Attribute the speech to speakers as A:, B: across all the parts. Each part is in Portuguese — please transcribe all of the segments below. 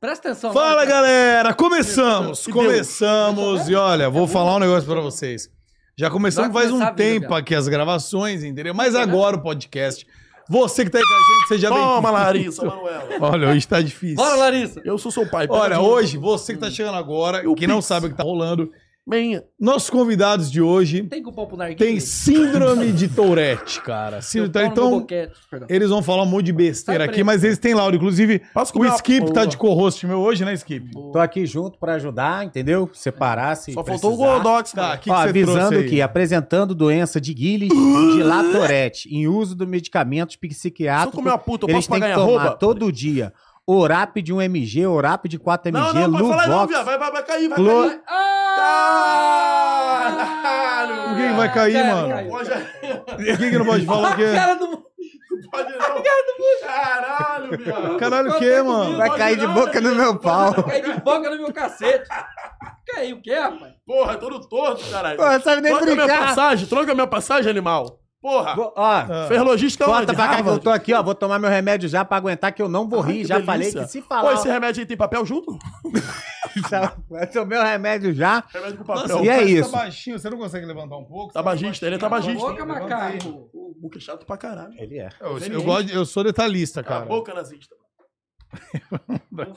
A: Presta atenção.
B: Fala,
A: galera.
B: galera! Começamos!
A: Que Deus.
B: Começamos! E olha, vou falar um negócio pra vocês. Já começamos
A: Vai
B: faz
A: começar a
B: um
A: vida,
B: tempo
A: cara.
B: aqui as gravações, entendeu? Mas agora o podcast. Você que tá aí com a gente, seja bem-vindo.
C: Toma, Larissa, Manuela.
B: Olha, hoje tá difícil.
A: Bora, Larissa.
C: Eu sou seu pai. pega
B: Olha,
C: dinheiro.
B: hoje, você que tá chegando agora,
C: Eu
B: que não
C: Pix.
B: sabe o que tá rolando,
C: Bem,
B: nossos convidados de hoje
A: Tem cupom pro Narguinho?
B: têm síndrome de Tourette, cara. Síndrome de Tourette. Então, eles vão falar um monte de besteira
A: Sai pra
B: aqui,
A: ele.
B: mas eles têm Laura. Inclusive,
C: Posso
B: o
C: comer uma
B: Skip tá
C: porra.
B: de co-host meu hoje, né, Skip?
D: Tô aqui junto pra ajudar, entendeu? Separar se
C: só faltou o
D: precisar.
C: Goldox,
B: Tá,
C: cara.
B: o que,
D: Ó,
B: que você trouxe
D: avisando
B: aí?
D: aqui, apresentando doença de Gilles de Latorette em uso de medicamentos
C: Se eu
D: psiquiátricos.
C: Ah! comer uma puta, eu
D: eles
C: posso
D: têm
C: pagar
D: que
C: em
D: tomar
C: arroba?
D: todo dia. ORAP de 1mg, ORAP de 4mg,
C: Não, não, pode falar não,
D: Luvox.
C: viado. Vai, vai, vai cair, vai
D: Clô-
C: cair.
B: Por
C: Caralho!
B: que que Ah! vai cair,
A: Ah! Cara,
B: mano?
A: caiu.
C: Pode,
B: Por que, que não pode falar o quê?
A: Olha a cara do-
C: pode não. Caralho, viado.
B: Caralho, o quê, mano?
D: Vai cair de boca no meu pau.
A: Cai de boca no meu cacete. Caiu o quê, rapaz?
C: Porra, todo torto, caralho.
D: Pô, não sabe nem
C: Troca minha
D: brincar.
C: passagem, troca minha passagem, animal. Porra,
D: Vou- Ó,
B: Ah.
C: fez logística
D: corta
C: onde?
D: pra cá que eu
C: Harvard?
D: tô aqui, ó. Vou tomar meu remédio já pra aguentar que eu não vou
C: Ai,
D: rir.
C: que
D: Já
C: delícia. é.
D: falei que se
C: Pô,
D: falar...
C: esse remédio aí tem papel junto?
D: Vai tomar o remédio já.
C: Remédio com
B: Nossa,
C: papel.
D: e é
B: mas
D: isso.
B: Tá baixinho, você não consegue levantar um pouco?
C: Tabagista, ele é tabagista.
A: Boca, macaco.
C: O Muca é chato pra caralho.
D: Ele é.
B: Eu, eu
C: Ele-
B: gosto, eu sou detalhista,
C: Cala a
B: cara.
C: boca, nazista.
B: Então,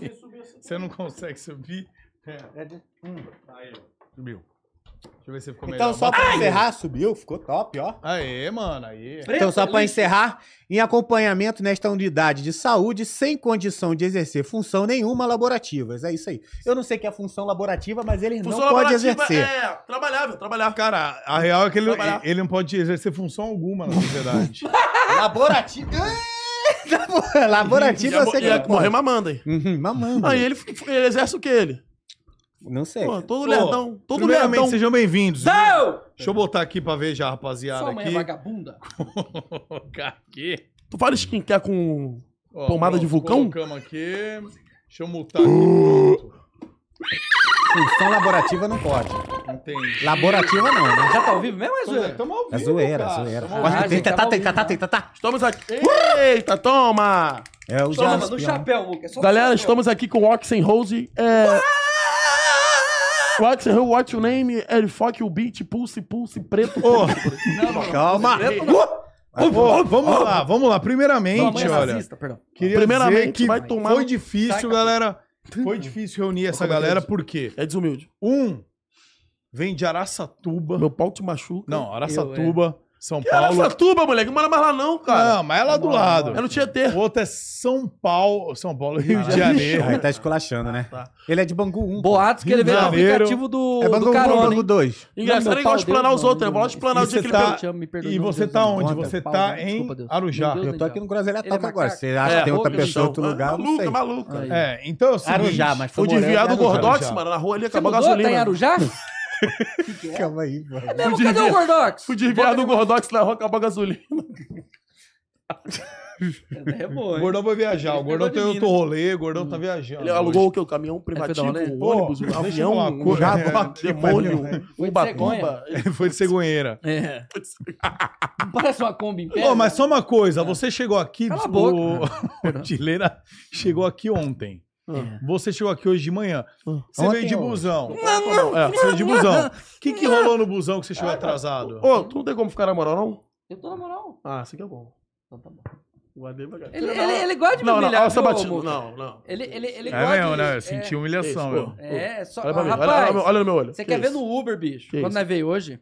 B: Você não consegue subir? É. Aí, ó. Subiu. Deixa eu ver se ficou melhor.
D: Então só pra encerrar, subiu. Ficou top, ó.
B: Aê, mano, aí.
D: Então, só para
A: Preta,
D: encerrar, em acompanhamento nesta unidade de saúde, sem condição de exercer função nenhuma laborativa. É isso aí. Eu não sei o que é função laborativa, mas ele não pode
C: laborativa
D: exercer.
C: é trabalhável, trabalhar.
B: Cara, a real é que ele,
C: Trabalhar.
B: ele não pode exercer função alguma na sociedade.
C: é-
D: Laborativa. é! Labo- laborativa
C: Ia
D: eu
C: mo-
D: sei que
C: ia
D: não
C: morrer
D: pode.
C: mamando aí.
D: Uhum, mamando.
C: Aí ele, f- ele exerce o que ele?
D: Não sei.
C: É. Pô, todo
B: Pô,
C: lerdão, todo
B: Primeiramente,
C: lerdão.
B: sejam bem-vindos.
A: Não!
B: Deixa eu botar aqui pra ver já, rapaziada.
A: Sua mãe é
B: Aqui.
A: vagabunda.
B: Colocar aqui.
C: Tu fala skincare com...
B: Ó,
C: Pomada de vulcão?
B: Colocamos aqui. Deixa eu mutar aqui. Pronto.
D: Função laborativa não pode.
B: Entendi.
D: Laborativa não, né?
A: Já tá ao vivo mesmo, é zoeira?
B: Tamo ao
D: É
B: vivo,
D: zoeira,
B: cara.
D: zoeira.
B: Tamo ao
A: Mas-
B: vivo.
A: Ah, gente,
D: Tenta,
A: tava
D: tá, tenta, tá,
A: ouvindo.
D: tenta, tá.
C: Estamos aqui... Eita, toma!
D: É o
A: Toma, no
D: Jaspion.
A: chapéu, Muca. é só no
C: Galera,
A: chapéu.
C: estamos aqui com o Oxen Rose. É... What's your, what's your name? É, fuck you beat, pulse, pulse, preto.
A: Não,
B: Ô,
A: não, é não.
D: Calma.
A: Preto não.
B: Ô, ô, vamos lá, vamos lá.
A: Sua mãe
B: Primeiramente,
A: é
B: olha.
A: racista, perdão.
B: Queria
C: Primeiramente,
B: dizer que
C: vai tomar
B: foi
C: no-
B: difícil,
A: Saca.
B: galera. Foi difícil reunir essa
C: Como é que
B: galera,
C: é isso?
B: por quê?
C: É desumilde.
B: Um vem de Araçatuba.
C: Meu pau te machuca.
B: Não, Araçatuba, São Paulo.
C: Araçatuba, moleque. Não mora mais lá, não, cara.
B: Não, mas é lá do lado.
C: Eu não tinha ter.
B: O outro é São Paulo, São Paulo, Rio de
C: Caralho.
B: Janeiro.
D: Aí tá esculachando, né?
C: Tá.
D: Ele é de Bangu 1.
A: Boatos que ele veio no
B: Janeiro.
A: aplicativo do, do
D: É
B: um
D: Bangu 1,
A: Carona,
D: Bangu
A: hein?
D: 2.
C: Engraçado,
A: Não,
C: ele gosta
A: meu
C: de planar
A: pau,
C: os
A: Deus,
C: outros. Ele
A: não,
C: gosta de
A: não,
C: planar o
B: não.
C: dia
B: Você
C: que ele
B: tá-
C: perdeu.
A: Eu te amo, me perdoe,
B: E
A: meu
B: você
A: Deus,
B: tá
A: meu
B: onde?
A: Deus,
B: Você
A: pau,
B: tá
A: Deus,
B: em
A: desculpa, Deus.
B: Arujá.
A: Meu Deus,
D: Eu tô aqui no
A: Ele
D: Groselha
A: é
D: Toca agora.
A: macaco?
D: Você acha
C: É,
D: que tem outra
C: maluco,
D: pessoa, outro
C: bichão.
D: lugar? eu Não
C: Maluca,
D: sei.
C: maluca.
A: Aí.
B: É, então é o seguinte,
D: Arujá, mas
C: Foi
D: morando em
C: desviado do
D: Arujá.
C: Gordox,
B: já.
C: mano. Na rua ali
A: Você
C: acabou a
A: mudou? Tá em
C: gasolina.
A: Arujá?
D: Calma aí, mano.
A: é Mesmo,
C: Fui
A: cadê o
C: desviado.
A: Gordox?
C: Fui desviado do Gordox na rua, acabou a gasolina.
A: É boa,
B: O
A: hein?
B: Gordão vai viajar. O
A: Ele
B: Gordão tem
A: pegou de
B: outro rolê, o Gordão tá viajando.
C: Ele alugou o que? O caminhão privativo,
A: É, foi da
C: um
B: hora, né?
C: ônibus,
B: Pô,
C: um
B: deixa eu
C: avião,
B: falar uma
C: um
B: coisa.
C: jaguar,
B: É,
C: demônio,
A: Foi
C: um
A: de cegonha.
C: batuba.
B: Ele foi de cegonheira.
A: É. Parece uma Kombi em pé,
B: Ô,
A: né?
B: mas só uma coisa, você chegou aqui,
A: Cala a
B: o Tileira chegou aqui ontem.
A: É.
B: Você chegou aqui hoje de manhã.
C: Ah.
B: Você
D: Ontem
B: veio de
D: ou-
B: busão.
C: Não,
B: É, você veio de busão. O que, que rolou no busão que você chegou atrasado?
C: Ô, tu não tem como ficar na moral, não?
A: Eu tô na moral.
C: Ah, isso aqui é bom.
A: Então tá bom.
C: Guardei pra cá.
A: Ele, ele, ele gosta de me
C: Não, não,
A: humilhar,
C: ó,
A: viu,
C: Sabatino.
A: Muca?
C: Não, não.
A: Ele, ele, ele
B: É,
A: gosta
B: mesmo,
A: de-
B: né? Eu senti humilhação,
C: Isso,
B: meu.
A: É, é só...
C: Olha pra mim, olha-
A: rapaz,
C: olha, olha no meu olho.
A: você
C: Que
A: quer ver
C: isso?
A: no Uber, bicho?
C: Que
A: quando
C: isso?
A: nós veio hoje.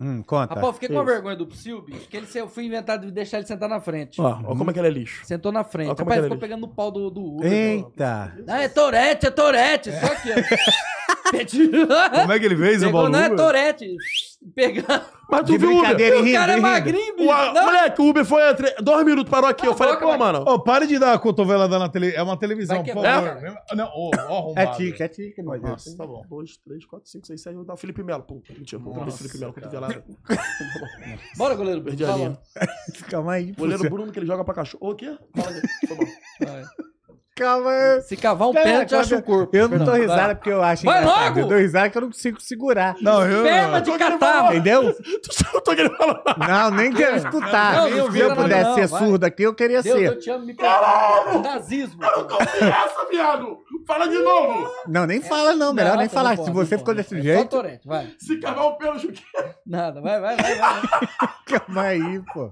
D: Hum, conta.
A: Rapaz, eu fiquei com uma
C: Isso.
A: vergonha do Psyu, bicho, que ele, se- eu fui inventado de deixar ele sentar na frente.
C: Ó, ó como é que ele é lixo.
A: Sentou na frente.
C: Ó, como
A: Rapaz,
C: é que
A: ficou
C: ele-
A: pegando no pau do, do Uber. mano.
D: Eita.
A: Não, é Torete, é Torete. Só que, ó. Pedi-
B: Como é que ele fez o
A: Pegou,
B: valor?
A: não, é Torete. Pegando.
C: Mas tu
D: De
C: viu o Uber?
D: brincadeira e
A: O cara é
D: rindo, e rindo.
A: magrinho, bicho.
C: O, a-
A: Não,
C: moleque, o Uber foi a tre- dois minutos, parou aqui. Eu falei,
A: boca,
C: pô, mano.
B: Ô, pare de dar a cotovelada na televisão. É uma televisão,
A: Vai
B: por
A: quebrar,
B: favor. Ah, Não, ô, ó,
D: É
B: arrombado.
D: tique, é tique, meu Deus.
B: Nossa, tá bom.
C: Um, dois, três, quatro, cinco, seis, sete, oito. Não, Felipe Melo. Pô, mentira, pô,
B: Nossa,
C: Felipe Melo,
B: cara.
C: cotovelada.
A: Bora, goleiro.
C: Perdi a
A: fala.
C: linha.
D: Calma aí.
C: Goleiro Bruno que ele joga pra cachorro. O quê? Fala aí. Foi bom.
A: Vai.
D: Calma aí.
A: Se cavar um
D: Cara,
A: pênalti,
D: quando
A: acha o corpo.
D: Eu não tô
A: Vai.
D: risada porque eu acho
A: Vai
D: engraçado.
A: logo!
D: Eu dou risada que eu não consigo segurar.
B: Não, eu...
A: Perna de catarro.
D: Entendeu?
C: Tu sabe o que eu tô querendo falar?
D: Não, nem quero
A: Não,
D: escutar.
A: não
D: Se eu
A: escuta,
D: pudesse
A: não,
D: ser
A: vai.
D: surdo aqui, eu queria
A: Deus, eu
C: Ah,
D: ser.
A: te amo, me perdoa. Nazismo.
C: Que é essa, viado? Fala de novo!
D: Não, nem fala não, melhor
A: Não, tá
D: nem
A: não
D: falar.
A: pode,
D: Se
A: não
D: você
A: pode.
D: ficou desse
A: É Só
D: jeito,
A: torrente, vai.
C: Se cavar o pelo, Juquinha.
A: Nada, vai, vai, vai. vai.
D: calma aí, pô.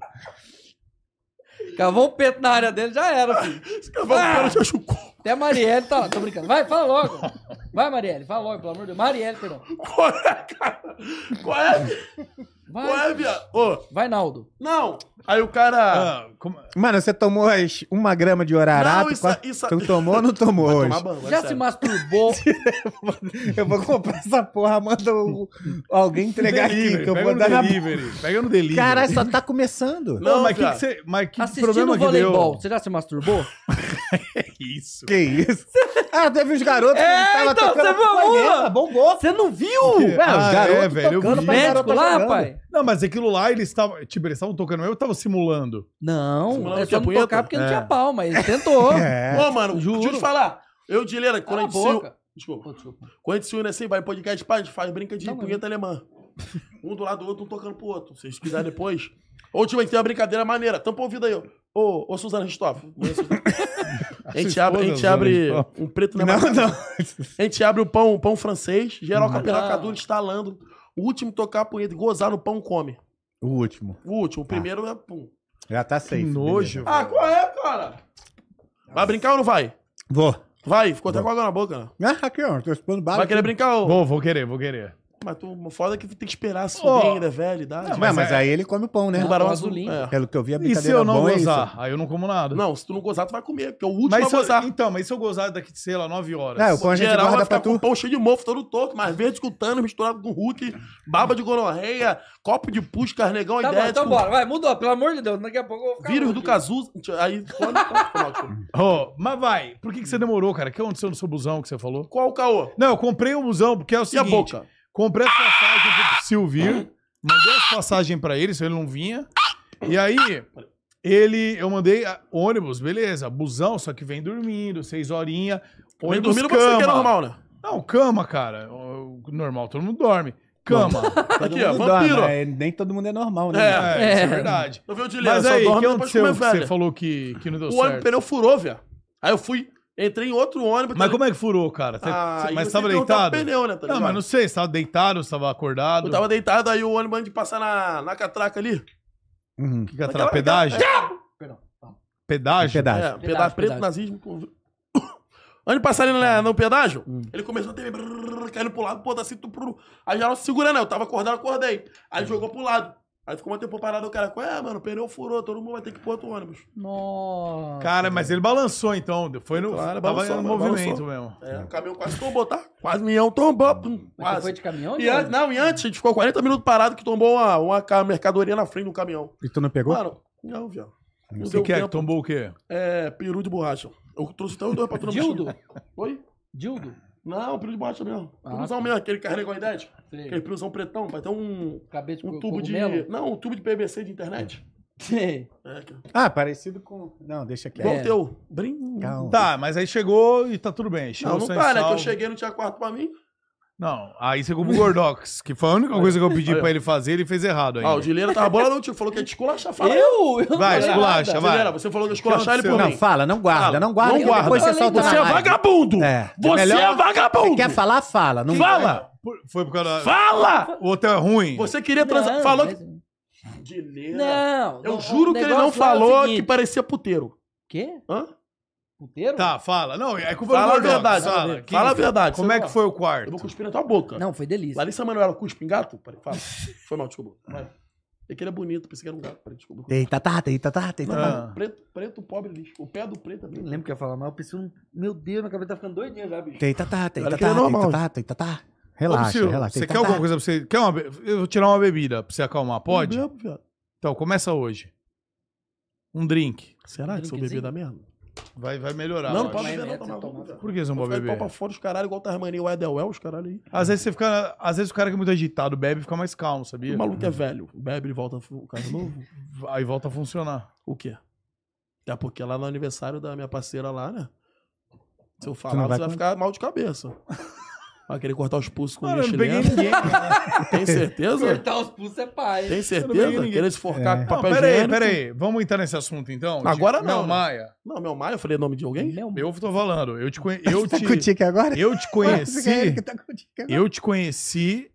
A: Cavou um peto na área dele, já era, filho.
C: Se cavar
A: Ah!
C: o pelo, já chucou.
A: Até a Marielle tá lá, tô brincando. Vai, fala logo. Vai, Marielle, fala logo, pelo amor de Deus. Marielle, perdão.
C: Qual é, cara? Qual é, viado? Qual é,
A: Vai,
C: viado? Ô,
A: vai Naldo.
C: não. Aí o cara...
B: Ah, como...
D: Mano, você tomou as uma grama de orarato?
C: Não, isso-
D: quase-
C: isso-
D: Tu tomou ou não tomou
C: Vai
D: hoje?
C: tomar banho, vai
A: Já
C: sério.
A: se masturbou?
D: Eu vou comprar essa porra, manda o- alguém entregar aqui, que eu
B: Pega
D: vou
B: no
D: dar na
B: delivery. Pega no delivery.
D: Cara, só tá começando.
B: não, mas que,
C: cara.
B: que você. Mas que
A: Tá Assistindo
C: é
B: problema que deu?
A: voleibol, você já se masturbou?
B: Que isso?
D: Que isso? Ah, teve uns garotos que
A: É,
D: tava
A: então, você
D: tocando
A: viu a
D: panela,
A: mula?
D: bombou.
A: Você não viu?
B: Que-
D: Ué, os garotos
B: é, velho, eu
D: tocando
B: vi.
D: pra caralho.
A: Médico lá,
D: jogando.
A: rapaz?
B: Não, mas aquilo lá eles estavam. Tipo, eles estavam tocando, eu tava simulando.
A: Não,
C: Simulando
A: é
C: que
A: só
C: é
A: não
C: punheta?
A: tocar porque não
B: É.
A: tinha pau, mas ele tentou.
D: É.
C: Ô, mano,
A: Juro.
C: deixa eu te falar. Eu e o Dileira, quando
A: Cala
C: a
A: a
C: gente se...
A: boca.
C: Desculpa.
A: Pô, desculpa.
C: Quando a gente se une assim, vai no podcast, pá, a gente faz brinca de
A: Não, mas-
C: punheta alemã. Um do lado do outro, um tocando pro outro. Se vocês quiserem depois. Ou, tipo, a gente tem uma brincadeira maneira. Tampa o ouvido aí, ó. Ô, ô Suzana Ristoff. A gente
B: Sua
C: abre, a
B: esposa,
C: gente abre
B: Suzana
C: um preto na
D: Não, não.
C: A gente abre o pão, o pão francês, geral com a
A: Hum.
C: piroca dura, estalando. O último tocar a punheta, gozar no pão, come.
D: O último.
C: O último, o primeiro é pum.
D: Já tá safe.
B: Que nojo.
C: Ah, qual é, cara? Vai brincar ou não vai?
D: beleza. Vou.
C: Vai, ficou até com água na boca, né?
D: Ah, aqui, ó. Tô expondo bala.
C: Vai querer brincar ou...
B: Vou, vou querer, vou querer.
C: Mas tu, foda é que tem que esperar subir
B: Ó.
C: ainda, velho, idade.
D: Ué,
B: mas
D: Ah, mas
B: é-
D: aí ele come o pão, né?
A: Não,
C: Tubarão
A: o
C: azul.
A: azulinho.
C: é.
D: Pelo que eu vi, a
B: E se
D: brincadeira
B: eu não
D: boa é isso.
B: gozar? Aí eu não como nada.
C: Não, se tu não gozar, tu vai comer, porque o último
B: mas
C: vai
B: se eu,
C: gozar.
B: Então, mas se eu gozar daqui, sei lá, 9 horas.
D: É, o pão a gente
C: Geral vai
D: guarda pra
C: ficar com
D: tu.
C: o pão cheio de mofo todo torto, mas verde com tano, misturado com Hulk, baba de gonorreia, copo de pus, carnegão,
A: Tá bom,
C: ideia
A: então bora, vai, mudou, pelo amor de Deus, daqui a pouco eu vou ficar.
C: Vírus
A: louco.
C: do Cazu. Aí, quando, quando-
B: Ô, mas vai, por que, que você demorou, cara? O que aconteceu no seu busão que você falou?
C: qual o caô?
B: Não, eu comprei um busão, porque é o
C: E a
B: seguinte.
C: boca?
B: Comprei as passagens pro Silvio, mandei as passagens pra ele, se ele não vinha. E aí, ele, eu mandei a- ônibus, beleza, busão, só que vem dormindo, seis horinhas.
C: Vem
B: Ônibus
C: dormindo pra você
B: cama.
C: que é normal, né?
B: Não, cama, cara. O- o Normal, todo mundo dorme. Cama.
C: Aqui, ó,
D: Não dá,
C: vampiro. ó.
D: né? Nem todo mundo é normal, né?
C: É.
B: É, isso é
A: É.
B: verdade.
C: Eu vi o dilema,
B: Mas
C: só
B: aí, o
C: dorme
B: que
C: depois de comer
B: aconteceu que você
C: velha.
B: falou que, que não deu
C: O ônibus,
B: certo?
C: pneu furou, velho. Aí eu fui, entrei em outro ônibus. tá
B: Mas como é que furou, cara? Você-
C: Ah,
B: você-
C: e
B: mas
C: você
B: tava
C: perguntava
B: deitado?
C: pro pneu, né, tá
B: não,
C: ligado?
B: mas não sei, você tava deitado, você tava acordado.
C: Eu tava deitado, aí o ônibus antes de passar na, na catraca ali.
D: Uhum.
B: Que que é
C: Aquela-
B: pedagem?
A: Perdão, fala.
B: Pedagem?
D: Pedágio.
C: É, pedágio
A: Pedágio,
C: preto,
A: pedágio.
C: nazismo. com- Antes de passar ali na- no pedágio,
A: Hum.
C: ele começou a ter brrr, caindo pro lado, pô, da cinto pro. Aí já não se segurando, eu tava acordado, acordei. Aí jogou pro lado. Aí ficou um tempo parado, o cara, é, mano, o pneu furou, todo mundo vai ter que pôr outro ônibus.
A: Nossa.
B: Ah, Cara, mas ele balançou então. Foi no,
C: Claro,
B: tava
C: balançou,
B: no
C: balançou.
B: movimento mesmo.
C: É, o caminhão quase tombou, tá? Quase milhão tombou. pum,
A: Mas você foi
C: Quase.
A: de caminhão?
C: E
A: né?
C: antes, não, e antes, a gente ficou 40 minutos parado que tombou uma, uma ca- mercadoria na frente do caminhão.
D: E tu não pegou?
C: Mano, não, viado. Não
B: O
C: deu
B: que, que é?
C: tempo.
B: Tombou o quê?
C: É, peru de borracha. Eu trouxe até os dois pra tu não
A: Dildo?
C: mexer. Oi?
A: Dildo?
C: Não, peru de borracha mesmo.
A: Ah,
C: piruzão
A: tá.
C: mesmo, aquele carregou a idade. Aquele
A: Sei.
C: piruzão pretão, vai ter um,
A: Acabei de
C: um
A: co-
C: tubo de.
A: cogumelo?
C: Não, um tubo de PVC de internet.
A: Sei.
C: É, que-
D: Ah, parecido com... Não, deixa aqui.
C: igual
A: É.
C: o teu. Brim.
D: Calma.
B: Tá, mas aí chegou e tá tudo bem. Chegou
C: Não, não
B: sã e
C: tá, né? Que eu
B: salvo.
C: cheguei, não tinha quarto pra mim.
B: Não, aí você comprou o Gordox, que foi a única coisa que eu pedi
C: Olha.
B: pra ele fazer, ele fez errado ainda.
C: Ó, Ah, o Dileira tava bola não, tio. Falou que ia te esculachar. Fala aí.
A: Eu? Eu não
B: Vai,
A: falei
B: esculacha,
A: nada.
B: vai.
C: Dileira, você falou que ia esculachar ele por
B: Não,
D: Não,
C: mim.
D: fala, não guarda,
C: Fala.
D: não guarda.
C: Não
D: e
C: guarda.
D: Depois você
A: Falei,
D: solta
C: Você
D: na
C: é
D: live.
C: vagabundo!
D: É,
C: Você
D: melhor-
C: é
D: Você
C: vagabundo!
D: quer falar, fala. Não
C: Fala!
B: É, Por- foi por causa da...
C: Fala!
B: O hotel é ruim.
C: Você queria transar.
A: Não,
C: Falou que.
A: mas-
C: Dileira.
A: Não.
C: Eu
A: não,
C: juro
A: o
C: que ele não
A: negócio lá é o
C: falou que
A: seguinte-
C: parecia puteiro.
A: Quê?
C: Hã?
A: Puteiro?
B: Tá, fala. Não, é culpa
C: Fala a
B: do Gordox.
C: verdade.
B: Fala, Que-
C: Fala a verdade.
B: Como é que foi o
C: Eu
B: quarto?
C: vou cuspir na tua boca.
A: Não, foi delícia.
C: Larissa Manoela cuspe em gato? Peraí, fala. Foi mal, desculpa. Vai. É que ele é bonito, pensei que era um gato. Peraí, desculpa.
D: Eita, tá, eita, tá, eita, tá.
B: Ah.
C: Preto, preto, pobre, lixo. O pé do preto é
A: Eu
C: bem
A: não lembro o que eu ia falar, mas eu pensei, num- meu Deus, minha cabeça tá ficando doidinha já, bicho.
D: Eita, tá, eita,
C: Olha
D: tá,
C: que ele é normal.
D: eita, tá, eita, tá.
B: Ô,
D: Relaxa,
B: Priscila,
D: relaxa.
B: Você
D: eita,
B: quer
D: tá.
B: alguma coisa pra você? Quer uma... be- Eu vou tirar uma bebida pra você acalmar, pode?
C: Não bebo, viado.
B: Então, começa hoje. Um drink.
C: Será que seu bebê
A: Drinkzinho?
C: dá merda?
B: Vai, vai melhorar.
C: não,
B: eu
C: não
B: acho.
C: pode beber, não.
A: Maionese,
C: Tá maluco,
A: tomate.
C: viado.
B: Por que é, você não
C: Vou
B: pode
C: ficar de
B: beber?
C: pau pra fora os caralho, igual o Tasmania, o Edelwell, os caralho aí.
B: Às vezes você fica. Às vezes o cara que é muito agitado bebe e fica mais calmo, sabia?
C: O maluco é velho. Bebe e volta o cara novo.
B: Aí volta a funcionar.
C: O quê? Até porque lá no aniversário da minha parceira lá, né? Se eu
D: não
C: falar,
D: vai
C: você vai
D: com-
C: ficar mal de cabeça. Vai querer cortar os pulsos com
B: Mano,
C: o
B: eu não peguei
C: chileno?
B: ninguém.
C: Tem certeza?
A: Cortar os pulsos é pai.
C: Tem
B: peguei
C: certeza?
B: ninguém.
C: Querer se forcar com
B: Não,
C: papel
B: peraí,
C: higiênico?
B: peraí. Vamos entrar nesse assunto, então?
C: Agora
B: De-
C: não, né?
B: Maia.
C: Não, meu Maia, eu falei o nome de alguém?
A: Meu
B: Eu tô falando. Eu te, conhe... eu
D: Tá com o
B: te...
D: tique agora?
B: eu te
D: Ué, é ele
B: conheci...
D: que tá com o tique agora.
B: Eu te conheci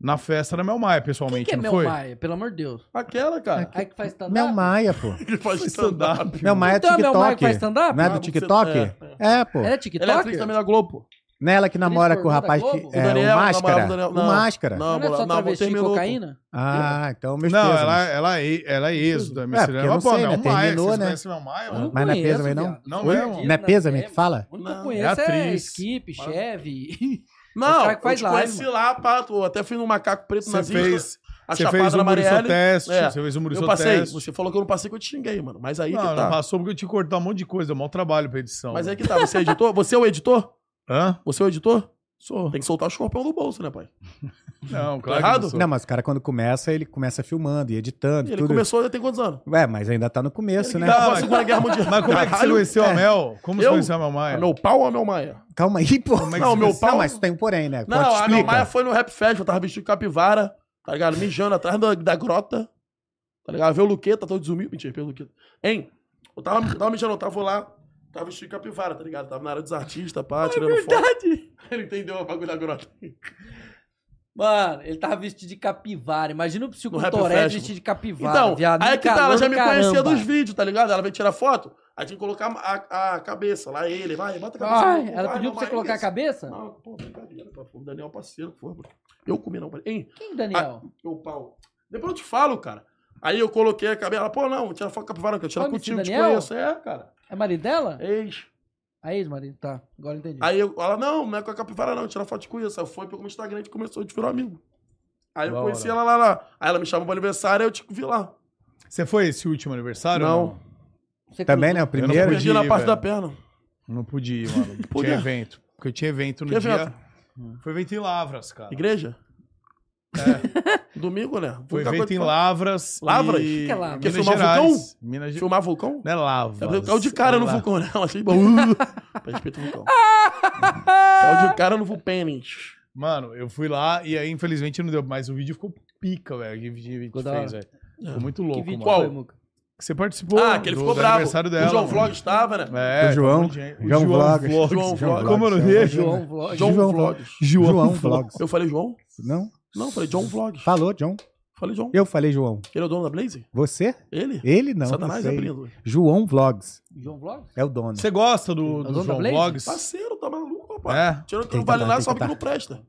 B: na festa da Mel Maia,
A: Quem
B: pessoalmente,
A: que é
B: não
A: meu
B: foi?
A: Maia? Pelo amor de Deus.
C: Aquela, cara.
A: Aí que faz stand-up?
D: Mel Maia, pô.
C: É Que faz stand-up.
D: Mel Maia é do
A: Então é meu Maia que faz
D: TikTok.
A: stand-up?
D: Não é
C: Ah,
D: do
C: você-
D: TikTok?
C: é,
D: É, pô.
A: Ela é
C: Ele é atriz também
A: TikTok?
C: da Globo.
D: Nela que namora com o
A: formada
D: rapaz que.
A: Globo?
D: É,
C: O Daniel,
D: o
C: namorava o
D: máscara.
C: Daniel-
D: O
C: não.
D: máscara.
C: Não,
A: Não é só
C: não,
A: travesti e
C: terminou. pô.
A: cocaína?
D: Ah, então meus
B: Não,
D: pêsames.
B: ela, ela, é- ela é ex do Mel
D: É, porque eu não sei, né? Terminou,
B: Vocês
D: né?
B: conhecem Mel Maia, mano?
D: Mas não é
A: conheço,
D: pêsame, não?
A: viado.
B: Não
A: Sou
B: é,
A: perdido
B: mano?
D: Não é
A: na
D: pêsame que
A: pele.
D: fala?
A: O único que eu
C: Não, é
A: conheço é,
B: atriz.
A: Skip, Chevy. Os
C: Não,
A: caras
C: eu
A: que faz
C: te
A: live,
C: conheci lá, pato. Eu Até fui no macaco preto
B: Você
C: nazista.
B: fez,
C: a
B: você
C: Chapada
B: fez
C: da
B: o Muriço
C: Marielle.
B: Teste,
C: É.
B: você fez o Muriço
C: Eu passei.
B: Teste.
C: Você falei que eu não passei, que eu te xinguei, mano. Mas aí
B: Não,
C: que
B: não
C: tá.
B: passou porque eu te cortar um monte de coisa, mó trabalho pra edição. né?
C: Mas aí que tá. Você é editor? Você é o editor?
B: Hã?
C: Você é o editor?
B: Sou.
C: Tem que soltar o escorpião do bolso, né, pai?
B: Não,
C: Tô
B: claro
C: errado?
B: que não sou.
D: Não, mas o cara quando começa, ele começa filmando e
B: É
D: editando.
C: Ele
D: tudo.
C: começou, tem quantos anos?
D: Ué, mas ainda tá no começo,
C: Ele
D: né?
C: tava na
B: mas-
C: Segunda Guerra Mundial.
B: Mas como é que você
C: Caralho.
B: conheceu a Mel? Como você
C: Tá Eu?
B: conheceu a Mel Maia?
C: Meu pau ou a meu Maia?
D: Calma aí, pô.
B: Como é que
C: Não,
B: você
C: meu
B: conheceu?
C: pau-
D: Não, mas tem um porém, né?
C: Não,
D: Pode
C: a meu
D: explica.
C: Maia foi no Rap Fest, eu tava vestido de capivara, tá ligado? Mijando atrás da, da grota, tá ligado? Veio o Luqueta, todo desumido. Mentira, pelo Luqueta. Hein? Eu tava, eu tava mijando, eu tava lá, tava vestido de capivara, tá ligado? Tava na área dos artistas, pá, tirando foto.
A: Verdade.
C: Ele entendeu a bagulho da grota.
A: Mano, ele tava vestido de capivara. Imagina o Psico
C: No Rap
A: Toré
C: Fest,
A: vestido de capivara.
C: Então,
A: viado,
C: aí
A: um
C: que tá,
A: calor
C: ela já
A: do
C: me conhecia
A: caramba.
C: dos vídeos, tá ligado? Ela veio tirar foto, aí tinha que colocar a, a cabeça lá, ele, vai, bota a cabeça.
A: Ai,
C: no-
A: ela
C: vai,
A: pediu
C: não,
A: pra você
C: vai,
A: colocar a
C: isso.
A: cabeça?
C: Não, pô, brincadeira, pô, o Daniel é um parceiro, pô, mano. Eu comi não, hein?
A: Quem, Daniel?
C: Meu pau. Depois eu te falo, cara. Aí eu coloquei a cabeça. Ela, pô, não, tira foto com a capivara, que eu tiro
A: Olha esse
C: contigo, te
A: Daniel.
C: conheço. É, cara.
A: É marido dela?
C: Ex.
A: A ex-marido, tá. Agora entendi.
C: Aí eu, ela, não, não é com a capivara, não, tira foto com isso. Aí foi pelo Instagram, a gente começou, a gente virou amigo. Aí eu
B: Da
C: conheci
B: hora.
C: ela lá, lá. Aí ela me chamou pro aniversário, aí eu te vi lá.
B: Você foi esse último aniversário?
C: Não.
B: ou
A: Você
D: Também, né?
A: cruzou-
D: O
B: Eu
D: primeiro.
B: não
C: Perdi na
B: ir,
C: parte
B: velho.
C: da perna.
B: Não, não pude ir, mano.
C: Por
B: tinha
C: quê?
B: evento. Porque eu tinha evento no
C: Que
B: dia.
C: evento?
B: Foi evento em Lavras, cara.
C: Igreja? É. Domingo, né?
B: Foi
C: Muita
B: evento
C: coisa
B: em
C: pra-
B: Lavras.
C: Lavras?
B: E...
A: Que que é Lavras?
B: Minas
C: Quer filmar
B: Gerais. Minas Gerais.
C: Filmar vulcão?
B: Não é Lavras.
C: Eu caiu de cara
B: é
C: no
B: La-
C: vulcão, né? Eu achei bom. Uh, Respeito o vulcão. caiu de cara no vulpênis.
B: Mano, eu fui lá e aí, infelizmente, não deu. Mas o vídeo ficou pica, velho. Que vídeo a gente
A: Ficou da
B: fez,
A: hora.
B: velho. Ficou muito louco,
A: Que vídeo
B: mano.
A: foi, Muca?
B: Você participou
C: ah, que ele
B: do,
C: ficou
B: do
C: bravo.
B: aniversário dela.
C: o João
B: mano.
C: Vlog estava, né?
B: É,
D: O João.
B: tamo junto. O
D: João Vlogs.
C: João Vlogs.
B: Como é o nome
D: João
B: dele?
D: Vlogs.
A: João
B: É.
A: Vlog.
C: João
D: João
C: Vlogs.
D: João, Vlogs.
C: Eu falei João?
D: Não?
C: Não, falei John Vlogs.
D: Falou, João.
C: Falei João.
D: Eu falei, João.
C: Ele é o dono da Blaze?
D: Você?
C: Ele?
D: Ele não.
C: Satanás
D: não
C: é
D: sei.
C: lindo.
D: João Vlogs.
A: João Vlog?
D: É o dono.
B: Você gosta do, do
A: Dona
B: João
A: Tá Blaze?
B: Vlogs?
C: Parceiro, tá maluco, rapaz.
B: É.
C: Tirando que
D: Tem
C: não
D: que
C: vale
D: tá,
C: nada,
D: tem
C: sobe
D: que
C: que não presta.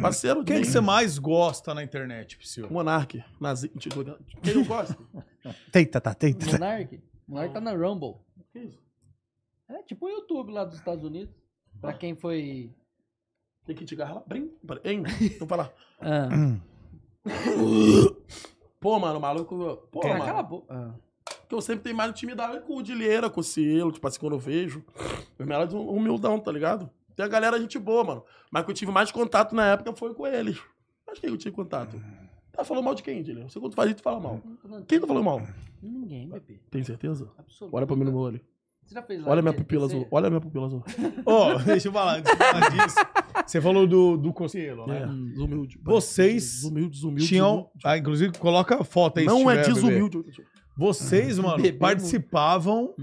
C: Parceiro,
B: Quem é
C: de-
B: que você mais gosta na internet, Psyu?
C: Monark. Nazi... Quem eu gosto?
D: Teita, tá, teita. tá.
A: Monark? Monark tá na Rumble.
C: Que isso?
A: É tipo o YouTube lá dos Estados Unidos. Pra quem foi.
C: Tem que te agarrar lá. Brim. Hein? Então fala.
A: Ah,
C: Pô, mano, o maluco. Pô,
A: ah,
C: mano.
A: cala a boca. Ah.
C: Porque eu sempre tenho mais intimidade com o Dilheira, com o Cielo, tipo assim, quando eu vejo. O Esmeralda é um humildão, tá ligado? Tem a galera gente boa, mano. Mas que eu tive mais contato na época foi com eles. Mas quem eu tive contato? Tá falando mal de quem, Dilheira? Você quando faz isso, tu fala mal.
A: Não tô falando
C: Quem tá falando mal?
A: Ninguém, bebê.
C: Tem certeza?
A: Absoluto.
C: Olha pra mim no meu olho.
A: Você já fez live
C: Olha minha
A: de
C: pupila
A: PC?
C: azul. Olha minha pupila azul.
B: Ô, deixa eu falar, antes de falar disso. Você falou do, do Conselho, né?
C: É, desumilde.
B: Vocês
C: Desumilde, desumilde.
B: Tinham. Ah, inclusive, coloca a foto aí. se
C: desumilde. Não é
B: tiver, bebê.
C: desumilde.
B: Vocês, mano,
A: Bebê,
B: participavam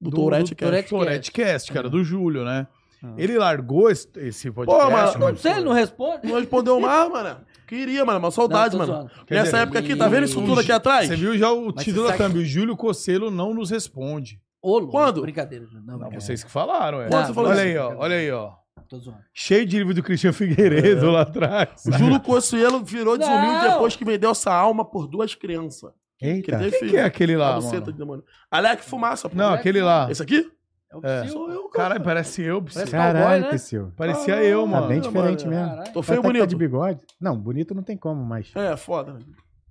C: Do
A: Tourette.
C: Tourette, cara.
B: do Tourette cara, do Júlio, né?
A: Ah.
B: Ele largou esse, esse podcast.
C: mas-
A: Não sei, ele não responde.
C: Não respondeu mais, mano. Queria, mano. Uma saudade,
A: Não, tô
C: mano.
A: zoando.
B: Quer
C: Nessa
B: dizer,
C: época aqui, tá vendo isso tudo aqui atrás?
B: Você viu já o
A: é Mas
B: título
A: você
B: da
A: sabe-
B: thumb. O Júlio Cocelo não nos responde.
A: Ô, louco,
C: Quando?
A: Brincadeira. Não,
B: Não,
A: brincadeira.
B: vocês que falaram, é.
A: Quando você falou
B: olha
A: isso?
B: aí, ó, olha aí, ó. É.
A: Tô zoando.
B: Cheio de livro do Cristian Figueiredo lá atrás.
C: O Júlio Consuelo virou desumilde
A: Não.
C: depois que vendeu essa alma por duas crianças. Que
D: Eita.
C: ele teve
B: Quem que é
C: filho.
B: aquele lá,
C: A buceta
B: mano?
C: de demônio. Alec Fumaça, pô.
B: Não, aquele lá.
C: Esse aqui?
A: É o
B: É.
A: Psyu.
C: Sou eu, cara.
B: Caralho, parece eu, Psyu.
A: Parece-
D: Caralho,
A: Cowboy, né?
D: Priscila.
B: Parecia
C: Ah,
B: eu,
C: tá
B: mano.
D: Tá bem diferente
C: mano.
D: mesmo.
A: Caralho.
C: Tô
D: Tá
C: feio e
D: até que tá
C: bonito.
D: de bigode. Não, bonito não tem como, mas,
C: É, foda. né?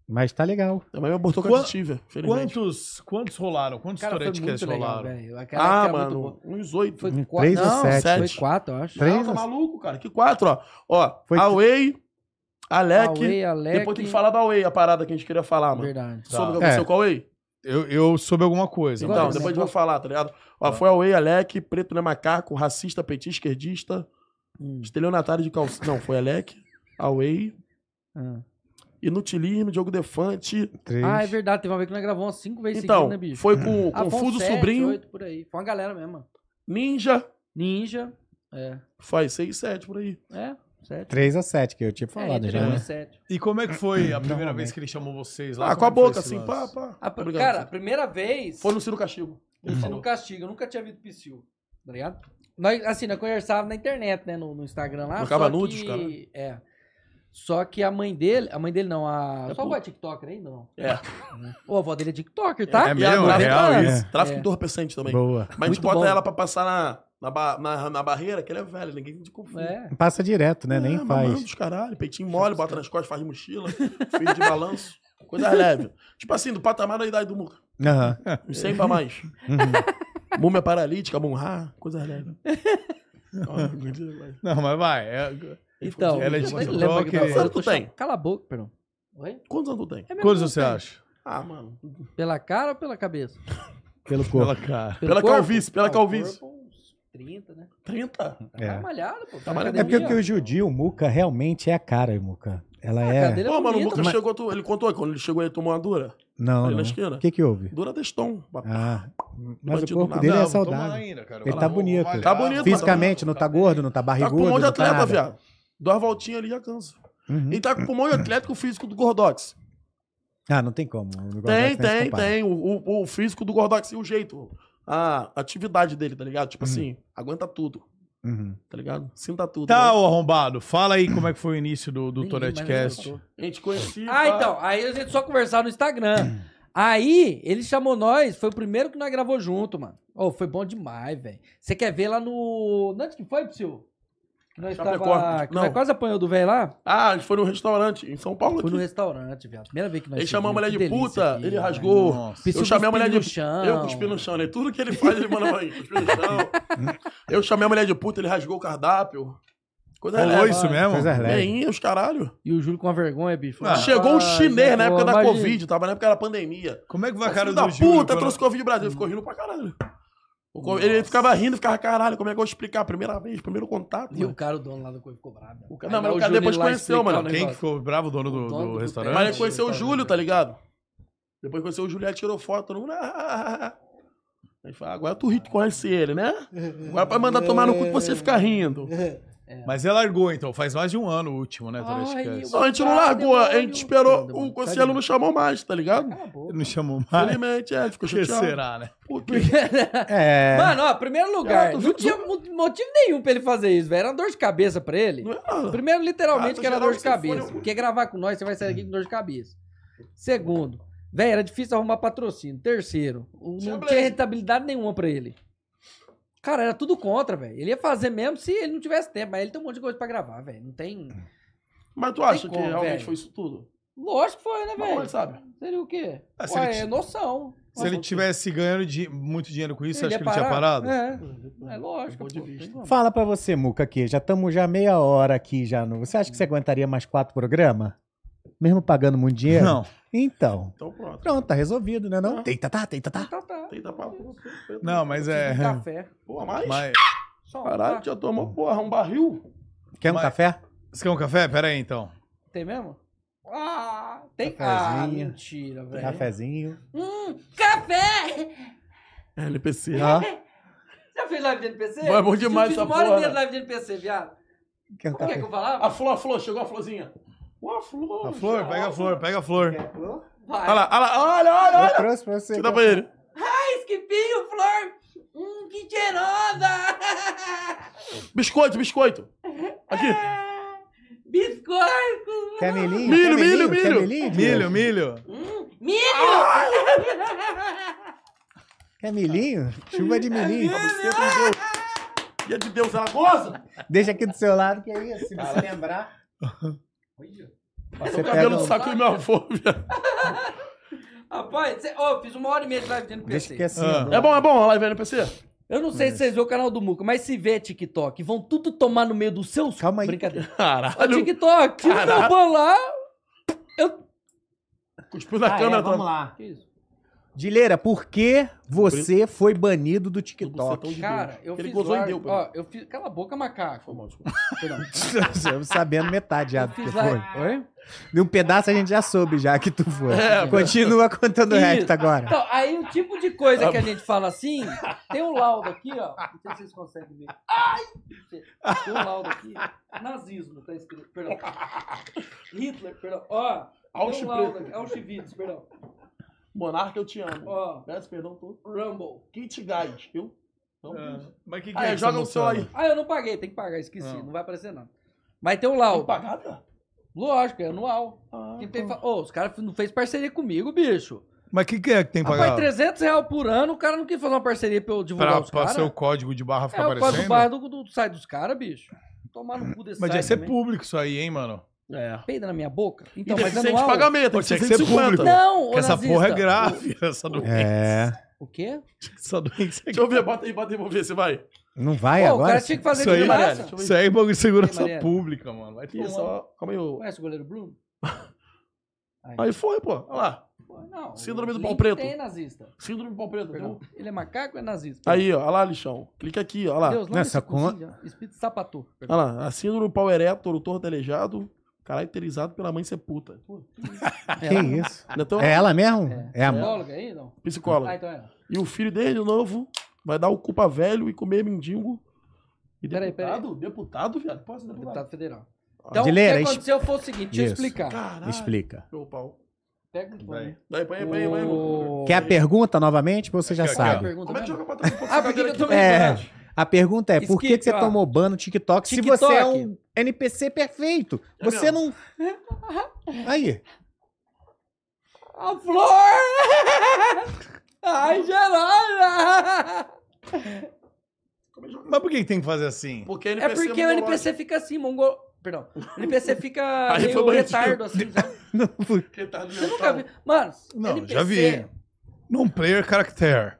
D: mas tá legal.
C: Minha mãe me abortou com é
B: Quan-
C: a titiva, felizmente.
B: Quantos, quantos rolaram? Quantos
A: Cara, foi
B: Tourette
A: muito legal,
B: rolaram?
A: velho. Aquela
C: Ah,
A: época era é muito
C: mano, É
A: boa.
C: uns oito.
A: Foi
D: Hum,
A: quatro.
D: três ou
A: Não,
D: sete?
A: Foi quatro, eu acho.
D: Três
C: Não, tá
D: ou-
C: maluco, cara. Que quatro, ó. Ó,
D: Foi-
C: Away, Alec.
A: Huawei, Alec.
C: Depois tem é que falar da Away, a parada que a gente queria falar, mano.
A: Verdade.
B: Tá.
C: Sobre o que aconteceu
D: É.
C: com a Away?
B: Eu, eu soube alguma coisa.
A: Igual
C: Então,
B: mas-
A: esse.
C: depois a gente vai falar, tá ligado? Ó, foi Away, Alec, Preto não é macaco, racista, petista, esquerdista,
D: Hum.
C: Estelionatário de calcinha. Não, foi Alec, Away,
D: Ah,
C: Inutilismo, Diogo Defante.
D: três.
A: Ah, é verdade. Teve uma vez que nós gravamos umas cinco vezes
C: Então,
A: seguidas, né, bicho?
C: foi com
A: Ah, foi uns
C: Confuso
A: sete,
C: Sobrinho,
A: oito por aí. Foi uma galera mesmo.
C: Ninja.
A: Ninja. É.
C: Faz 6, 7 por aí.
A: É, sete.
D: 3 a 7, que eu tinha falado
A: é,
D: já,
A: entre
D: né?
A: nós sete.
B: E como é que foi a primeira
D: Normalmente.
B: vez que ele chamou vocês lá?
C: Ah,
B: Como
C: com a
B: é que foi
C: boca,
B: esse
C: assim, pá,
B: lance?
C: pá.
A: A pr-
C: Obrigado,
A: cara, a
C: Ciro.
A: primeira vez.
C: foi no Ciro Uhum. Castigo.
A: Eu fui no castigo, eu nunca tinha visto Psyu, tá ligado? Nós, assim, nós conversávamos na internet, né? No, no Instagram lá.
C: Trocava
A: só
C: nudes,
A: que-
C: cara.
A: É. Só que a mãe dele. A mãe dele não, a.
C: É
A: só
C: puta.
A: vai TikToker ainda, não.
C: É.
A: Ô, a avó dele é TikToker, tá?
B: É
C: E ela
B: mesmo?
C: tráfica-
B: Real
C: é.
B: isso?
C: Tráfico
A: É.
C: entorpecente também.
D: Boa.
C: Mas a gente
A: Muito
C: bota
A: bom.
C: ela pra passar na, na, ba- na, na barreira, que ela é velha, ninguém te confunde.
A: É.
D: Passa direto, né? Nem
C: mamando
D: faz.
C: os caralho, peitinho mole, bota nas costas, faz mochila, filho de balanço. Coisa leve. Tipo assim, do patamar da idade do Muca.
D: Aham.
C: Uns 100 pra mais.
D: Uhum.
C: Múmia paralítica, munhá, coisa leve. Ó, coisa leve.
B: Não, mas vai. é-
C: assim,
A: Então.
B: Ela é
A: mas
B: TikToker.
A: lembra que eu tava
B: Quantos
A: falando,
C: anos
A: tô
C: tu tem?
A: chocado. Cala a boca, perdão. Oi?
C: Quantos anos tu tem?
A: É mesmo,
B: Quantos
A: não
B: você
A: tem.
B: acha?
C: Ah, mano.
A: Pela cara ou pela cabeça?
D: Pelo corpo.
B: Pela cara.
A: Pelo
C: Pela
A: corpo?
C: calvície, pela
A: Ah, o
C: calvície.
A: corpo, uns 30, né?
C: 30?
A: Tá
D: É.
A: malhado, pô.
C: Tá malhado.
D: É porque o que o Judio, o Muca, realmente é a cara, Muca. Ela é.
C: Pô, mano, o Muca chegou, tu- ele contou, quando ele chegou, ele tomou uma dura.
D: Não,
C: ali na
D: não.
C: esquina.
D: O que que houve?
C: Dura testom.
D: Ah, mas o
C: Bandido
D: corpo
C: nada.
D: dele
B: Não,
D: é
B: vou tomar
D: saudável.
B: ainda, cara.
D: Ele
B: Vai
D: tá
B: lá,
D: bonito.
B: malhar,
C: Tá bonito,
B: vou
D: Fisicamente, não
B: malhar,
D: tá gordo, não tá
C: Tá com
D: barrigudo.
C: pulmão de
D: não tá
C: atleta,
D: nada.
C: viado. Duas voltinhas ali já cansa.
D: Uhum.
C: Ele tá com pulmão de atleta com o físico do Gordox.
D: Ah, não tem como. o negócio
C: Tem,
B: né,
D: não se
C: tem,
D: compara.
C: tem. O, o- o físico do Gordox e o jeito. A atividade dele, tá ligado?
B: Uhum.
C: Tipo assim, aguenta tudo,
D: Uhum.
C: tá ligado? Sinta tudo.
B: Tá,
C: né?
B: ô arrombado, fala aí como é que foi o início do, do Toretcast.
C: A gente conhecia.
A: Ah,
C: pá.
A: então. Aí a gente só conversava no Instagram. Aí, ele chamou nós, foi o primeiro que nós gravou junto, mano. Ô, foi bom demais, velho. Você quer ver lá no. Onde que foi, Psyu? Que nós
C: Chapecó.
A: tava. Que nós
C: Não.
A: quase apanhou do velho lá?
C: Ah, a gente foi num restaurante em São Paulo.
A: Foi
C: Aqui.
A: no restaurante, velho. Primeira vez que nós
C: Ele chamou a mulher
A: chegamos,
C: de
A: que delícia
C: puta,
A: aqui,
C: ele
A: velho.
C: rasgou.
B: Nossa.
A: Psyu
C: Eu chamei
A: cuspindo
C: a mulher de-
A: no chão.
C: Eu cuspi no chão, né? Tudo que ele faz, ele manda pra mim. Cuspi no chão. Eu chamei a mulher de puta, ele rasgou o cardápio. Coisa
B: Rolou
A: É,
C: leve.
B: isso mesmo?
D: Coisas leves.
C: Meinha, os caralho.
A: E o Júlio com a vergonha, bicho.
B: Ah.
C: Chegou um
A: Ai,
C: chinês na
A: pô,
C: época da
A: imagina.
C: Covid, tava na época da pandemia.
B: Como é que vai a
C: Filho
B: cara
C: da
B: do Júlio?
C: puta,
B: quando-
C: trouxe Covid pro Brasil. Ele ficou rindo pra caralho. O co- Ele ficava rindo, ficava caralho. Como é que eu vou explicar? Primeira vez, primeiro contato.
A: E o
C: mano.
A: cara, o dono lá do Coelho, ficou brabo.
C: O cara-
A: Aí
C: não, mas
A: lá
C: o cara
A: Júlio
C: depois
A: lá
C: conheceu,
A: explicar
C: mano.
A: o
B: Quem
A: negócio.
B: que ficou bravo, o dono do,
A: O dono
B: do
A: do
B: restaurante?
C: Mas
A: bote?
C: ele conheceu o
A: Tá
C: Júlio,
A: vendo?
C: tá ligado? Depois conheceu o Júlio, ele tirou foto. Todo mundo... ah. Aí fala, agora tu ri, tu conhece ele, né? Agora pra mandar tomar no cu que você fica rindo.
B: Mas ele largou, então. Faz mais de um ano o último, né,
A: é. Ai,
B: Toretcast?
A: eu-
C: Não, a gente não largou, a gente esperou.
A: Caramba,
C: O
A: mano. Ah,
C: conselheiro não chamou mais, tá ligado?
A: Cala a boca.
B: Ele não chamou mais.
C: Infelizmente, é, ele ficou
B: Por que
C: chateado.
B: será, né?
C: Por quê?
A: Porque-
D: É.
A: Mano, ó, primeiro lugar,
C: Eu tô
A: não
C: vendo-
A: tinha mo- motivo nenhum pra ele fazer isso, velho. Era uma dor de cabeça pra ele.
C: Não é nada.
A: Primeiro, literalmente,
C: Ah, tô
A: que era
C: geral
A: dor de
C: que você
A: cabeça.
C: foi, eu-
A: Porque gravar com nós, você vai sair daqui com dor de cabeça. Segundo, velho, era difícil arrumar patrocínio. Terceiro, o- não
C: Chama
A: tinha
C: ele.
A: rentabilidade nenhuma pra ele. Cara, era tudo contra, velho. Ele ia fazer mesmo se ele não tivesse tempo. Mas ele tem um monte de coisa pra gravar, velho. Não tem.
C: Mas tu acha
A: Tem
C: que
A: como,
C: realmente
A: velho.
C: foi isso tudo?
A: Lógico que foi, né,
C: Mas como ele
A: velho?
C: sabe?
A: Seria o quê?
B: Ah, se ele
A: Ué,
B: ti-
A: é noção.
B: Se ele tivesse ganhando di- muito dinheiro com isso,
A: Ele
B: acha
A: ia
B: que ele tinha
A: parar?
B: parado?
A: É, é lógico.
C: Ponto de
A: pô,
C: vista.
A: tem como.
D: Fala pra você, Muca, aqui. Já estamos já meia hora aqui já. No... Você acha que você aguentaria mais quatro programas? Mesmo pagando muito dinheiro?
B: Não.
D: Então.
C: Então pronto.
D: Pronto, tá resolvido, né? Não?
C: Ah.
D: Tenta, tá, tenta, tá.
A: Tá, tá.
C: Tenta pra assim, porra.
B: Não, mas é.
A: Um café.
C: Pô, mas.
B: Mas...
A: Só um
C: Caralho,
A: tá?
C: já tomou, porra, um barril.
D: Quer um
B: Mas-
D: café?
B: Você quer um café? Pera aí, então.
A: Tem mesmo? Ah, tem. Ah,
D: Cafezinho.
A: mentira, velho.
D: Cafezinho.
A: Hum, café!
C: É, LPC.
D: Ó,
A: Já fez live de NPC?
C: Mas é bom demais
A: Eu fiz
C: essa
A: uma hora
C: porra, Ah,
A: e meia
C: né?
A: de live de NPC, viado.
D: quer um
A: Como que é que
D: café?
A: eu falava?
C: A flor, a flor, chegou a florzinha. Ó, a flor.
B: A flor, pega a flor, pega a flor.
A: Vai.
C: Olha lá, olha lá, olha, olha,
D: Eu
C: olha.
D: trouxe pra você. um
C: Você dá pra ele.
A: Esquipinho, flor! Hum, que cheirosa!
C: Biscoito, biscoito. Aqui.
A: Biscoito!
D: Quer milhinho?
C: Milho,
D: Quer
C: milho,
D: Quer
C: milho.
D: milhinho?
B: Milho, milho.
A: Milho!
D: Quer milhinho? Chuva de milhinho.
C: Você com Deus. Dia de Deus, ela goza.
D: Deixa aqui do seu lado, que é isso. Se você lembrar.
C: Passou
D: Você
C: o cabelo
D: pega
C: no
D: um-
C: saco do meu avô, velho.
A: Rapaz, cê- ó, fiz uma hora e meia de live de NPC.
D: Deixa que é assim.
B: Ah.
D: ó.
C: É bom, é bom a live NPC?
A: Eu não sei
C: É.
A: se vocês vê o canal do Muca, mas se vê TikTok, vão tudo tomar no meio dos seus.
D: Calma aí.
A: Brincadeira. Ó,
C: Caralho.
A: TikTok, tira
C: Caralho.
A: meu ban lá. Eu.
C: Cuspiu na
D: Ah, é,
C: câmera.
D: vamos
C: tá?
D: lá.
A: Que isso?
D: Dileira, por que você foi banido do
C: Você
D: TikTok?
C: tão de
A: Cara,
C: Deus.
A: eu
C: Ele
A: fiz
C: gozou
A: live.
C: e deu pra mim.
A: ó, eu fiz. Cala a boca, macaco.
C: Foi mal, desculpa.
A: Perdão.
D: Estamos sabendo metade já
A: Eu
D: do que
A: fiz
D: foi.
A: live. Oi?
D: De um pedaço a gente já soube já que tu foi.
C: É, tá
D: Continua contando o
A: Isso.
D: resto agora.
A: Então, aí o tipo de coisa
C: Ah,
A: que a gente fala assim, tem um laudo aqui, ó. Não sei se vocês conseguem ver. Ai! Tem um laudo aqui. Nazismo, tá escrito, perdão. Hitler, perdão. Ó, tem um laudo aqui. Auschwitz, perdão.
C: Monarca, eu te amo.
A: Ó,
C: Peço perdão todo.
A: Rumble.
C: Kit Guys, viu? Não
B: Ah,
C: quis.
B: Mas que que
C: Ah,
B: é
C: joga o seu aí.
A: Ah, eu não paguei, tem que pagar, esqueci.
B: Não.
A: Não, vai aparecer não. Mas tem um
C: Tem
A: laudo.
C: pagada?
A: Lógico, é anual.
C: Ah,
A: Quem tem
C: tá.
A: fa- Ô, os caras não fez parceria comigo, bicho.
B: Mas que que é que tem que
A: Rapaz,
B: pagar?
A: 300 reais por ano, o cara não quis fazer uma parceria pra eu divulgar
B: Pra,
A: os
B: pra
A: caras.
B: seu código de barra
A: É
B: ficar
A: o código
B: aparecendo?
A: barra do, do site dos caras, bicho. Tomar no cu desse
B: Mas é
A: site né?
B: tinha que ser
A: também.
B: público isso aí, hein, mano?
C: É.
A: Peida na minha boca? Então,
C: Então,
A: mas
C: mas sem
A: anual...
C: pagamento,
B: Pô,
C: tem
B: tinha
C: que
B: que ser
C: ser
B: público.
C: 150.
A: Não, ô
B: Porque essa
A: nazista.
B: porra é grave, essa doença.
D: É.
A: O, o quê?
B: Essa doença é
C: Deixa eu ver, bota aí, bota aí, vamos ver se vai.
D: Não vai
A: Pô, o
D: agora?
A: cara tinha que fazer
B: Isso
A: de
B: aí,
A: graça.
C: Marielle.
B: Isso aí é bagulho de segurança
A: Ei, Mariana.
B: pública, mano. Vai
C: Aqui,
B: tomar.
C: só. Calma aí, ô.
A: Conhece o é, goleiro Bruno?
C: Aí foi, pô. Olha lá.
A: Pô, não.
C: Síndrome do
A: ele
C: pau preto.
A: tem nazista.
C: Síndrome do pau um preto,
A: Perdão.
C: viu?
A: Ele é macaco é nazista?
C: Aí, ó. Olha lá, lixão. Clica aqui, ó. Olha lá.
A: Deus, lá
D: Nessa
A: nessa conta... Espírito sapatu.
C: Olha lá. A síndrome do pau ereto, o torto elejado, caracterizado pela mãe ser puta. Pô,
D: Que isso?
C: Não é tão
D: É ela mesmo?
A: É.
D: É, a mo-
A: Psicóloga aí, não? Ah,
C: psicóloga.
A: então é.
C: E o filho dele, novo, vai dar o culpa velho e comer mendigo. E
A: Peraí, peraí.
C: deputado? Deputado, viado? Posso deputado? Tá.
A: Deputado federal.
C: Ah,
A: Então,
D: Dileira,
A: o que
D: es-
A: aconteceu foi o seguinte, deixa eu
D: Isso.
A: explicar.
C: Caralho.
D: Explica.
C: Meu pau.
A: Pega um
B: Vai.
A: pano.
C: Daí, põe aí, põe aí, põe aí.
A: O-
D: Quer a pergunta novamente? Você já
B: Aqui, aqui, ó.
D: sabe.
A: Pergunta
C: Como é que
A: mesmo?
C: joga pra trás um pouco
A: Ah,
C: essa
A: por que que eu
C: cadeira
A: tô
C: aqui?
D: É. A pergunta é, por que,
A: Skip,
D: que você
A: ó.
D: tomou ban no TikTok,
A: TikTok.
D: se você é um NPC perfeito?
C: É
D: você
C: mesmo.
D: não... Aí.
A: A flor! Ai, Geralda!
B: Mas por que que tem que fazer assim?
C: Porque
A: É porque o
C: mongolóide.
A: NPC fica assim, mongol... Perdão. O NPC fica
C: Aí foi
A: meio
C: bandido.
A: retardo, assim. sabe?
D: Não, por-
C: Porque tá no
A: Você nunca viu... Mano,
B: Não,
A: NPC...
B: já vi. Non-player character.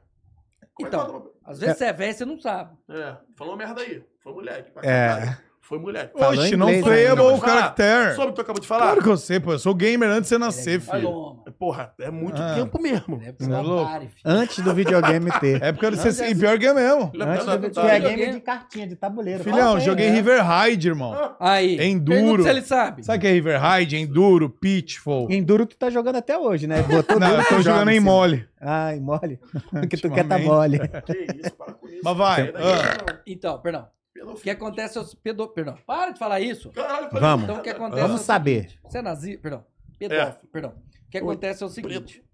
A: Então, às vezes você é velho, você não sabe.
C: tá É, falou merda aí. Foi moleque. pra
D: É.
C: caralho. Foi moleque.
D: Falou
B: Oxe,
D: inglês né,
B: non-playable
C: ainda.
B: character.
C: Soube o que tu acabou de falar?
B: Claro que eu sei, pô. Eu sou gamer antes de você nascer,
A: Ele é
B: filho.
A: paloma,
C: Porra, é muito
B: Ah.
C: tempo mesmo.
A: Ele é
B: Não é louco?
A: otário, filho.
D: Antes do videogame ter.
B: É porque eu não sei
A: Antes
B: se... E
A: dessa-
B: pior que é mesmo.
C: Ele é
D: Antes do
C: pedra-
A: videogame.
D: videogame de cartinha, de tabuleiro. Fala
B: Filhão,
D: bem,
B: joguei
D: né?
B: River Raid, irmão.
A: Aí.
B: É enduro.
A: Pergunta se ele sabe.
B: Sabe o que é River Raid? Enduro, Pitfall.
D: Enduro tu tá jogando até hoje, né? Botou
B: Não,
D: duro,
B: eu
D: tu
B: tô
D: joga
B: jogando em
D: cima.
B: mole.
D: Ai, mole. Porque tu quer tá mole.
C: Que isso, para com isso.
B: Mas vai,
C: Sai daí,
B: ah.
C: não.
A: Então, perdão.
C: Pelo
A: O que acontece é o... Pedo... Perdão. Para de falar isso.
C: Caralho, falei
D: Vamos.
A: Então, o que acontece... é o
D: Vamos saber.
A: Você é nazi... Perdão. Pedófilo, perdão. O que
C: Oi,
A: acontece é o seguinte.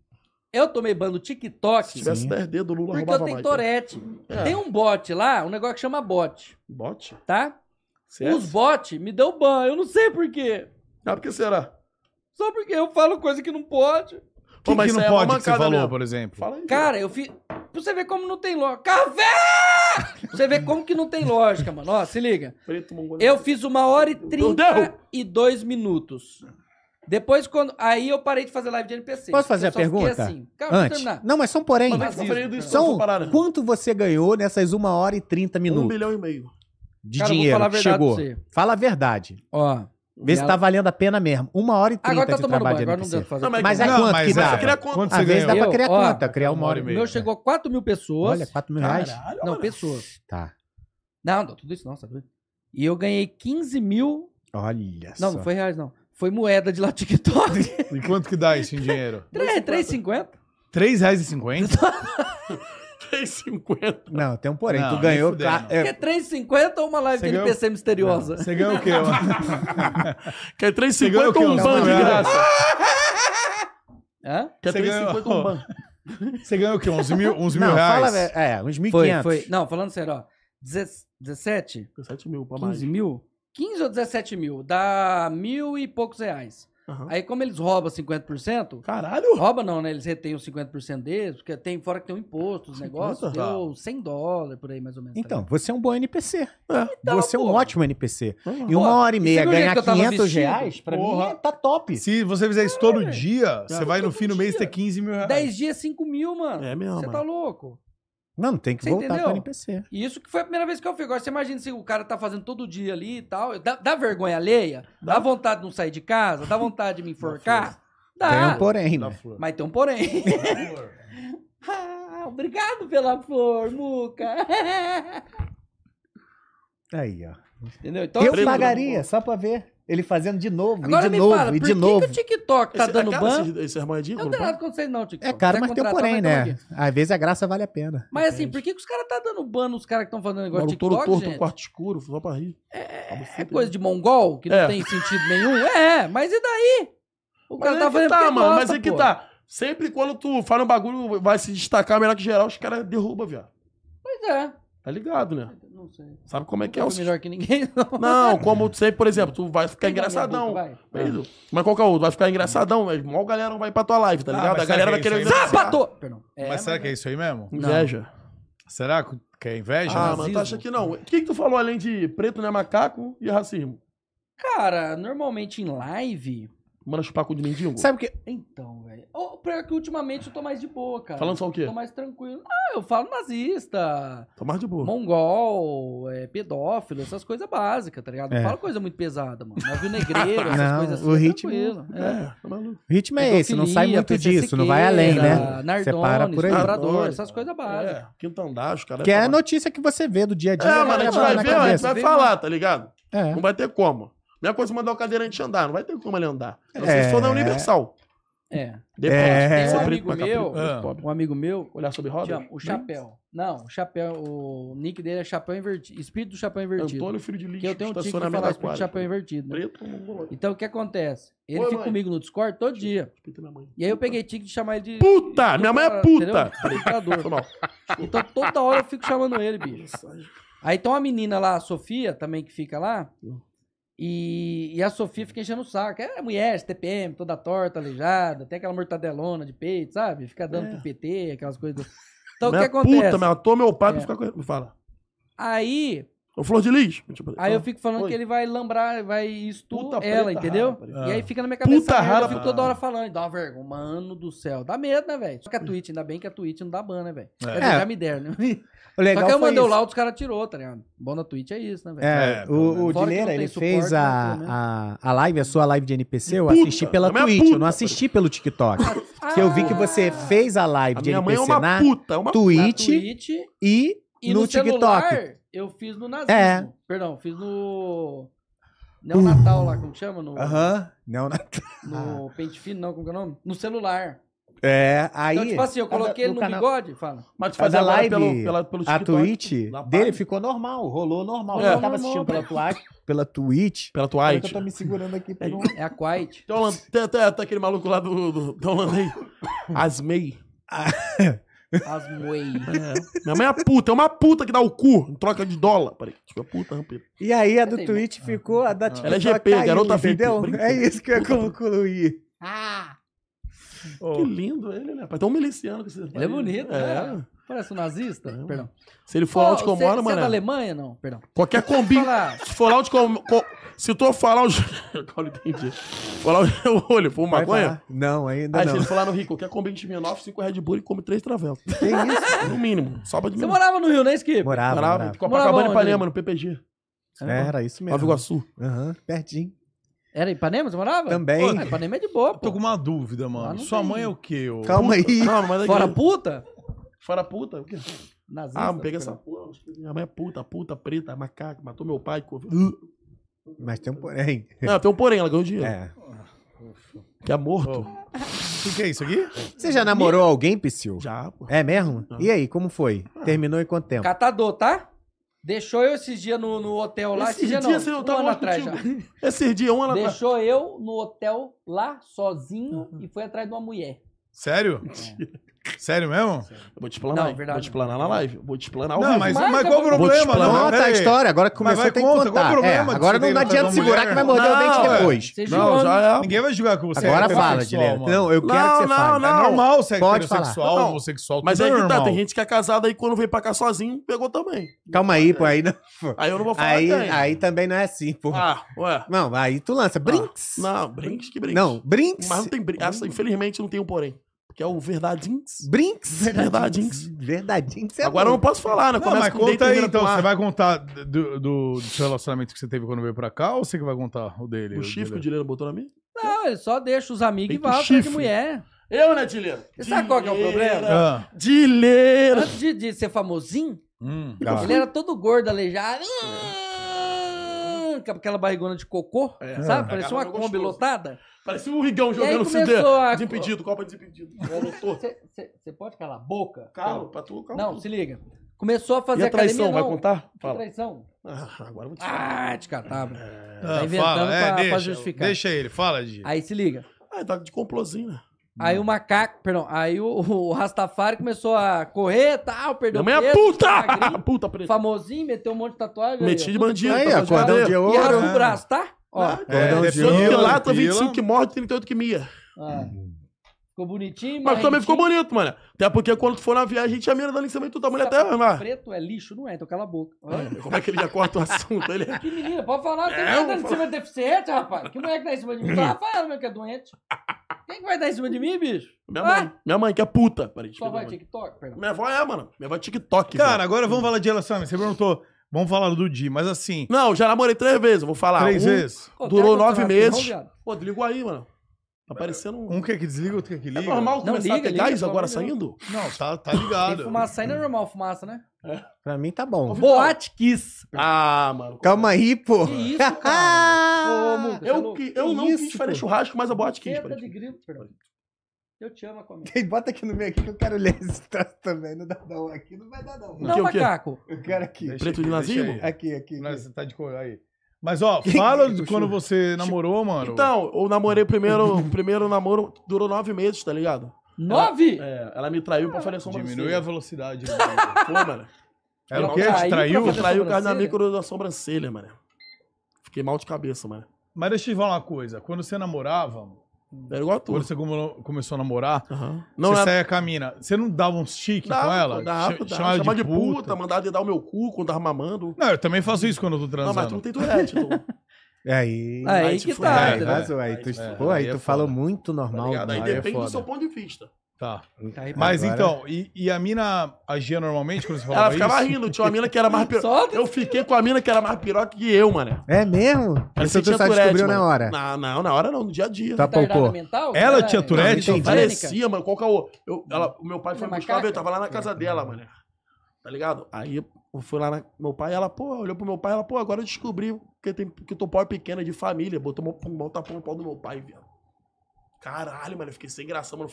A: Eu tomei ban do
C: Se
A: TikTok...
C: tivesse 10 dedos, o Lula
A: Porque eu
C: roubava
A: tenho
C: mais.
A: Torete.
C: É.
A: Tem um bot lá, um negócio que chama bot,
C: Bote?
A: tá?
C: CS?
A: Os bot me deu ban, eu não sei por quê.
C: Ah, por que será?
A: Só porque eu falo coisa que não pode.
B: O que,
C: Pô, mas
B: que
C: isso
B: não
C: aí é uma
B: pode que você
C: mancada
B: falou,
C: mesmo.
B: por exemplo?
C: Fala aí.
A: Cara, eu fiz. Pra você ver como não tem lógica. Café! Pra você ver como que não tem lógica, mano. Ó, se liga.
C: Preto, mongol.
A: Eu fiz uma hora e
C: Meu Deus!
A: 32 minutos. Depois, quando. Aí eu parei de fazer live de NPC.
D: Posso fazer
A: Eu
D: a
A: só fiquei
D: pergunta?
A: assim. Calma, deixa eu
D: Antes.
A: terminar.
D: Não, mas são porém.
C: Mas vai
A: Nazismo,
C: ficar isso,
A: cara.
C: não
D: São
C: vou parar, né?
D: quanto você ganhou nessas 1 hora e 30
C: Um
D: minutos
C: bilhão e meio.
D: de
A: Cara, eu vou
D: dinheiro
A: falar a
D: que
A: verdade
D: chegou?
A: pra você.
D: Fala a verdade.
A: Ó.
D: Vê se tá valendo a pena mesmo. 1 hora e 30
A: Agora tá
D: de
A: tomando banho,
D: trabalho de
A: agora não
D: NPC.
A: deu pra fazer.
C: Não, mas-
D: Mas é
B: Não,
D: quanto
B: mas
D: que
B: é.
D: dá?
C: Queria conta.
B: Quanto
D: Às
B: você
D: vezes dá
B: ganhou?
D: pra criar
A: Eu, ó,
D: conta, criar uma hora e
A: O
D: meia.
A: meu chegou a 4 mil pessoas.
D: Olha, 4 mil reais.
C: Caralho,
A: Não,
C: mano.
A: pessoas.
D: Tá.
A: Não, não, tudo isso não, sabe? E eu ganhei 15 mil.
D: Olha
A: Não,
D: só.
A: não foi reais, não. Foi moeda de lá do TikTok.
B: E quanto que dá isso em dinheiro?
A: Três- 3,50.
B: R$ 3,50?
C: 3,50.
D: Não, tem um porém.
B: Não,
D: tu ganhou.
B: nem fudendo.
D: ca- é,
A: Porque é 3,50 ou uma live
B: Você
A: de NPC misteriosa?
B: Você ganhou o quê?
C: Quer
B: Você ganhou o
C: 3,50
B: quê? é.
C: ou um
B: Uns
C: ban de
B: mil reais?
C: graça?
A: Hã?
C: Quer
B: Você ganhou-
C: 3,50 ou um ban?
B: Você ganhou o quê? Uns mil, uns mil
D: Não,
B: reais?
D: fala. É, uns
A: Foi,
D: 1.500.
A: foi. Não, falando sério, ó. 17,
C: 17 mil pra mais.
A: 15 mil? 15 ou 17 mil? Dá mil e poucos reais.
C: Aham.
A: Aí, como eles roubam 50%,
C: Caralho!
A: Rouba não, né? Eles retêm os 50% deles, porque tem fora que tem um imposto, os negócios,
B: tá.
A: deu 100 dólares por aí, mais ou menos. tá
D: Então,
A: ligado?
D: você é um bom NPC.
A: Então,
D: você é um
A: pô.
D: ótimo NPC. E
A: Pô,
D: uma hora e meia
A: você viu o jeito
D: ganhar
A: que eu tava
D: 500
A: vestido?
D: reais, pra
B: Porra.
D: mim, tá top.
B: Se você fizer isso todo dia, você
C: Todo
B: vai no fim do mês
A: dia.
B: ter 15 mil reais.
A: 10 tá dias, 5 mil, mano.
C: É mesmo,
A: Você
C: mano.
A: tá louco.
D: Não, tem que
A: Você
D: voltar
A: entendeu?
D: pro NPC.
A: E isso que foi a primeira vez que eu fiz. Agora, você imagina se o cara tá fazendo todo dia ali e tal. Dá, dá vergonha alheia? Dá. vontade de não sair de casa? Dá vontade de me enforcar?
D: Tem
A: Dá.
D: um porém,
B: Da
D: né?
B: flor.
A: Mas tem um porém. Ah, obrigado pela flor, Muca.
D: Aí, ó.
A: Entendeu? Então,
D: eu
A: assim,
D: pagaria, só pra ver. Ele fazendo de novo,
A: Agora
D: e de
A: me
D: novo,
A: fala,
D: e
A: por
D: de
A: que
D: novo.
A: que o TikTok tá
C: Esse-
A: dando
C: aquela-
A: ban?
C: Esses, esses
A: Eu não
C: irmãos é ridículo,
A: tenho
C: pô.
A: nada contra vocês não, TikTok.
D: É caro,
A: Se
D: mas
A: quiser
D: tem um
A: contratar,
D: porém,
A: nós tamo
D: né?
A: aqui.
D: Às vezes a graça vale a pena.
A: Mas assim, por que, que os caras tá dando ban nos caras que estão fazendo negócio de
C: Naruto
A: TikTok,
C: torto,
A: gente?
C: no quarto escuro, só pra rir.
A: É coisa de mongol, que não
C: É.
A: tem sentido nenhum? É, mas e daí? O cara
C: Mas
A: tá
C: é que
A: fazendo
C: tá,
A: porque
C: mano.
A: gosta,
C: Mas é que
A: pô.
C: tá. Sempre quando tu fala um bagulho, vai se destacar melhor que geral, os caras derrubam, viado.
A: Pois é.
C: Tá ligado, né?
A: Não sei.
C: Sabe como é que
A: Que
C: é o...
A: Então melhor que ninguém, não.
C: Não, como tu sempre, por exemplo, tu vai ficar
A: Vai na minha
C: engraçadão.
A: boca, vai.
C: Beleza. Mas qual que é o outro? Vai ficar engraçadão, velho. Mal galera não vai pra tua live, tá
B: Ah,
C: ligado?
B: mas
C: a galera vai
B: será que é
C: querer.
B: isso aí, né?
A: Zapato! Perdão. É,
B: mas será que é isso aí mesmo?
A: Não.
C: Inveja.
B: Será que é inveja?
C: Ah,
A: nazismo.
C: mano, tu acha que não? O que, que tu falou além de preto não é macaco e racismo?
A: Cara, normalmente em live...
C: Manda chupar cu de mendigo?
D: Sabe o que?
A: Então, velho. O pior é que ultimamente eu tô mais de boa, cara.
C: Falando só o quê?
A: Tô mais tranquilo. Ah, eu falo nazista,
C: Tá mais de boa.
A: mongol, é, pedófilo, essas coisas básicas, tá ligado? Não
D: É.
A: falo coisa muito pesada, mano. Navio negreiro, essas
D: Não,
A: coisas assim,
D: o
A: é
D: ritmo-
A: tranquilo. É.
C: É, tá maluco.
D: O ritmo é esse, não sai
A: Pedofilia,
D: muito
A: PC
D: disso, não vai além,
A: Siqueira,
D: né? Você
A: Nardone,
D: para por aí.
A: estuprador,
C: Nardone,
A: essas coisas básicas.
C: É, quinto andar, os caras.
D: Que é a
C: tá-
D: notícia que você vê do dia a dia.
C: É,
D: né,
C: mano, a gente
A: mano,
C: vai
D: na
C: ver, a gente
D: cabeça.
C: vai falar, tá ligado?
D: É.
C: Não vai ter como. Mesma coisa mandar o cadeirante andar, não vai ter como ele andar. Não sei
D: É.
C: se for na Universal.
A: É.
C: Depende.
A: Tem
C: se
D: É.
A: um
C: preto,
A: amigo
C: macaco,
A: meu-
C: preto,
B: Ah.
C: pobre.
A: Um amigo meu,
C: Olhar sobre
A: te
C: roda?
A: amo, o Chapéu. Não, o Chapéu, o nick dele é Chapéu Invertido, Espírito do Chapéu Invertido.
C: Antônio, filho de lixo,
A: que eu tenho um tique de
C: estacionamento
A: falar Espírito do
C: aquático.
A: Chapéu Invertido, né?
C: Preto, mongoloide.
A: Então o que acontece? Ele
C: Oi,
A: fica
C: mãe.
A: comigo no Discord todo dia.
C: Respeita minha mãe.
A: E aí eu peguei tique de chamar ele de.
C: Puta! Minha mãe é puta!
A: Entendeu? Estuprador.
C: Foi mal.
A: Então toda hora eu fico chamando ele, bicho. Aí tem uma menina lá, a Sofia, também que fica lá. E, e a Sofia fica enchendo o saco. É mulher, TPM, toda torta, aleijada, tem aquela mortadelona de peito, sabe? Fica dando
C: É.
A: pro PT, aquelas coisas. Então o que
C: Minha é
A: acontece?
C: Puta, meu, tô meu pai pra
A: É.
C: ficar com ele. Fala.
A: Aí,
C: Ô, Flor de Lis. Tipo,
A: aí eu fico falando
C: Então, Oi.
A: que ele vai lambrar, vai estuprar ela, entendeu? E aí fica na minha cabeça,
C: Puta
A: essa merda, eu
C: rara,
A: fico
B: mano.
A: toda hora falando, dá uma vergonha, mano do céu, dá medo, né, velho? Só que a Twitch, ainda bem que a Twitch não dá ban, né, velho?
B: É.
A: Quer dizer, Já me deram, né?
D: O legal
A: Só que eu
D: foi
A: mandei o
D: isso.
A: lá, os caras tirou, tá ligado? Bom na Twitch é isso, né, velho?
D: É,
B: É, pelo
D: o,
B: menos.
D: o
A: Fora que não
D: Dileira,
A: tem
D: ele
A: suporte,
D: fez
A: né, pelo
D: a, a, a live, a sua live de NPC, eu
C: Puta,
D: assisti pela
C: a minha
D: Twitch, eu
C: puta.
D: não assisti pelo TikTok.
A: Ah,
D: Que eu vi que você fez a live
C: A
D: de
C: minha mãe é
D: NPC
C: uma
D: na
C: puta, é uma
A: na
D: Twitch
A: Twitch
D: e
A: e
D: no
A: no,
D: TikTok.
A: celular eu fiz no nazismo.
D: É. Uhum.
A: Perdão, fiz no... Neonatal lá, como que chama? No,
D: Aham. Não, não-
A: no pente fino, não, como que é o nome? No celular.
D: É, aí.
A: então, tipo assim, eu
D: a da-
A: coloquei
D: no
A: no,
D: canal-
A: bigode, fala.
C: Mas tu
D: A
C: faz
D: da
C: agora
D: live,
C: pelo, pela, pelo
D: A
C: TikTok,
D: Twitch
C: tipo, na
D: dele
C: live.
D: ficou normal, rolou normal.
A: É.
D: Eu tava assistindo pela, tua, pela Twitch.
C: Pela
D: Olha
C: Twitch.
D: que eu tô me segurando aqui pra não.
A: É a Quiet.
C: Tem, um holan- tem até tem aquele maluco lá do, do, do holandês. Asmei.
A: Asmoei.
C: É. Minha mãe é puta, é uma puta que dá o cu em troca de dólar. Peraí, tipo, é puta, rampeira.
D: E aí a do
A: Cadê,
C: Ah.
D: Twitch ficou, a da TikTok.
C: LGP,
D: caiu,
C: é garota VIP,
D: entendeu?
C: brinca.
D: É isso que eu ia concluir.
C: Que lindo ele, né? Pai, tem um miliciano que você.
A: Ele é bonito,
C: é.
A: né? Parece um nazista.
C: É,
A: Perdão.
C: Se ele for lá, eu te
A: Ô,
C: comoro,
A: cê- cê é
C: mano.
A: da Alemanha, não? Perdão.
C: Qualquer combinho.
A: Fala.
C: Se for lá, eu te com... com- Se tu for lá, eu. Agora eu entendi. For lá, eu olho, for
D: Vai
C: maconha. Ah,
D: falar? Não, ainda
C: Aí
D: não.
C: se ele for lá no Rio, qualquer combinho de 9, 5 Red Bull e come 3 travessas.
D: Que isso?
C: No mínimo, só pra
A: Você
C: diminuir.
A: morava no Rio, né, Skip?
D: Morava, morava.
C: Morava,
A: Morava
C: é. Copacabana
A: onde?
C: e Ipanema, no PPG.
D: É, Era isso
C: Nova
D: mesmo.
C: Iguaçu.
D: Aham, pertinho.
A: Era em Ipanema? Você morava?
D: Também.
A: Ah, Ipanema é de boa,
B: Tô
A: pô.
B: com uma dúvida, mano.
A: Lá não
B: Sua
A: tem.
B: mãe é o quê? ô?
D: Calma aí.
C: Não, mas é
A: Fora
C: que-
A: puta?
C: Fora puta? O quê?
A: Nazista.
C: Ah, pega essa
A: perdão.
C: porra. Minha mãe é puta, puta, preta, macaca, matou meu pai. co-
D: Mas tem um porém.
C: Não, tem um porém, ela ganhou dinheiro.
D: É.
C: Que é morto.
B: O que é isso aqui?
D: Você já namorou alguém, Psyu?
C: Já, Ah. pô.
D: É mesmo?
C: Já.
D: E aí, como foi? Terminou em quanto tempo?
A: Catador, tá? Deixou eu esses dias no, no hotel lá.
C: Esses
A: Esses dias
C: dias
A: não.
C: você não
A: um
C: tava
A: ano
C: mais
A: atrás já.
C: contigo. Esses dias, um ano atrás.
A: Deixou eu no hotel lá, sozinho, e foi atrás de uma mulher.
B: Sério? Sério mesmo?
C: Eu Vou te explanar.
A: Não,
C: hein?
A: verdade.
C: Vou te explanar na live. Vou te explanar ao
B: Não,
C: vivo.
B: mas,
A: Mas é
B: mas
A: eu
B: qual é o
A: vou-
B: problema?
D: Conta
B: Não, pera
D: a
B: aí.
D: Tá, história, agora que começou
B: vai
D: tem que
B: conta,
D: contar.
B: qual o problema
D: É,
B: de
D: agora
B: você
D: não
B: ter
D: adianta
B: uma
D: segurar
B: mulher?
D: que vai morder o
C: Não,
D: dente
C: é.
D: depois.
A: Você
C: Não, já é.
B: Ninguém vai julgar que você é
D: Agora fala,
B: heterossexual,
D: Dileira.
B: mano.
D: Não, eu quero
C: Não,
D: que você
C: não,
D: fale.
C: não.
B: É normal ser
D: Pode falar.
B: heterossexual,
C: Não.
B: homossexual,
C: Mas
B: tudo
C: é que tá,
B: normal.
C: tem gente que é casada e quando veio pra cá sozinho, pegou também.
D: Calma aí, pô. Aí, não...
C: Aí eu não vou falar
D: aí,
C: quem.
D: aí também não é assim, pô.
C: Ah, ué.
D: Não, aí tu lança. Brinks.
C: Não, brinks que brinks.
D: Não, Brinks.
C: Mas não tem brinks.
B: Hum.
C: Essa, infelizmente, não tem um porém. Porque é o verdadins.
D: Brinks.
C: Verdadinhos.
D: Verdadinhos. é
C: Agora eu
D: bom.
C: não posso falar, né?
B: Tá Não, mas
C: Começa com
B: conta aí,
C: termina
B: então.
C: com A.
B: Você vai contar do, do- do seu relacionamento que você teve quando veio pra cá ou você que vai contar o dele?
C: O chifre que o
B: de...
C: Dileiro botou na mim?
A: Não, ele só deixa os amigos
C: Feito
A: e vai atrás de
C: chifre.
A: mulher.
C: Eu, né, Dileiro?
A: Você sabe qual que é o problema?
B: Ah.
C: Dileiro!
A: Antes de, de ser famosinho,
B: Hum.
A: ele era todo gordo, aleijado. Ah, Com aquela barrigona de cocô,
C: É.
A: sabe? Parecia uma
C: Agarrava
A: Kombi
C: gostoso.
A: lotada.
C: Parecia um Rigão
A: aí
C: jogando
A: começou
C: CD.
A: a-
C: Desimpedido, Copa Desimpedido. Voltou.
A: Você pode calar a boca?
B: Tá.
C: Calo, pra tu, calma.
A: Não, se liga. Começou a
C: E
A: fazer
C: a traição,
A: academia.
C: vai
A: não.
C: contar?
A: Que
C: Fala. É.
A: traição?
C: Ah, agora eu vou te falar.
A: Ah, te catar. mano.
B: Ah,
A: inventando
B: fala, é,
A: pra- pra
B: deixa,
A: justificar.
B: Deixa ele, fala, Di.
A: Aí se liga.
C: Ah, tá de complôzinho, né?
A: Aí o macaco, perdão, aí o, o Rastafari começou a correr e tal, perdeu
C: Minha mãe é
A: peso,
C: puta!
A: magrinho,
C: Puta preta.
A: famosinho, meteu um monte de tatuagem. aí,
C: Meti de
A: ó.
C: bandido. tá
D: Aí, ó,
C: tatuagem de
D: cordão de
C: bandeira.
A: E
D: ouro.
A: rasgura, tá? Ó.
C: né? Ah,
D: Cordão
B: um É,
D: de
B: depois
D: ouro.
C: Que
B: Pila,
C: lata,
B: pila.
C: 25 que morre, 38 que mia.
A: Ah. Ficou bonitinho,
C: Mas também
A: marrentinho.
C: ficou bonito, mano. Até porque quando tu for na viagem, a gente já mira dando em cima de tu, da mulher até
A: Sapato
C: lá.
A: Preto é lixo, não é? Então cala a boca. Olha.
C: Como é que ele já corta o assunto? Ele
A: Que menina, pode falar, tem
C: É,
A: mulher
C: eu
A: dando em
C: vou Hum.
A: cima de deficiente, rapaz. Que mulher que dá em cima de mim? Só a Rafaela, meu, que é doente. Quem que vai dar em cima de mim, bicho?
C: Minha
A: Ah,
C: mãe, minha mãe, que é puta. Peraí, deixa
A: Só
C: eu ver,
A: vai
C: mano.
A: TikTok, perdão.
C: Minha avó é, mano. Minha avó é TikTok.
B: Cara,
C: velho.
B: agora vamos falar de relacionamento. Você perguntou, vamos falar do Di, mas assim,
C: Não, já namorei três vezes, eu vou falar.
B: três
C: Um-
B: vezes.
A: Ô,
C: Durou
A: pega o
C: nove
A: trapo,
C: meses.
A: não, viado.
C: Pô, desligou aí, mano. Tá parecendo um.
B: Um quer que desliga, outro quer que
C: É
B: liga.
A: Não,
C: normal começar
A: liga,
C: a ter
A: liga,
C: gás
A: pelo
C: agora
A: amor de Deus.
C: saindo?
B: Não, tá, tá
A: Tem
B: ligado.
A: fumaça aí, não é normal fumaça, né?
D: Pra mim tá bom.
A: Boate Kiss.
C: Ah, mano.
D: Calma aí, pô.
A: Que isso, cara? Ô, Muca, você é
C: Eu,
A: louco?
C: que- eu
D: Que
C: não quis
D: isso,
C: fazer
D: pô?
C: churrasco, mas a boate quis.
A: Senta
C: peraí.
A: de grilo, perdão. Eu te amo, Aquaman.
D: Bota aqui no meio aqui que eu quero ler esse troço também. Não dá não. Aqui não vai dar não.
A: Não,
C: quê, o quê?
A: macaco.
D: Eu quero aqui.
B: Deixa
C: Preto
B: aí,
C: de
B: deixa
C: nazismo?
B: aí.
D: Aqui, aqui.
B: Não, você tá de cor aí. Mas, ó, fala de quando você namorou, mano.
C: Então, eu namorei primeiro. o primeiro namoro durou nove meses, tá ligado?
A: Nove?
C: É, ela me traiu pra fazer sobrancelha.
B: diminui a velocidade. do-
C: Pô, mano.
B: Era o
A: Não,
B: quê? Te
A: caiu pra
B: traiu?
A: fazer-
C: Traiu o cara na
A: sobrancelha?
C: micro da sobrancelha, mano. Fiquei mal de cabeça, mano.
B: Mas deixa eu te falar uma coisa. Quando você namorava,
C: Era igual a
B: quando
C: tua.
B: você come- começou a namorar,
C: Aham. Não,
B: você
C: era-
B: saía com a mina. Você não dava um chique
C: Dava,
B: com ela?
C: pô, dava,
B: Cha-
C: dava.
B: chamava
C: Chamava de puta, mandava de dar o meu cu quando tava mamando.
B: Não, eu também faço isso quando eu tô
C: Não, mas tu
B: transando.
C: não tem Tourette, tu.
D: Aí.
A: Aí
C: Aí te
A: que
C: fudeu.
A: tá.
B: É,
A: entendeu?
B: né?
D: Arrasou, aí tu,
C: É,
D: pô, aí
B: aí é
D: tu fala
B: foda.
D: muito
C: Tá
D: normal.
C: ligado? Aí
D: não, é
C: depende do
D: foda.
C: seu ponto de vista.
B: Tá.
A: Tá aí,
B: Mas
D: Agora-
B: então, e, e a mina agia normalmente quando você falava
C: é- Ela ficava
B: isso?
C: rindo, tinha uma mina que era mais
A: pô.
C: piroca.
A: Só
C: Eu fiquei com a mina que era mais piroca que eu, mano.
D: É mesmo? Isso tu
C: tinha
D: só
C: Tourette,
D: descobriu na
C: mano.
D: hora.
C: Não, não, na hora não, no dia a dia.
D: Tá
A: retardada
D: poupou.
A: mental?
B: Ela
A: Cara,
B: tinha Tourette?
A: é
C: Então,
D: entendi.
A: esquizofrênica?
C: parecia, mano, qual que é o... eu- ela- o meu pai foi
A: Uma
C: me buscar,
A: macaca?
C: eu tava lá na
B: É.
C: casa dela, mano. Tá ligado? Aí eu fui lá na... Meu pai, ela, pô, olhou pro meu pai, ela, pô, agora eu descobri que, tem... que teu pau é pequeno, é de família. Botou meu pulmão, tapou no pau do meu pai, viado. Caralho, mano, eu fiquei sem graça, mano.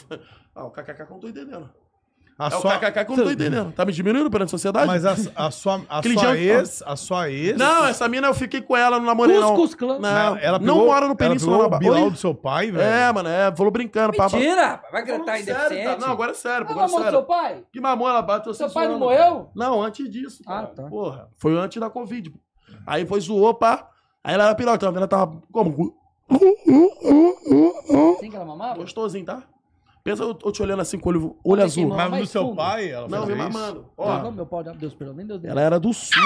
C: Ah, o kkk que eu não tô entendendo.
B: A
C: é
B: sua-
C: o kkk que eu não tô entendendo. Tá me diminuindo perante a sociedade?
B: Mas a, a sua, a
C: Aquele
B: sua
C: dia-
B: ex, a sua ex...
C: Não, essa mina eu fiquei com ela, não namorei né, não.
A: Cuscus Clã.
C: Não.
B: na- ela
C: não mora no Península,
B: Ela
C: na
B: pegou o
C: Bahia.
B: Bilal do seu pai, velho.
C: É, mano, é, falou brincando, papo.
A: Mentira! rapaz, Vai
C: Falando
A: gritar em
C: sério,
A: deficiente.
C: tá? Não, agora é sério, pô,
A: Ela
C: agora é
A: mamou seu
C: sério.
A: pai?
C: Que mamou, ela bateu
A: Seu
C: seis
A: pai não
C: anos.
A: morreu?
C: Não, antes disso, cara.
A: Ah, tá.
C: Porra, foi antes da Covid. pô. Aí foi, zoou, pá. Aí ela era piroca, ela tava como?
A: Sim que ela mamava?
C: Gostosinho, tá? Pensa eu, eu te olhando assim com o olho, olho azul.
A: Não,
B: Mas do
A: mas
B: seu
A: fundo.
B: pai, ela
C: Não, me
B: fazia isso?
C: mamando.
A: Não,
C: Ó,
A: meu pau, Deus, perdão, nem Deus dele.
C: ela era do sul,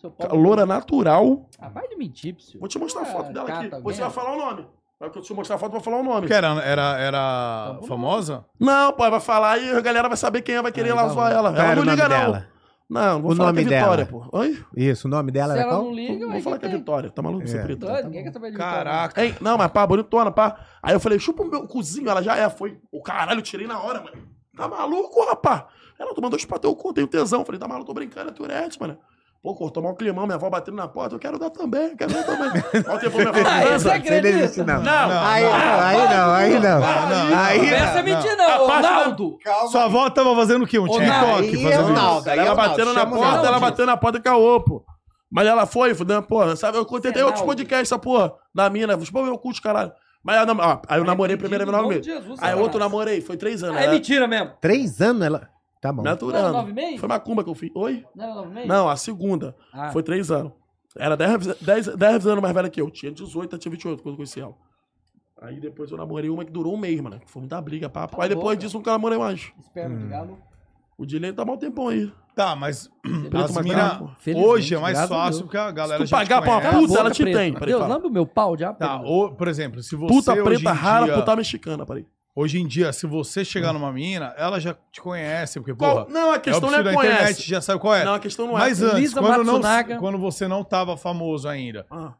A: Seu pau.
C: loura natural.
A: Ah, vai de mentir, psiu.
C: Vou te mostrar a foto
A: Ah,
C: dela aqui.
A: cata
C: Você vai
A: mesmo.
C: falar o nome. Vai que eu te mostrar a foto, vai falar o nome.
B: Porque era, era, era
A: Tá bom.
B: famosa?
C: Não, pô, vai falar e a galera vai saber quem é, vai querer
A: Aí
C: lá
A: dá
C: zoar ela.
D: Qual
C: Ela
D: era
C: não
D: o nome
C: liga, não.
D: dela?
C: Não, não vou
D: O
C: falar que é
D: nome dela.
C: Vitória, pô. Oi?
D: Isso, o nome dela
A: Se
D: era
A: ela não
D: qual?
A: liga,
C: Não
A: vai
C: vou falar que é
A: tem.
C: Vitória, tá maluco? Você
D: É.
C: é preto.
A: Doido, Ninguém quer saber de Vitória, não.
B: Caraca.
C: Hein? Não, mas pá, bonitona, pá. Aí eu falei, chupa o meu cozinho, ela já é, foi. O caralho, eu tirei na hora, mano. Tá maluco, rapá? Ela, tu mandou chupar teu cu, tenho tesão. Eu Falei, tá maluco, tô brincando, é Tourette, mano. Pô, cortou mal o climão, minha avó batendo na porta, eu quero dar também, eu quero dar também. Olha o tempo minha avó
A: Ah,
C: na
A: esse
C: casa.
A: é
D: Você não existe, não.
C: Não, Ah, é?
B: Não.
D: Aí não, aí não, aí não. Aí
A: Não
D: não.
A: começa a mentir,
C: A
A: não,
C: parte da-
A: Ronaldo!
B: Sua avó tava fazendo o quê? Um
A: Ô,
B: TikTok?
D: Aí é o
B: fazendo isso?
D: Naldo, aí é
C: ela
D: o Naldo,
C: batendo na
D: chama o
C: porta,
D: Naldo.
C: ela batendo na porta e caô, pô. Mas ela foi, foi, né, porra, sabe? Eu contei até
A: Ronaldo.
C: outros podcasts, essa porra, da mina. Pô, meu cu de caralho. Mas ela, nam- ó, aí eu namorei primeiro,
A: Em
C: nove
A: nome de
C: meses.
A: Jesus,
C: Aí
A: Satanás.
C: outro namorei, foi três anos.
A: Ah, é
C: né?
A: mentira mesmo.
D: Três anos ela. Tá bom.
A: Não
C: Natural.
A: era nove e meio?
C: Foi macumba que eu fiz. Oi?
A: Não era nove e meio?
C: Não, a segunda.
A: Ah,
C: Foi três anos. Era dez, dez, dez anos mais velha que eu. Tinha 18, ela tinha 28 quando eu conheci ela. Aí depois eu namorei uma que durou um mês, mano. Foi muita briga, papo.
A: Tá
C: aí depois
A: louca.
C: disso nunca namorei mais.
A: Esperma de galo.
C: O direito tá mal tempão aí.
B: Tá, mas as
C: macaco.
B: mina...
A: Felizmente,
B: Hoje é mais
A: graças a
B: fácil
A: Deus.
B: porque a galera
C: Se tu
B: já te
C: pagar pra uma
B: conhece.
A: Cala a
C: puta, ela
A: boca,
C: te
A: preta.
C: tem, peraí,
A: Deus,
C: fala.
A: lambe o meu pau já,
B: Tá,
A: peraí.
B: ou, por exemplo, se você
C: Puta
B: hoje
C: preta
B: em
C: rara,
B: dia-
C: puta mexicana, peraí.
B: Hoje em dia, se você chegar numa mina, ela já te conhece, porque,
C: Qual-
B: porra,
C: Não, a
B: é o
C: questão não
B: perfil
C: é
B: da internet,
C: conhece.
B: já sabe qual é.
C: Não, a questão não é.
B: Mas antes,
A: Elisa
B: quando, não-
A: Matsunaga.
B: quando você não tava famoso ainda,
C: Ah.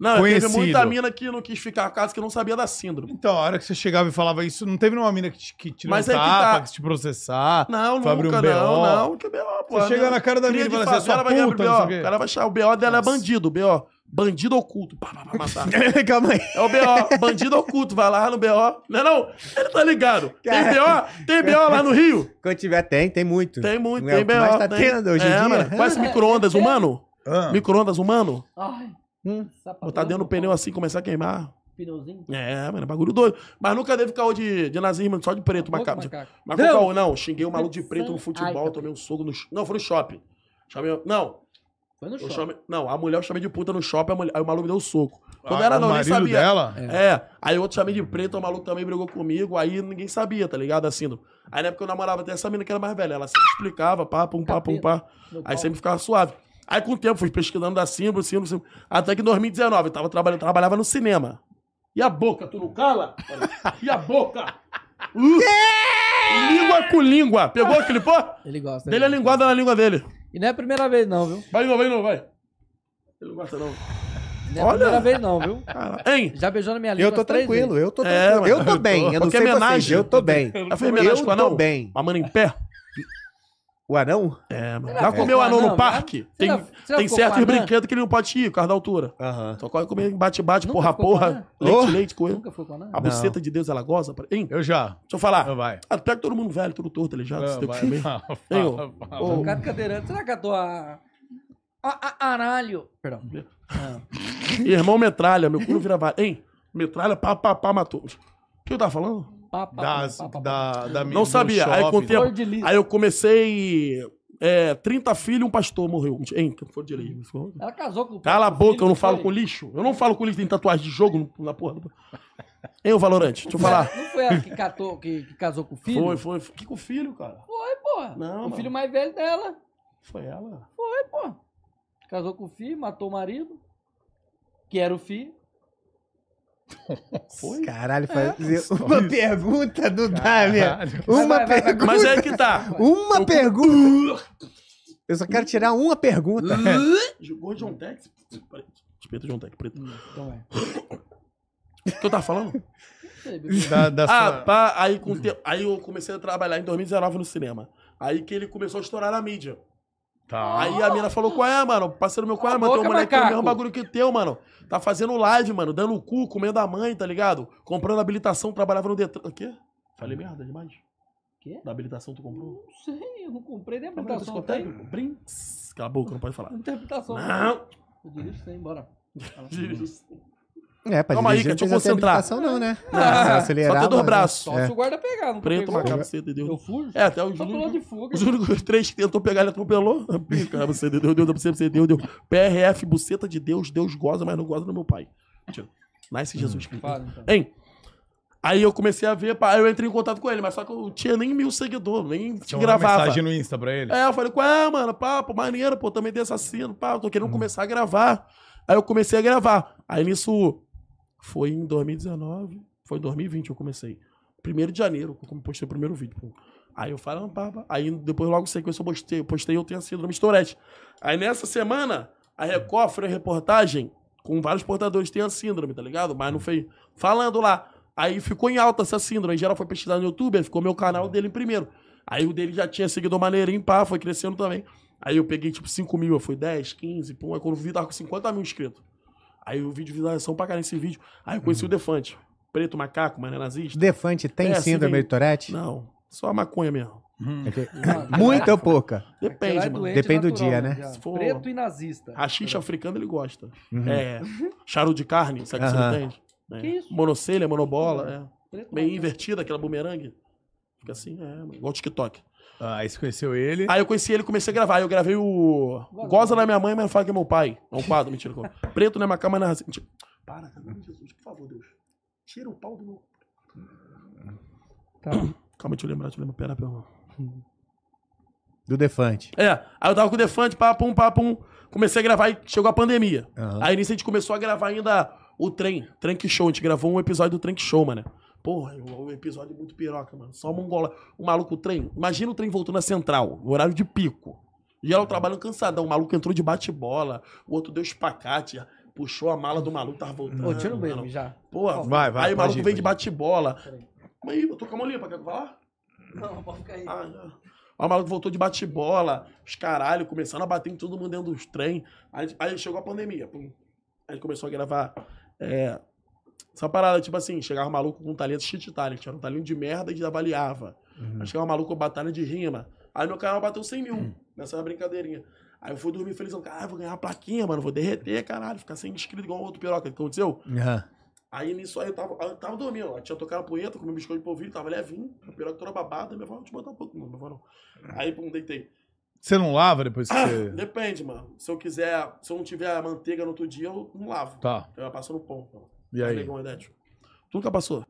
C: Não, teve
B: Conhecido.
C: muita mina que não quis ficar com a casa que não sabia da síndrome.
B: Então, a hora que você chegava e falava isso, não teve nenhuma mina que te, que te deu
C: Mas é que
B: tapa, que,
C: tá.
B: te processar.
C: Não,
B: Vai abrir um
C: nunca,
B: BO.
C: não, não. Que B.O., pô.
B: você chega
C: né?
B: na cara da mina
C: Cria
B: e
C: de
B: fala assim,
C: favela
B: sua
C: vai abrir
B: puta, não sei
C: B.O.
B: o quê.
C: O cara vai achar, o B.O. dela
B: Nossa.
C: é bandido, B.O. Bandido oculto. Pá, pá, pá, matar.
D: Calma aí.
C: É o BO, bandido oculto, vai lá no BO. Não é não? Ele tá ligado. Tem BO? Tem BO lá no Rio?
D: Quando tiver, tem, tem muito.
C: Tem muito,
D: Não é
C: tem
D: o
C: BO.
D: que mais tá
C: tem.
D: tendo hoje em
C: É,
D: dia.
C: mano. Parece micro-ondas
A: É.
C: humano.
B: Ah.
C: Micro-ondas humano.
A: Ai.
D: Hum.
A: sapato-
C: Botar dentro do pneu assim, começar a queimar.
A: Pneuzinho.
C: É, mano, é bagulho doido. Mas nunca deve caô de, de nazismo, mano, só de preto, macaco.
A: macaco.
C: Mas
A: Não.
C: não. caô, não. Xinguei um maluco de preto no
A: Ai,
C: futebol,
A: tá
C: tomei um soco no... sh- Não, foi no shopping. Chamei... Não,
A: Foi no
C: eu
A: shopping.
C: chamei... Não, a mulher eu chamei de puta no shopping, a mulher- aí o maluco me deu um soco. Quando
B: Ah,
C: era
B: o
C: não, nem
B: marido
C: sabia.
B: dela?
C: É, aí outro chamei de preto, o maluco também brigou comigo, aí ninguém sabia, tá ligado? A síndrome. Aí na época eu namorava até essa mina que era mais velha, ela sempre explicava, pá, pum, pá, pum, pá.
A: No
C: Aí
A: palco.
C: sempre ficava suave. Aí com o tempo fui pesquisando assim, da síndrome, síndrome, síndrome. Até que em 2019 eu tava trabalhando, trabalhava no cinema. E a boca, tu não cala? E a boca? Uh! língua com língua. Pegou aquele pô?
A: Ele gosta.
C: Dele é linguada na língua dele.
A: E não é a primeira vez, não, viu?
C: Vai, não, vai, não, vai. Ele não gosta, não.
A: Não é a
C: Olha.
A: primeira vez, não, viu?
C: Caralho. Hein?
A: Já beijou na minha língua.
D: Eu tô
A: umas três
D: tranquilo,
A: vezes.
D: eu tô
C: É,
D: tranquilo. eu
C: mano,
D: tô bem, eu não
C: Porque é
D: sei vocês,
C: homenagem.
D: eu tô bem.
C: Ela foi homenagem
D: Eu
C: com o
D: tô
C: anão?
D: bem.
C: A mana em pé?
D: O anão?
C: É, mano.
A: Será
C: Já
A: que
C: comeu
A: ficou
C: anão
A: anão,
C: no parque?
A: né?
C: Tem,
A: Será- será
C: tem
A: que ficou
C: certos
A: anão?
C: brinquedos que ele não pode ir, por causa da altura.
D: Aham.
C: Só corre comer bate-bate,
A: Nunca
C: porra,
A: ficou
C: porra,
A: anão?
C: leite,
D: Oh.
C: leite, coisa.
A: Nunca foi com nada.
C: A buceta de Deus, ela goza. pra- Hein?
B: Eu já.
C: Deixa eu falar.
B: Ah, vai.
C: Ah, pega todo mundo velho, todo torto, tá aleijado.
B: Ah,
C: você tem que
B: vai.
C: comer.
B: Fala,
C: Hein, ô?
B: fala, fala.
C: Ô,
A: O Tá cara cadeirante, será que a tua. A, a, aralho. Perdão. Ah,
C: Irmão metralha, meu cu vira vara. Hein? Metralha, pá, pá, pá, matou. O que eu tava falando?
A: pá, pá,
B: Das-
A: pá, pá, pá.
B: da, da,
C: Não sabia. Aí, com o tempo-
A: Flor de lis.
C: Aí eu comecei. É, 30 filhos, um pastor morreu. Hein? que Foi de lei.
A: Ela casou com o
C: Cala a
A: filho,
C: boca, eu não
A: foi?
C: falo com lixo. Eu não falo com lixo, tem tatuagem de jogo no- na porra. do- Hein, ô Valorante? Deixa eu falar.
A: Não foi ela que, catou, que, que casou com o filho?
C: Foi, foi. Que com o filho, cara?
A: Foi, porra.
C: Não,
A: o
C: mano.
A: filho mais velho dela.
C: Foi ela.
A: Foi, porra. Casou com o filho, matou o marido. Que era o filho.
C: Foi?
D: Caralho,
C: É.
D: fazer uma pergunta do Dália.
B: Caralho.
D: Uma
A: Vai, vai, vai, vai.
D: pergunta.
C: Mas é que tá.
D: Uma pergunta. Eu só quero tirar uma pergunta.
C: Jogou John Tex? Peraí, Respeita o John Tex, preto.
A: Hum, Então é.
C: O que eu tava falando?
B: Da, da
C: Ah,
B: sua...
C: pá, aí, com o tempo- aí eu comecei a trabalhar em 2019 no cinema. Aí que ele começou a estourar na mídia.
B: Tá.
C: Aí a mina falou, qual é, mano? Parceiro meu, qual
A: Cala
C: é,
A: a
C: mano? Tem um
A: boca,
C: moleque com o
A: macaco.
C: mesmo bagulho que teu, mano. Tá fazendo live, mano, dando o cu, comendo a mãe, tá ligado? Comprando habilitação, trabalhava no Detran. O quê? Falei merda demais?
A: Quê?
C: Da habilitação tu comprou?
A: Não sei, eu não comprei nem a
C: Tá vendo que eu
A: interpretação.
C: escutei?
A: tem?
C: Brinks. Cala a boca, não pode falar.
A: Interpretação.
C: Não.
A: Eu dirijo sem, bora.
D: É, pra
C: Calma aí,
D: dirigir,
C: cara, deixa eu
D: não precisa ter
C: concentrar.
D: habilitação, não, né?
C: Ah,
D: Não, acelerar,
C: só tem dois
D: mas- é,
C: braços.
A: Só se o guarda pegar, não
C: Preto,
A: pegou?
C: uma cabeceta, entendeu?
A: Eu fujo.
C: É, até os
A: Só pulou de
C: únicos,
A: fuga.
C: os únicos três que tentou pegar ele atropelou. Cara, você deu, deu, deu, você você deu, deu. PRF, buceta de Deus, Deus goza, mas não goza do meu pai. Mentira. Nasce Jesus Cristo.
A: Fala, então.
C: Hein? Aí eu comecei a ver, pá, aí eu entrei em contato com ele, mas só que eu não tinha nem mil seguidores, nem
B: Tinha então uma
C: gravava.
B: mensagem no Insta pra ele.
C: É, eu falei, qual é, mano? Pá, pô, maneiro, pô, também tem assassino, pá, eu tô querendo começar a gravar. Aí eu comecei a gravar. Aí nisso foi em 2019, foi em 2020 eu comecei. Primeiro de janeiro, que eu postei o primeiro vídeo. pô. Aí eu falando, pá, pá. Aí depois, logo em sequência, eu postei, eu postei Eu Tenho a Síndrome de Tourette. Aí nessa semana, a Record fez uma reportagem com vários portadores que têm a síndrome, tá ligado? Mas não foi. Falando lá. Aí ficou em alta essa síndrome. Em geral foi pesquisar no YouTube, aí ficou meu canal dele em primeiro. Aí o dele já tinha seguidor maneirinho, pá, foi crescendo também. Aí eu peguei tipo 5 mil, eu fui 10, 15, pum. Aí quando eu vi, tava com 50 mil inscritos. Aí o vídeo visualização pra caralho esse vídeo. Aí eu conheci
D: Uhum.
C: o Defante. Preto, macaco, mas não é nazista.
D: Defante tem
C: É, assim,
D: síndrome
C: vem-
D: de Tourette?
C: Não, só a maconha mesmo.
D: Muito ou pouca?
A: Aquela
C: Depende,
A: é né?
C: mano.
A: doente
D: Depende do dia,
A: né?
D: né?
A: já.
C: Se for-
A: Preto e nazista.
C: Rachixa africano ele gosta.
D: Uhum.
C: É. Charuto de carne, sabe que você
D: Aham.
C: não entende? É.
A: Que isso?
C: Monocelha, monobola,
A: Preto
C: é. Meio
A: nazista.
C: invertida, aquela bumerangue. Fica assim, é, mano. igual TikTok.
B: Ah, aí você conheceu ele.
C: Aí eu conheci ele e comecei a gravar. Aí eu gravei o. Goza na minha mãe, mas não fala que é meu pai. É um quadro, mentira. que eu- Preto, né, macá, mas não é racista. Mentira. Para, cara, em nome de Jesus, por favor, Deus. Tira o pau do meu.
A: Tá.
C: Calma, deixa eu lembrar, deixa eu lembrar. Pera, pera.
D: Do Defante.
C: É, aí eu tava com o Defante, papum, papum. Comecei a gravar e chegou a pandemia.
D: Aham.
C: Aí nisso a gente começou a gravar ainda o trem, Trank Show. A gente gravou um episódio do Trank Show, mano. Porra, um um episódio muito piroca, mano. Só mongola. O maluco, o trem. Imagina o trem voltando à central, no horário de pico. E ela trabalhando cansadão. O maluco entrou de bate-bola, o outro deu espacate. Puxou a mala do maluco, tava voltando.
A: Ô, tira o banheiro
C: mano.
A: já.
C: Porra,
B: Vai, vai,
C: Aí
B: pode
C: o maluco
B: ir,
C: vem de
B: pode
C: bate-bola.
A: Peraí.
C: Mas aí, eu tô com a molinha, pra quer falar?
A: Não, pode ficar aí.
C: Ah, já. Aí o maluco voltou de bate-bola, os caralho, começando a bater em todo mundo dentro dos trem. Aí, aí chegou a pandemia, pum. Aí ele começou a gravar. É, essa parada, tipo assim, chegava um maluco com um talento shit talent, era um talento de merda e desavaliava.
D: Hum.
C: Aí chegava um maluco com batalha de rima. Aí meu canal bateu 100 mil nessa brincadeirinha. Aí eu fui dormir felizão, caralho, vou ganhar uma plaquinha, mano, vou derreter, caralho, ficar sem inscrito igual outro piroca. O que aconteceu?
D: Aham.
C: Aí nisso aí eu tava, eu tava dormindo, ó. tinha tocado a punheta, comi um biscoito de polvilho, tava levinho, a piroca toda babada, minha avó, vou te botar um pouco, não, minha avó não.
B: Ah.
C: Aí, pum, deitei.
B: Você não lava depois que você.
C: Depende, mano. Se eu quiser, se eu não tiver manteiga no outro dia, eu não lavo.
B: Tá.
C: Eu passo no pão.
B: E aí?
C: Negão idético. um Tu nunca passou?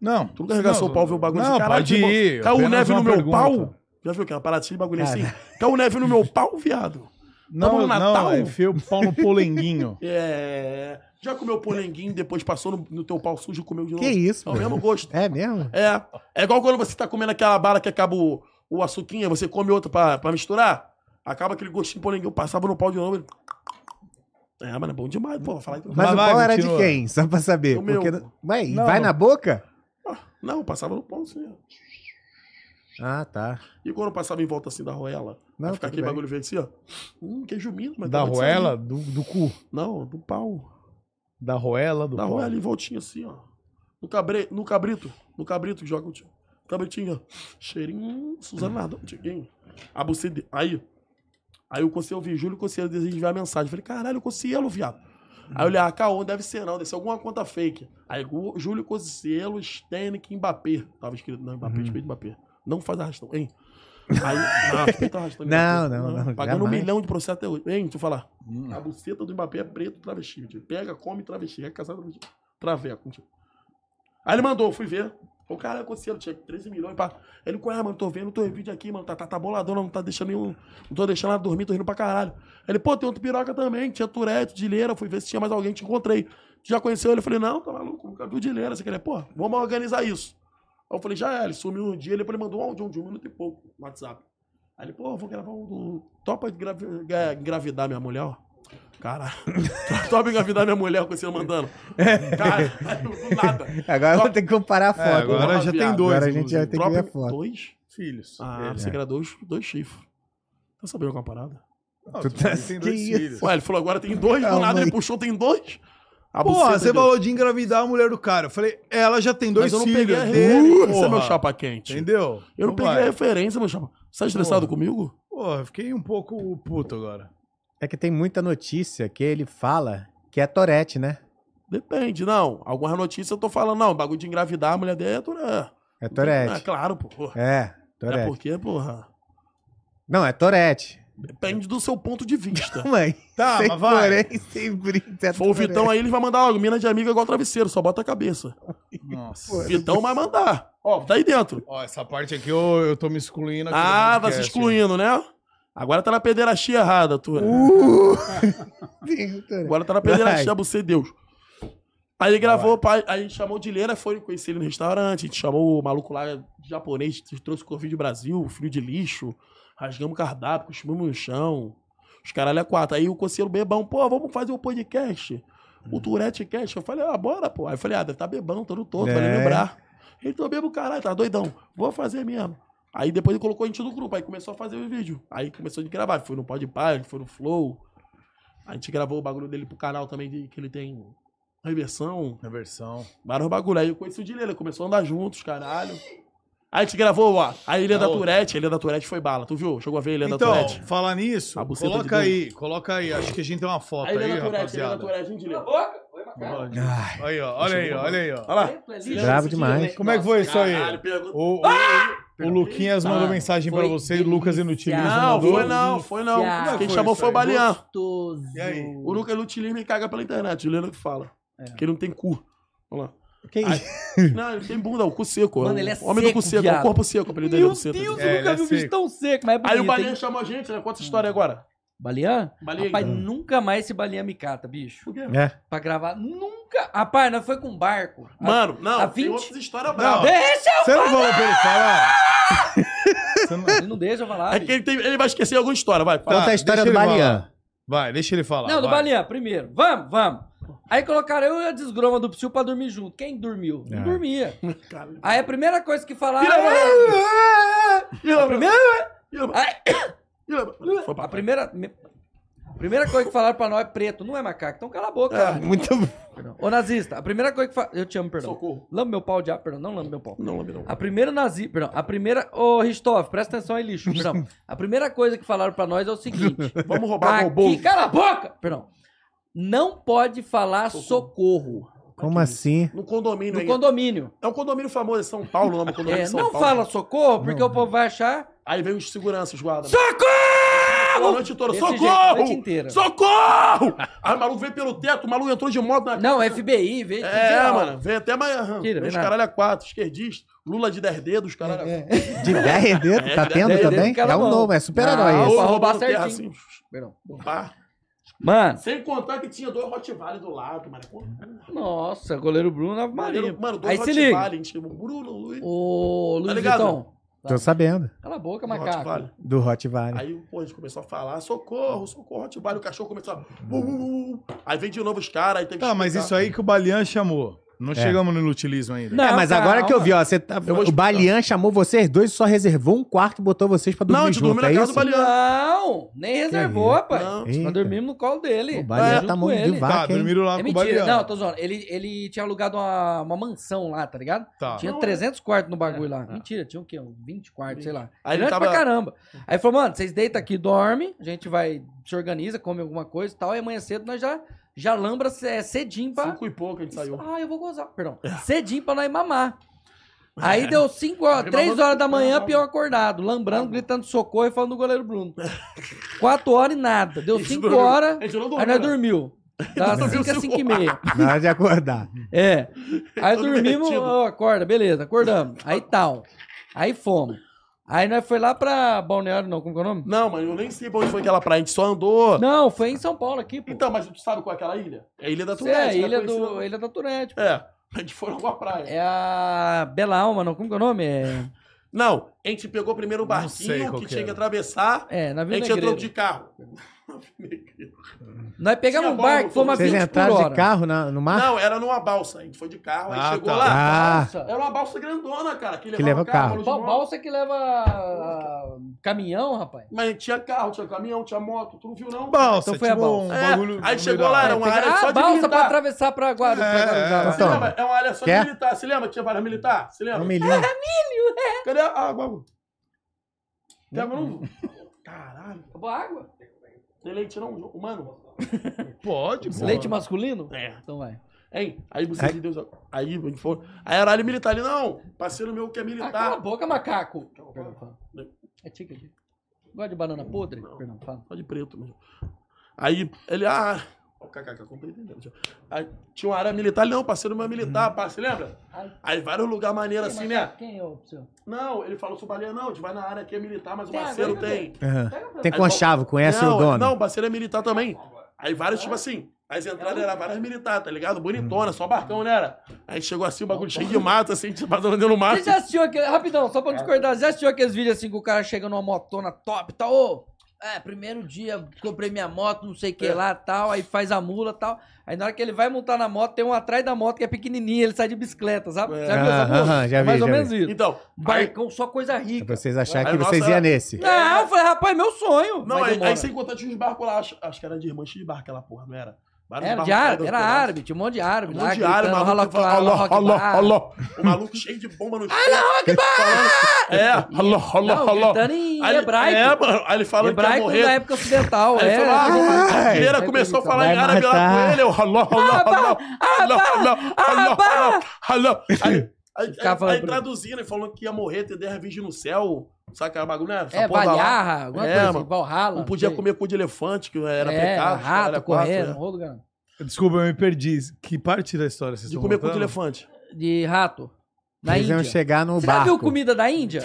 B: Não.
C: Tu nunca arregaçou
B: não,
C: o pau, viu o bagulho
B: Não,
C: Caralho,
B: pode
C: tipo,
B: ir.
C: Caiu
B: apenas
C: neve no
B: uma
C: meu
B: pergunta.
C: pau? Já viu aquela paradinha de bagulho assim? Caiu neve no meu pau, viado. Tamo
B: Não, não,
C: no Natal?
B: é feio o pau no polenguinho.
C: É. Já comeu polenguinho, depois passou no, no teu pau sujo e comeu de novo.
D: Que isso,
C: É o
D: pô?
C: mesmo gosto.
D: É mesmo?
C: É. É igual quando você tá comendo aquela bala que acaba o, o açuquinha, você come outra pra, pra misturar. Acaba aquele gostinho polenguinho. Eu passava no pau de novo. Ele... É, mano, é bom demais, pô. Falar que...
D: Mas
B: Mas
D: o
B: vai,
D: pau era de
B: continua.
D: quem? Só pra saber.
C: O meu.
D: Porque não- Ué, e
B: Não,
D: vai
B: não.
D: na boca?
C: Ah, Não, passava no pau, sim. ó.
D: Ah, tá.
C: E quando eu passava em volta assim da roela,
D: Não,
C: vai ficar
D: tudo
C: aquele
D: bem.
C: bagulho verde assim, ó. Hum, queijo mido, mas
B: da
C: tava de
B: roela,
C: salinho.
B: do, do cu.
C: Não, do pau.
B: Da roela, do
C: Da
B: pau.
C: roela em voltinha assim, ó. No, cabre... no cabrito. No cabrito que joga o tio. Cabritinho, ó. Cheirinho, Suzanado. Tiguinho. A buceta. de- Aí. Aí o Conselho, eu vi Júlio Conselho desenviar a mensagem. Falei, caralho, Conselho, viado. Aí eu olhei, ah, caô, deve ser não, deve ser alguma conta fake. Aí Gu- Júlio Conselho, Stenic, Mbappé. Tava escrito, não,
D: Uhum.
C: Mbappé, respeito Mbappé. Não faz arrastão, hein? Aí, não, respeita arrastão.
D: Não,
C: Mbappé.
D: não, não,
C: Pagando um
D: jamais.
C: milhão de processo até hoje. Hein, deixa eu falar.
B: Hum.
C: A buceta do Mbappé é preto travesti. tio. Pega, come travesti. É casado travesti. Traveco. tio. Aí ele mandou, fui ver. O cara é conselheiro, tinha 13 milhões. Pá. Ele, qual é, mano? Tô vendo o teu vídeo aqui, mano. Tá, tá, tá boladona, não tá deixando nenhum. Não tô deixando ela dormir, tô rindo pra caralho. Ele, pô, tem outro piroca também. Tinha Turete, Dileira. Fui ver se tinha mais alguém, te encontrei. Tu já conheceu ele? Eu falei, não, tá maluco, nunca viu Dileira. Você quer, é." pô, vamos organizar isso. Aí eu falei, já é, ele sumiu um dia, depois ele mandou um áudio de um minuto e pouco no WhatsApp. Aí ele, pô, eu vou gravar um. um topa de gravi- ga- engravidar minha mulher, ó. Cara, topa engravidar é minha mulher com você mandando. Cara, do nada.
D: Agora eu
C: Ó.
D: vou ter que comparar a foto.
B: É, agora
C: Porra,
B: já tem
C: viado.
B: dois.
D: Agora a gente já
B: inclusive.
D: tem que ver a foto.
C: dois?
B: filhos.
C: Ah,
B: Ele.
C: você quer dois, dois chifres. Tá sabendo alguma parada?
B: Não,
D: Tu
B: tu
D: tá-
B: tem
D: que
B: dois
D: isso?
B: filhos.
C: Ué, ele falou agora tem dois, do
D: Calma
C: nada
D: aí.
C: ele puxou, tem dois. A
B: Porra,
C: buceta
B: você
C: dele.
B: falou de engravidar a mulher do cara. Eu falei, ela já tem dois
C: Mas eu não
B: filhos.
C: peguei a
B: dele,
C: referência,
B: porra.
C: é meu chapa quente.
B: Entendeu?
C: Eu
B: Então
C: não peguei a
B: vai.
C: referência, meu chapa. Você tá estressado comigo?
B: Porra, eu fiquei um pouco puto agora.
D: É que tem muita notícia que ele fala que é Torete, né?
C: Depende, não. Algumas notícias eu tô falando, não. Bagulho de engravidar a mulher dele é Tourette.
D: É
C: É
D: Torete.
C: claro, porra.
D: É,
C: É,
D: Torete.
C: porque, porra.
D: Não, é Torete.
C: Depende do seu ponto de vista.
D: Mãe.
B: Tá,
D: sem
B: mas vai.
D: Porém, sem brinca. É
C: For o
D: Tourette.
C: Vitão aí, ele vai mandar logo. Mina de amiga é igual travesseiro, só bota a cabeça.
B: Nossa.
C: Vitão vai mandar. Ó, tá aí dentro.
B: Ó, essa parte aqui eu, eu tô me excluindo. aqui
C: Ah,
B: do
C: tá se
B: podcast.
C: excluindo, né? Agora tá na pederastia errada, tu. né?
D: Uh! Tem é Tourette.
C: Agora tá na pederastia,
D: Vai.
C: você Deus. Aí ele gravou, pai, aí a gente chamou de Lena, foi conhecer ele no restaurante, a gente chamou o maluco lá japonês, que trouxe o Covid do Brasil, filho de lixo, rasgamos o cardápio, cuspimos no chão. Os caralho é quatro. Aí o conselheiro bebão, pô, vamos fazer um podcast.
B: Hum.
C: O Tourette Cast. Eu falei, ah, bora, pô. Aí eu falei, ah, deve tá bebão, todo torto, vai
D: É.
C: lembrar. Ele tô bebo, caralho, tá doidão. Vou fazer mesmo. Aí depois ele colocou a gente no grupo, aí começou a fazer o vídeo. Aí começou a gravar, foi no Podpah, foi no Flow. A gente gravou o bagulho dele pro canal também, de- que ele tem reversão,
B: Na versão.
C: vários bagulho. Aí eu conheci o Dileira, começou a andar juntos, caralho. Aí a gente gravou, ó, a Ilha
B: Da
C: da
B: outra.
C: Turete, a Ilha da Turete foi bala, tu viu? Chegou a ver a Ilha da
B: Então,
C: Turete?
B: falar nisso,
C: A buceta de
B: coloca
C: Deus.
B: aí, coloca aí. Acho que a gente tem uma foto
C: A
B: aí,
C: Ilha da Turete, a Ilha da
B: rapaziada.
C: Turete,
A: Cala
C: hein,
A: a
C: Dileira?
A: boca. Oi, macaco.
D: Ai,
B: Aí, ó, olha aí, olha aí, ó.
C: Olha lá.
A: Templo é lixo.
D: Bravo demais.
B: Como é que foi isso aí?
C: Caralho, pergunta.
B: O, o, o Luquinhas mandou
C: Ah,
B: mensagem pra
A: foi
B: você, o Lucas Inutilismo
C: Não,
B: mandou.
C: foi não, foi não.
A: Como é que
C: Quem
B: foi
C: chamou
B: isso
C: foi o
B: aí?
C: Balean.
A: Gostoso.
B: E aí?
C: O Lucas Lutilismo me caga pela internet, o Leandro que fala.
A: É.
C: Que ele não tem cu. Olha lá.
D: que
C: Ai,
D: isso?
C: Não, ele tem bunda, o cu seco.
A: Mano,
C: o
A: ele é
C: Homem do
A: seco,
C: cu seco, é
A: viado.
C: o corpo seco, o
A: Meu
C: apelido dele é o
A: Deus,
C: seco.
A: eu
B: É, ele é
A: nunca vi um bicho
B: seco.
A: tão seco, mas é bonito.
C: Aí o Balean
A: hein?
C: chamou a gente, né? Conta a história agora.
A: Balean?
C: Baleia.
A: Hum. Rapaz, hum. nunca mais esse Balean me cata, bicho.
C: Por quê?
D: É.
A: Pra gravar, nunca. Rapaz, nós foi com um barco.
C: Mano, não,
A: a
C: tem
A: 20?
C: outras histórias
A: Ah,
C: bravas.
A: Deixa eu...
B: Você não falou pra ele falar? Você não-
A: Ele não deixa eu falar.
C: É que ele, tem- ele vai esquecer alguma história, vai.
B: Tá.
C: Fala.
D: Conta a história
B: deixa
D: do
B: ele
D: Balian.
B: Vai, deixa ele falar.
A: Não, do
B: vai.
A: Balian, primeiro. Vamos, vamos. Aí colocaram eu e a desgroma do Psyu pra dormir junto. Quem dormiu? Não
B: É.
A: dormia.
C: Cara,
A: Aí a primeira coisa que falaram. é
C: Vira,
A: a primeira,
C: Foi pra
A: a primeira, a primeira coisa que falaram pra nós é preto, não é macaco. Então cala a boca.
C: É.
D: Muito.
A: Ô nazista, a primeira coisa que fa... Eu te amo, perdão.
C: Socorro.
A: Lambe meu pau, diabo, perdão. Não lambe meu pau.
C: Não, não.
A: A primeira nazi... Perdão, a primeira... Ô, Ristoff, presta atenção aí, lixo. Perdão. A primeira coisa que falaram pra nós é o seguinte.
C: Vamos roubar o
A: aqui...
C: bolso.
A: Cala a boca! Perdão. Não pode falar socorro,
D: Como assim?
C: No condomínio
A: no
C: aí.
A: condomínio.
C: É um condomínio famoso, é São Paulo, o nome do condomínio
A: É,
C: é São
A: não
C: Paulo.
A: fala socorro, porque o povo vai achar...
C: Aí vem os seguranças, os guardas. A
A: Socorro!
C: noite toda,
A: Desse jeito, a
C: socorro!
A: noite inteira.
C: Socorro! Aí o maluco veio pelo teto, o maluco entrou de moto na
A: Não, FBI, vem.
C: É,
A: geral.
C: mano, vem até amanhã.
A: Tira,
C: Vem os
A: vem nada. É,
C: caralho a quatro, esquerdista, Lula de 10 dedos, os caralho a quatro.
D: É. De 10 dedos? Tá tendo
A: dez dedos
D: também?
A: que ela
D: É um
A: não.
D: novo, é
A: Não,
D: super-herói
A: pra
D: esse.
A: roubar
C: roubando Ah, terra,
A: certinho.
C: assim,
A: Perdão.
C: roubar.
A: Mano,
C: Sem contar que tinha dois Rottweiler do lado, mano.
A: nossa, goleiro Bruno, Ave Maria.
C: Mano, mano dois
A: É Aí se liga.
C: Rottweiler, tipo, Bruno, Luiz,
A: Ô, Luiz
C: Tá ligado?
A: Vitão.
D: Tô sabendo.
A: Cala a boca, macaco.
C: um Rottweiler.
D: Do Hot Valley.
C: Aí, pô, a gente começou a falar, socorro, socorro, Rottweiler, o cachorro começou a... "Uh, bu, bu, bu, bu. Aí vem de novo os caras, aí tem que
B: Tá, mas isso
C: explicar.
B: aí que o Balian chamou. Não chegamos no inutilismo ainda.
A: Não,
D: É, mas
A: calma.
D: agora que eu vi, ó, você tá-
C: Eu vou
D: o
C: explicar.
D: Balian chamou vocês dois, só reservou um quarto e botou vocês pra dormir
C: Não, a gente
D: junto,
C: dormiu na
D: é
C: casa
D: isso?
C: do Baleano.
A: Não, nem reservou, pai.
C: Não.
D: Eita.
A: Nós dormimos no colo dele.
D: O Balian
A: junto
D: tá
A: com
D: mão de
A: ele.
B: Tá,
D: vaca, hein?
B: dormiram lá
A: É
B: com o
A: mentira.
B: Balian.
A: Não, tô zoando. Ele, ele tinha alugado uma, uma mansão lá, tá ligado?
B: Tá.
A: Tinha
C: Não,
A: 300 quartos no bagulho lá. Mentira, tinha o quê? Uns 20 quartos, sei lá.
C: É,
A: é
C: Aí ele
A: Grande pra
C: tava- Uhum.
A: caramba. Aí falou, mano, vocês deitam aqui, dorme, a gente vai, se organiza, come alguma coisa e tal, e amanhã cedo nós já, já lambra é, cedinho pra...
C: Cinco e pouco a gente saiu. É.
A: Ah, eu vou gozar. Perdão. Cedinho pra nós mamar. Aí deu 5 horas,
C: Ele
A: 3
C: mamou-
A: horas da manhã,
C: mamou.
A: pior acordado. Lambrando, gritando socorro e falando do goleiro Bruno. 4 horas e nada. Deu
C: A gente
A: 5
C: dormiu.
A: horas,
C: A gente É. não é
A: aí nós
C: dormiu. né?
A: dormiu. Das
C: Dormiu
A: 5 às
C: cinco
A: 5 e meia.
D: Na hora de acordar.
A: É. Aí
C: Todo
A: dormimos,
C: metido.
A: ó, acorda, beleza, acordamos. Aí tal. Aí fomos. Aí nós foi lá pra Balneário, não, como que é o nome?
C: Não, mas eu nem sei pra onde foi aquela praia, a gente só andou.
A: Não, foi em São Paulo aqui, pô.
C: Então, mas tu sabe qual é aquela ilha? É a Ilha da
A: é, a
C: Turete. né?
A: ilha,
C: Conhecida-
A: do, ilha da Turete. pô.
C: É, a gente foi numa praia.
A: É a Bela Alma, não, como que é o nome? É,
C: Não, a gente pegou primeiro o
B: sei
C: barquinho
B: qual que
C: que tinha que
B: era.
C: atravessar,
A: é
C: a
A: navio
C: gente
A: negreiro.
C: entrou de carro.
A: Nós pegamos
C: Tinha
A: um barco,
C: barco,
A: fomos a
D: Vocês
A: 20 por
D: entraram
A: hora.
D: de carro na- no mar?
C: Não, era numa balsa, a gente foi de carro, aí
B: Ah,
C: chegou
B: tá.
C: lá.
D: Ah,
A: Balsa.
C: Era uma balsa É um grandona, cara, que,
D: Que
C: levava
D: leva carro.
C: maluco de
A: Ba-
C: moto.
A: Balsa que leva ah, caminhão, rapaz.
C: Mas tinha carro, tinha caminhão, tinha moto, tu não viu
B: Bom,
C: não?
A: Então
B: você
A: foi a
B: tipo
A: balsa.
B: um
C: É,
B: bagulho.
C: aí
B: no
C: chegou
B: meio da-
C: lá, era um- uma área
A: Ah,
C: só de
A: balsa
C: militar.
A: pra atravessar pra Guarulhos.
B: É, é,
C: Se
D: Então.
C: lembra? É uma área só
D: Quer?
C: de militar, se lembra? que Tinha várias militar, se
D: é um
C: lembra?
D: milhão.
C: Cadê a água? Tem água não? Caralho.
A: Acabou a água?
C: Tem leite não, humano?
B: é, Pode, pô.
A: Leite masculino?
C: É.
A: Então vai.
C: Hein? Aí você de Deus. Aí, ele falou. Aí era área militar ali, não. Parceiro meu que é
A: Ah, cala a
C: militar. Então,
A: boca, macaco. Perdão, fala.
C: Não.
A: É tica aqui. Gosta de banana podre? Perdão, fala.
C: Só Tá de preto mesmo. Aí ele, ah. Ó, kkk, comprei, entendeu? Aí tinha uma área militar, ele, não, parceiro meu é militar, pá, você lembra?
A: Ai,
C: Aí vários lugares maneiros assim, né?
A: Quem é o seu?
C: Não, ele falou, Subalinha, não, a gente vai na área que é militar, mas o
A: Tem
C: parceiro
A: água aí,
C: tem.
D: Aham.
A: Pega pra
D: Tem conchavo, conhece
C: não,
D: o dono.
C: Não, o parceiro é militar também. Aí vários, tipo assim, as entradas eram várias militares, tá ligado?
D: Hum.
C: Bonitona, só barcão, né? Era? Aí chegou assim, o bagulho cheio de mato, assim, passando dentro do mato.
A: Você já assistiu aquele. Rapidão, só pra não discordar, você já assistiu aqueles vídeos assim que o cara chega numa motona top e tal? Ô, é, primeiro dia comprei minha moto, não sei o que
C: É.
A: lá tal, aí faz a mula tal. Aí na hora que ele vai montar na moto, tem um atrás da moto que é pequenininha, ele sai de bicicleta, sabe?
C: É.
A: Já viu essa
D: Aham,
A: moto?
D: aham, já
A: É Mais
D: vi,
A: ou
D: já
A: menos isso.
C: Então, aí, É
A: Barcão, só coisa rica.
D: Pra vocês acharem
C: Aí
D: que
C: nossa-
D: vocês iam nesse.
A: Não, eu falei, rapaz, é meu sonho.
C: Não,
A: Mas
C: aí,
A: demora.
C: aí sem contar tinha uns barcos lá, acho, acho que era de irmã de barco aquela porra, não era? Vários
A: Era É, de
C: barcos
A: árabe,
C: caídos
A: era
C: pedaços.
A: árabe, tinha um monte de árabe.
C: Um
A: lá,
C: monte de árabe,
A: gritando,
C: maluco,
A: "Alá,
C: alá,
A: alá, alá, alá".
C: O maluco cheio de bomba no chão. É, alô, alô,
A: Não,
C: alô.
A: gritando em
C: Aí ele-
A: hebraico.
C: É, mano, aí ele falou que ia
A: hebraico é da
C: morrer.
A: época ocidental,
C: Aí ele
A: é.
C: falou, ah, vamos- a primeira
A: Vai
C: começou a
A: acreditar,
C: falar em
D: vai
C: árabe lá
D: matar.
C: com ele, eu, alô, alô, alô, alô, alô,
A: Abba,
C: alô, alô. Aí- Aí,
A: Ficava
C: aí-
A: falando
C: aí
A: pra-
C: traduzindo, ele falou que ia morrer, ter terra virgem no céu, saca, bagulho, né? Essa
A: É,
C: porra lá.
A: Valharra, alguma
C: É,
A: coisa assim,
C: mano.
A: Valhalla.
C: Não podia
A: sei.
C: comer cu de elefante, que era
A: é,
C: pecado. era
A: rato,
C: quatro,
A: correndo,
C: é.
A: no outro lugar.
B: Desculpa, eu me perdi. Que parte da história vocês
C: De
B: estão
C: comer com
B: contando?
C: elefante.
A: De rato. Na
D: Eles iam
A: Índia.
D: chegar no
A: Você já
D: barco.
A: viu comida da Índia?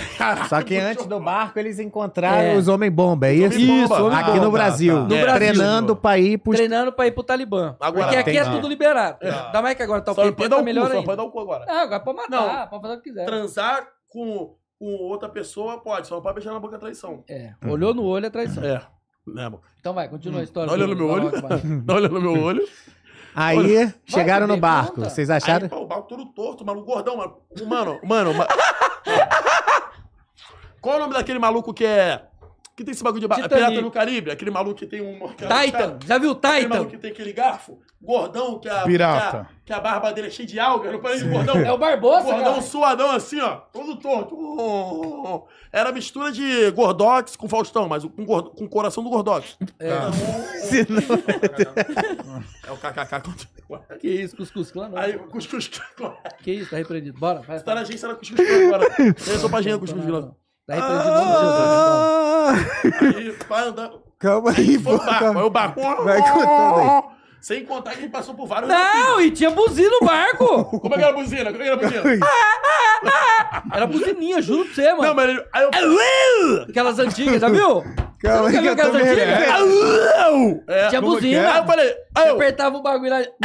D: Só que antes do barco eles encontraram
A: É.
D: os homem-bomba, é isso?
C: Homem-bomba.
D: Isso,
B: homem-bomba.
D: aqui
B: Tá,
D: no Brasil.
B: tá. No
D: É,
A: Brasil.
D: Treinando pra ir pros...
A: Treinando pra ir pro Talibã.
C: Agora
A: Porque aqui é
D: tem-
A: tudo liberado.
B: É.
A: Ainda mais que agora tá o
C: Só não
A: PP,
C: pode dar
A: tá
C: o cu,
A: melhor
C: só não
A: ainda. É.
C: pode dar o cu agora.
A: Não, agora pode matar,
C: Não.
A: pode fazer o que quiser.
C: Transar com, com outra pessoa pode, só não pode beijar na boca a traição.
A: É, olhou no olho é traição.
C: É. Né, amor?
A: Então vai, continua a história.
C: Olha
A: do-
C: no meu
A: do
C: olho.
A: Barack Obama.
C: Dá olhando no meu olho.
D: Aí chegaram
A: Vai,
D: no barco.
A: pergunta.
D: Vocês
C: Aí,
D: acharam?
C: pô, o barco todo torto, maluco gordão, mano. Mano, mano. ma- Qual o nome daquele maluco que é. Que tem esse bagulho de barco? É
A: Titanic.
C: Pirata do Caribe? Aquele maluco que tem um.
A: Titan, já viu
C: Aquele maluco
A: Titan?
C: que tem aquele garfo? Gordão, que a.
B: Pirata.
C: Que a, que a barba dele é cheia de alga. Não parece de gordão.
A: É o Barbosa,
C: Gordão
A: cara.
C: suadão assim, ó. Todo torto. Era mistura de Gordox com Faustão, mas com, gordo- com o coração do Gordox.
D: Se não-
C: É o KKK.
A: Que isso, cuscuz clã, não.
C: Aí, cuscuz. Você
A: Que isso, tá repreendido. Bora, vai.
C: tá na agência da cuscuz agora. Eu sou pra agência da cuscuz
A: Não, não.
C: agora.
A: Tá repreendido. não, não, não.
C: Aí, vai andando.
D: Calma aí,
C: Foi
D: pô.
C: o barco, aí o barco.
D: Vai contando
C: Sem contar que ele passou por
A: então.
C: vários.
A: Não, e tinha buzina no barco.
C: Como é que era a buzina? Como é que era a buzina?
A: Era buzininha, juro pra você,
C: Não,
A: mano.
C: mas ele. Aí eu.
A: Aquelas antigas, já viu?
D: Calma aí
A: Você
D: que
A: nunca
D: eu tô
A: viu aquelas
D: me
A: antigas?
B: Ah,
D: relembrando.
C: É.
A: Tinha
B: Como que é?
A: buzina.
C: Aí eu falei. Aí eu.
A: Apertava o bagulho lá.
C: É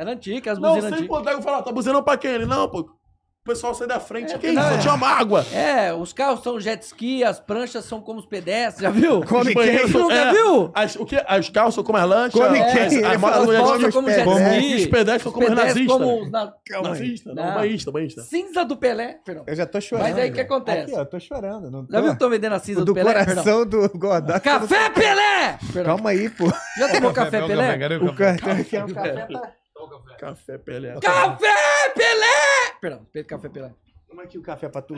A: Era antiga, aquelas
C: Não,
A: buzinas
C: sem
A: antigas.
C: contar que eu falava, tá buzinando pra quem? Ele, não, pô. O pessoal sai da frente.
A: É,
C: quem?
A: não,
C: Só
A: é.
C: tinha uma água.
A: É, os carros são jet ski, as pranchas são como os pedestres, já viu?
D: Come quem?
A: banheiros- Tu nunca viu? É,
C: As, o quê? As calças são como as lanchas.
D: Come
C: as-
D: é quem?
C: As,
D: Ele
C: é? as motos
D: fala,
C: são
A: As bolsas
C: como
D: come os
C: as-
A: como jet
D: pedestres.
A: ski.
C: Os pedestres são como os
A: pedestres
C: nazistas.
A: como os na-
C: um- Nazista, não,
A: Não.
C: né? banhista, banhista.
A: Cinza do Pelé, perdão.
D: Eu já tô chorando.
A: Mas aí o que
D: velho.
A: acontece?
D: Aqui, ó, eu tô chorando. Não
A: Já
D: tô-
A: viu que estão vendendo a cinza
D: Tá. O
A: do,
D: do
A: Pelé? Perdão.
D: coração do Gordão.
A: Café Pelé! Perdão.
D: Calma aí, pô.
A: Já tomou café, Pelé?
B: cadê é o
D: O
B: café?
D: cartão aqui é um café.
C: Café Pelé.
A: Café Pelé! Perdão, pe- café Pelé.
D: Toma aqui o café pra tu.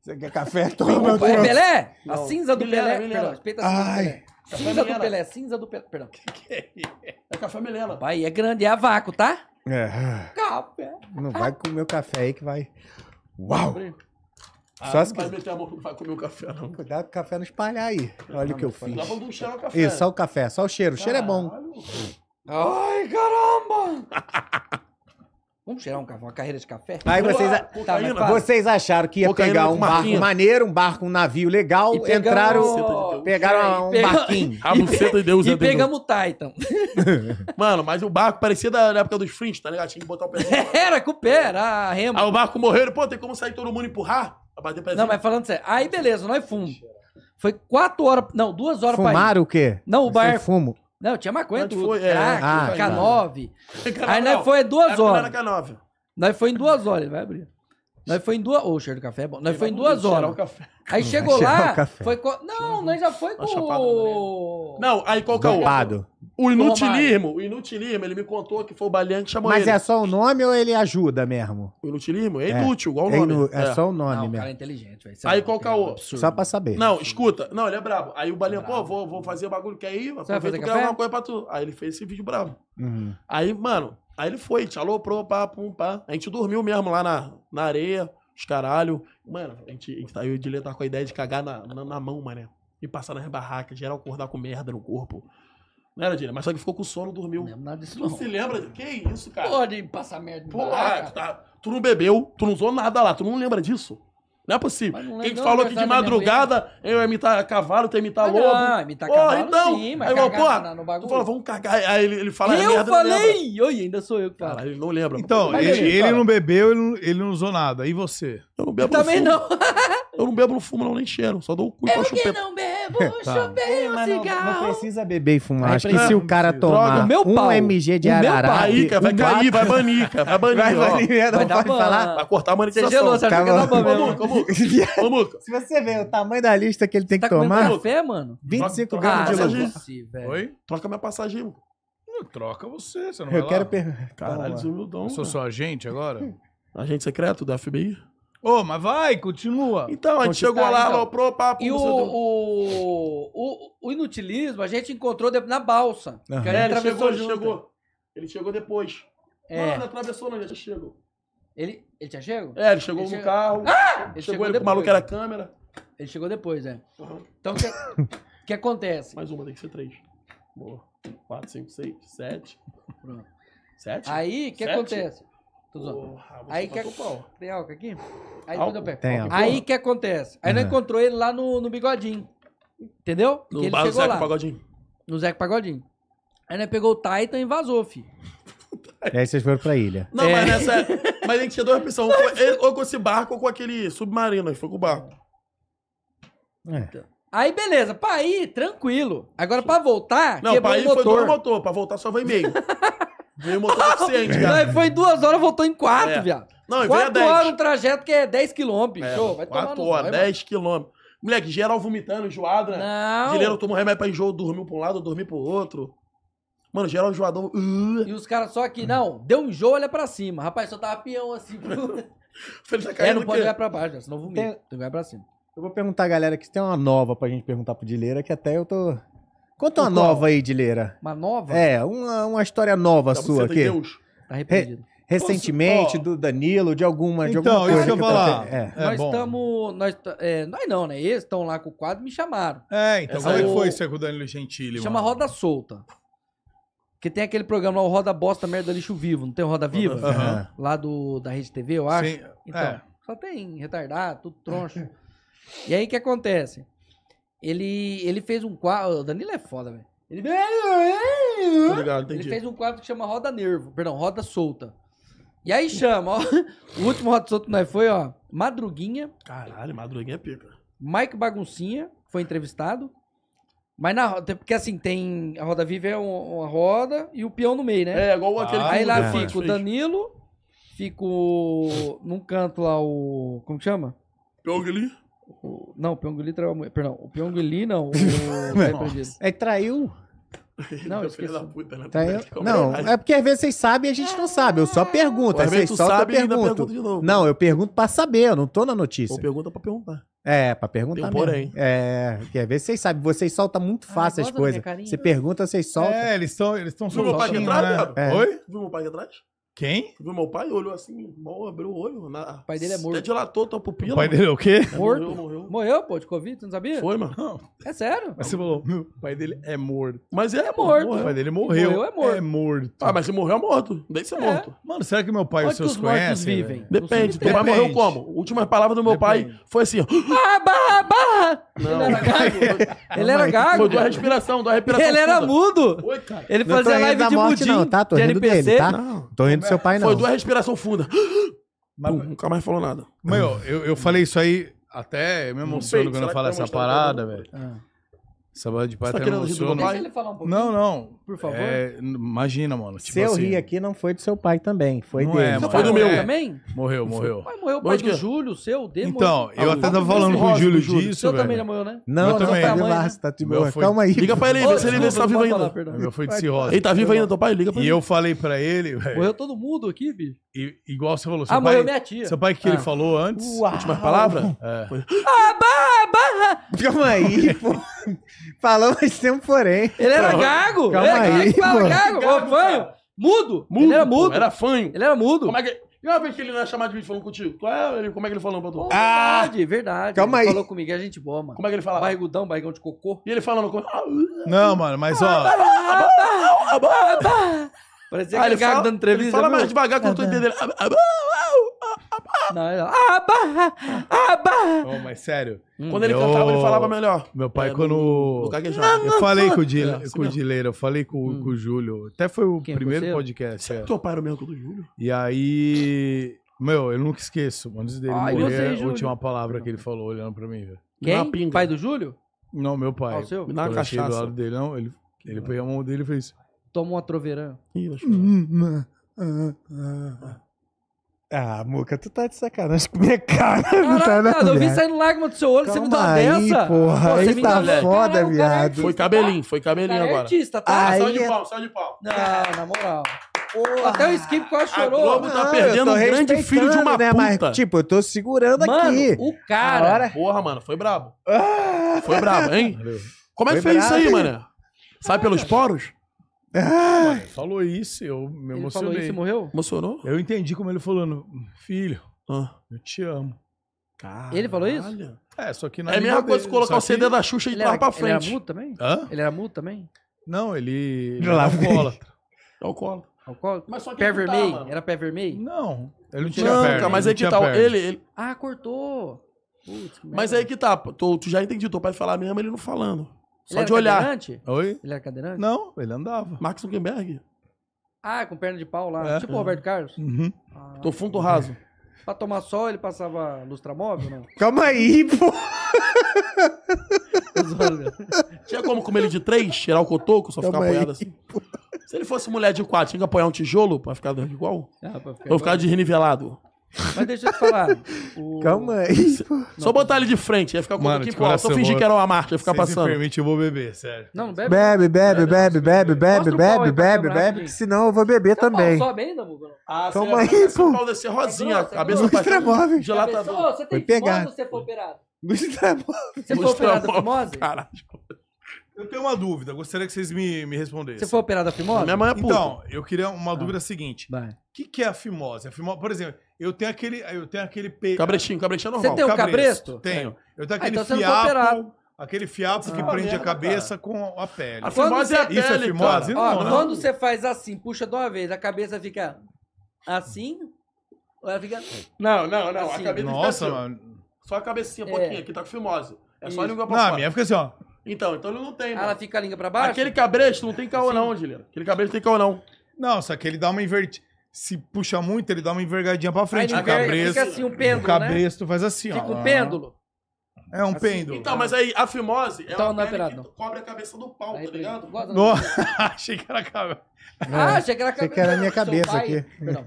D: Você quer café? Toma.
A: É Pelé? A cinza do
C: Milena,
A: Pelé.
C: Milena.
A: Perdão, respeita a cinza do
D: Ai.
A: Pelé. Cinza do
C: Milena.
A: Pelé, cinza do Pelé. Perdão.
C: É café Melena.
A: Pai, é grande, é a vácuo, tá?
D: É,
A: Café.
D: não vai comer o café aí que vai. Uau! Só
C: Tá Ah,
D: se
C: não vai
D: quiser.
C: meter a mão que não vai comer o café, não.
D: Cuidado com o café não espalhar aí. Olha o que eu fiz.
C: Dá pra não cheirar o um café.
D: Isso, só o café, só o cheiro. O cheiro é bom.
A: Ai, caramba! Vamos cheirar um café, uma carreira de café?
D: Aí vocês,
C: Boa,
A: Tá, mas
C: cocaína.
A: fala.
D: vocês acharam que ia
C: Cocaína
D: pegar
C: com
D: um barco
C: marquinha.
D: maneiro, um barco, um navio legal,
A: E pegamos-
D: entraram. Pegaram um
A: Pega-
D: barquinho.
C: A buceta de Deus é
A: E
C: Deus.
A: pegamos o Titan.
C: Mano, mas o barco parecia da da época dos fringes, tá ligado? Tinha que botar o pé.
A: Era com o pé, era a remo.
C: Aí o barco morreu, ele, pô, tem como sair todo mundo e empurrar? Pra bater pra
A: Não,
C: cima.
A: mas falando sério. Aí, beleza, nós fomos. Foi quatro horas, não, duas horas pra ir.
D: Fumaram o quê?
A: Não, o
D: Sem
A: bar.
D: fumo.
A: Não, tinha maconha,
C: Onde
A: tudo.
C: foi? É,
A: Crack,
D: ah,
A: K9.
C: Carnaval.
A: Aí nós foi duas
C: Época
A: horas.
C: Era é K9.
A: Nós foi em duas horas, ele vai abrir. Nós foi em duas. Ô, o cheiro do café é bom. Nós foi em duas
C: Cheirar
A: horas.
C: o café.
A: Aí chegou
D: Vai cheirar
A: lá.
D: o café.
A: Foi co- Não, nós já foi com.
C: Uma chapada na
A: o-
C: Não, aí qual que é o.
D: Dopado.
C: O inutilismo. O inutilismo, ele me contou que foi o Balian que chamou
D: Mas
C: ele.
D: é só o nome ou ele ajuda mesmo?
C: O inutilismo é
D: É.
C: inútil, igual o
D: É,
C: nome.
D: inu- é só o
A: Não, o
D: nome
A: cara é
D: mesmo.
A: inteligente, velho.
C: Aí qual que é o-
A: Absurdo.
D: Só pra saber.
C: Não, escuta. Não, ele é brabo. Aí o Balian, pô, vou, vou fazer o bagulho que aí,
A: vai fazer
C: aproveita e gravar
A: café?
C: uma coisa pra tu. Aí ele fez esse vídeo brabo.
D: Uhum.
C: Aí, mano, aí ele foi, te aloprou, pá, pum, pá. A gente dormiu mesmo lá na, na areia, os caralho. Mano, a gente, a gente tá, eu e o Dilê tá com a ideia de cagar na, na, na mão, mané. E passar nas barracas, geral acordar com merda no corpo. Não era, Dilê? Mas só que ficou com sono, dormiu.
A: Não lembro nada disso,
C: Tu
A: não.
C: se lembra? Que isso, cara?
A: Pode passar merda de
C: Porra,
A: barraca.
C: tu, tá- tu não bebeu, tu não usou nada lá, tu não lembra disso? Não é possível.
A: Mas não
C: Quem
A: lembro,
C: te
A: não,
C: falou que
A: aniversário
C: de
A: da minha
C: madrugada eu ia imitar cavalo, tu ia imitar
A: Ah,
C: lobo? então,
A: não, imitar cavalo, sim, mas
C: Aí eu,
A: cagar
C: pô,
A: na- no bagulho.
C: tu fala, vamos cagar. Aí ele, ele fala, é
A: eu
C: merda, não lembra.
A: falei! Oi, ainda sou eu que falo.
C: Cara, ele não lembra.
B: Então,
A: Mas
B: ele,
A: aí,
B: ele
A: cara.
B: não bebeu, ele não, ele não usou nada. E você?
C: Eu não bebo
A: Também
C: no fumo.
A: não.
C: Eu não bebo no fumo, não, nem cheiro. Só dou o cu pra
A: Eu
C: chupar.
A: não bebo,
D: Tá.
A: chupei um
D: Mas não, não
A: cigarro.
D: precisa beber e fumar.
A: Aí
D: Acho que
A: precisa.
D: se o cara
B: Droga,
D: tomar
A: o meu pau.
D: um mg de
A: O meu pau.
D: araraca,
C: Aí, cara, vai
D: um
C: cair,
D: mato-
C: vai banir, cara. Vai
D: vai
C: banir, ó.
D: banir, não
A: Vai dar
D: pode
A: ban.
D: falar.
C: Vai cortar
A: Você
C: a
A: é
C: monetização.
A: gelou, você achou que ia dar ban
C: Ô,
A: mesmo.
C: Muca, ô, Muca. Ô, Muca.
D: Se você ver o tamanho da lista que ele tem que
A: Tá comendo
D: tomar,
A: café, mano?
D: 25
C: Troca-
D: gramas
A: Ah,
D: de
C: troca-
D: louco.
A: não é
C: Louco.
A: possível, velho.
B: Oi?
C: Troca minha passagem, Muca.
B: Não, troca você,
A: tá
B: você não vai
D: Eu quero
B: lá.
D: per...
C: Caralho,
D: Toma.
C: desumildão.
B: Eu sou
C: cara.
B: só agente agora?
C: Agente secreto da FBI.
B: Ô, mas vai, continua.
C: Então, a gente
A: Conquistar,
C: chegou lá,
A: então.
C: aloprou, papo.
A: E o, o, o, o inutilismo a gente encontrou de- na balsa.
D: Aham.
A: Que a gente
C: É, ele
A: atravessou
C: chegou, ele
A: junto.
C: chegou. Ele chegou depois.
A: É.
C: Não, ele atravessou, não, ele já chegou.
A: Ele, ele tinha chego?
C: É, ele chegou
A: Ele
C: no
A: chegou-
C: carro.
A: Ele
C: Chegou ele
A: depois.
C: com o maluco que era câmera.
A: Ele chegou depois, é.
C: Uhum.
A: Então, o que, o que acontece?
C: Mais uma, tem que ser três. Boa. Quatro, cinco, seis, sete.
A: Pronto.
C: Sete?
A: Aí, o que
C: Sete?
A: acontece? Tô zoando.
C: Porra, você
A: Aí que é
C: passou pau.
A: Tem álcool aqui? Aí
C: Álcool?
A: tudo eu pego.
D: Tem
A: Aí
D: álcool.
A: Aí que acontece? Aí nós
D: Aham.
A: encontrou ele lá no, no bigodinho. Entendeu? Porque
C: No
A: ele
C: bar do
A: chegou
C: Zeca
A: lá.
C: Pagodinho.
A: No Zeca Pagodinho. Aí nós pegou o Titan e vazou, fi.
D: E aí vocês foram pra ilha.
C: Não,
A: É.
C: mas nessa. Mas a gente tinha duas Um opções. Ou, com- ou com esse barco ou com aquele submarino. A gente foi com o barco.
D: É.
A: Aí beleza, pra ir, tranquilo. Agora pra voltar,
C: Não,
A: quebrou
C: pra
A: o
C: ir foi dois
A: é motor.
C: motor. Pra voltar só vai meio. Veio motor deficiente, cara.
A: Nós foi duas horas, voltou em quatro,
C: É.
A: viado.
C: Não, e veio a
A: Quatro
C: 10.
A: horas um trajeto que é 10 quilômetros, bicho. Ô, vai tomar
C: Quatro
A: no
C: horas,
A: zóio, mano.
C: 10 quilômetros. Moleque, geral vomitando, enjoado, né?
A: Não.
C: Guilherme tomou remédio pra enjoo, dormiu pra um lado, dormiu pro outro. Mano, geral enjoador. Uh,
A: E os caras só aqui, não, deu um jogo, olha pra cima. Rapaz, só tava peão assim. Pro...
C: Ele tá caindo
A: é, não
C: o
A: pode
C: quê?
A: olhar pra baixo, né? senão vomita.
D: Tem-
A: Tem que olhar pra cima.
D: Eu vou perguntar, galera, que se tem uma nova pra gente perguntar pro Dileira, que até eu tô. Conta uma
A: O qual?
D: nova aí, Dileira.
A: Uma nova?
D: É, uma, uma história nova
C: Tá,
D: sua
C: buceta de
D: aqui.
C: Deus.
A: Tá arrependido.
D: Recentemente,
B: Ó.
D: do Danilo, de alguma, de
B: Então,
D: alguma
B: isso que
D: coisa.
B: eu ia falar.
D: aconte- É.
B: É,
A: nós
B: bom.
A: estamos. Nós, t- é, nós não, né? Eles estão lá com o quadro e me chamaram.
B: É, então,
C: Essa
B: como é que
A: aí.
B: foi isso aí com o Danilo Gentili?
A: Chama
B: mano?
A: Roda Solta. Que tem aquele programa lá, o Roda Bosta Merda Lixo Vivo, não tem o Roda Viva?
B: Aham.
A: Lá do, da Rede TV, eu acho.
B: Sim,
A: Então,
B: é.
A: só tem retardado, tudo troncho. e aí o que acontece? Ele, ele fez um quadro. O Danilo é foda, velho. Ele,
C: Tô Tá ligado,
A: ele
C: entendi.
A: fez um quadro que chama Roda Nervo, perdão, Roda Solta. E aí chama, ó. O último Roda Solta que nós foi, ó. Madruguinha,
C: Caralho, madruguinha é pica.
A: Mike Baguncinha, que foi entrevistado. Mas na roda, porque assim, tem. A roda viva é um- uma roda e o peão no meio, né?
C: É, igual aquele
B: Ah,
A: Aí lá
D: é.
A: fica o Danilo, fica o. Num canto lá o. Como que chama?
C: Piogli.
A: O- não, o Pyongyi traiu a mulher. Perdão, o Pyongyi não. O, tá arrependido.
D: É, traiu.
A: Não, eu
C: filho
A: esqueci.
C: da puta, né?
D: traiu.
C: Como
D: Não,
C: é que-
D: é tá porque às vezes vocês sabem e a gente não sabe. Eu só pergunto.
C: Às
D: Aí
C: vezes
D: vocês
C: tu
D: soltam, eu
C: sabe e ainda
D: pergunto.
C: pergunta de novo.
D: Não, eu pergunto pra saber, eu não tô na notícia.
C: Ou pergunta pra perguntar.
D: É, pra perguntar
C: Tem um
D: mesmo.
C: porém.
D: É, porque às vezes vocês sabem, vocês soltam muito
A: Ai,
D: fácil as
A: gosta da
D: coisas.
A: minha carinha?
D: Você pergunta, vocês soltam.
B: É, eles estão eles tão
C: Viu meu pai aqui
B: soltinhos,
C: atrás,
B: né?
C: viado?
D: É.
B: Oi?
C: Viu meu pai aqui atrás?
B: Quem?
C: Viu meu pai? Olhou assim, mal abriu o olho. Na...
A: O pai dele é morto.
C: Até dilatou tua pupila.
B: O pai dele é o quê?
C: É,
A: Morto?
C: Morreu, morreu.
A: Morreu, pô, de Covid, você não sabia?
C: Foi, mano.
B: Não,
A: É sério.
B: mas você falou, meu, o pai dele é morto.
C: Mas ele é,
A: morto.
C: morto.
B: O
C: morreu.
B: pai dele morreu.
A: Morreu, é morto.
B: É morto.
C: Ah, mas se morreu é morto. Daí você é
A: É. Então,
C: morto.
B: Mano, será que meu pai e os
A: Onde que
B: seus
A: os mortos
B: conhecem?
A: vivem?
B: velho?
C: Depende.
A: cemitério.
C: Meu pai morreu
B: Depende.
C: como? Últimas palavras do meu pai foi assim, ó.
A: Ah, barra, barra!
C: Não.
A: Ele era gago. Ele era
C: Foi
A: gago.
C: duas
A: cara.
C: respiração, duas respiração.
A: Ele era mudo.
C: Oi, cara.
A: Ele
D: Não tô
A: fazia
D: rindo
A: live
D: da
A: de
D: morte,
A: mudim,
D: não, tá? Tô
A: de
D: rindo
A: NPC.
D: dele, tá?
C: Não.
D: Tô rindo do seu pai, não.
C: É, Foi duas respiração funda.
B: Mas,
C: Pum, nunca mais falou nada.
B: meu, eu, eu falei isso aí, até eu me emociono
C: sei,
B: quando eu falo
C: será que é vai
B: essa
C: mostrar
B: parada,
C: todo mundo?
B: velho.
A: Ah.
B: Essa parada de pai
C: Você tá
B: até me
C: querendo rir do meu
B: emociona.
A: Deixa
C: pai?
A: ele falar um pouquinho.
B: Não, não.
A: Por favor.
B: É, n- imagina, mano. Tipo
D: Se eu
B: assim,
D: rir aqui, não foi do seu pai também. Foi
B: Não
D: dele.
B: é,
D: Não
B: mano.
C: Foi do meu.
A: Morreu também?
B: Morreu, morreu.
A: Mas morreu o pai
C: Onde
A: do
C: que é?
A: Júlio, o seu, o dele
B: Então,
A: morreu.
B: eu
C: Ah,
B: até
C: o-
B: tava falando com o
C: Rosa,
B: Júlio
C: o Júlio.
A: O
B: disso,
A: seu também já
B: velho.
A: morreu, né?
D: Não,
B: Eu
D: não,
B: também.
D: tá de
A: Meu
D: laço, tá de
B: foi-
D: boa. Calma aí.
C: Liga pra ele, vê
A: Ô,
C: se ele ainda
A: desculpa,
C: tá vivo
A: não pode
C: ainda.
A: falar, perdão.
B: Meu foi de cirrose.
C: Ele tá vivo ainda, teu pai? Liga pra
B: E
C: ele.
B: eu falei pra ele, velho,
A: Morreu todo mundo aqui, bicho.
B: e- igual você falou, seu
A: Ah, morreu
B: pai,
A: minha tia.
B: seu pai que ele
A: Ah.
B: falou antes,
C: Últimas palavras?
B: é,
D: Calma aí, pô. Falamos sem um porém.
A: Ele era gago.
D: Calma
A: Ele era gago,
D: aí,
A: que fala
D: mano.
A: gago.
C: Gago,
A: Ô, fanho. Mudo. Ele era
C: pô,
A: mudo.
C: Era fanho.
A: Ele era mudo.
C: Como é que... E uma vez que ele não ia chamar de vídeo falando contigo? Qual é ele- Como é que ele falou pra tu?
A: Pô,
D: Ah!
A: Verdade, verdade.
D: Calma
A: Ele
D: aí.
A: Falou comigo, é gente boa, mano.
C: Como é que ele falava?
A: Barrigudão, barrigão de cocô.
C: E ele falando com... Ah,
B: Não, mano, mas ó,
A: Ah! Parecia aquele gago dando entrevista.
C: Ah, Ele fala
A: viu? É,
C: mais devagar que eu não tô entendendo. Ah, ah,
A: Não, ele... Ah, barra! Ah, barra!
B: ó, mas sério,
C: ah. Quando ele
B: Eu-
C: cantava, ele falava melhor.
B: meu pai
C: É,
B: quando
C: No
A: tá
C: gaguejado.
B: eu falei com o Dile,
C: É, assim
B: com o
C: mesmo.
B: Dileira, eu falei com, com o Júlio, até foi o
A: Hum. Quem,
B: primeiro
A: você?
B: podcast, é.
C: Teu pai era o mesmo que o do Júlio?
B: E aí, meu, eu nunca esqueço, antes dele
A: Ai, Ah, eu sei,
B: morrer, a
A: Júlio.
B: última palavra que ele falou olhando pra mim, velho.
C: dá
A: Quem?
C: uma pinga.
A: Pai do Júlio?
B: Não, meu pai.
A: Ah, o seu?
C: Me dá
B: Quando
C: uma
B: eu cheguei do
C: cachaça.
B: lado dele, não, ele,
A: Ah.
B: ele pegou a mão dele e fez.
A: Tomou uma troverã.
C: Ih, eu choro.
B: "Hum, ah, ah, ah."
D: Ah, Muca, tu tá de sacanagem com minha cara. não tá
A: Caralho,
D: na
A: viado, eu vi saindo lágrima do seu olho, você me deu uma
D: Calma aí,
A: dessa.
D: porra,
A: Pô, você
D: aí
A: me
D: tá
A: enganou. Caralho,
D: foda,
A: o cara é
D: viado.
A: artista,
C: Foi cabelinho,
A: tá?
C: foi
A: O cara
C: cabelinho
A: é
C: agora.
A: artista, tá?
D: Ai.
C: Saiu
D: Aí
C: de
D: é-
C: pau, saiu de pau.
A: Não, na moral. Até o Skip quase
C: A
A: chorou.
C: Globo tá perdendo um grande filho de uma
D: né,
C: puta.
D: Mas, tipo, eu tô
C: tá
D: segurando
A: Mano,
D: aqui.
A: o cara.
D: A hora-
C: Porra, mano, foi brabo.
A: Ah!
C: Foi brabo, hein?
B: Valeu.
C: Como é que
D: Foi
C: foi isso aí,
D: brabo,
C: mano? Sai
A: Ah!
C: pelos poros?
D: Ah.
B: Mano, falou isso, eu me
A: Ele falou isso
B: emocionei.
A: e morreu?
C: Emocionou?
B: eu entendi como ele falando, filho,
C: Ah.
B: eu te amo.
A: Ele falou isso?
C: Caralho.
B: É, só que na
C: É a mesma
B: língua
C: coisa que
B: dele,
C: colocar o
B: só que-
C: CD da Xuxa e
A: Ele
C: entrar
A: era,
C: pra
A: ele era
C: frente.
A: mudo também?
B: Hã?
A: Ele era mudo também?
B: Não, ele. ele
D: Já lá
B: era
D: vem.
B: alcoólatra.
C: É alcoólatra.
A: Alcoólico?
C: Mas só que
A: Pé
C: aí que tá,
A: vermelho?
C: mano.
A: era pé vermelho?
B: Não, ele não tinha
C: Não,
B: perna.
C: cara, mas aí
B: ele
C: que
B: não tinha
C: tá.
B: perna.
C: Ele, ele-
A: Ah, cortou. Putz, que merda.
C: mas aí que tá. pô, Tu, tu já entendi. Teu pai falar mesmo, ele não falando.
A: Ele
C: Só
A: era
C: de olhar.
A: cadeirante?
B: Oi?
A: Ele era cadeirante?
B: Não, ele andava.
C: Max Zuckerberg.
A: Ah, com perna de pau lá.
B: É.
A: Tipo o Roberto Carlos.
B: Uhum.
A: Ah,
C: Tô fundo, tô raso.
A: Pra tomar sol, ele passava lustramóvel, não?
D: Calma aí, pô.
A: Tô zoando, velho.
C: Tinha como comer ele de três, tirar o cotoco, só ficar
D: Toma aí.
C: apoiado assim? Se ele fosse mulher de quatro, tinha que apoiar um tijolo pra ficar igual?
A: Ah, pra ficar
C: Ou ficar de renivelado?
A: Mas deixa eu te falar. o-
D: Calma aí.
C: Só botar ele de frente, ia ficar com um o
B: Mano,
C: aqui
B: de
C: pro alto. Só
B: coração,
C: fingir
B: vou-
C: que era uma marcha, ia ficar
B: Se
C: passando.
B: me permite, eu vou beber, sério.
A: Não, não bebe.
D: Bebe, bebe, bebe, bebe, bebe,
A: Mostra o pau aí
D: bebe,
A: pra
D: bebe,
A: câmera
D: bebe,
A: rapidinho.
D: que senão eu vou
A: Seu
D: beber
A: pau
D: também.
A: Sobe ainda, Mugão.
C: Ah,
D: Toma
C: você
D: aí,
C: ia-
D: pô.
C: O pau descer rosinha,
A: É
C: a
A: grosso, é
C: cabeça
D: Luiz
C: pra cima.
D: Tramóvel.
A: Cabeçou,
C: Gelatador.
A: você é
D: Foi
A: tem
D: pegar.
A: fimose ou você foi operado?
D: Luiz Tramóvel.
A: Você é foi
C: Luiz
A: operado da
C: Tramóvel.
A: fimose?
C: Caralho.
B: Eu tenho uma dúvida, gostaria que vocês me, me respondessem.
A: Você foi operado da fimose?
C: Minha mãe é puta. Ah.
B: Então, eu queria uma dúvida seguinte.
A: Vai.
B: O que, que é a fimose? A fimose, por exemplo, eu tenho aquele, eu tenho aquele pe...
C: Cabrechinho, cabrechinho é normal.
A: Você tem um- cabresto?
C: É.
B: Tenho. Eu tenho
A: Ah,
B: aquele
A: então você não foi
B: fiapo,
A: operado.
B: aquele fiapo que
C: Ah,
B: prende a
C: merda,
B: cabeça com a pele.
C: A fimose é a
A: Quando
C: pele,
B: você- Isso é fimose?
C: cara.
A: Ó,
B: Não, né?
A: quando você faz assim, puxa de uma vez, a cabeça fica assim, ou ela fica...
C: Não, não, não.
A: Assim.
C: a cabeça
B: Nossa,
C: fica assim, ó.
B: mano.
C: Só a cabecinha, um
A: É.
C: pouquinho, aqui tá com fimose. É só a
A: Isso.
C: língua pra
B: Não, a
C: fora.
B: minha fica assim, ó.
C: Então, então ele não tem, mano.
A: Ela fica a língua pra baixo? Assim.
C: Aquele cabresto não tem caô não, Angelina. Aquele cabresto não tem caô não.
B: Não, só que ele dá uma invertida. Se puxa muito, ele dá uma envergadinha pra frente.
A: Aí
B: O
A: ele fica-
B: cabresto,
A: Fica assim, um
B: o
A: pêndulo, né?
B: cabresto faz assim, ó.
A: Fica um pêndulo. Assim,
B: É um pêndulo.
C: Então, mas aí a fimose é
A: Então
C: uma
A: não é
C: pele
A: operado,
C: que cobre a cabeça do pau,
A: Aí,
C: tá ligado?
A: Gosta,
B: No- Achei que era cabelo.
A: Ah, achei que era a cabeça.
D: Achei que era a minha
A: Seu
D: cabeça
A: pai-
D: aqui.
A: Perdão.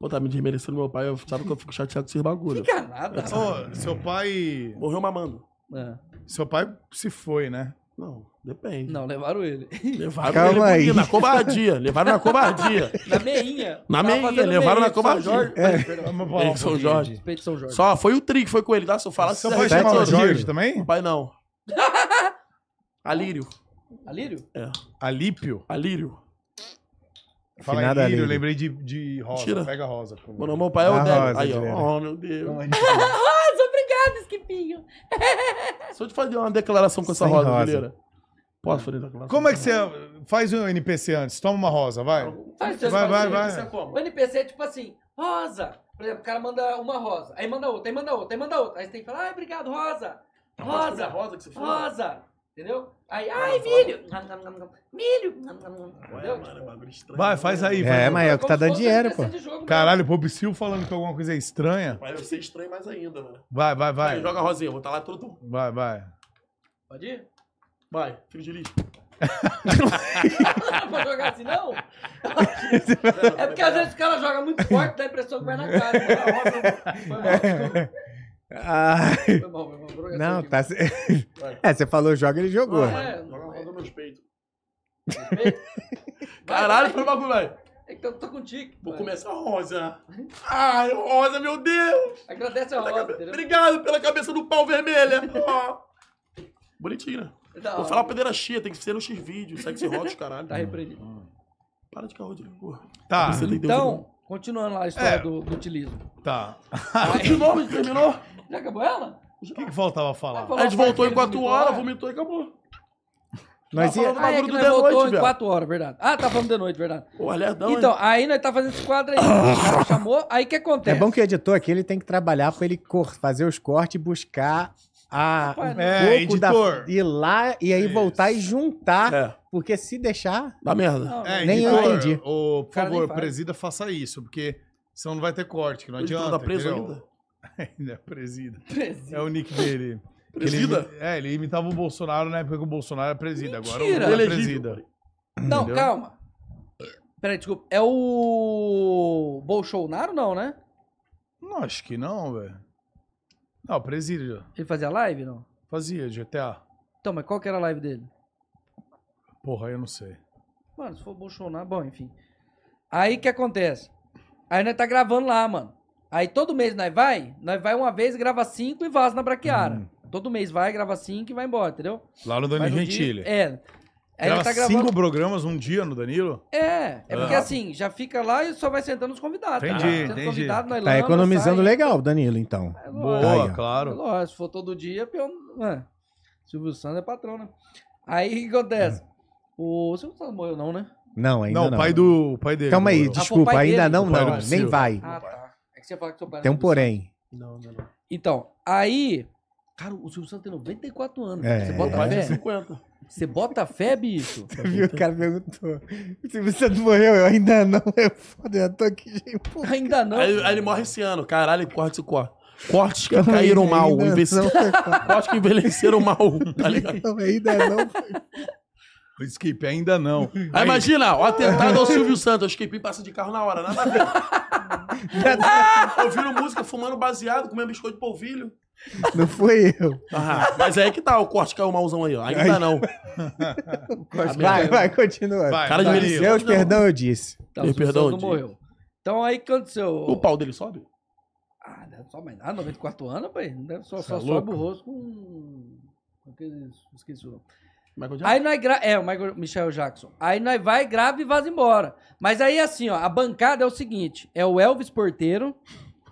C: Pô, tá me desmerecendo meu pai, eu sabe que eu fico chateado com esses bagulho.
A: Fica nada.
B: Ô, seu pai.
C: é? Morreu mamando.
A: Ah,
D: É.
B: Seu pai se foi, né?
C: Não, depende.
A: Não, levaram ele.
C: Levaram
D: Calma
C: ele
D: aí.
C: na covardia. Levaram na covardia.
A: Na meinha.
C: Na
A: Tava
C: meinha,
A: fazendo
C: levaram na
A: de São
C: covardia.
A: Jorge.
B: Vamos falar
C: Ele
B: um
C: São
B: pouquinho.
C: Jorge.
A: Peito de São Jorge.
C: Só foi o Tri que foi com ele, tá? Se eu falar,
B: Seu
C: você
B: pai
C: se arrepende
B: chamava
C: todo.
B: Jorge também?
C: Meu pai não. Alírio.
A: Alírio?
C: É,
B: Alípio.
C: Alírio.
B: Fala
D: Finada
B: aí, Lírio,
D: Lírio.
B: lembrei de, de rosa.
C: Mentira.
B: Pega rosa. por favor.
C: Meu nome, meu pai é
D: Ah,
C: o Débora.
D: Rosa,
C: Aí, ó.
D: Adriano.
C: Oh, meu Deus.
A: Mas obrigado, Esquipinho. é.
C: Deixa eu te fazer uma declaração com essa
D: Sem
C: rosa,
D: rosa.
C: Guilherme. Posso fazer declaração?
B: Como é que você faz um NPC antes? Toma uma rosa,
C: é?
B: vai.
A: Faz seu
B: Vai, vai,
A: esforço.
B: vai.
A: O NPC é tipo assim, rosa. Por exemplo, o cara manda uma rosa, aí manda outra, aí manda outra, aí manda outra. Aí você tem que falar, ai, obrigado, rosa.
C: é Rosa.
A: Rosa,
C: Rosa que você fala?
A: rosa. Entendeu? Aí, ai, milho. Milho.
C: Ué,
A: Entendeu?
C: mano, é bagulho estranho.
B: Vai, faz aí. faz
D: É,
B: aí.
D: mas é o que tá dando
A: um
D: dinheiro, pô.
A: Caralho.
B: Caralho, pô, o Psyll falando que alguma coisa é estranha.
C: Vai ser estranho mais ainda, mano.
B: Vai, vai,
C: Vai,
B: vai.
C: joga a rosinha, vou estar lá todo.
B: Vai, vai.
A: Pode ir?
C: Vai, filho de lixo.
A: Não pode jogar assim, não? É porque às vezes o cara joga muito forte, dá a impressão que vai na cara. "Ah, Foi mal, desculpa.
D: Ai,
A: Foi mal, foi mal. Droga,
D: Ah, não,
A: seu
D: tá. ce- É, você falou joga, ele jogou.
A: Ah, é.
C: Joga a rosa nos meus peitos.
A: time. Vai,
C: Caralho,
A: vai.
C: foi bagulho, velho.
A: É que eu tô com tique.
C: Vou
A: vai.
C: começar a rosa. Ai, rosa, meu Deus.
A: Agradece a
C: Tá
A: rosa, entendeu?
C: Obrigado pela cabeça do pau vermelha. Ó. Bonitinho, né?
A: Da
C: Vou
A: hora.
C: falar pedeira chia, tem que ser no X-Vídeo, sexy hot, caralho.
A: Tá repreendido.
C: Para de caô de língua.
B: Tá,
C: Você tem Deus
A: Então, continuando lá a história
B: É.
A: do, do utilismo.
B: tá.
C: no- De novo, terminou.
A: Já acabou ela?
B: O que, que faltava falar?
A: Falou
C: A gente voltou em
A: aquele
C: 4
A: vomitou
C: horas,
A: lá.
C: vomitou e acabou.
D: Nós
C: Tá
D: ia...
C: falando-
A: Ah, é
C: bagulho
A: que
C: do
A: nós
C: The
A: voltou
C: Noite,
A: em
C: velho.
A: 4 horas, verdade. Ah, tá falando de noite, verdade.
C: Pô, alerdão, hein?
A: então, aí nós tá fazendo esse quadro aí. O cara chamou, aí o que
D: É
A: acontece?
D: bom que o editor aqui ele tem que trabalhar pra ele cor- fazer os cortes e buscar a
A: Rapaz,
D: um
B: é,
D: pouco
B: editor.
D: da ir lá e aí
B: Isso.
D: voltar e juntar,
C: É,
D: porque se deixar
C: dá merda.
A: Não, não.
B: É,
D: Nem eu
B: editor,
D: entendi.
B: ô, por
A: Cara, nem
B: favor,
A: faz.
B: presida, faça isso, porque senão não vai ter corte, que não
C: Ele
B: adianta.
C: tá preso
B: entendeu?
C: ainda?
B: Ainda é presida.
A: Presida.
B: É o nick dele. Que ele
C: Presida?
B: imi- é, ele imitava o Bolsonaro na época que o Bolsonaro era presida.
A: Mentira!
B: Agora o Lula é
C: Elegível.
B: presida.
A: Não,
B: Entendeu?
A: calma. Peraí, desculpa. É o Bolsonaro, não, né?
B: Não, acho que não, velho. Não, presida. já.
A: Ele fazia live, não?
B: Fazia GTA.
A: Então, mas qual que era a live dele?
B: Porra, eu não sei.
A: Mano, se for Bolsonaro, bom, enfim. Aí o que acontece? Aí nós tá gravando lá, mano. Aí todo mês nós vai, nós vai uma vez, grava cinco e vaza na braquiara. Todo mês vai, grava cinco e vai embora, entendeu?
B: Lá no
A: Mas
B: Danilo
A: um dia-
B: Gentili.
A: é. Aí
B: Grava
A: nós tá gravando.
B: cinco programas um dia no Danilo?
A: É, é porque
B: Ah.
A: assim, já fica lá e só vai sentando os convidados.
B: Entendi,
A: Senta os
B: entendi.
A: convidados, nós
D: tá
A: lança,
D: economizando
A: sai.
D: legal, Danilo, então.
A: É lógico.
B: Boa,
D: Aí, ó.
A: É
B: claro.
A: lógico, se for todo dia, pior. É. Silvio Santos é patrão, né? Aí o que acontece?
B: Hum.
A: O Silvio Santos morreu, não, né?
D: Não, ainda
B: Não,
D: não.
B: o pai do. O pai dele.
D: Calma aí,
B: morreu.
A: Ah,
D: desculpa,
A: foi o pai
D: ainda
A: dele.
D: não,
B: O pai do
D: não, nem
B: Psyll.
D: vai.
A: Ah, tá. É que você fala que seu pai
D: Tem um
A: não é do
D: porém.
C: Não, não, não.
A: Então, aí. Cara, o Silvio Santos tem 94 anos.
D: É.
A: Você bota
C: Mais de
A: fé?
C: 50.
A: Você bota fé, bicho?
D: Viu, o cara perguntou. Se você não morreu, eu ainda não. Eu foda, eu tô aqui, gente. pô.
A: Ainda não.
C: Aí, aí ele morre esse ano. Caralho, corte se corre. Cortes que caíram mal, envelhe- cortes que envelheceram mal, tá ligado?
D: Então ainda não foi.
B: O Skip, ainda não.
C: Aí,
A: Ah,
B: Aí,
C: imagina, o atentado ao Silvio Santos, o Kipim passa de carro na hora, nada a ver. Ouvindo música, fumando baseado, comendo biscoito de polvilho.
D: Não foi eu.
C: Ah, mas aí que tá, o corte caiu malzão aí, ó. Ainda não.
D: Vai, vai, continua.
B: vai,
C: cara de
B: Danilo.
C: velhice.
D: Deus, perdão, eu disse.
A: Tá,
C: Ei,
A: o Silvio
C: perdão,
A: Santos
C: Di.
A: não morreu. Então aí o que aconteceu?
C: O pau dele sobe?
A: Ah, não, só mais nada, 94 anos, pai. Não deve- Só,
B: Cê
A: só
B: é
A: sobe
B: louco?
A: o rosto com. com Aqueles. Esqueci o nome.
C: Michael Jackson?
A: Aí nós gra... É, o Michael- Michael Jackson. Aí nós vai, grava e vaza embora. Mas aí, assim, ó, a bancada é o seguinte: é o Elvis Porteiro,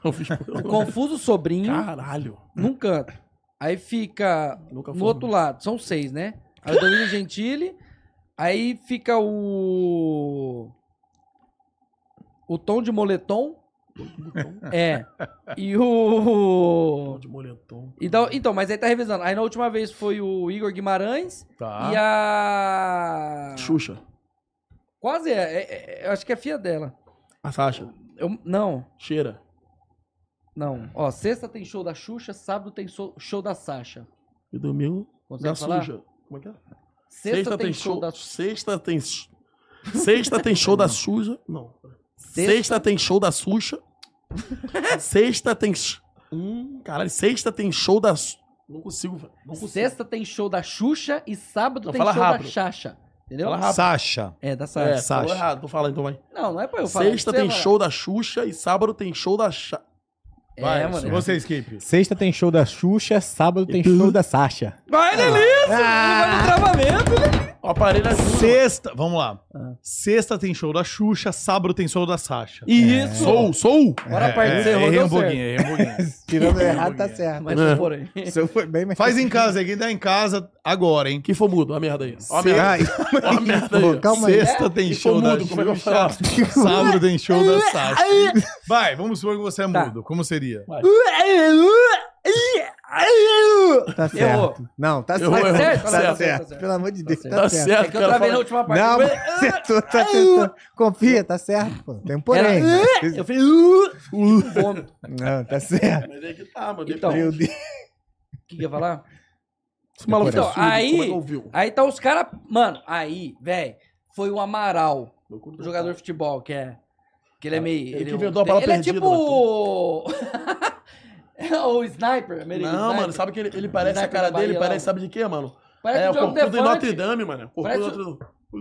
C: Eu fiz-
A: o Confuso Sobrinho,
C: Caralho.
A: num canto. Aí fica
C: Nunca
A: no
C: fui.
A: outro lado, são seis, né? Aí o Danilo Gentili, aí fica o. O Tom de Moletom. É. E o.
C: De moletom.
A: Então, então, mas aí tá revisando. Aí na última vez foi o Igor Guimarães
B: Tá.
A: e a.
C: Xuxa.
A: Quase é, é, é, Eu acho que é a filha dela.
C: A Sasha.
A: Eu, não,
C: Cheira.
A: não. Ó, sexta tem show da Xuxa, sábado tem so- show da Sasha.
C: E domingo,
A: Consegue
C: da
A: falar?
C: suja. Como é que é?
A: Sexta, tem, show da
C: Sexta tem... sh- Sexta tem show da suja. Não. Sexta,
A: Sexta,
C: tem show da Xuxa. sexta tem. sh- Hum, caralho, sexta tem show da. Su- Não consigo, velho. Não consigo.
A: sexta tem show da Xuxa e sábado
C: é Não,
A: tem
C: fala
A: show
C: rápido.
A: da Xaxa. Entendeu?
C: Fala rápido.
B: Sasha.
A: É, da
C: É,
A: Sasha.
C: Sasha.
B: Sasha.
C: errado, tô falando então, vai.
A: Não, não é pra eu falar.
C: Sexta
A: você
C: tem
A: vai lá.
C: show da Xuxa e sábado tem show da. Cha-
A: É,
B: Vai,
A: mano.
B: você, Skip.
D: Sexta tem show da Xuxa, sábado tem show da Sasha.
A: Vai, Nelly! Vai no travamento, né?
C: O aparelho é ajuda.
B: Sexta, vamos lá.
A: Ah.
B: Sexta tem show da Xuxa, sábado tem show da Sasha.
A: Isso!
C: É. Sou, sou!
A: Bora a parte,
B: é,
A: você errou,
B: errei
A: deu
B: um pouquinho,
A: certo.
B: errei um pouquinho.
D: Tirando errado, tá certo.
A: Mas
C: É.
A: não porém.
D: Isso eu fui bem, mas...
B: Faz em casa, aí, quem tá em casa agora, hein?
C: Quem for mudo? Ó a merda aí. Ó a
B: Se-
C: merda aí.
D: Ai,
C: Ó a merda aí.
D: pô, calma aí.
B: Sexta tem
C: E
B: show
C: for
B: da
C: mudo, como é que eu
B: Xuxa,
D: então,
B: sábado tem show da Sasha. Vai, vamos supor que você é
A: Tá.
B: mudo. Como seria?
D: Tá
A: Errou.
D: certo. Não, tá
C: Errou,
D: certo.
C: errou.
A: certo,
D: Tá
A: tá
D: certo.
A: certo, tá certo.
D: Pelo amor de Deus, tá,
A: certo.
C: Tá
D: certo.
C: certo,
A: É que eu
C: cara,
A: travei
C: fala-
A: na última parte.
D: Não,
A: Eu-
D: mas acertou, tá tentando. Confia, tá certo, pô. Tem um porém. mas-
A: Eu falei... "Uh", com fome.
D: Não, tá certo.
C: Mas é que tá, mano.
A: Então,
D: Meu Deus.
A: O que que eu ia falar?
C: Esse maluco
D: Então,
C: é surdo, como é
A: aí-
C: que ouviu?
A: Aí tá os caras... Mano, aí, velho, foi o Amaral,
C: tá.
A: o jogador de futebol, que é... Que ele é meio...
C: Ah, Ele que
A: é um-
C: inventou a bala
A: Ele é
C: perdida,
A: tipo... É o sniper americano.
C: Não,
A: sniper.
C: mano, sabe que ele, ele parece a
A: Sniper
C: cara
A: da
C: dele,
A: Bahia lá,
C: parece, sabe de quê, mano?
A: Parece
C: é,
A: o
C: o
A: Diogo
C: corpo do Notre
A: Defante.
C: Dame, mano. O corpo
A: Parece-
C: do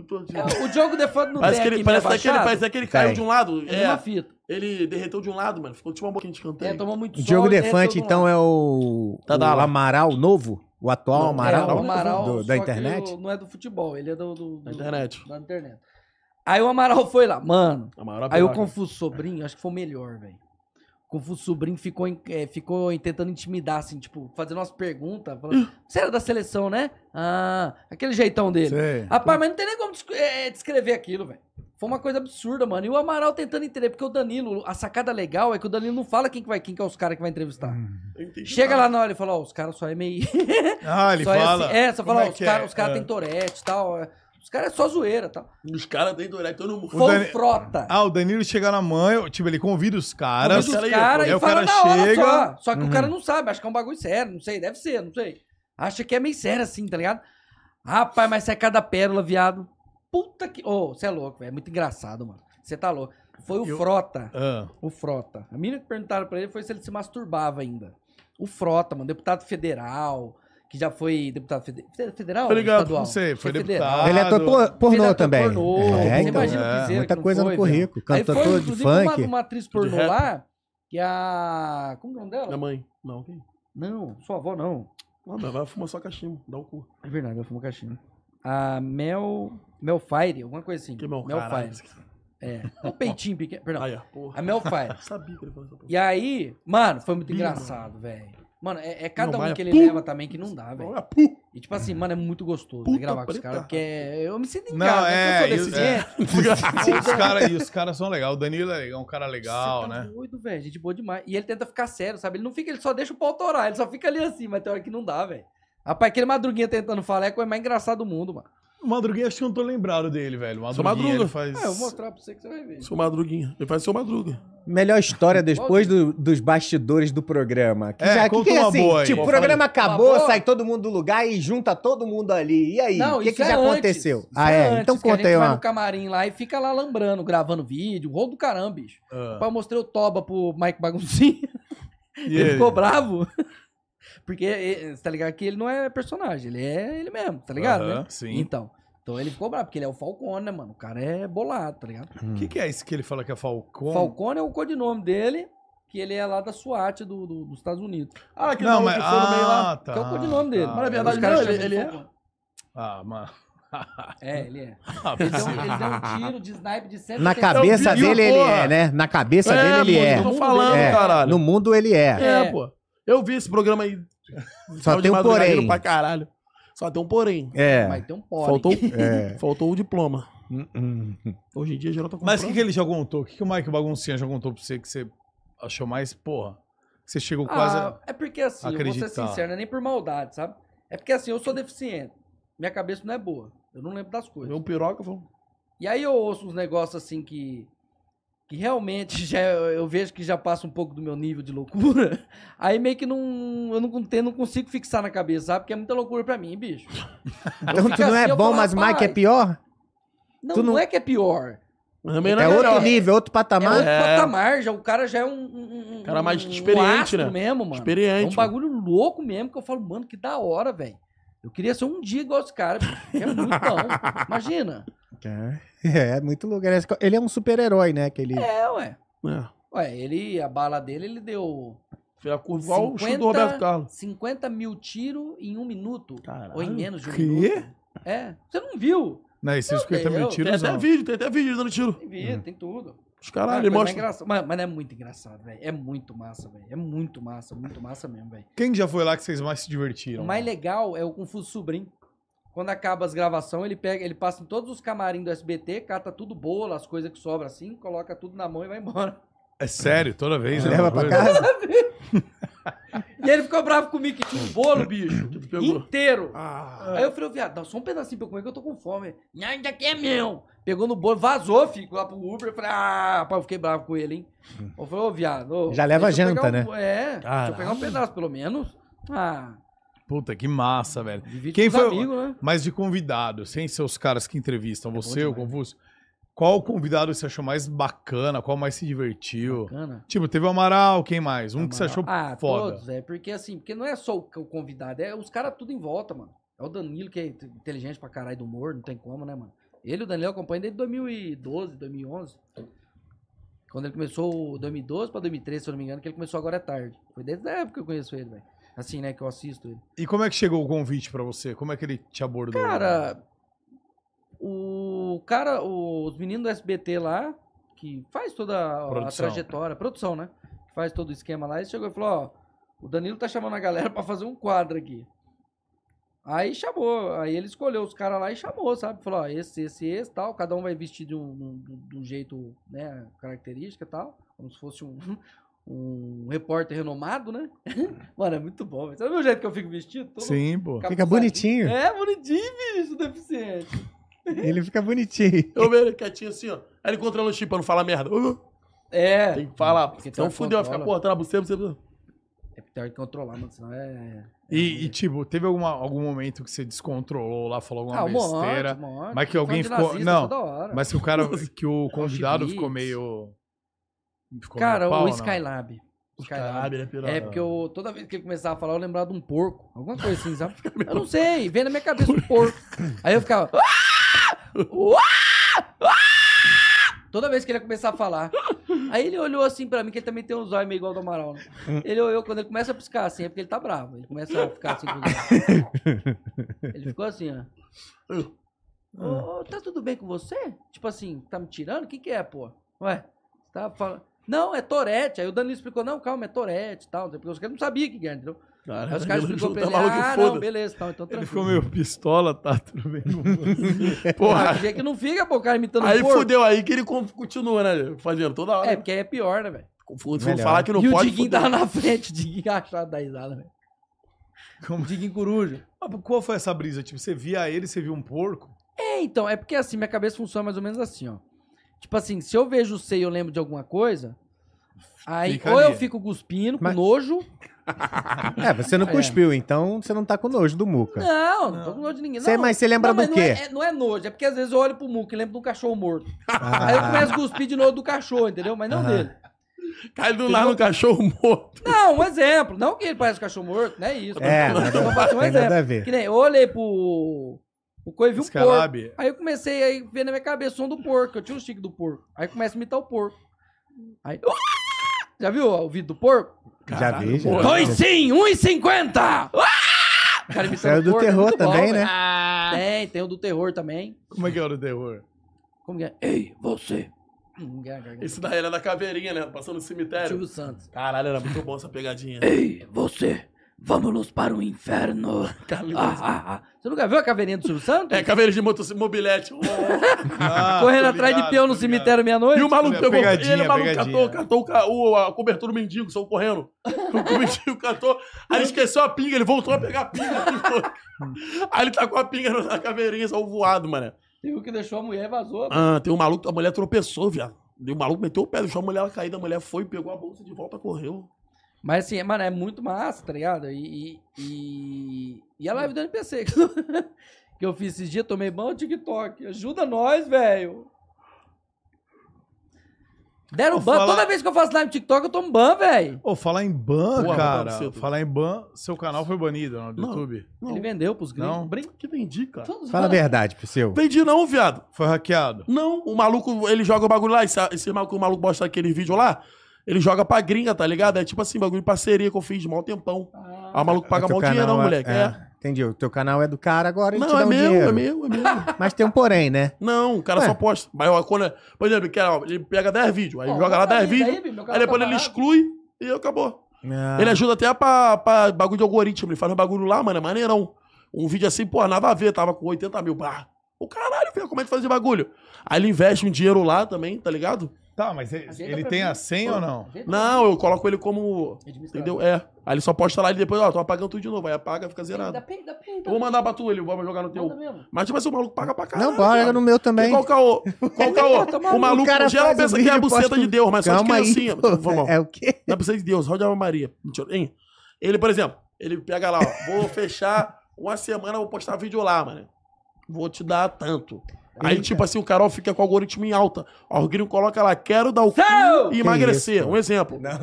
C: Notre
A: É,
C: Dame.
A: O Diogo Defante no
C: Parece que
A: deck,
C: ele, parece
A: né,
C: daquele,
A: baixado,
C: parece daquele que caiu
D: Tem.
C: de um lado.
A: É uma
C: É,
A: fita.
C: ele derreteu de um lado, mano. Ficou tipo uma boquinha de
A: É,
C: canteiro.
A: tomou muito
D: O Diogo
A: sol, ele um-
D: Defante,
A: entrou
D: então,
A: no-
D: é o,
C: Tá da
D: o
C: ala.
D: Amaral novo? O atual
C: Não,
D: Amaral,
A: É, o Amaral
D: do- da
A: só que
D: internet?
A: o- não é do futebol, ele é do, do- do-
C: Na internet.
A: da internet. Aí o Amaral foi lá, mano.
C: A maior
A: Aí o
C: piroca.
A: Confuso Sobrinho, acho que foi o melhor, velho. O Confuso Sobrinho ficou, em- eh, ficou em- tentando intimidar, assim, tipo, fazendo umas perguntas. falando, Você era da seleção, né? Ah, aquele jeitão dele.
B: Sei.
A: Rapaz, mas não tem nem como desc- eh, descrever aquilo, velho. Foi uma coisa absurda, mano. E o Amaral tentando entender, porque o Danilo, a sacada legal é que o Danilo não fala quem que vai, quem que é os caras que vai entrevistar.
B: Hum.
C: Eu entendi
A: Chega
C: nada.
A: lá na hora e fala, ó, os caras só é meio...
B: Ah, ele
A: só
B: fala.
A: É, assim, é, só
B: Como
A: fala, ó,
B: é
A: os
B: que é?
A: caras os cara
B: Ah.
A: têm torete e tal. é. Os caras é só zoeira e tal.
C: Os caras têm Doré, todo mundo.
A: Foi
B: Dani-
A: um frota.
B: Ah, o Danilo chega na mãe, tipo, ele convida os caras.
A: Convida os
C: aí,
A: caras
B: aí
A: e
B: o
A: fala
B: cara
A: na hora
B: chega- Uhum.
A: só. Só que o cara não sabe, acha que é um bagulho sério, não sei, deve ser, não sei. Acha que é meio sério assim, tá ligado? Rapaz, mas você é cada pérola, viado. Puta que. Ô, você é louco, velho. É muito engraçado, mano. Você tá louco. Foi o
B: Eu-
A: Frota.
B: Ah,
A: O Frota. A menina que perguntaram pra ele foi se ele se masturbava ainda. O Frota, mano, deputado federal, que já foi deputado fede- federal?
C: Tô ligado,
A: estadual?
B: não sei, foi
A: Acho que é federal.
B: deputado.
D: Ele é ator por- pornô
A: Fez ator
D: também.
A: pornô,
D: é,
A: Você
D: então.
A: imagina o
B: É,
A: Piseiro,
D: muita
A: que não
D: coisa
A: foi,
D: no
A: velho.
D: currículo.
A: Aí foi,
D: Cantor de
A: inclusive,
D: funk.
A: Uma, uma atriz
C: De
A: pornô
C: rap.
A: lá, que a... Como que é o nome
C: Minha
A: dela?
C: mãe. Não, quem?
A: Não, sua avó não.
C: Não, meu, vai fumar só cachimbo. Dá o cu.
A: É verdade, eu fumo caixinha. A Mel... Mel Fire, alguma coisa assim.
C: Que meu
A: Mel
C: caralho.
A: Fire. É. É um peitinho pequeno. Perdão.
C: Aí, ó, porra.
A: A Mel Fire.
C: Sabia que ele falou essa porra.
A: E aí, mano, foi muito
C: Sabia,
A: engraçado, velho. Mano, é, é cada
C: Não,
A: um
C: mas
A: que
C: é
A: ele
C: pu-
A: leva também que não dá, velho.
C: Olha, pu.
A: E tipo assim, mano, é muito gostoso né,
C: Puta
A: gravar com os
C: preta.
A: caras, porque é- eu me sinto em
B: Não,
A: casa,
B: é,
A: né? eu
B: isso-
A: sou desse
B: é.
A: jeito.
B: E os caras cara são legais. O Danilo é legal, um cara legal,
A: Você tá
B: né?
A: doido, velho, gente boa demais. E ele tenta ficar sério, sabe? Ele não fica, ele só deixa o pau torar, ele só fica ali assim, mas tem hora que não dá, velho. Rapaz, aquele madruguinha tentando falar é a coisa mais engraçada do mundo, mano.
B: Madruguinha, acho que eu não tô lembrado dele, velho.
C: Seu
B: Madruguinha,
C: Madruga.
B: ele faz...
A: Ah, eu vou mostrar pra você que você vai ver.
C: Seu Madruguinha. Ele faz seu Madruga.
D: Melhor história depois do- dos bastidores do programa. Que
B: É,
D: já, que,
B: conta
D: que
B: uma
D: assim,
B: boa aí.
D: tipo, o
B: Pô,
D: programa acabou,
A: Acabou?
D: sai todo mundo do lugar e junta todo mundo ali. E aí?
A: Não,
D: O que,
A: isso
D: que
A: é
D: já
A: antes.
D: aconteceu?
A: Isso
D: ah, é?
A: antes,
D: Então
A: que a
D: conta
A: gente
D: aí,
A: vai
D: ó.
A: no camarim lá e fica lá lambrando, gravando vídeo, rolo do caramba, bicho.
B: Ah,
A: Pai, eu mostrei o Toba pro Mike Baguncinho,
B: e
A: ele ficou bravo. Porque, eh, você tá ligado que ele não é personagem, ele é ele mesmo, tá ligado,
B: Aham,
A: né?
B: Sim.
A: Então, então ele ficou bravo, porque ele é o Falcone, né, mano? O cara é bolado, tá ligado?
B: O que, que é isso que ele fala que é Falcão?
A: Falcone é o codinome dele, que ele é lá da SWAT do, do- dos Estados Unidos.
C: Ah, aquele
B: Não,
C: maluco
B: mas...
C: que foi no meio lá.
B: Ah, tá.
A: que é o codinome dele.
B: tá.
C: Mas na verdade,
A: Os caras
C: não, ele-
A: chamam
C: ele é-
A: Falcone.
B: Ah, mano.
A: É, ele é.
B: Ah,
A: Ele deu, ele deu um tiro de sniper de 180
D: Na cabeça
C: É o Bill,
D: dele ele
C: porra.
D: é, né? Na cabeça dele ele
C: mano,
D: é.
C: Eu tô
A: No
C: falando,
A: mundo
D: dele.
C: caralho.
D: No mundo ele é.
C: É,
A: É.
C: pô. Eu vi esse programa aí.
D: Só
C: de
D: tem um
C: madrugadeiro
D: porém.
C: Pra caralho. Só tem um porém.
D: É.
A: Mas tem um pole.
C: Faltou,
D: É.
C: faltou o diploma.
D: Hum, hum.
C: Hoje em dia geral tá comprando.
B: Mas o que, que ele já contou? O que, que o Mike Baguncinha já contou pra você que você achou mais, porra? Que você
C: um
B: chegou quase.
A: Ah, é porque assim, eu vou ser
B: acreditar.
A: sincero, não é nem por maldade, sabe? É porque assim, eu sou deficiente. Minha cabeça não é boa. Eu não lembro das coisas.
C: É um piroca, falou.
A: E aí eu ouço uns negócios assim que. Que realmente já, eu vejo que já passa um pouco do meu nível de loucura. Aí meio que não. Eu não, conte- não consigo fixar na cabeça, sabe? Porque é muita loucura pra mim, bicho.
D: Então
A: fico
D: tu não
A: assim,
D: é
A: eu
D: bom,
A: falo,
D: mas Mike é
A: rapaz.
D: pior?
A: Não,
D: Tu
A: não...
D: não- Tá
A: é que é pior.
C: Mas também não
D: É
C: é
D: outro
C: melhor.
D: nível, outro
A: É
D: patamar.
A: outro
C: É.
A: patamar, já, o cara já é um. um- um-
C: Cara mais
A: um
C: experiente,
A: astro
C: né?
A: mesmo, mano. É
C: Experiente.
A: um bagulho louco mesmo que eu falo, mano, que da hora, velho. Eu queria ser um dia igual os caras, bicho. é muito bom. Imagina.
D: É, é muito lugar. Ele é um super-herói, né? Aquele...
A: É, ué.
C: mano. É.
A: Ué, ele, a bala dele, ele deu
C: Foi a curva igual o chute do
A: 50
C: Roberto Carlos.
A: 50 mil tiros em um minuto.
C: Caralho.
A: Ou em menos de um
B: Quê?
A: minuto. É, você não viu.
B: Não, né, esses
A: Meu
B: 50 mil
A: Deus.
C: Tem
B: tiros.
C: até
B: não.
C: vídeo, tem até vídeo dando tiro.
A: Tem vídeo, tem tudo.
C: Os
A: Ah,
C: Hum. caralho,
A: coisa
C: ele
A: mais
C: mostra.
A: engraçada. Mas, mas é muito engraçado, velho. É muito massa, velho. É muito massa, muito massa mesmo, velho.
B: Quem já foi lá que vocês mais se
A: O
B: divertiram?
A: mais legal é o Confuso Sobrinho. Quando acaba as gravações, ele pega, ele passa em todos os camarim do SBT, cata tudo bolo, as coisas que sobram assim, coloca tudo na mão e vai embora.
B: É sério, toda vez. né?
D: Leva pra casa.
A: E ele ficou bravo comigo que tinha um bolo, bicho,
C: Tipo, pegou.
A: inteiro.
C: Ah,
A: Aí eu falei, ô, viado, dá só um pedacinho pra eu comer que eu tô com fome. Não, ainda aqui é meu. Pegou no bolo, vazou, fico lá pro Uber. Eu falei, ah, pá, eu fiquei bravo com ele, hein. Eu falei, ô, viado. ô,
D: Já leva
A: deixa eu
D: janta,
A: pegar um- É, deixa
C: Caralho.
A: eu pegar um pedaço pelo menos. Ah,
B: Puta, que massa, velho.
A: divide
B: Quem
A: com os
B: foi o-
A: amigos, né?
B: Mas de convidado, sem ser os caras que entrevistam, você, o
A: demais.
B: Confuso, qual convidado você achou mais bacana? Qual mais se divertiu?
A: Bacana.
B: Tipo, teve o Amaral, quem mais? Um que você
A: Amaral.
B: achou
A: ah,
B: foda.
A: todos, velho. Porque assim, porque não é só o, o convidado, é os caras tudo em volta, mano. É o Danilo, que é inte- inteligente pra caralho do humor, não tem como, né, mano? Ele e o Danilo acompanham desde 2012, 2011. Quando ele começou, o 2012 pra 2013, se eu não me engano, que ele começou agora é tarde. Foi desde a época que eu conheço ele, velho. Assim, né, que eu assisto ele.
B: E como é que chegou o convite pra você? Como é que ele te abordou?
A: Cara, o cara, os meninos do SBT lá, que faz toda a- a
B: Produção.
A: trajetória, produção, né? Que faz todo o esquema lá, e chegou e falou, ó, o Danilo tá chamando a galera pra fazer um quadro aqui. Aí chamou, aí ele escolheu os caras lá e chamou, sabe? Falou, ó, esse, esse, esse, tal, cada um vai vestir de um, de um- de um jeito, né, característica e tal, como se fosse um, um repórter renomado, né? Mano, é muito bom, velho. sabe o jeito que eu fico vestido? Todo
B: Sim, pô.
D: Fica
A: capuzadinho.
D: bonitinho.
A: É, bonitinho, bicho, deficiente.
D: Ele fica bonitinho.
C: eu vejo ele quietinho assim, ó. Aí ele controla o chip pra não falar merda. Uh,
A: É.
C: tem que falar.
A: Porque tem
C: Então
A: uma
C: fudeu, vai ficar
A: controla.
C: cortando a buceta. buceta.
A: É que tem que controlar, mano, senão é...
B: E, e, tipo, teve alguma, algum momento que você descontrolou lá, falou alguma
A: um monte,
B: besteira?
A: um monte.
B: mas que alguém
A: Falando de
B: ficou-
A: nazista
B: não,
A: toda hora.
B: Mas que o cara, que o convidado
A: Chibites.
B: ficou meio. ficou
A: Cara,
B: meio pau,
A: o
B: não?
A: Skylab.
C: Os caralho, né, piroca?
A: É, porque eu, toda vez que ele começava a falar, eu lembrava de um porco. Alguma coisa assim, sabe? Eu não sei, vem na minha cabeça um porco. Aí eu ficava. "Ah! Ah! Ah!" Toda vez que ele ia começar a falar. Aí ele olhou assim pra mim, que ele também tem uns olhos meio igual ao do Amaral. né? Ele olhou, quando ele começa a piscar assim, é porque ele tá bravo. Ele começa a ficar assim. com os olhos. Ele ficou assim, ó. Ô, ô, tá tudo bem com você? Tipo assim, tá me tirando? O que que é, pô? Ué, você tá tava falando... Não, é Torete. Aí o Danilo explicou, não, calma, é Torete e tal. Porque os caras não sabiam o que que era, entendeu? Aí
C: Caralho,
A: os caras
C: ele
A: explicaram pra
C: tá
A: ele,
C: maluco,
A: ah,
C: foda-se.
A: não, beleza, tal, então
B: Ele
A: tranquilo.
B: ficou meio pistola, tá? Tudo bem com
A: Porra.
C: Porra.
A: Tem dia que não fica, pô, o cara imitando
C: Aí
A: um porco.
C: fudeu aí que ele con- continua, né? Fazendo toda hora.
A: É, porque aí é pior, né, velho?
C: Confuso.
D: Melhor.
C: Vamos falar que não
A: e
C: pode.
A: o Diguinho
C: fudeu.
A: tava na frente, o Diguinho achado da risada, velho.
B: Como?
A: Diguinho Coruja.
B: Ah, Mas qual foi essa brisa? Tipo, você via ele, você viu um porco?
A: É, então, é porque assim, minha cabeça funciona mais ou menos assim, ó. Tipo assim, se eu vejo o C e eu lembro de alguma coisa, aí
B: Fica
A: ou
B: ali.
A: eu fico cuspindo, com
D: Mas-
A: nojo.
D: É, você não cuspiu, então você não tá com nojo do Muca.
A: Não, não tô com nojo de ninguém.
D: Você,
A: não.
D: mas você é lembra
A: Não, mas
D: do
A: Não
D: quê?
A: é, é- não é nojo, é porque às vezes eu olho pro Muca e lembro de um cachorro morto.
D: Ah,
A: Aí eu começo a cuspir de novo do cachorro, entendeu? Mas não
D: Aham.
A: dele.
C: Cai do lado no cachorro morto.
A: Não, um exemplo. Não que ele parece um cachorro morto, não é isso.
D: É,
A: eu só
D: nada,
A: faço um
D: tem nada
A: exemplo.
D: a ver.
A: Que nem, eu olhei pro. O coi e vi um porco.
B: Escalabe.
A: Aí eu comecei a ver na minha cabeça o som do porco. Eu tinha um stick do porco. Aí começa a imitar o porco. Aí. Já viu ó, o vídeo do porco?
D: Já vi, já.
C: Caralho,
A: Dois sim, 1,50! Ah! O cara imitando
D: Saiu do
A: porco, é
D: terror
A: muito
D: também,
A: velho.
D: né?
A: Tem, tem o do terror também.
B: Como é que é o do terror?
A: Como que é? Ei, você! Hum, gar- gar- gar-
C: Esse daí era da caveirinha, né? Passou no cemitério.
A: Silvio Santos.
C: Caralho, era muito bom essa pegadinha.
A: Ei, você! Vamos para o inferno! Ah,
C: Caralho.
A: Você nunca viu a caveirinha do Silvio Santos? Tá
C: É, caveirinha de motos, mobilete.
A: É,
B: Ah,
A: Correndo
B: tô
A: atrás de
B: ligado,
A: peão
B: tô
A: no
B: ligado.
A: cemitério meia-noite?
C: E o maluco pegou.
B: tipo, é Pegadinha,
C: ele, o maluco
B: pegadinha.
C: catou, catou o ca- o, a cobertura do mendigo, saiu correndo. O mendigo catou. Aí esqueceu a pinga, ele voltou a pegar a pinga. aí ele tacou a pinga na caveirinha, saiu voado, mané.
A: Tem um que deixou a mulher e vazou.
C: Ah, tem um maluco, a mulher tropeçou, viado. E o maluco meteu o pé, deixou a mulher ela caída, a mulher foi, pegou a bolsa de volta, correu.
A: Mas assim, é- mano, é muito massa, tá ligado? E, e, e, e a live do NPC que que eu fiz esses dias, tomei banho no TikTok. Ajuda nós, velho. Deram
B: Vou
A: ban.
B: falar-
A: Toda vez que eu faço live no TikTok, eu tomo ban, velho.
B: Ô, falar em ban,
C: Porra,
B: cara.
C: Paulo Cedo.
B: Falar em ban, seu canal foi banido no
C: Não.
B: YouTube.
C: Não,
A: Ele vendeu pros gringos.
B: Não.
A: Brinca.
C: que vendi, cara.
A: Todos
D: Fala
A: falam-
D: a verdade, Psyu.
C: Vendi não, viado.
B: Foi hackeado.
C: Não, o maluco, ele joga o bagulho lá, esse, esse maluco, o maluco mostra aquele vídeo lá, ele joga pra gringa, tá ligado? É tipo assim, bagulho de parceria que eu fiz, mal tempão.
A: Ah,
C: Aí o maluco paga
D: Teu
C: mal dinheiro, não,
D: canal é-
C: moleque.
D: é,
C: é.
D: Entendi. O teu canal é do cara agora, ele te
C: Não,
D: dá
C: é
D: um
C: meu,
D: dinheiro.
C: é meu, é meu.
D: Mas tem um porém, né?
C: Não, o cara
D: Ué.
C: só posta. Mas ó, quando, é, por exemplo, que, ó, ele pega 10 vídeos, aí
A: Ó,
C: joga lá
A: manda
C: 10
A: vídeo
C: vídeos,
A: aí, meu
C: aí
A: canal
C: depois
A: tá
C: ele
A: barato.
C: exclui e acabou.
D: Ah,
C: Ele é ajuda até pra, pra bagulho de algoritmo, ele faz um bagulho lá, mano, é maneirão. Um vídeo assim, pô, nada a ver, tava com 80 mil. Bah. O caralho, filho, como é que faz esse bagulho? Aí ele investe um dinheiro lá também, tá ligado?
B: Tá, mas ele,
A: Ajeita
B: ele
A: pra
B: tem
A: mim.
B: a senha ou não?
A: Ajeita pra
C: Não, eu coloco ele como.
A: mim, administrador.
C: Entendeu? É. Aí ele só posta lá e depois, ó, tô apagando tudo de novo. Aí apaga, fica
A: Dá
C: zerado.
A: pay, dá pay, dá
C: Eu vou mandar pra tu ele, vou jogar no
A: pay. Manda
C: teu.
A: mesmo.
C: Mas tipo assim, o maluco paga pra caralho.
D: não, bora,
C: viado.
D: no meu também.
C: Qual é o caô? Qual
A: Tá
C: o caô?
A: maluco,
C: O maluco geral
D: faz o
C: pensa que é a
D: vídeo,
C: buceta
D: posta
C: de
D: um-
C: Deus, mas só de
D: Calma aí,
C: criancinha.
D: pô.
C: Vamos,
D: É o quê?
C: Não precisa de Deus, só de Ave Maria. Mentira, hein? Ele, por exemplo, ele pega lá, ó, vou fechar uma semana, vou postar vídeo lá, mano. Vou te dar tanto. Aí,
D: Eita.
C: tipo assim, o Carol fica com o algoritmo em alta. Ó, O gringo coloca lá, quero dar o cu
A: Seu!
C: e
D: Que
C: emagrecer.
D: isso,
C: um exemplo.
B: Mas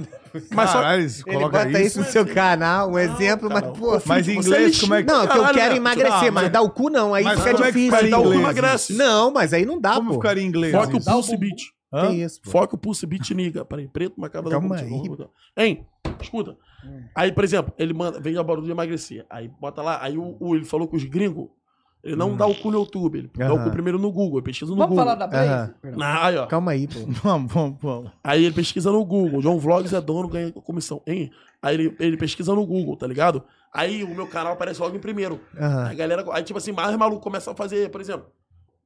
C: Mas só-
B: Caralho, só...
D: Ele
B: coloca
D: bota isso
B: isso.
D: no seu canal, um exemplo,
C: cara,
D: mas, pô...
B: Mas em
C: Você
B: inglês,
C: é
B: como é que.
D: Não, que eu
C: caralho,
D: quero
C: né?
D: emagrecer,
B: Tá,
D: mas
B: mas-
D: dá o cu não, aí
B: mas
D: fica
B: como é que
D: difícil.
B: faz
C: Vai dar o cu
B: inglês,
C: emagrece.
D: Não, mas aí não dá,
B: Como
D: pô.
B: ficar em inglês?
C: Foca o
B: isso?
C: pulse beat.
B: Hã?
D: Tem isso, pô.
C: Foca o pulse beat, niga. Peraí, preto, macabra
D: Calma aí. Hum.
C: Hein? Escuta. Aí, por exemplo, ele manda, vem a barulho de emagrecer. Aí bota lá, aí o, o- ele falou que os gringos, ele não dá o cu no YouTube, ele dá o
D: Hum. Aham.
C: cu primeiro no Google, ele pesquisa no
A: Vamos
C: Google.
A: falar da Blaze?
D: Aham.
A: Perdão.
C: Ah, aí, ó.
D: Calma aí, pô.
B: Vamos, vamos, vamos.
C: Aí ele pesquisa no Google. John Vlogs é dono, ganha comissão, hein? Aí ele, ele pesquisa no Google, tá ligado? Aí o meu canal aparece logo em primeiro.
D: Aham.
C: Aí a galera. Aí, tipo assim, mais maluco começa a fazer, por exemplo.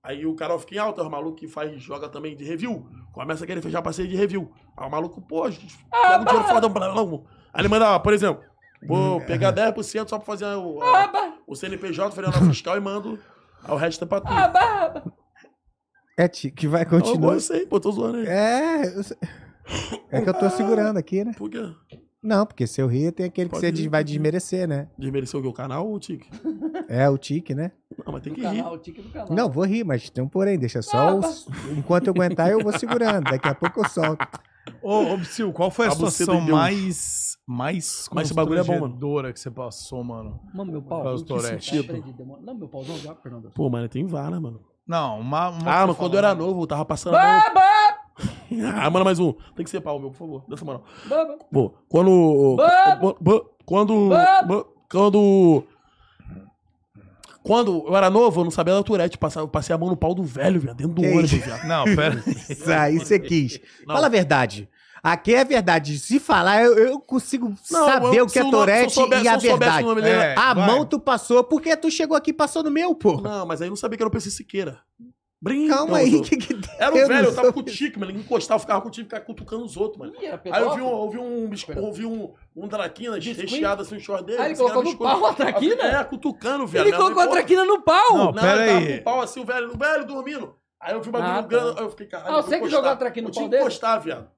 C: Aí o canal fica em alta, o maluco que faz, joga também de review. Começa a querer fechar parceiro de review. Aí o maluco, pô, gente, pega um dinheiro fodão, blá, blá, blá. Aí ele manda, ó, por exemplo, vou pegar 10% só pra fazer o, a-
A: Aba,
C: o CNPJ, fazer a nota fiscal e mando. Aí o resto é pra tu. Ah,
A: aba, aba.
D: É, ti- que vai
C: eu
D: continuar.
C: gostei, pô, tô zoando aí.
D: É, eu sei- é que eu tô segurando aqui, né?
C: Por quê?
D: Não, porque se eu rir, tem aquele que
C: Pode
D: você
C: ir,
D: des- vai
C: pode ir.
D: desmerecer, né?
C: Desmereceu o que? O canal ou o Tique?
D: É o tique, né?
C: Não, mas tem
A: Do
C: que rir.
A: canal, o tique do canal.
D: Não, vou rir, mas tem um porém, deixa só. os- Enquanto eu aguentar, eu vou segurando. Daqui a pouco eu solto.
B: Ô, ô Psyu, qual foi a,
C: A buceta
B: situação
C: de Deus.
B: mais. Mais
C: um- Mas esse bagulho é bom, mano.
B: constrangedora que você passou, mano?
A: Mano, meu pau.
B: Faz o
A: que
B: Tourette.
A: sentido. Tá prendido, demônio. Não, meu pauzão já, perdão. Deus.
C: Pô, mano, tem vara, mano.
B: Não, uma. uma
C: Ah,
B: que
C: mas
B: você
C: quando
B: falou.
C: eu era novo, eu tava passando. a mão.
A: Baba!
C: Ah, manda mais um. Tem que ser pau, meu, por favor. Dessa moral.
A: Baba!
C: Pô, quando.
A: Ba-
C: bo- bo- Quando.
A: Ba-
C: bo- Quando. Quando eu era novo, eu não sabia da Tourette. Passava- Eu passei a mão no pau do velho, velho, dentro do
D: Que
C: ônibus,
D: isso?
C: velho.
B: Não, pera.
D: Ah, Isso aí você quis.
C: Não.
D: Fala a verdade. Aqui é a verdade. Se falar, eu, eu consigo saber
C: eu-
D: o que é
C: se nome- se
D: Torete
C: soubesse-
D: e a
C: se eu soubesse
D: verdade.
C: o nome dele, né?
B: É.
C: era-
D: A
B: vai.
D: mão tu passou porque tu chegou aqui e passou no meu, pô.
C: Não, mas aí eu não sabia que era o PC Siqueira. Brinca.
D: É. Calma aí, que, que
C: Era um
D: eu
C: velho,
D: não
C: eu tava
D: sou-
C: com o tique, mano. Ele encostava, ficava com o tique, ficava cutucando os outros, mano.
A: Ih, era
C: Aí eu vi
A: pedófilo.
C: um, eu vi um, bisco- eu vi um, um Draquinas
A: Biscuit?
C: recheado assim, um short dele.
A: Ah, ele
C: esse cara
A: colocou no
C: biscoito.
A: pau a
C: Eu fiquei,
A: traquina?
C: É, cutucando, velho.
A: Ele
C: Minha
A: colocou a
C: mãe, pô,
A: traquina no pau.
B: Não,
C: Não,
B: pera
C: ele tava
B: aí.
C: com o pau assim, o velho, o velho dormindo. Aí eu vi o bagulho
A: Ah, tá.
C: grande, aí eu fiquei, caralho.
A: Ah,
C: eu
A: você
C: vou
A: que
C: encostar.
A: jogou a traquina no
C: Eu tinha
A: pau
C: que
A: dele?
C: encostar, viado.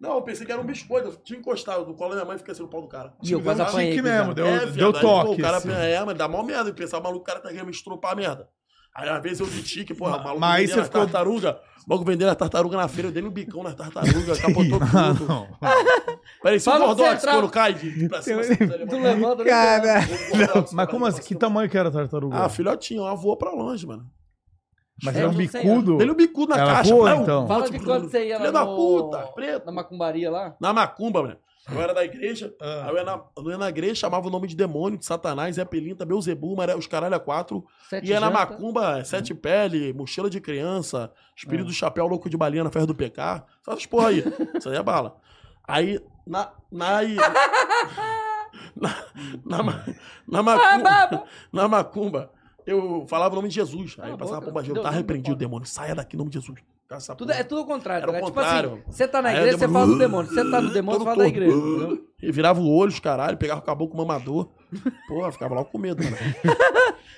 C: Não, eu pensei que era um biscoito. Eu tinha encostado do colo da minha mãe e fiquei assim no pau do cara.
A: Ih, eu quase
B: Tique
A: apanhei.
B: mesmo,
A: cuzão.
B: deu,
C: É,
B: deu
C: viado, aí, pô,
B: toque.
C: o cara,
B: assim.
C: É, mas dá mó merda. E pensar, maluco, o cara tá querendo me estrupar a merda. Aí às vezes eu de tique, porra,
B: Mas-
C: maluco
B: mas aí
C: vendendo
B: você
C: a
B: ficou-
C: tartaruga. Logo vendendo a tartaruga na feira, eu dei no bicão na tartaruga, capotou tudo.
B: Ah, Não.
C: Parecia um
A: Fala pra você
C: gordox
A: entrar- um
C: quando cai de, pra cima. assim, dos
A: Tu
C: alemães.
A: levanta, né?
D: Cara,
C: O gordox,
B: Mas como
C: cara,
B: assim? Que
C: passou-
B: tamanho que era a tartaruga?
C: Ah, filhotinho, ela voou pra longe, mano.
B: Mas
A: é,
B: era um
A: não sei,
B: bicudo.
C: Dele o bicudo na
B: Ela
C: caixa. é
B: voa,
C: não.
B: então?
A: Fala de quando você ia lá
C: Filha da
A: no-
C: puta, preto.
A: na macumbaria lá.
C: Na macumba, mano. Eu era da igreja,
B: Ah.
C: aí eu ia na, eu não ia na igreja, chamava o nome de demônio, de satanás, Zé Pelinta, Beuzebu, Maré, os caralho a quatro.
A: Sete
C: Ia é na
A: janta. Uhum.
C: macumba, sete pele, mochila de criança,
A: É.
C: espírito do chapéu louco de balinha na festa do PK. Só essas porra aí. Isso aí é bala. Aí, na. Na. Na, na, ma- na
A: Ah,
C: macumba.
A: baba!
C: Na macumba, eu falava o nome de Jesus. Aí
A: Cala
C: eu
A: a
C: passava
A: boca,
C: por baixo,
A: deu
C: tá
A: nome,
C: repreendido,
A: foda.
C: demônio. Saia daqui em nome de Jesus. Tá Essa
A: Tudo, é
C: porra.
A: tudo o contrário.
C: Era o
A: cara. Tipo
C: contrário.
A: assim, você tá na
C: Aí eu
A: igreja, você
C: lembro- Ah,
A: fala do demônio. Você tá no demônio,
C: Todo
A: você fala da
C: torto.
A: igreja. entendeu?
C: E virava o olho, os caralho, pegava o caboclo mamador. Porra, ficava lá com medo, mano.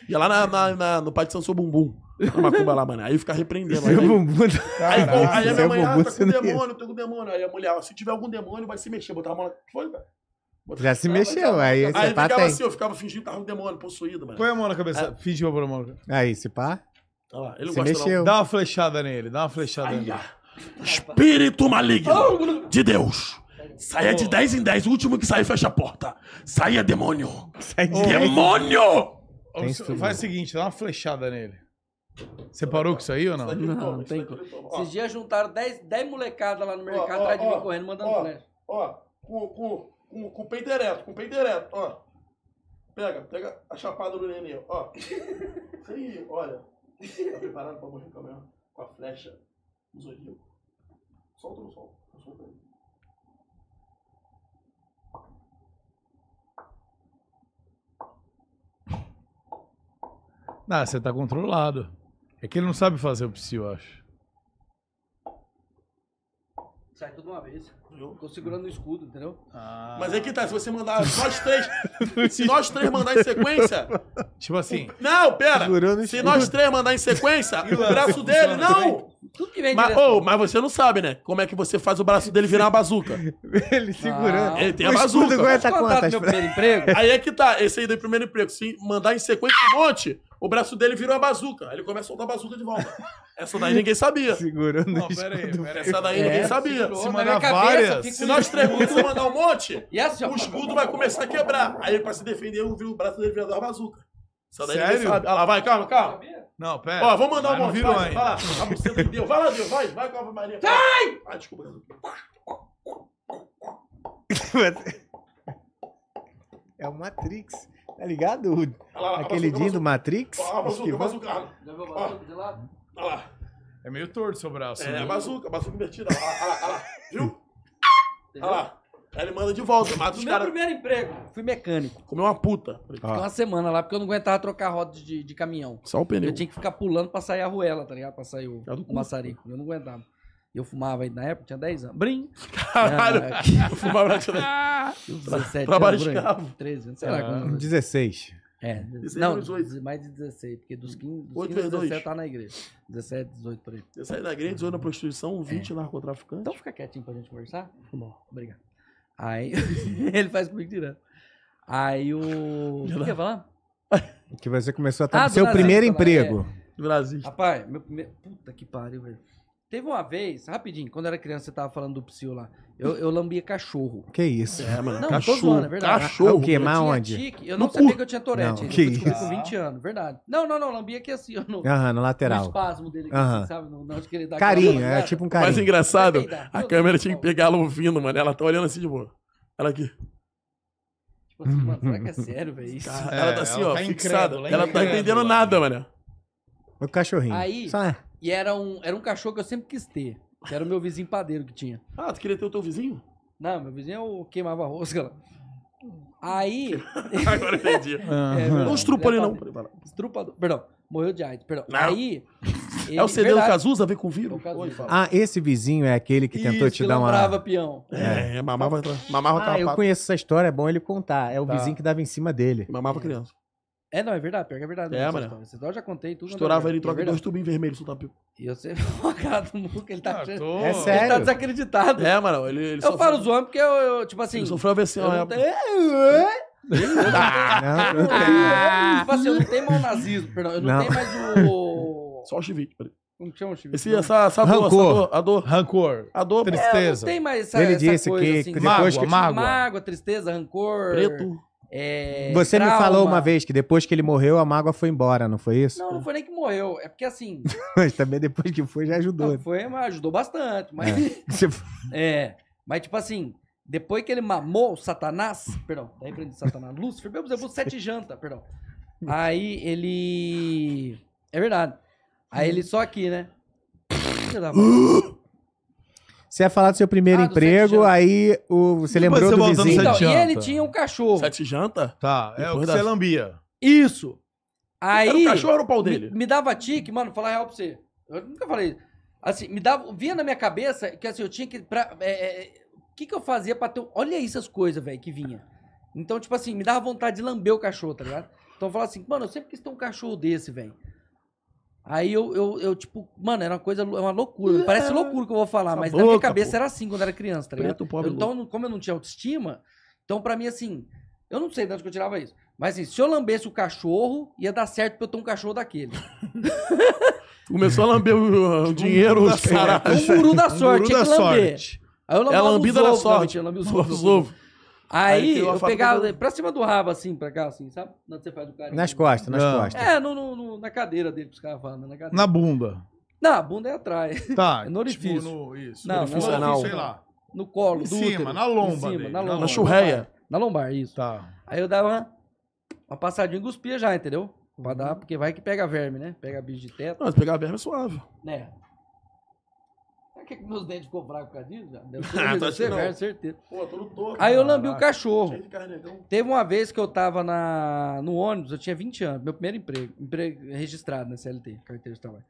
C: Ia lá na, na- na- no pai de Sansou Bumbum. Na macumba lá, mano. Aí fica repreendendo. Aí,
D: seu bumbum.
C: aí, pô, aí a
D: Seu
C: minha mãe, ah,
D: bumbum,
C: tá
D: você
C: com
D: não ia-
C: demônio, tô com demônio. Aí a mulher, ó, se tiver algum demônio, vai se mexer. Botar a mão lá. Foi, velho. Botava-
D: Já tá se mexeu, aí
C: Aí
D: esse pá
C: ficava
D: tem.
C: assim, eu ficava fingindo que tava um demônio possuído, mano.
B: Põe a mão na cabeça. Finge pra pôr a mão na cabeça.
D: Aí esse pá
C: Olha lá, ele não
D: se
C: gosta um não.
D: mexeu.
B: Dá uma flechada nele, dá uma flechada
C: Ai,
B: nele.
C: ah. Espírito maligno de Deus. Saia de 10 em 10. O último que sair fecha a porta. Saia, demônio.
D: Sai de
C: Demônio!
B: Ô,
D: Tem
B: você-
D: tudo.
B: Faz o seguinte, dá uma flechada nele. Você parou com isso aí ou não?
A: Não, não tem como. Esses dias juntaram 10 molecadas lá no mercado
C: ó,
A: atrás de
C: ó,
A: mim correndo, mandando
C: ó.
A: flash.
C: Ó, com, com, com, com o peito ereto, com o peito ereto, ó. Pega, pega a chapada do neném, ó. Isso aí, olha. Tá preparado pra morrer com a, minha- com a flecha do zodíaco? Solta ou não solta? Eu solto aí.
B: Não, você tá controlado. É que ele não sabe fazer o psi, eu acho.
A: Sai tudo uma vez.
C: Viu?
A: Ficou segurando o escudo, entendeu?
C: Mas aí que tá, se você mandar nós três, se nós três mandar em sequência,
B: Tipo assim,
C: não, pera,
D: Segurou no
C: se
D: escudo.
C: nós três mandar em sequência,
B: E
C: o
B: lá,
C: braço
B: funciona
C: dele, não!
A: Tudo que vem
C: Mas,
A: direto.
C: ô, mas você não sabe, né, como é que você faz o braço dele virar uma bazuca.
D: Ele segurando.
A: Ah,
C: Ele tem a
D: O escudo
C: bazuca.
D: aguenta
A: Deixa eu contar do
D: quantas?
A: meu primeiro emprego.
C: Aí é que tá, esse aí do primeiro emprego, se mandar em sequência um monte, o braço dele virou uma bazuca, aí ele começa a soltar a bazuca de volta. Essa daí ninguém sabia.
D: Segurando
B: Não,
D: no
B: pera aí,
D: escudo.
B: pera aí.
C: Essa daí
A: É,
C: ninguém sabia.
A: segurou
B: se
A: na
B: mandar
A: minha cabeça,
B: várias,
A: fica
C: Se nós três começarmos a mandar um monte,
A: E assim, ó.
C: o escudo vai começar a quebrar. Aí pra se defender, o o braço dele vira uma bazuca. Essa daí
B: Sério?
C: ninguém sabe. Olha lá, vai, calma, calma.
B: Não, pera.
C: Ó, vamos mandar um
B: Mas não
C: monte.
B: virou
C: Vai, vai
B: ainda.
C: lá. A buceta de Deus. Vai lá, Deus. Vai, vai com a Ave Maria. Sai! Ah, desculpa.
D: É o Matrix. Tá ligado? O-
C: Olha lá,
D: Aquele dia do Matrix.
C: Ó, a bazuca, a
D: esquivando.
C: bazuca. Olha
A: Já viu o bagulho de lá?
C: lá.
B: É meio torto seu braço.
C: É,
B: né?
C: a bazuca, a bazuca invertida. Olha lá, olha lá, olha lá. Viu? Olha lá. Aí ele manda de volta, mata
A: No
C: os
A: meu
C: caras.
A: primeiro emprego, fui mecânico.
C: Comeu uma puta.
A: Fiquei uma semana lá, porque eu não aguentava trocar roda de, de caminhão.
C: Só o pneu.
A: Eu tinha que ficar pulando pra sair a ruela, tá ligado? Pra sair o,
C: É do cu.
A: o maçarico. Eu não aguentava. Eu fumava aí na época, tinha 10 anos. Brim!
C: Caralho.
A: Ah,
C: Eu fumava na tia.
A: 17
C: Trabalho
A: anos, por aí.
C: escravo.
A: 13 anos, sei lá.
B: Ah.
A: quando-
D: 16.
A: É,
C: Dezesseis,
A: não,
C: dezoito.
A: mais de 16, porque dos 15, dos
C: Oito
A: 15
C: vezes dois.
A: 17 tá na igreja. 17, 18 por aí.
C: Eu saí da igreja, 18 na prostituição, 20 narcotraficante.
A: Então fica quietinho pra gente conversar. Tá bom. Obrigado. Aí, ele faz comigo direto. Aí o... O que que eu ia falar?
D: Que você começou a
A: Ah,
D: ter
A: do
D: seu
A: Brasil,
D: primeiro
A: tá lá,
D: emprego.
C: Brasil.
A: Rapaz, meu primeiro. Puta que pariu, velho. Teve uma vez, rapidinho, quando eu era criança, você tava falando do psiu lá. Eu, eu lambia cachorro.
D: Que isso?
C: É, mano.
A: Não, tô
C: cachorro.
A: zoando, é verdade.
D: Ah,
C: Cachorro.
D: o quê?
A: eu
D: Mas
A: tinha
D: onde?
A: tique, eu não
C: No
A: sabia
C: cu.
A: que eu tinha Tourette.
D: Não,
A: ainda,
D: que
A: eu descobri
D: isso.
A: com 20 anos, verdade. Não, não, não, lambia aqui assim, ó, no, no
D: Aham, no lateral.
A: espasmo dele, aqui,
D: Aham.
A: sabe? No, na hora que ele dá aquela
D: Carinho,
A: lambuzada.
D: é tipo um
C: Mais
D: carinho.
C: engraçado,
A: Vai peidar.
C: a câmera tinha que pegar ela ouvindo, mano. Ela tá olhando assim de boa. Ela aqui.
A: Tipo assim, mano, será que é sério, velho? Isso.
C: Cara,
B: É,
C: ela tá assim,
B: ela
C: ó,
B: tá
C: fixada.
B: incrédula,
C: Ela não tá
B: incrédula.
C: entendendo nada, mano.
D: O cachorrinho.
A: Aí-
D: Só é.
A: E era um, era um cachorro que eu sempre quis ter. Que era o meu vizinho padeiro que tinha.
C: Ah, tu queria ter o teu vizinho?
A: Não, meu vizinho eu queimava rosca lá. Aí.
C: Agora entendi.
B: Ah.
C: Uhum.
A: é, meu-
C: Não estrupa ele, não.
A: Estrupador. Perdão, morreu de AIDS, perdão.
C: Não.
A: Aí,
C: é o CD
A: verdade.
C: do Cazuza, vem com o
A: É o
C: vírus?
A: Cazuza.
C: Oi, fala.
D: Ah, esse vizinho é aquele que tentou
A: Isso,
D: te dar uma.
A: lambrava peão.
C: É, é, mamava, mamava
D: Ah,
C: tava
D: eu
C: pato.
D: conheço essa história, é bom ele contar. É o
C: Tá.
D: vizinho que dava em cima dele.
C: Mamava criança.
A: É, não, é verdade, pior que é verdade.
C: É,
A: essa
C: mano.
A: história. Essa história eu já contei tudo.
C: Estourava ele em troca
A: é
C: de dois
A: verdade.
C: tubinhos vermelhos, soltava
A: E eu sei a cara do Muca, ele tá
B: Ah,
A: achando-
B: tô-
D: É
A: Ele
D: sério.
A: tá desacreditado.
C: É, mano, ele, ele
A: eu falo zoando porque eu, eu, tipo assim.
C: Ele sofreu AVC
A: Eu
C: na
A: não
C: época.
A: tenho, eu
D: Não, não tem.
A: tenho- tipo assim, eu não tenho mais o nazismo, perdão. Eu não,
D: Ah. Não.
A: tenho mais o.
C: Só o chivite, peraí.
A: Como que chama o Chico?
C: Esse, essa, essa dor, essa
D: Rancor.
C: dor, a dor,
B: Rancor,
C: a dor,
B: tristeza,
A: Não tem mais essa,
D: Ele
A: essa
D: disse
A: coisa,
D: que
A: assim,
D: depois
A: mágoa,
B: que- mágoa.
A: mágoa, tristeza, rancor.
C: preto.
A: é,
D: Você me
A: trauma.
D: falou uma vez que depois que ele morreu, a mágoa foi embora, não foi isso?
A: Não, não foi nem que morreu. É porque assim.
D: Mas também depois que foi, já ajudou.
A: não, foi, mas ajudou bastante. Mas.
D: Você-
A: É, mas tipo assim, depois que ele mamou o Satanás, perdão, daí pra ele Satanás, Lúcifer, meu Deus, sete janta, perdão. Aí ele. É verdade. Aí ele só aqui, né? Filha da puta.
D: Você ia falar do seu primeiro
A: Ah, do sete
D: emprego,
A: anos.
D: aí o... você
B: Depois você
D: lembrou do
B: volta no
D: vizinho.
A: Então,
B: sete
A: e ele
B: janta.
A: tinha um cachorro.
C: Sete janta?
B: tá, é o
C: Depois
B: que
C: da-
B: você lambia.
A: Isso. Aí.
C: Era um o cachorro ou era o pau
A: me,
C: dele?
A: me dava tique, mano, falar a real pra você. Eu nunca falei isso. Assim, me dava. Vinha na minha cabeça que assim, eu tinha que. Pra, é, é, o que, que eu fazia pra ter. um, Olha aí essas coisas, velho, que vinha. Então, tipo assim, me dava vontade de lamber o cachorro, tá ligado? Então eu falava assim, mano, eu sempre quis ter um cachorro desse, velho. Aí eu, eu, eu, tipo, mano, era uma coisa, é uma loucura. Parece loucura que eu vou falar,
C: Essa
A: mas na minha
C: É. boca,
A: cabeça
C: pô.
A: era assim quando era criança, tá ligado?
C: Preto, pobre,
A: Eu- então, não- como eu não tinha autoestima, então pra mim, assim, eu não sei de onde que eu tirava isso. Mas assim, se eu lambesse o cachorro, ia dar certo pra eu ter um cachorro daquele.
C: Começou a lamber o, o dinheiro
B: da
C: dos
A: É um
C: caras.
A: guru da
B: Um
A: sorte,
B: guru
A: tinha
B: da
A: que lamber.
B: sorte.
A: Aí eu
C: É a
A: lambava os
C: lambida da
A: ovos, não,
C: sorte.
A: mentira, eu lambia os ovos.
C: Os ovos. Aí
A: Aí
C: tem uma
A: eu
C: faca
A: pegava
C: do-
A: pra cima do rabo, assim, pra cá, assim, sabe? Quando você faz o carinho.
D: Nas costas, nas
B: Não.
D: costas.
A: É, no, no- no- na cadeira dele, que os caras falam, né? na cadeira.
B: Na bunda.
A: Não, a bunda é atrás.
B: Tá.
A: É no orifício.
B: Tipo, no, isso,
A: Não,
B: orifício
C: não,
B: anal.
C: não.
B: sei lá.
A: No colo,
B: Em
A: do
B: cima,
A: útero.
B: na lomba
A: Em
B: dele,
A: cima,
B: na
A: na lomba.
C: Na churreia.
A: Na lombar, isso.
B: Tá.
A: Aí eu dava uma, uma passadinha e cuspia já, entendeu? Pra dar,
C: Uhum.
A: porque vai que pega verme, né? Pega bicho de teto.
C: Não, se pegar a verba é suave.
A: Né? Sabe que, que meus dentes ficou fracos por causa disso? já? Deve
C: Ah,
A: ser,
C: tô
A: deve ser
C: achando.
A: verme, certeza.
C: Pô, tô no topo.
A: Aí eu lambi o cachorro.
C: carnegão.
A: Teve uma vez que eu tava na, no ônibus, eu tinha 20 anos, meu primeiro emprego, emprego registrado na CLT, carteira de trabalho.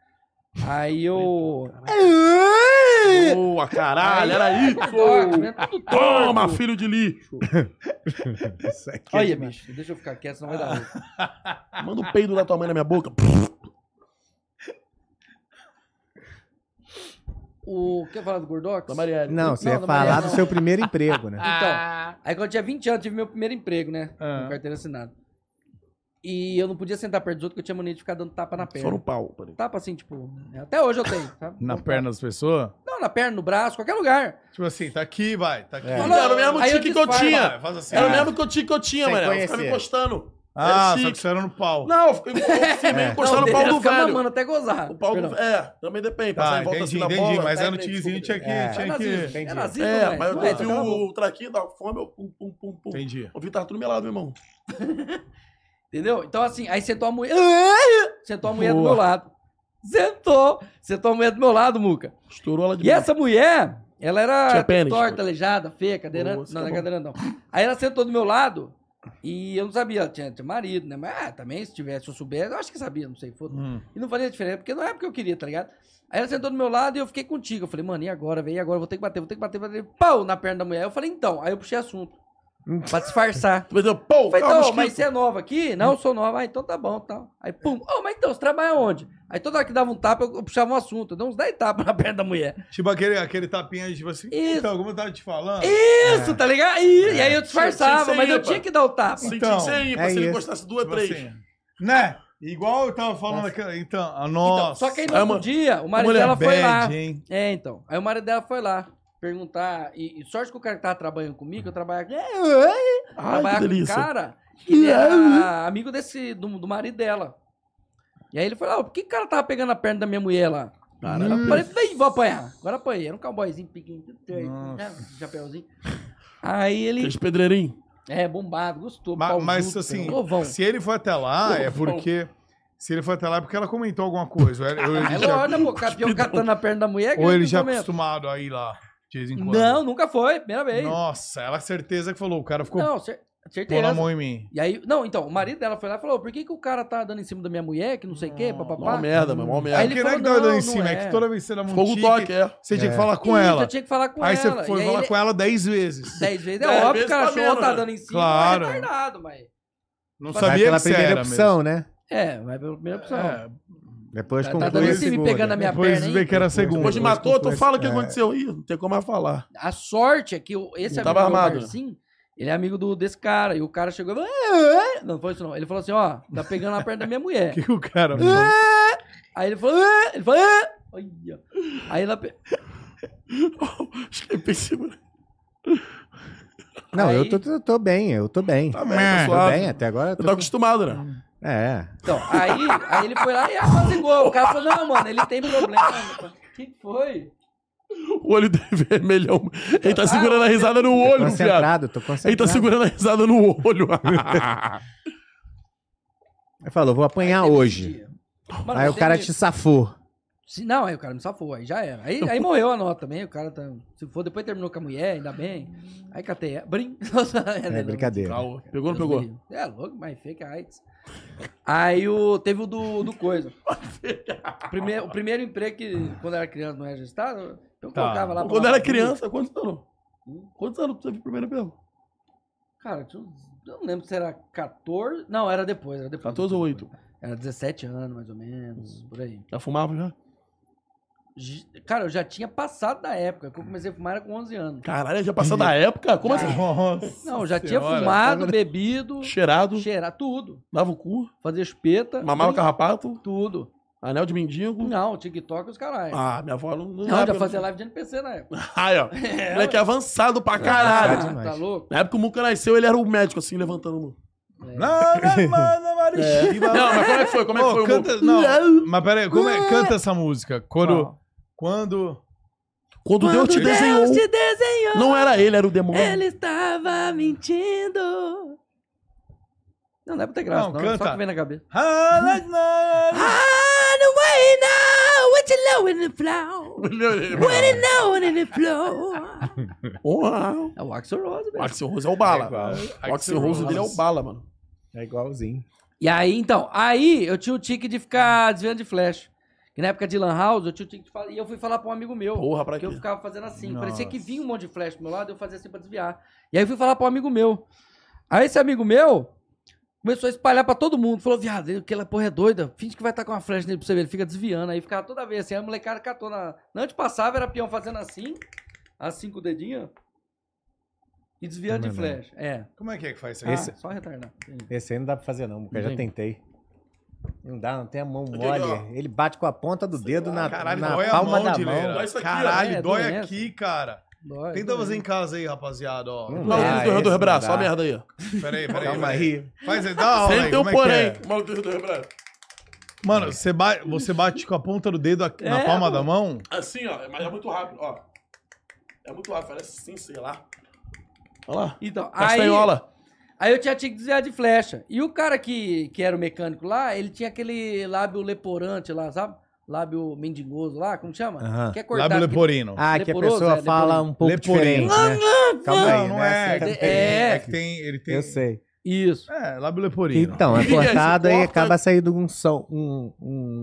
A: Aí eu.
C: Boa, caralho, Ah, era
A: Torto,
C: isso.
A: né? Tudo torto.
C: Toma, filho de lixo.
D: Isso aqui é
A: Olha,
D: demais.
A: bicho, deixa eu ficar quieto, senão vai dar.
C: Ah.
A: ruim.
C: Manda o peido da tua mãe na minha boca.
A: O. Quer falar do Gordox?
C: Da Marielle.
D: Não, você
A: Não, é-
D: ia
A: não,
D: falar
A: Maria,
D: do
A: não.
D: seu primeiro emprego, né?
A: Então, aí quando eu tinha 20 anos, eu tive meu primeiro emprego, né?
B: Ah.
A: Com carteira assinada. E eu não podia sentar perto dos outros, porque eu tinha mania de ficar dando tapa na
C: Só
A: perna.
C: no pau. peraí.
A: Tapa assim, tipo. Até hoje eu tenho, sabe?
B: Na
A: Não,
B: perna das pessoas?
A: Não, na perna, no braço, qualquer lugar.
B: Tipo assim, tá aqui, vai. Tá aqui.
D: É.
A: Falou,
C: Era o mesmo
A: aí eu
C: tique que eu
A: disfarço. É.
C: tinha.
B: Vai, faz assim.
C: Era o
B: Ah.
C: mesmo que eu tinha que eu tinha,
D: Sem
C: mano. Eu ficava
D: conhecer.
C: encostando.
B: Ah,
C: Era
B: só
C: chique.
B: que você era no pau.
C: Não, eu fiquei- eu fiquei meio encostando no
A: o
C: pau
A: dedo
C: do
A: fica
C: velho.
A: mamando até gozar.
C: O pau do
A: Perdão.
C: É, também depende. Passar
B: Tá,
C: em volta
B: entendi,
C: assim na
B: entendi.
C: bola.
B: Mas era no
A: Vai,
B: tiquezinho,
A: vai,
B: tinha que...
D: é.
A: É
B: Tinha
A: nazismo.
B: que...
A: É
D: Entendi.
A: nazismo,
C: É, mas
A: Não
C: eu vi
A: tá bom.
C: o traquinho da fome, eu pum, pum, pum, pum.
B: Entendi.
C: Eu vi tava tudo melado, meu irmão.
A: Entendeu? Então, assim, aí sentou a mulher. Ah! Sentou a mulher do
C: Boa.
A: meu lado. Sentou. Sentou a mulher do meu lado, Muca.
C: Estourou ela de
A: E essa mulher, ela era
C: Tinha pênis. tipo,
A: torta, aleijada, feia, cadeirante.
C: Nossa,
A: não,
C: tá
A: não é
C: bom.
A: cadeirante, não. Aí ela sentou do meu lado e eu não sabia. Ela tinha, tinha marido, né? Mas ah, também, se tivesse, se eu soubesse, eu acho que sabia, não sei. Foda
B: Hum.
A: e não fazia diferença, porque não é porque eu queria, tá ligado? Aí ela sentou do meu lado e eu fiquei contigo. Eu falei, mano, e agora, velho? E agora? Vou ter que bater, vou ter que bater, vou ter que bater. Pau na perna da mulher. Eu falei, então. Aí eu puxei assunto. pra disfarçar.
C: Tu vai dizer, pô,
A: Eu falei,
C: cara,
A: então,
C: mosquito.
A: mas você é nova aqui? Não, eu sou nova. Ah, então tá bom, tal. Aí, pum. Oh, mas então, você trabalha onde? Aí toda hora que dava um tapa, eu eu puxava um assunto. Eu dei uns 10 tapas na perna da mulher.
B: Tipo aquele, aquele tapinha, tipo assim...
A: Isso.
B: Então, como eu tava te falando... É.
A: Isso, tá ligado? E, e aí eu
C: Sim, sim,
A: disfarçava,
C: sim,
A: mas eu
C: epa.
A: tinha que dar o tapa.
C: Senti
B: Então,
C: que você ia,
D: é
C: se assim, ele
D: isso.
C: encostasse duas,
B: Tipo
C: três.
B: assim, Né? Igual eu tava falando aquela. Então, a nossa.
A: Então, só que aí no
C: É
A: outro
C: uma-
A: dia, o marido
B: mulher
A: dela foi
B: bad,
A: lá.
B: hein?
A: É, então. Aí o marido dela foi lá perguntar. E, e sorte que o cara que tava trabalhando comigo, eu trabalhava, trabalhava
C: Ai, Ah, que
A: com um
C: delícia.
A: cara que ele era amigo desse, do, do marido dela. E aí ele falou: ah, por que o cara tava pegando a perna da minha mulher lá?
C: Caralho.
A: Eu falei, vem, vou apanhar. Agora apanhei. Era um cowboyzinho pequeno, tudo torto,
B: Nossa.
A: né? chapéuzinho. Aí ele.
C: Três pedreirinhos.
A: É, bombado, gostou.
B: Ma-
A: pau né?
B: Mas
A: juto,
B: assim,
A: novão.
B: se ele foi até lá, é porque. Se ele foi até lá, é porque ela comentou alguma coisa. Ou ele, ou ele
A: É
B: já-
A: lógico, pô, campeão catando a perna da mulher.
B: ou ele
A: grande
B: já é
A: momento.
B: acostumado a ir lá de vez em quando.
A: Não, nunca foi. Primeira vez.
B: Nossa, ela certeza que falou. O cara ficou
A: Não, cer-
B: Pôr a
A: Certeza.
B: mão em mim.
A: E aí, não, então, o marido dela foi lá e falou: por que, que o cara tá dando em cima da minha mulher, que não sei o quê,
C: Mó
A: papapá.
C: merda, mano. Mó merda.
A: Aí
B: Porque
A: ele
B: não é
A: falou,
B: que tava dando
A: não,
B: em cima,
A: não
B: é.
A: é.
B: que toda vez que você dá um
C: Ficou o
B: tique,
C: toque, é.
B: você tinha que
D: É.
B: falar com
A: Isso,
B: ela.
A: Eu tinha que falar com
B: Aí
A: ela.
B: você foi
A: e aí
B: falar
A: ele-
B: com ela dez vezes.
A: Dez vezes. É
C: Dez
A: óbvio
C: vezes
A: que o cara
C: tá
A: achou,
C: menos,
A: tá
C: né?
A: dando em cima,
B: Claro.
A: é retardado, mas...
B: Não
A: Vai
B: sabia
D: pela
B: que você era
D: primeira opção, né?
A: É, vai pela primeira opção.
B: mesmo. É,
D: Depois
A: Tá-
D: com
A: tá
D: o
A: dando
B: em
D: Cruz,
A: cima e
D: segura.
A: pegando a minha-
B: depois
A: perna,
B: vê
A: hein?
B: que era a
D: Depois-
B: segunda.
C: Depois de matou, tu
D: Depois-
C: fala o que
D: é.
C: aconteceu. Ih, não tem como mais falar.
A: A sorte é que o- esse amigo
C: Não tava
A: meu,
B: né?
C: armado.
A: Marcinho, ele é amigo do, desse cara. E o cara chegou e falou... "Ah, ah." Não, não foi isso não. Ele falou assim, ó, tá pegando a perna da minha mulher.
B: que o cara.
A: Aí ele falou... "Ah." Ele falou... "Ah." Olha. Aí ela... pe-
C: Acho que ele pensa, mano.
D: Não,
A: Aí-
D: eu tô, tô, tô bem, eu tô bem.
C: Tá merda,
B: É,
D: Tô
C: suave.
D: bem, até agora eu
C: Eu
D: tô...
C: tô acostumado, né?
D: É.
A: Então, aí, aí ele foi lá e apazigou. O cara falou, não, mano, ele tem problema. O que foi?
C: O olho dele é vermelhão. Ele tá segurando a risada no
D: Tá
C: olho, viado.
D: Concentrado,
B: Então
D: tô concentrado.
C: Ele tá segurando a risada no olho.
D: Ele falou, vou apanhar hoje. Aí o cara te safou.
A: Se não, aí o cara me safou, aí já era. Aí, aí morreu a nota também, o cara tá. Se for, depois terminou com a mulher, ainda bem. Aí catei. Brin... né?
D: É brincadeira.
C: Calma. Pegou ou não pegou?
A: É louco, mas fake AIDS. Aí o, teve o do, do coisa. Primeiro, o primeiro emprego que, quando era criança, não era registrado, eu
B: Tá.
A: colocava lá pra
C: Quando
A: lá-
C: era criança, quantos anos? Quantos anos você viu o primeiro pego?
A: Cara, tinha uns- eu não lembro se era 14. Não, era depois, era depois.
C: 14 ou Uhum. 8?
A: Era 17 anos, mais ou menos, por aí.
C: Já fumava já?
A: Gi- Cara, eu já tinha passado da época, que eu comecei a fumar era com 11 anos.
C: Caralho, já passou da época? Como assim?
B: Nossa
A: Não, eu já tinha
B: Senhora.
A: fumado, bebido,
C: Cheirado,
A: cheirar tudo.
C: dava o cu,
A: Fazia espeta.
C: mamava
A: brin-
C: carrapato,
A: Tudo.
C: anel de mendigo.
A: Não, TikTok e os caralho.
C: Ah, minha avó não.
A: não, já
C: pelo-
A: fazia live de NPC na época.
C: Aí, É, ó. Moleque avançado pra caralho.
A: Ah, tá
D: demais.
A: louco?
C: Na época que o Muca nasceu, ele era o médico, assim, levantando o Muca.
B: Não, não, mano, Marichiba.
C: Não, mas como é que foi? Como é que
B: Ô,
C: foi o
B: canta-
C: Muca?
B: não, mas peraí, como é? Canta essa música. Quando.
A: Qual?
B: Quando.
C: Quando, Deus te desenhou,
A: Deus te desenhou,
C: não era ele, era o demônio.
A: ele estava mentindo. Não, não é pra ter graça,
B: Não,
A: não.
B: canta.
A: Só que vem na cabeça.
B: Ah,
A: Ah, no way now, what you know in the flow.
C: é
A: What you know in the flow.
C: Uau.
A: É o Axel Rose,
C: O
A: velho.
C: Axel Rose é o bala. o Axel Rose dele é o bala, mano.
D: É igualzinho.
A: E aí, então, aí eu tinha o tique de ficar desviando de flash. Que na época de Lan House, eu tinha o tique de falar. E eu fui falar pra um amigo meu.
C: Porra, pra
A: Porque
C: quê?
A: eu ficava fazendo assim.
B: Nossa.
A: Parecia que vinha um monte de flash pro meu lado, eu fazia assim pra desviar. E aí eu fui falar pra um amigo meu. Aí esse amigo meu começou a espalhar pra todo mundo. Falou, viado, aquela porra é doida. Finge que vai estar com uma flash nele pra você ver. Ele fica desviando. Aí ficava toda vez assim. Aí a molecada catou na. Na antes passava, era peão fazendo assim. Assim com o dedinho. E desviando de
D: Não, não.
A: flash. É.
B: Como é que é que faz isso
A: Ah,
B: aí?
A: Só retardar. Entendi.
D: Esse aí não dá pra fazer, não, porque eu já
A: Entendi.
D: tentei. Não dá, não tem a mão
C: Aqui,
D: mole.
C: ó.
D: Ele bate com a ponta do dedo na,
B: Caralho,
D: na
B: dói a
D: palma
B: mão,
D: da
B: Dileira.
D: mão.
C: Dói isso aqui, ó.
B: Caralho,
A: É,
B: dói
A: doença.
B: aqui, cara.
A: Dói,
B: Tenta
A: dói.
B: fazer em casa aí, rapaziada, ó.
D: Hum.
C: Não,
D: Ah,
C: ah, do
D: esse
C: do
D: não
C: rebraço, só
D: dá.
C: merda aí. ó.
B: Peraí, peraí,
D: Calma
B: peraí.
D: aí.
B: Faz aí, dá aula aí,
C: Sem ter um
B: como é que
C: porém.
B: é?
C: Maluco do rebraço.
B: Mano, você, ba- você bate com a ponta do dedo aqui na
A: É,
B: palma
A: mano.
B: da mão?
C: Assim, ó, mas é muito rápido, ó. É muito rápido, parece assim, sei lá. Olha lá.
A: Então, aí,
C: Castanhola.
A: Aí eu tinha tinha que desviar de flecha. E o cara que, que era o mecânico lá, ele tinha aquele lábio leporante lá, sabe? Lábio mendigoso lá, como chama?
D: Aham.
A: Que é cortado.
B: Lábio
A: que-
B: leporino.
D: Ah, que a
A: Leproso,
D: pessoa
A: é,
D: fala
A: leproso.
D: um pouco
B: Leporino.
D: diferente, né? Calma aí,
B: não
D: né?
B: é.
D: Você
A: Tem-
D: também-
A: é.
B: É que tem. Ele tem.
D: Eu sei.
A: Isso.
B: É, lábio leporino.
D: Então, é
C: E aí, você
D: cortado e
C: corta-
D: acaba saindo um som, um,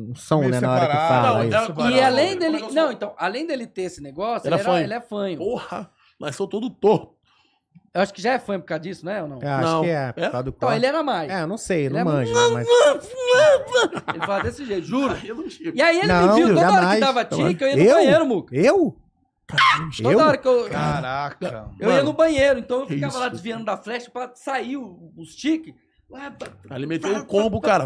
D: um som
B: Meio
D: né, na hora que
B: separado.
D: fala.
C: Não,
D: isso.
C: é-
A: E
C: Caralho,
A: além
C: como é
A: dele.
C: que eu sou?
A: Não, então, além dele ter esse negócio,
C: Ele
A: ele,
C: é
A: era-
C: fanho.
A: ele é fanho.
C: Porra, nasceu todo torto.
A: Eu acho que já é fanho por causa disso, né? Ou não?
D: Eu acho
C: Não.
D: que é, por
C: É?
D: causa do
A: Então,
D: corte.
A: ele era mais.
D: É, eu não sei,
A: Ele
D: não
A: é
D: manjo, mas...
A: Ele fala desse jeito, juro.
C: Aí eu não tive.
A: E aí ele me
D: Não,
A: viu toda hora que
D: jamais.
A: dava
D: Então,
A: tique, eu ia no
D: eu?
A: banheiro, Muca.
D: Eu?
A: Toda
D: Eu?
A: hora que eu.
B: Caraca.
A: Eu ia
C: Mano,
A: no banheiro, então eu ficava
C: isso,
A: lá
C: cara.
A: desviando da flecha pra sair o- os tiques. Ué,
C: Aí ele meteu um combo, cara.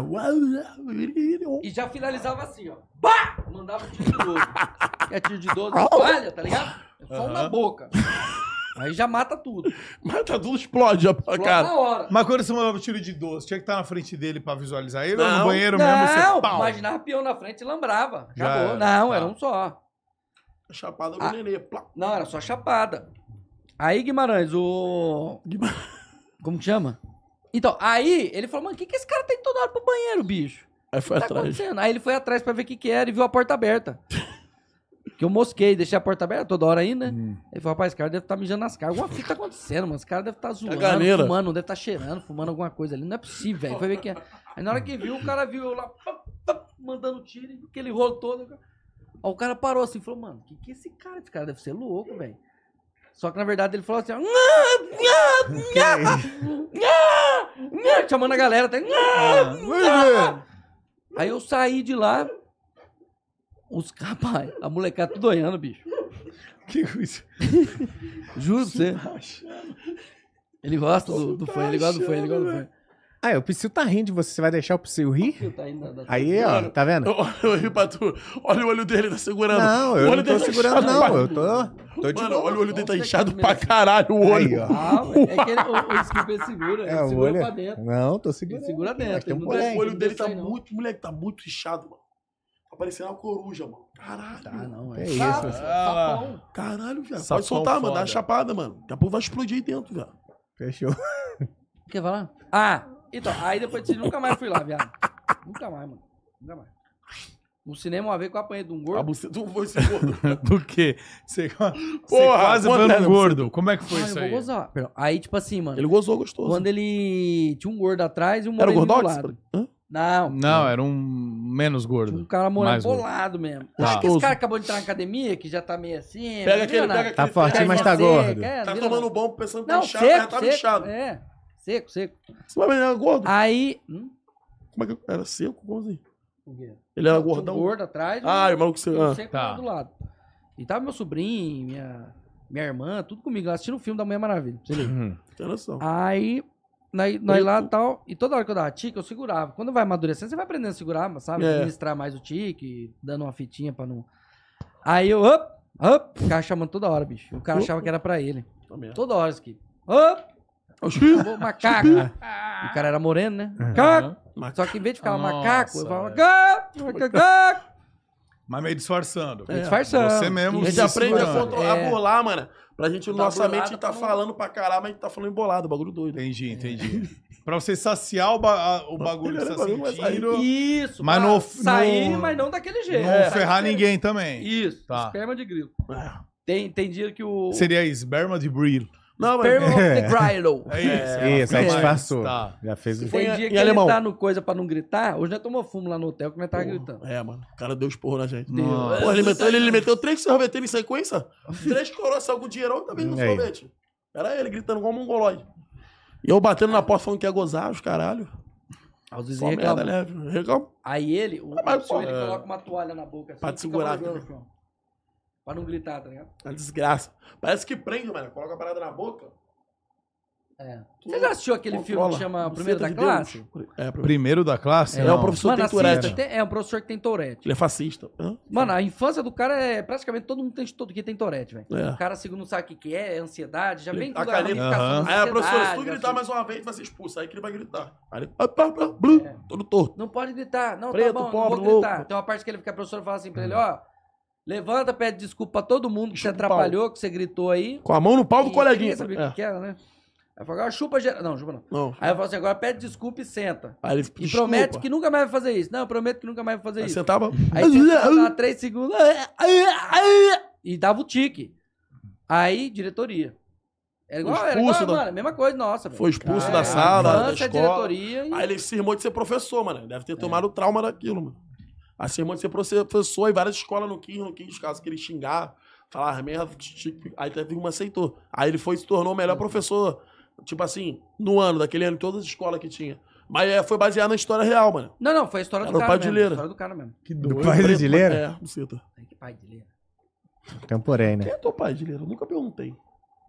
A: E já finalizava assim, ó. Bah! Mandava um tiro de 12. Que é tiro de 12 falha, tá ligado? É só um na
B: Aham.
A: boca. Aí já mata tudo.
C: Mata tá tudo, explode a
A: Logo
C: cara.
A: na hora.
B: Mas quando você mandava um tiro de 12, tinha que estar na frente dele pra visualizar ele ou no
C: Não.
B: banheiro mesmo?
A: Não,
B: Você, pau.
A: imaginava peão na frente e lambrava.
B: Já
A: Acabou.
B: era,
A: não,
B: tá.
A: era um só.
C: Chapada do
A: Ah.
C: nenê. Plá.
A: Não, era só chapada. Aí, Guimarães, o. Como que chama? Então, aí ele falou, mano, o que, que esse cara tem toda hora pro banheiro, bicho?
C: Aí foi
A: tá
C: atrás.
A: acontecendo? Aí ele foi atrás pra ver o que, que era e viu a porta aberta. Que eu mosquei, deixei a porta aberta toda hora aí, né?
D: Hum.
A: Ele falou, rapaz, esse cara deve estar mijando nas caras. Alguma fita tá acontecendo, mano. Esse cara deve estar zoando,
C: Tá ganeira.
A: fumando, deve estar cheirando, fumando alguma coisa ali. Não é possível, velho. Foi ver que é. Aí na hora que viu, o cara viu eu lá, pá, pá, mandando tiro, e aquele rolo todo. Aí o cara parou assim, falou, mano, que que é esse cara? Esse cara deve ser louco, velho. Só que na verdade ele falou assim, ó, "Nha, nha, nha, nha", nha, chamando a galera até. "Nha, nha". Aí eu saí de lá, os rapaz, a molecada tudo olhando, bicho.
B: Que coisa.
A: Juro pra você. Ele gosta do, do fã, ele gosta do fã, ele gosta do fã.
D: Ah, o Psyu tá rindo de você. Você vai deixar o Psyu rir?
A: Tá aí na- na-
D: Aí, ó, tá vendo?
C: Eu, eu ri pra tu. Olha o olho dele, tá segurando.
D: Não,
C: o
D: eu
C: olho
D: não
C: dele
D: tô
C: tá
D: segurando,
C: inchado
D: não.
C: pra-
D: Eu tô, tô de
C: Mano,
D: boa.
C: olha o olho dele tá
A: Olha que
C: inchado
A: primeira
C: pra caralho o
D: Aí,
C: olho.
D: ó.
A: Ah, velho, é que ele, o, o skipper segura,
D: É,
A: ele
D: o
A: segura
D: olho.
A: pra dentro.
D: Não, tô
A: Ele
D: segurando.
A: segura dentro,
D: Mas tem um
A: ele não
D: porém.
C: o olho dele tá
A: Não sei não.
C: muito, moleque, tá muito inchado, mano. Tá parecendo uma coruja, mano. Caralho.
A: Tá, não,
D: É
A: velho.
D: isso.
A: Tá, sapão.
C: Caralho, velho.
B: Sapão
C: Pode soltar, mano. Dá uma
B: foda.
C: chapada, mano. Daqui a pouco vai explodir aí dentro, velho.
D: Fechou.
A: Quer falar? Ah, então, aí depois disso nunca mais fui lá, viado. Nunca mais, mano. Nunca mais. No cinema, uma vez que eu apanhei de um
C: A
A: gordo.
C: buceta. Tu foi esse gordo.
B: Do quê? Você, você
C: Porra,
B: quase
C: conta,
B: foi
C: né,
B: um gordo. Como é que
A: Ah,
B: foi
A: eu
B: isso
A: vou
B: aí?
A: gozar. Perdão. Aí, tipo assim, mano.
C: Ele gozou gostoso.
A: Quando ele tinha um gordo atrás e um
C: Era o
A: moreno do
C: gordox?
A: lado. Tá.
C: Hã?
A: Não,
B: Não, era um menos
A: tinha um
B: gordo.
A: cara morando
B: Mais gordo.
A: bolado mesmo.
B: Tá.
A: Ah, que esse cara acabou de entrar na academia, que já tá meio assim.
C: Pega
A: não
C: aquele,
A: vira
C: pega
A: nada.
C: aquele.
D: Tá forte,
C: pega-
D: mas tá
A: Seca,
D: gordo.
A: é,
C: Tá
A: vira
C: tomando
A: nada.
C: bom, pensando que tá
A: Não,
C: inchado, mas já
A: seco,
C: tava
A: seco.
C: inchado.
A: É, seco, seco.
C: Você vai ver, ele era gordo.
A: Aí... Hum?
C: Como é que era seco? Como assim?
A: O quê?
C: Ele era
A: Tinha um
C: gordão.
A: gordo atrás.
C: Ah,
A: um-
C: o maluco
A: Eu
C: seco.
A: não
C: Ah.
A: sei como
B: tá.
A: era do lado. E tava meu sobrinho, minha, minha irmã, tudo comigo, lá assistindo o filme da Mulher Maravilha. pra Você liga.
B: Hum.
C: Tem noção.
A: Ah, Aí, nós, nós lá e tal, e toda hora que eu dava tique, eu segurava. Quando vai amadurecendo, você vai aprendendo a segurar, mas sabe?
C: É.
A: Administrar mais o tique, dando uma fitinha pra não. Aí eu, up, up, o cara chamando toda hora, bicho. O cara achava que era pra ele.
C: Tá merda.
A: Toda hora, skip. Up,
C: Oxi.
A: vou macaco. E o cara era moreno, né? Macaco. Só que em vez de ficar
B: Nossa,
A: macaco, eu falava
B: velho.
A: macaco, macaco.
B: Mas meio disfarçando.
A: É, disfarçando.
B: Você mesmo.
A: A
C: A gente
B: se
C: aprende a,
B: segurando.
A: foto-
C: controlar,
A: É.
C: a bolar, mano. Pra gente,
A: Tá
C: nossa
A: bolado
C: mente, a gente tá
A: pra um-
C: falando pra caralho, mas a gente tá falando embolado, bagulho doido.
B: Entendi, entendi. Pra você saciar o, ba- a- o bagulho que você tá
C: Ele vai sair.
B: sentindo,
A: Isso,
B: Mas
A: pra
B: não-
A: sair,
B: não-
A: mas não daquele jeito.
B: não
A: É.
B: ferrar
A: Sair
B: ninguém também.
A: diferente. Isso,
B: Tá.
A: esperma de grilo.
C: É.
A: Tem, tem dia que o
B: Seria esperma de Brill.
C: Não, mas
A: esperma of the
D: É.
A: grilo.
B: É isso.
D: É,
B: ela
D: isso,
B: fica
D: aí
B: mais-
D: disfarçou.
B: Tá.
D: Já fez o...
C: Foi
A: Tem
C: em-
A: dia
C: em
A: que
C: alemão.
A: ele tá no coisa pra não gritar. Hoje nós tomou fumo lá no hotel que nós tava Tá gritando.
C: É, mano. O cara deu esporro na gente.
B: Nossa.
C: Porra, ele meteu, ele, ele meteu três sorveteiros em sequência. Três coroas, algum dinheirão também no
D: E aí?
C: sorvete. Era ele gritando igual um mongoloide. E eu batendo na porta falando que ia gozar, os caralho.
A: Aí os
C: Só
A: vizinhos
C: merda,
D: é um-
A: reclamam.
C: né? Reclamo.
A: Aí ele, o,
C: Ah, mas,
A: o senhor,
C: pô,
A: ele
C: é.
A: coloca uma toalha na boca assim.
C: Pra
A: e
C: te
A: fica
C: segurar,
A: molhando
C: né?
A: o chão. Pra não gritar, tá ligado?
C: É Uma desgraça. Parece que prende, mano. Coloca a parada na boca.
A: É. Você já assistiu aquele filme
C: controla.
A: que chama
C: Buceta
A: Primeiro da
C: de
A: Classe?
C: Deus. É, primeiro.
B: Primeiro da classe?
C: É,
A: um
B: não.
C: o professor
A: Mano,
C: tem
A: assista.
C: Tourette.
A: tem- é um professor que tem Tourette.
C: Ele é fascista. Hã?
A: Mano, a infância do cara é praticamente todo mundo tem todo que tem Tourette, velho.
C: É.
A: O cara, segundo não sabe o que, que é, é ansiedade, já vem
C: A
A: a
C: caneta.
A: ramificação
B: Aham.
A: da
C: tá Aí a professora, se tu
A: ansiedade,
C: gritar
A: assim.
C: mais uma vez, vai ser expulso. Aí que ele vai gritar. Aí ele. Ah, pá, pá, blu,
A: É.
C: Todo torto.
A: Não pode gritar, não,
C: Preto,
A: tá bom,
C: pobre,
A: não vou gritar.
C: louco.
A: Tem uma parte que ele fica, a professora fala assim pra ele, ó, levanta, pede desculpa pra todo mundo que
C: Chupa
A: você atrapalhou, que você gritou aí.
C: Com a mão no pau do
A: E
C: coleguinha.
A: ninguém sabia o
C: É.
A: que, que era, né? Aí fala, agora chupa geral. Não, chupa não.
C: Não.
A: Aí eu falo assim, agora pede desculpa e senta.
C: Aí ele
A: E promete que nunca mais vai fazer isso. Não, eu prometo que nunca mais vai fazer
C: Aí
A: isso.
C: sentava.
A: Aí tentava dar três segundos né? e dava o tique. Aí, diretoria. Era igual,
C: Foi
A: era igual,
C: expulso da-
A: mano, mesma coisa nossa. velho.
C: Foi expulso
A: Ah,
C: da
A: é,
C: sala, da
A: infância,
C: escola.
A: diretoria e...
C: Aí ele se irmou de ser professor, mano. Deve ter tomado o trauma daquilo, mano. Aí se irmou de ser profe- professor e várias escolas não quis, não quis, caso que ele xingar, falar merda. t- t- Aí teve uma aceitou. Aí ele foi e se tornou o melhor professor, tipo assim, no ano, daquele ano, em todas as escolas que tinha. Mas é, foi baseado na história real, mano.
A: Não, não, foi a história do
C: Era o
A: cara mesmo.
C: Padilheira.
A: a história do cara mesmo.
B: Que
D: Do
B: doido.
D: pai
C: Preto,
D: brasileiro?
C: mano. É, buceta.
A: Ai, que padilheira.
D: Tem um porém,
C: Quem
D: né?
C: é teu pai, Gileiro? Eu nunca perguntei.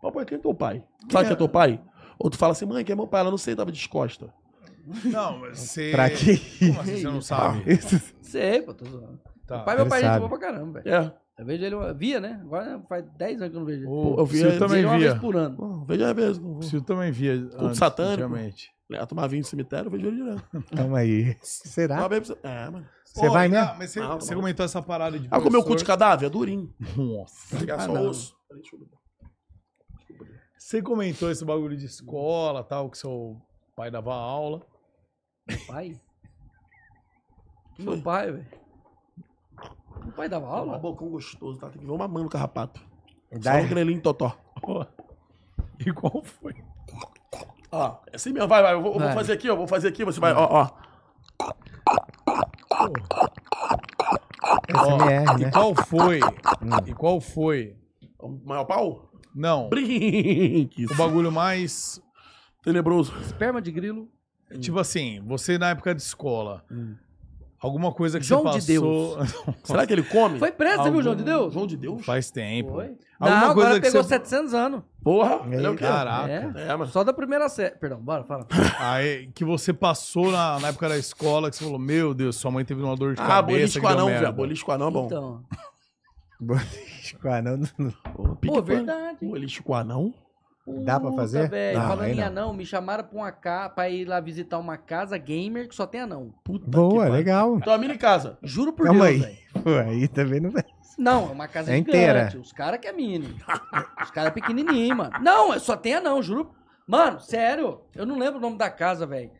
C: Papai, quem é teu pai? Sabe quem é teu pai? Ou tu fala assim, mãe, quem é meu pai? Ela não sei, tava descosta.
B: Não, mas você.
D: Pra que
B: Como assim você não
D: Tá.
B: sabe?
D: isso?
A: Sei, pô, tô zoando.
B: Tá.
A: Meu pai, meu
D: Ele
A: pai, é gente
D: sabe.
A: boa pra caramba, velho.
C: É.
A: Eu vejo ele, via, né? Agora faz 10 anos que eu não vejo ele.
B: Ô,
C: Eu vi-
B: Psyu
A: Vejo
B: também
A: ele uma
B: via.
A: vez por ano.
C: Não, veja a vez.
B: O Psyu também via. antes,
C: satânico.
B: antigamente.
C: Ela "Ah, tomar vinho no cemitério, eu vejo ele direto.
D: Calma aí.
C: Toma
D: Será?
C: bem pra você- É, mano.
D: Você
B: Ô,
D: vai
B: não,
D: mesmo?
B: Mas você,
C: Ah,
B: você
C: não.
B: comentou essa parada de.
C: Ah, comeu o cu de
B: professor.
C: cadáver, é durinho.
B: Nossa. Ah,
C: Pegar só
A: Ah, não.
C: osso. Peraí, deixa eu ver.
B: Você comentou esse bagulho de escola tal, que seu pai dava aula.
A: Pai?
C: Foi.
A: Meu pai, velho. pode dar
C: Um
A: aula?
C: bocão gostoso, tá? Tem que ver uma mão no carrapato. Só
D: Dá-
C: um grelinho totó.
B: E qual foi?
C: Ó, é assim mesmo, vai, vai. Eu vou, eu vou
A: Vai.
C: fazer aqui, ó. Vou fazer aqui, você vai, ó, ó.
D: SMR,
B: E
D: né?
B: qual foi? E qual foi?
C: O É um Maior pau?
B: Não.
C: Brinque.
B: O bagulho mais.
C: Tenebroso.
A: Esperma de grilo.
B: Tipo assim, você na época de escola. Alguma coisa que
A: João
B: você
A: de
B: passou.
C: Será que ele come?
A: Foi preso, você viu, João de Deus?
C: João de Deus?
B: Faz tempo.
A: Foi.
B: Alguma
A: Não,
B: coisa
A: agora
B: que
A: pegou
B: você-
A: 700 anos.
C: Porra, ele é o quê?
B: Caraca.
C: É, mas...
A: ah. Só da primeira série. Perdão, bora, fala.
B: Aí, que você passou na, na época da escola, que você falou, meu Deus, sua mãe teve uma dor de
C: Ah,
B: cabeça.
C: bolisco
B: que deu
C: anão,
B: merda."
C: velho. Bolisco anão é bom.
A: Então.
D: Bolisco anão não-
C: Pô,
A: Pô, verdade. hein?
C: Bolisco anão?
D: Dá pra
A: Puta,
D: fazer?
A: velho.
D: Não,
A: Falando
D: aí
A: em
D: não.
A: anão, me chamaram pra, uma ca... pra ir lá visitar uma casa gamer que só tem anão.
C: Puta que
D: Boa,
C: pariu. Então,
D: legal.
C: Tua mini casa.
A: Juro por
D: Calma
A: Deus,
D: aí.
A: velho.
D: Pô, aí também não vai.
A: Não, é uma casa
D: É
A: gigante.
D: inteira.
A: Os caras que é mini. Os caras é pequenininho, mano. Não, eu só tem anão, juro. Mano, sério. Eu não lembro o nome da casa, velho.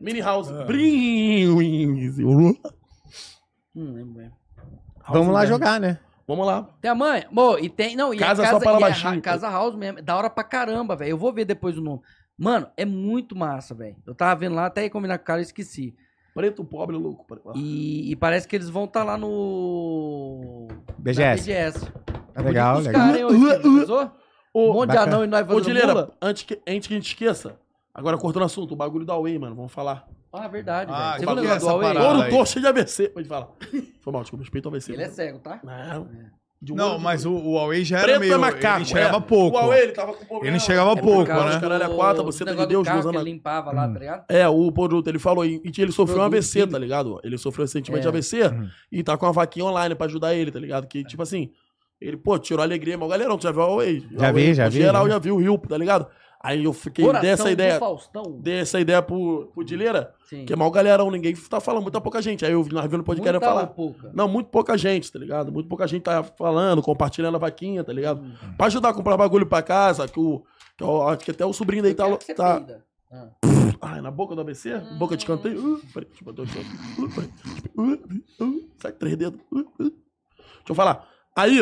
C: Mini house.
B: Ah.
C: Brinque.
A: Não lembro mesmo.
D: Vamos lá
C: House
D: jogar, né?
C: Vamos lá.
A: Tem a mãe? Mô, e tem. Não, e
C: Casa
A: a
C: só
A: casa,
C: para
A: e a
C: baixinho,
A: ra-
D: tá?
C: pô.
A: casa house mesmo. é Da hora pra caramba, velho. Eu vou ver depois o nome. Mano, é muito massa, velho. Eu tava vendo lá, até ia combinar com o cara, eu esqueci.
C: Preto, pobre, louco. Pare- ó.
A: E, e parece que eles vão estar lá no. na
D: BGS.
A: BGS.
D: Ah, legal,
A: Os
D: legal.
A: caras,
B: Uh,
A: hein, ô, Steve, avisou? Um
C: Ô,
A: monte de
D: bacana.
A: anão e nós
C: ô
A: fazendo
C: Dileira,
A: mula.
C: antes que, antes que a gente esqueça, agora cortando o assunto, o bagulho da Way, mano, vamos falar.
A: Ah, verdade, velho.
B: Ah,
A: Você
B: que
A: viu o negócio
B: essa
A: do Huawei?
B: parada? Fala
C: Ouro
B: aí.
C: torto cheio de AVC. Pode falar. Foi mal, desculpa, respeito ao AVC.
A: Ele é cego, tá?
C: Não, de um
B: Não,
C: olho de
B: mas o, o Huawei já era
C: Preto
B: meio...
C: é macaco.
B: ele enxergava
C: é.
B: pouco.
C: O Huawei, ele tava com problema.
B: Ele enxergava
A: É por
B: pouco,
A: causa
B: né?
A: do-
C: Caralho, a quatro,
A: do
C: você tá de
A: negócio do
C: Deus,
A: carro
C: usando
A: que
C: a-
A: ele limpava lá, tá ligado?
C: É, o produto, ele falou, e e ele sofreu um
A: Produto,
C: AVC,
A: filho.
C: tá ligado? Ele sofreu recentemente
A: É.
C: AVC e tá com uma vaquinha online pra ajudar ele, tá ligado? Que, tipo assim, ele, pô, tirou a alegria, mas galera, tu já viu a Huawei?
D: Já
C: Huawei,
D: vi, já
C: pô,
D: vi,
C: Geral
D: já.
C: já viu o Rio, tá ligado? Aí eu fiquei,
A: Coração
C: dei essa
A: do
C: ideia,
A: Faustão.
C: dei essa ideia pro, pro Dileira,
A: Sim.
C: que é mal galerão, ninguém tá falando, muita pouca gente. Aí eu vi, nós vimos no podcast,
A: Muita
C: eu falar.
A: ou pouca?
C: Não, muito pouca gente, tá ligado? Muito pouca gente tá falando, compartilhando a vaquinha, tá ligado?
A: Hum.
C: Pra ajudar a comprar bagulho pra casa, que o. Que, o- acho que até o sobrinho daí
A: Eu
C: tá.
A: quero que você Hum.
C: tá
A: peida. Ah.
C: ai, na boca do ABC? Boca de canteiro? Uh, peraí, deixa eu botar o chão aqui. Uh, peraí. Uh, uh, sai três dedos. Uh, uh. Deixa eu falar. Aí,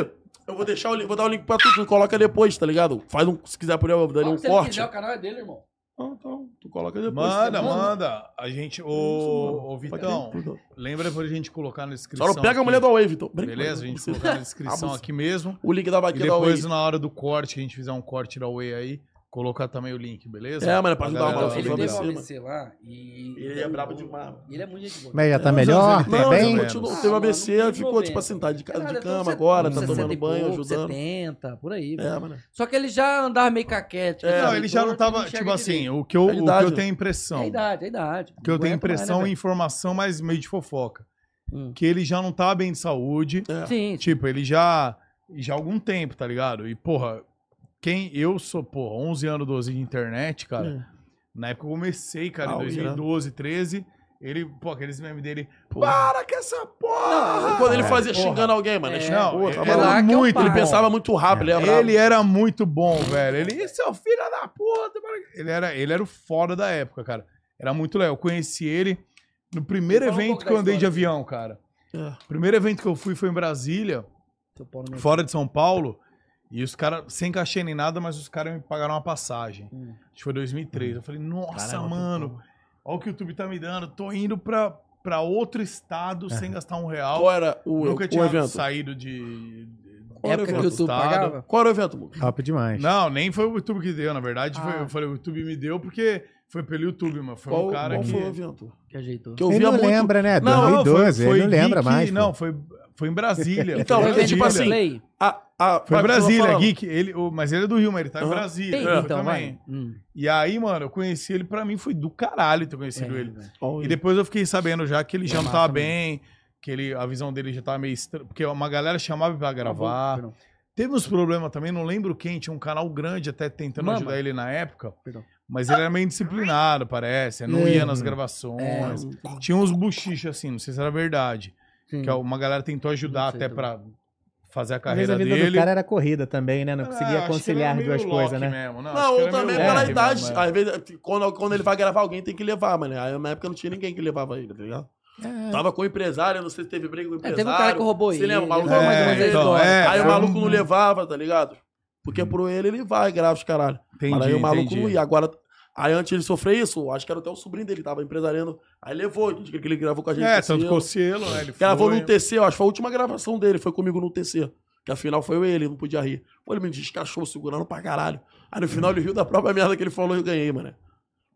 C: eu vou deixar o link, vou dar o link pra tu, tu coloca depois, tá ligado? Faz um, se quiser por aí, eu vou dar
A: Ó,
C: um
A: se ele
C: corte.
A: quiser, o canal é dele, irmão.
C: Ah, então, tu coloca depois.
B: Manda,
C: Tá bom.
B: manda. A gente... Ô, ô Vitão,
C: Vai ter-
B: lembra pra gente colocar na descrição
C: Só não pega a
B: aqui,
C: mulher da Wave, então. Brinca,
B: Beleza? A
C: mano,
B: gente
C: você-
B: colocar na descrição
C: Abusa.
B: aqui mesmo.
C: O link da
B: E
C: vaquinha da Wave.
B: depois, na hora do corte, que a gente fizer um corte da Way aí, colocar também o link, beleza?
C: É, mano, é pra ajudar o
B: galera
C: maluco
B: da
A: ele
B: Way.
C: sofrer
A: teve um
C: ABC,
A: ABC lá e.
C: Ele é brabo demais.
A: E Ele é muito gente boa.
D: Mas já tá
B: Não,
D: melhor,
B: não,
D: tá
C: Não,
D: bem?
C: ele continuou.
A: Ah,
C: Teve um
A: mano,
C: ABC,
A: não
C: ficou,
A: movendo.
C: tipo assim, tá de, casa
A: Cara,
C: de
A: deve
B: então
A: ter uns
C: cama
A: set-
C: agora,
A: uns
C: tá
A: 60
C: tomando
A: e
C: banho,
A: pouco,
C: ajudando.
A: 70, por aí, velho.
C: É, mano.
A: Só que ele já andava meio caquete.
C: É,
B: não, ele já não tava. Tipo assim, o que eu,
C: É a
B: o que
C: idade.
B: eu tenho
A: É
B: impressão.
A: a idade, é a idade.
B: O que eu tenho impressão e
A: em.
B: informação, mas meio de fofoca.
A: Hum.
B: Que ele já não tá bem de saúde.
A: Sim, sim.
B: Tipo, ele já. Já há algum tempo, tá ligado? E, porra, quem. Eu sou, porra, 11 anos, 12 de internet, cara.
A: Hum.
B: Na época eu comecei, cara, em
C: Auge, né?
B: 2012, 13. Ele, pô, aqueles memes dele.
C: Porra.
B: Para que essa porra!
C: E Quando ele fazia
B: Porra.
C: xingando alguém, mano.
A: É.
C: xingou,
B: Não,
C: tá
A: é
B: era
A: lá
C: maluco.
A: que eu
B: muito
A: paro.
B: bom.
C: Ele pensava muito rápido, ele era
B: Ele era muito bom, velho. Ele, "Ih, seu filho é da puta. mano." Ele era, ele era o foda da época, cara. Era muito legal. Eu conheci ele no primeiro
A: Fala um
B: evento
A: pouco
B: que eu
A: da
B: andei de
A: história.
B: avião, cara.
C: bravo.
B: Primeiro evento que eu fui foi em Brasília,
A: Seu pau no meu-
B: fora de São Paulo. E os caras, sem cachê nem nada, mas os caras me pagaram uma passagem.
A: Hum.
B: Acho que foi 2003. Eu falei, nossa,
D: Caramba,
B: mano, olha o que o YouTube tá me dando. Tô indo pra, pra outro estado sem gastar um real.
C: É. Qual era o,
B: Nunca
C: o
B: tinha
C: evento?
B: saído de.
C: Qual era o
A: Época que o
C: evento?
A: YouTube
B: Estado.
A: pagava?
C: Qual era o evento, Muca?
D: Top demais.
B: Não, nem foi o YouTube que deu, na verdade. Foi,
A: Ah.
B: eu falei, o YouTube me deu porque foi pelo YouTube, mas foi
C: Qual,
B: um cara
C: qual
B: que. É
C: foi o evento?
A: Que ajeitou.
C: Que eu
D: Ele
C: via
D: não
C: muito.
D: lembra, né?
C: Não, não,
D: 2012, ele não
B: geek-
D: lembra mais.
B: Não,
D: pô.
B: foi, foi em Brasília.
C: Então,
B: foi em
C: é tipo
B: Brasília.
C: assim,
A: Play.
C: A, a,
B: Foi em
C: a-
B: Brasília,
C: falando.
B: Geek. Ele, o- mas ele é do Rio, mas ele tá em
C: Aham.
B: Brasília.
A: Tem,
B: eu
A: então,
B: também.
A: vai. Hum.
B: E aí, mano, eu conheci ele, pra mim foi do caralho ter conhecido
A: É,
B: ele.
A: velho.
C: Olha.
B: E depois eu fiquei sabendo já que ele já não
A: massa
B: tava bem, que ele, a visão dele já tava meio estranha. Porque uma galera chamava pra gravar.
A: Perdão.
B: Teve uns problemas também, não lembro quem, tinha um canal grande até tentando
A: Mama.
B: ajudar ele na época.
A: Perdão. Hum.
B: Mas ele era meio indisciplinado, parece. Não
D: É.
B: ia nas gravações.
A: É.
B: Tinha uns buchichos assim, não sei se era verdade.
A: Sim.
B: Que é uma galera tentou ajudar
A: Hum. Não sei
B: até pra fazer a carreira
D: a vida
B: dele.
D: do cara era corrida também,
C: É,
D: né? Não
B: Ah,
D: conseguia
B: acho que ele
D: conciliar
B: era
D: as
B: meio
D: duas
B: Loki
D: coisas, né?
B: Mesmo. Não, acho
C: Não,
B: que era
C: ou
B: meio
C: também
D: louco
C: pela
B: Loki
C: idade. tipo,
B: mesmo, é.
C: Às vezes, quando, quando ele vai gravar alguém, tem que levar, mano. Aí na época não tinha ninguém que levava ele, tá ligado?
D: É,
C: Tava com o empresário, não sei se teve briga com o
A: É,
C: empresário.
A: teve um cara que roubou
C: Você
A: ele. É,
C: lembra? O maluco
A: Ele foi mais uma vez
B: então,
A: embora.
B: é,
C: aí o
B: foi
C: maluco
B: um-
C: não levava, tá ligado? Porque pro ele ele vai, grava os caralho.
B: Entendi,
C: aí o maluco
B: entendi.
C: não ia. Agora, aí antes ele sofrer isso, acho que era até o sobrinho dele que tava empresariando. Aí levou, então, diz que ele gravou com a gente.
B: É,
C: no
B: tanto
C: selo.
B: que o Cielo, né? Ele
C: Gravou
B: foi.
C: no TC, eu acho que foi a última gravação dele, foi comigo no TC. Que afinal foi eu e ele, não podia rir. Pô, ele me descachou segurando pra caralho. Aí no final ele riu da própria merda que ele falou e eu ganhei, mano.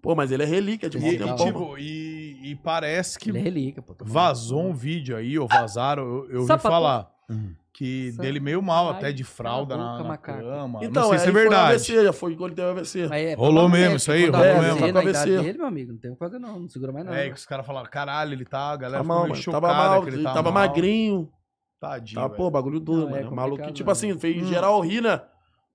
C: Pô, mas ele é relíquia de
B: E,
C: bom
B: e,
C: tempo, mano.
B: tipo, e, e parece que
A: Ele é relíquia, pô. tô falando.
B: vazou um vídeo aí, ou vazaram, eu, eu ouvi
A: Sapato.
B: falar.
C: Uhum.
B: Que
A: Sapato.
B: dele meio mal,
A: Ai,
B: até de fralda
A: cala a
B: na,
A: boca,
B: na
A: macaco.
B: cama.
C: Então,
B: não sei
C: aí
B: se é
C: ele foi no
B: verdade.
C: AVC, já foi quando ele teve AVC.
A: Mas é,
B: Rolou
A: pra-
B: mesmo
A: é,
B: isso aí,
A: quando
B: rolou
A: dá
B: mesmo.
A: AVC,
C: Tá com
A: Na idade
C: AVC.
A: dele, meu amigo, não tem o que fazer não, não segura mais nada.
B: É, que os caras falaram, caralho, ele tá, a galera
C: Tava
B: ficou
C: mal,
B: meio
C: mano.
B: chocada.
C: Tava mal,
B: que
C: ele
B: ele
C: tava,
B: tá mal.
C: magrinho.
B: Tadinho,
C: Tava, pô,
B: velho.
C: bagulho duro,
A: Não, é
C: mano.
A: complicado,
C: Maluco,
A: né?
C: tipo assim, fez geral rir, né?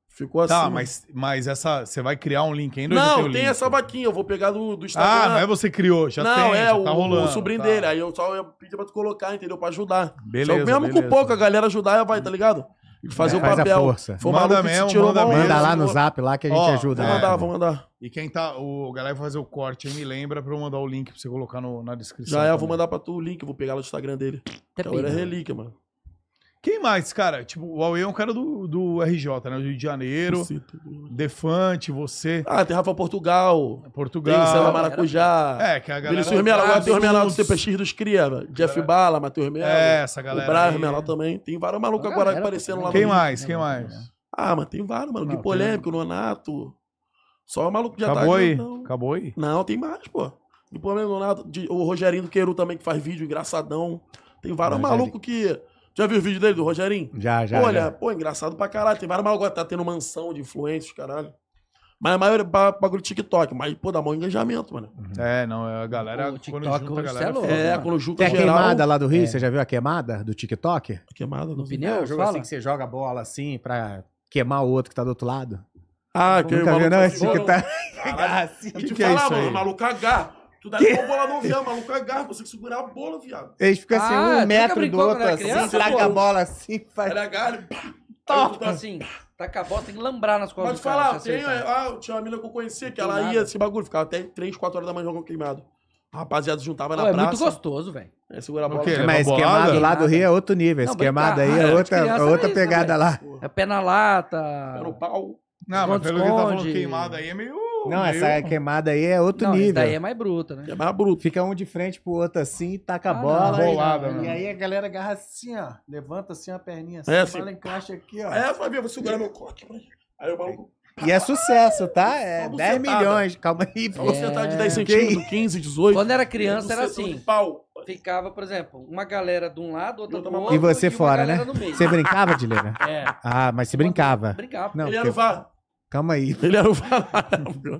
C: Ficou assim.
B: Hum. Tá, mas, mas essa, você vai criar um link ainda? ou já
C: Não,
B: o
C: tem
B: link?
C: essa vaquinha, eu vou pegar do, do Instagram.
B: Ah, não é você que criou, já
C: não,
B: tem,
C: é
B: já
C: o,
B: tá rolando.
C: o sobrinho
B: tá.
C: dele. Aí eu só ia pedir pra tu colocar, entendeu? Pra ajudar.
B: Beleza,
C: Só que mesmo
B: beleza.
C: com pouco, a galera ajudar, vai, tá ligado? E fazer
D: É,
C: o
D: faz a
C: papel.
D: força.
C: Foi um
B: Manda
C: maluco que se
B: mesmo,
C: tirou
B: manda
C: mó onda,
B: mesmo.
D: Manda lá no
C: mano.
D: zap lá que a gente
B: Ó,
D: ajuda.
C: Vou
B: É.
C: mandar, vou mandar.
B: E quem tá, o galera vai fazer o corte, aí me lembra pra eu mandar o link pra você colocar no- na descrição.
C: Já é, eu
B: também.
C: vou mandar pra tu o link, eu vou pegar lá do Instagram dele.
A: Até
C: Então ele é
A: pena.
C: relíquia, mano.
B: Quem mais, cara? Tipo, o Huawei é um cara do, do RJ, né? Do Rio de Janeiro. Defante, você,
C: Ah, tem Rafa Portugal. Tem o Sela
B: Portugal.
C: Maracujá.
B: É, que a galera...
C: Vinícius Melo, agora tem o Remelado do
B: Todos-
C: CPX dos Cria, velho. Jeff Bala, Matheus Melo.
B: É, essa
C: o
B: galera
C: Braz
B: aí.
C: Remelado também. Tem vários malucos
A: Uma
C: agora
A: galera,
C: aparecendo
A: pô,
C: lá
B: Quem
C: no
B: mais? Quem mais?
C: Ah, mas tem vários, mano.
B: Não,
C: Que polêmico, Nonato. Só o maluco que já
B: Acabou
C: tá
B: aí.
C: grandão.
B: Acabou aí.
C: Não, tem mais, pô. E pô, mesmo, Leonardo, de- o Rogerinho do Queiru também, que faz vídeo engraçadão. Tem vários
D: Rogerinho.
C: malucos que. Já viu o vídeo dele do Rogerinho?
D: Já, já.
C: Olha,
D: já.
C: pô, engraçado pra caralho. Tem vários malucos que tá tendo mansão de influências, caralho. Mas a maioria é ba- bagulho de TikTok, mas, pô, dá maior engajamento, mano.
B: É, não, a galera...
A: O
B: quando
A: TikTok
B: junta a
A: hoje
B: galera...
A: é louco.
B: fica-
C: É,
A: mano.
C: quando junta
D: Tem a
C: geral.
D: queimada lá
C: É.
D: do Rio, você já viu a queimada do TikTok?
C: Queimada, não
A: No
C: sei.
A: pneu,
D: É um jogo
A: fala.
D: assim que você joga a bola assim pra queimar o outro que tá do outro lado.
C: Ah, que
D: Nunca viu, não? Esse tá-
C: maluco-
D: TikTok.
C: Caralho,
D: assim
C: eu
B: que
C: te
B: que é isso
C: falava,
B: aí?
C: mano, maluco agarra. Tu dá uma bola no viado, maluco agarra, consegue segurar a bola, viado.
D: Eles ficam assim,
A: Ah,
D: um
A: nunca
D: metro do
A: brincou
D: outro
A: quando era
D: assim,
A: criança,
D: taca
C: pô?
D: a bola assim, faz.
C: Ele agarra, ele pá. tá Aí tu
A: Top,
C: dá-
A: assim, taca a bola, tem que lambrar nas costas
C: Pode
A: do cara.
C: falar,
A: se
C: tem,
A: acertar.
C: é, ah, eu tinha uma mina que eu conhecia, que
A: Não
C: ela
A: tem
C: ia
A: nada.
C: esse bagulho, ficava até 3, 4 horas da manhã jogando queimado. A rapaziada se juntava na
A: Pô, é
C: praça.
A: muito gostoso, velho.
C: É, segura a
B: O
C: bola.
B: quê?
C: tira-
B: Leva
D: Mas
B: bolada?
D: queimado lá do Rio é outro nível. Esse
A: Não,
D: queimado aí
A: brincar,
D: é
A: é,
D: outra,
A: criança
D: é
A: é
D: outra
A: isso,
D: pegada
A: velho.
D: lá.
A: É pé na lata.
C: Era o pau.
B: Não, mas pelo que ele tá falando
A: Esconde.
B: queimado aí é meio...
D: Não,
B: meio-
D: essa queimada aí é outro
A: Não, esse
D: nível.
A: daí é mais bruta, né?
C: É mais bruto.
D: Fica um de frente pro outro assim, taca a
A: Ah, não,
D: bola.
A: não,
D: e-
B: bolada,
D: e
B: né?
D: aí a galera agarra assim, ó. Levanta assim uma perninha assim,
C: É,
D: a
C: assim.
D: bola encaixa aqui, ó.
C: É, Fabinho, vou segurar meu coque. mas- Aí o maluco.
D: E é sucesso, tá? É
C: Só
D: 10
C: bucetada.
D: milhões. Calma aí, pô.
C: Porcentagem de 10
D: que
C: centímetros, 15, 18.
A: É. Quando era criança, era
C: Bucetão um de
A: assim.
C: Pau.
A: Ficava, por exemplo, uma galera de um lado, outra do
C: E
A: outro.
D: você
A: uma
D: fora,
A: galera
D: né?
A: no meio. Ah,
D: Você brincava, Dileira?
A: É,
D: Ah, mas você brincava.
A: brincava.
D: Não,
C: Ele era o
D: porque-
C: VAR.
D: calma aí.
C: Ele era o VAR.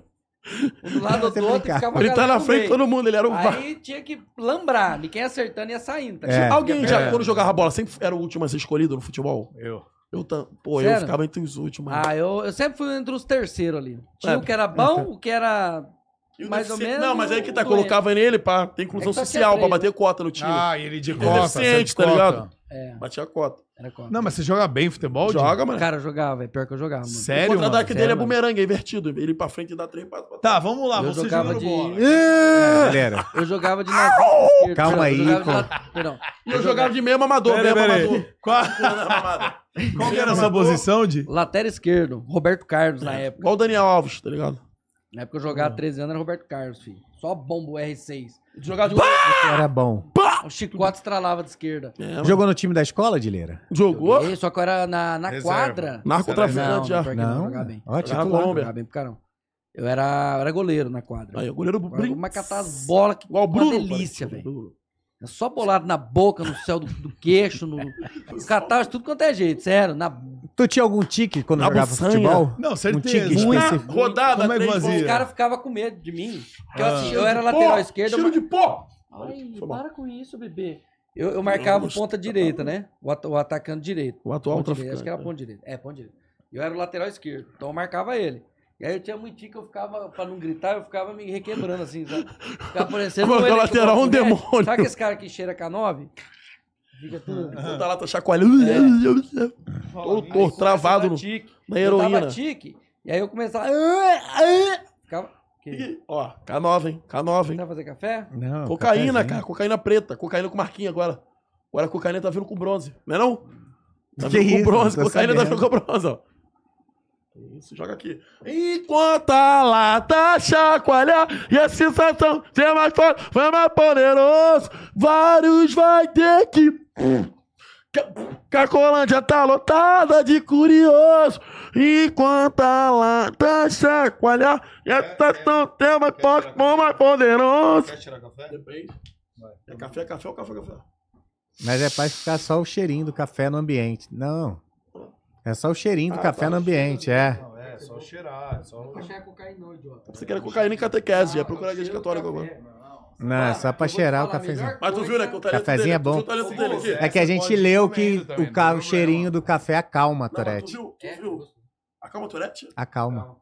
A: Um do lado
D: Você
A: do outro,
D: brincava.
A: ficava a
C: Ele tá
A: galera
C: na
A: no
C: frente
A: meio.
C: todo mundo, ele era o VAR.
A: Aí tinha que lambrar. Ninguém acertando ia saindo. Tá?
D: É.
A: ligado?
C: Alguém já,
B: É.
C: quando jogava bola, sempre era o último a ser escolhido no futebol?
B: Eu.
D: é
C: Eu, tam- pô, eu
A: Sério?
C: ficava entre os últimos. mano.
A: Ah, eu, eu sempre fui entre os terceiros ali. Tinha
C: É.
A: o que era bom, o que era.
C: E o
A: mais ou
C: deficiente-
A: menos
C: Não, mas aí que tá,
A: doente.
C: colocava nele pra ter
A: É
C: inclusão
A: que só tinha
C: social, pra
A: três,
C: bater cota no time.
B: Ah, e ele de
C: Ele
B: costa, você
C: deficiente,
B: de
C: tá
B: cota.
C: ligado?
A: É,
C: Batia cota.
A: era contra.
B: Não, mas você joga bem futebol? Di?
C: Joga, mano.
A: Cara, eu jogava, é pior que eu jogava. Mano.
B: Sério,
C: o contra-ataque
A: mano?
C: dele é
A: Sério,
C: bumerangue, é invertido. Ele ir pra frente e dá três passos pra trás.
B: Tá, vamos lá,
A: Eu
B: você
A: jogava
B: jogando
A: de-
B: bola.
D: É, galera.
A: Eu jogava de lado esquerdo.
D: Calma
A: perdão,
D: aí,
A: eu jogava de
D: pô.
A: lado- Perdão.
C: E eu jogava de meio amador,
B: Pera aí,
C: meio
B: pera aí.
C: amador.
B: Qual,
C: Segurando a mamada.
B: qual que era
C: Meio
B: essa
C: amador,
B: posição, de?
A: Latério esquerdo, Roberto Carlos na época.
C: Igual o Daniel Alves, tá ligado?
A: Na época eu jogava 13 anos, era Roberto Carlos, filho. Só bomba o R6.
C: Jogava de
D: Era bom.
A: O chicote estralava de esquerda.
C: É, mano.
D: Jogou no time da escola, Dileira?
C: Jogou?
A: Joguei, só que eu era na, na
B: Reserva.
A: quadra.
B: tá
A: Não,
C: Narcotraficante já.
A: não, pior que não,
D: Não.
A: jogava bem.
D: Ó,
C: Jogava
D: titular.
C: Colômbia.
A: Jogava bem pro caramba. Eu era, eu era goleiro na quadra.
C: Aí, o goleiro
A: Agora,
C: brin...
A: Mas catar as bolas que
C: Igual o Bruno.
A: uma delícia,
C: parece.
A: velho. É Só bolado na boca, no céu do, do queixo, no catar de tudo quanto é jeito, sério. Na,
D: Tu tinha algum tique quando
C: Na
D: jogava
C: buçanha.
D: futebol?
B: Não,
D: Um
B: certeza.
D: tique
B: Mas-
D: específico.
C: Rodada,
B: Como é que
C: três
B: fazia?
A: os
C: gols.
A: caras ficavam com medo de mim. Porque eu,
B: Ah.
A: assim, eu era
C: Tiro de
A: lateral
C: pó,
A: esquerdo.
C: Tiro
A: mas-
C: de pó.
A: Ai,
C: Foi mal.
A: para com isso, bebê. Eu, eu marcava o ponta direita, né? O, at- o atacante direito.
C: O atual
A: Ponta direita,
C: traficante.
A: acho que era ponta direita. É, ponta direita. Eu era o lateral esquerdo, então eu marcava ele. E aí eu tinha muito tique, eu ficava, pra não gritar, eu ficava me requebrando assim, sabe? Ficava parecendo...
C: Quando
A: um
C: é
A: electrocutor,
C: lateral, um
A: né?
C: demônio.
A: Sabe esse cara que cheira K9? Fica tudo...
C: Então tá lá, tá chacoalhando. Todo
A: Aí
C: torto,
A: começa a
C: travado
A: dar
C: no-
A: tique.
C: na
A: é Eu
C: heroína.
A: dava tique, e aí eu começava... "Ah, ah", Ficava... Que?
C: Ó, K9, hein? K9, hein?
A: Vai fazer café?
D: Não,
C: Cocaína,
D: cafezinho.
C: cara. Cocaína preta. Cocaína com marquinha agora. Agora a cocaína tá vindo com bronze. Não é não? Tá
D: Que
C: vindo com
D: isso,
C: bronze.
D: tô
C: Cocaína tá
D: sabendo.
C: vindo com bronze, ó. Isso, joga aqui. Enquanto a lata chacoalhar e a sensação ser mais forte, vai mais poderoso, vários vai ter que... Ca- Cacolândia tá lotada de curioso, enquanto a lata chacoalhar e a sensação ser mais forte, vai mais poderoso.
E: Quer tirar café?
C: Depende. É café, café ou café, café?
D: Mas é pra ficar só o cheirinho do café no ambiente. Não. É só o cheirinho do
C: Ah,
D: café
C: tá.
D: no ambiente, é.
E: Não, é, só cheirar, é só...
A: Café é cocaína, não, idiota.
C: Você quer cocaína e catequese, é procurar a igreja
A: cheiro do
C: católica
A: café.
C: agora.
E: Não.
D: Não, é só pra
A: Eu vou te
D: cheirar o
A: falar, a
D: cafezinho.
A: melhor
C: Mas tu viu, né?
A: coisa-
C: que o talento
D: Cafezinho
C: dele,
D: é bom.
C: Tu viu o talento dele aqui.
D: É que a
B: Essa
D: gente
B: pode
D: leu
B: comer
D: que
B: ainda também,
D: o,
B: não
D: ca-
B: tem
D: o cheirinho do café acalma,
C: Não, mas tu
D: Torete.
C: viu? Tu
A: É,
C: viu? Acalma, Torete?
D: Acalma.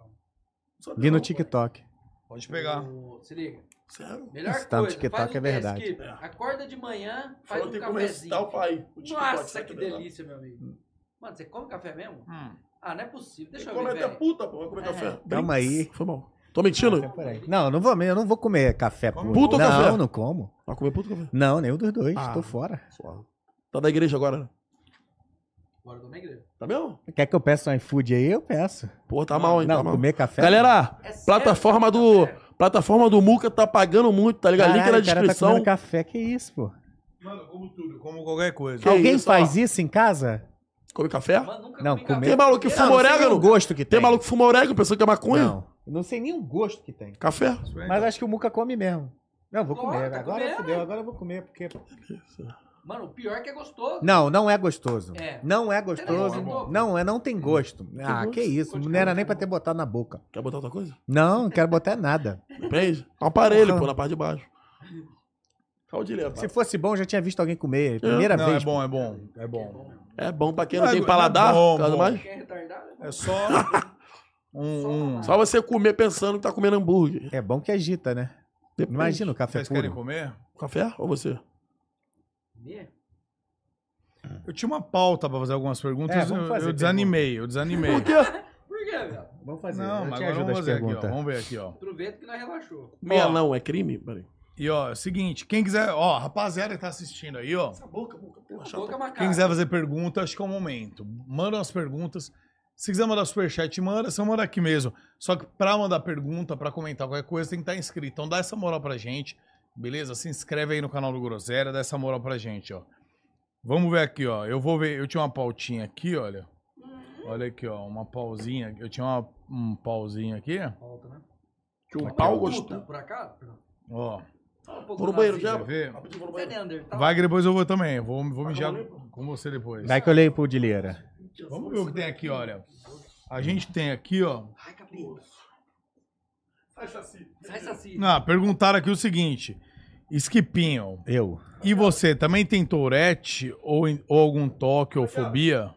C: Só
D: Vi
C: não,
D: no
C: pô.
D: TikTok.
B: Pode pegar.
A: O- Se liga.
C: Sério?
A: Melhor
D: Esse
A: coisa.
D: tá no
A: faz
D: TikTok,
A: um
D: é
A: teste
D: verdade.
A: aqui. Acorda de manhã, faz
C: Falou
A: um
C: tem como recitar o
A: cafezinho.
C: pai. O TikTok,
A: Nossa,
C: né,
A: que
C: deve lá.
A: delícia, meu amigo. Mano, você come café mesmo?
B: Hum.
A: Ah, não é possível.
C: Tem
A: Deixa
C: que
A: eu ver,
C: comer até
A: velho.
C: puta, pô. Vai comer
A: É.
C: café.
D: Calma aí.
C: Foi mal. Tô mentindo?
D: Peraí. Não, eu não vou, eu não vou comer café puro.
C: Puto ou
D: não,
C: café?
D: não como.
C: Vai comer puta café.
D: Não, nenhum dos dois.
C: Ah.
D: Tô fora.
C: Tá da igreja agora, né?
A: Agora eu tô na igreja.
C: Tá mesmo?
D: Quer que eu peça um iFood aí? Eu peço.
C: Porra, tá mal, hein?
D: não,
C: tá mal.
D: comer café.
C: Galera,
A: É sério, cara,
C: plataforma do...
A: café?
C: Plataforma do Muca tá pagando muito, tá ligado? Link
D: Caralho,
C: na
D: o cara tá
C: descrição.
D: comendo café, que isso, pô.
B: Mano, eu como tudo, eu como qualquer coisa.
C: Que
D: Alguém
C: isso, ó.
D: faz isso em casa?
C: Come café?
A: Mano, nunca
D: Não,
A: comi
D: comer- é
A: café.
C: Tem maluco que
D: Não,
C: fuma
D: não sei nem
C: orégano?
D: o gosto que tem.
C: Tem maluco que fuma orégano, pessoa que é maconha?
D: Não, eu não sei nem o gosto que tem.
C: Café?
D: Mas acho que o Muca come mesmo. Não, vou
A: Claro,
D: comer.
A: tá
D: Agora
A: comendo,
D: fudeu, agora eu vou comer, porque.
A: Mano, o pior é que é gostoso.
D: Não, não é gostoso.
A: É.
D: Não é
A: Tem
D: gostoso.
A: gosto?
D: Não, é, não tem gosto. Ah,
C: gosto?
D: que isso. Não era nem pra ter botado na boca.
C: Quer botar outra coisa?
D: Não, não quero botar nada.
C: Depende. É um aparelho,
D: Porra.
C: pô, na parte de baixo. Qual o dilema?
D: Se fosse bom, eu já tinha visto alguém comer. Primeira
B: Não,
D: vez.
B: é bom, é bom. É
A: É
B: bom.
A: bom mesmo.
C: É bom pra quem não
B: Não,
C: tem
B: é
C: paladar,
B: bom,
C: nada
B: bom.
C: mais.
A: Quem é retardado?
B: É só um... um...
C: Só você comer pensando que tá comendo hambúrguer.
D: É bom que agita, né?
C: Depende.
D: Imagina o café
B: Vocês querem
D: puro.
B: comer?
C: Café ou você?
A: Comer?
B: Eu tinha uma pauta pra fazer algumas perguntas,
D: É,
B: eu,
D: vamos
B: eu
D: fazer
B: desanimei, eu desanimei.
C: Por quê?
A: Por quê, velho?
D: Vamos fazer.
B: Não,
D: eu
B: mas
D: te
B: agora
D: ajudo
B: vamos
D: as
B: fazer aqui, ó.
D: perguntas.
B: Vamos ver aqui, ó.
A: Aproveita que nós relaxou.
C: Meia
B: Ó.
C: não, é crime? Peraí.
B: E ó, é o seguinte, quem quiser, ó, rapaziada que tá assistindo aí, ó.
C: Essa boca, boca, porra,
A: Boca é
C: chata.
A: macaca.
B: Quem quiser fazer pergunta, acho que é o momento. Manda umas perguntas. Se quiser mandar superchat, manda, você manda aqui mesmo. Só que pra mandar pergunta, pra comentar qualquer coisa, tem que estar inscrito. Então dá essa moral pra gente, beleza? Se inscreve aí no canal do Groselha, dá essa moral pra gente, ó. Vamos ver aqui, ó. Eu vou ver, eu tinha uma pautinha aqui, olha. Olha aqui, ó, uma pauzinha. Eu tinha uma, um pauzinho aqui,
A: Volta, né?
C: Que o
A: Mas
C: pau
A: puta,
C: gostou.
A: Por acaso? Não.
B: ó.
A: Fala um pouco
C: Vou no
A: do
C: banheiro,
A: nazismo.
C: já.
B: Quer ver?
C: Rapidinho, vou no
A: Você é
C: banheiro.
A: Neandertal?
B: Vai que depois eu vou também. Vou, vou
C: Vai,
B: mijar
C: vamos
B: com você depois.
D: Vai que eu leio pro de leira.
B: Vamos ver o que tem aqui, olha. A gente tem aqui, ó.
A: Ai, capeta.
C: Sai, Saci.
A: Sai, Saci.
B: Ah, perguntaram aqui o seguinte. Esquipinho,
D: Eu.
B: e você também tem Tourette ou, em- ou algum toque ou fobia?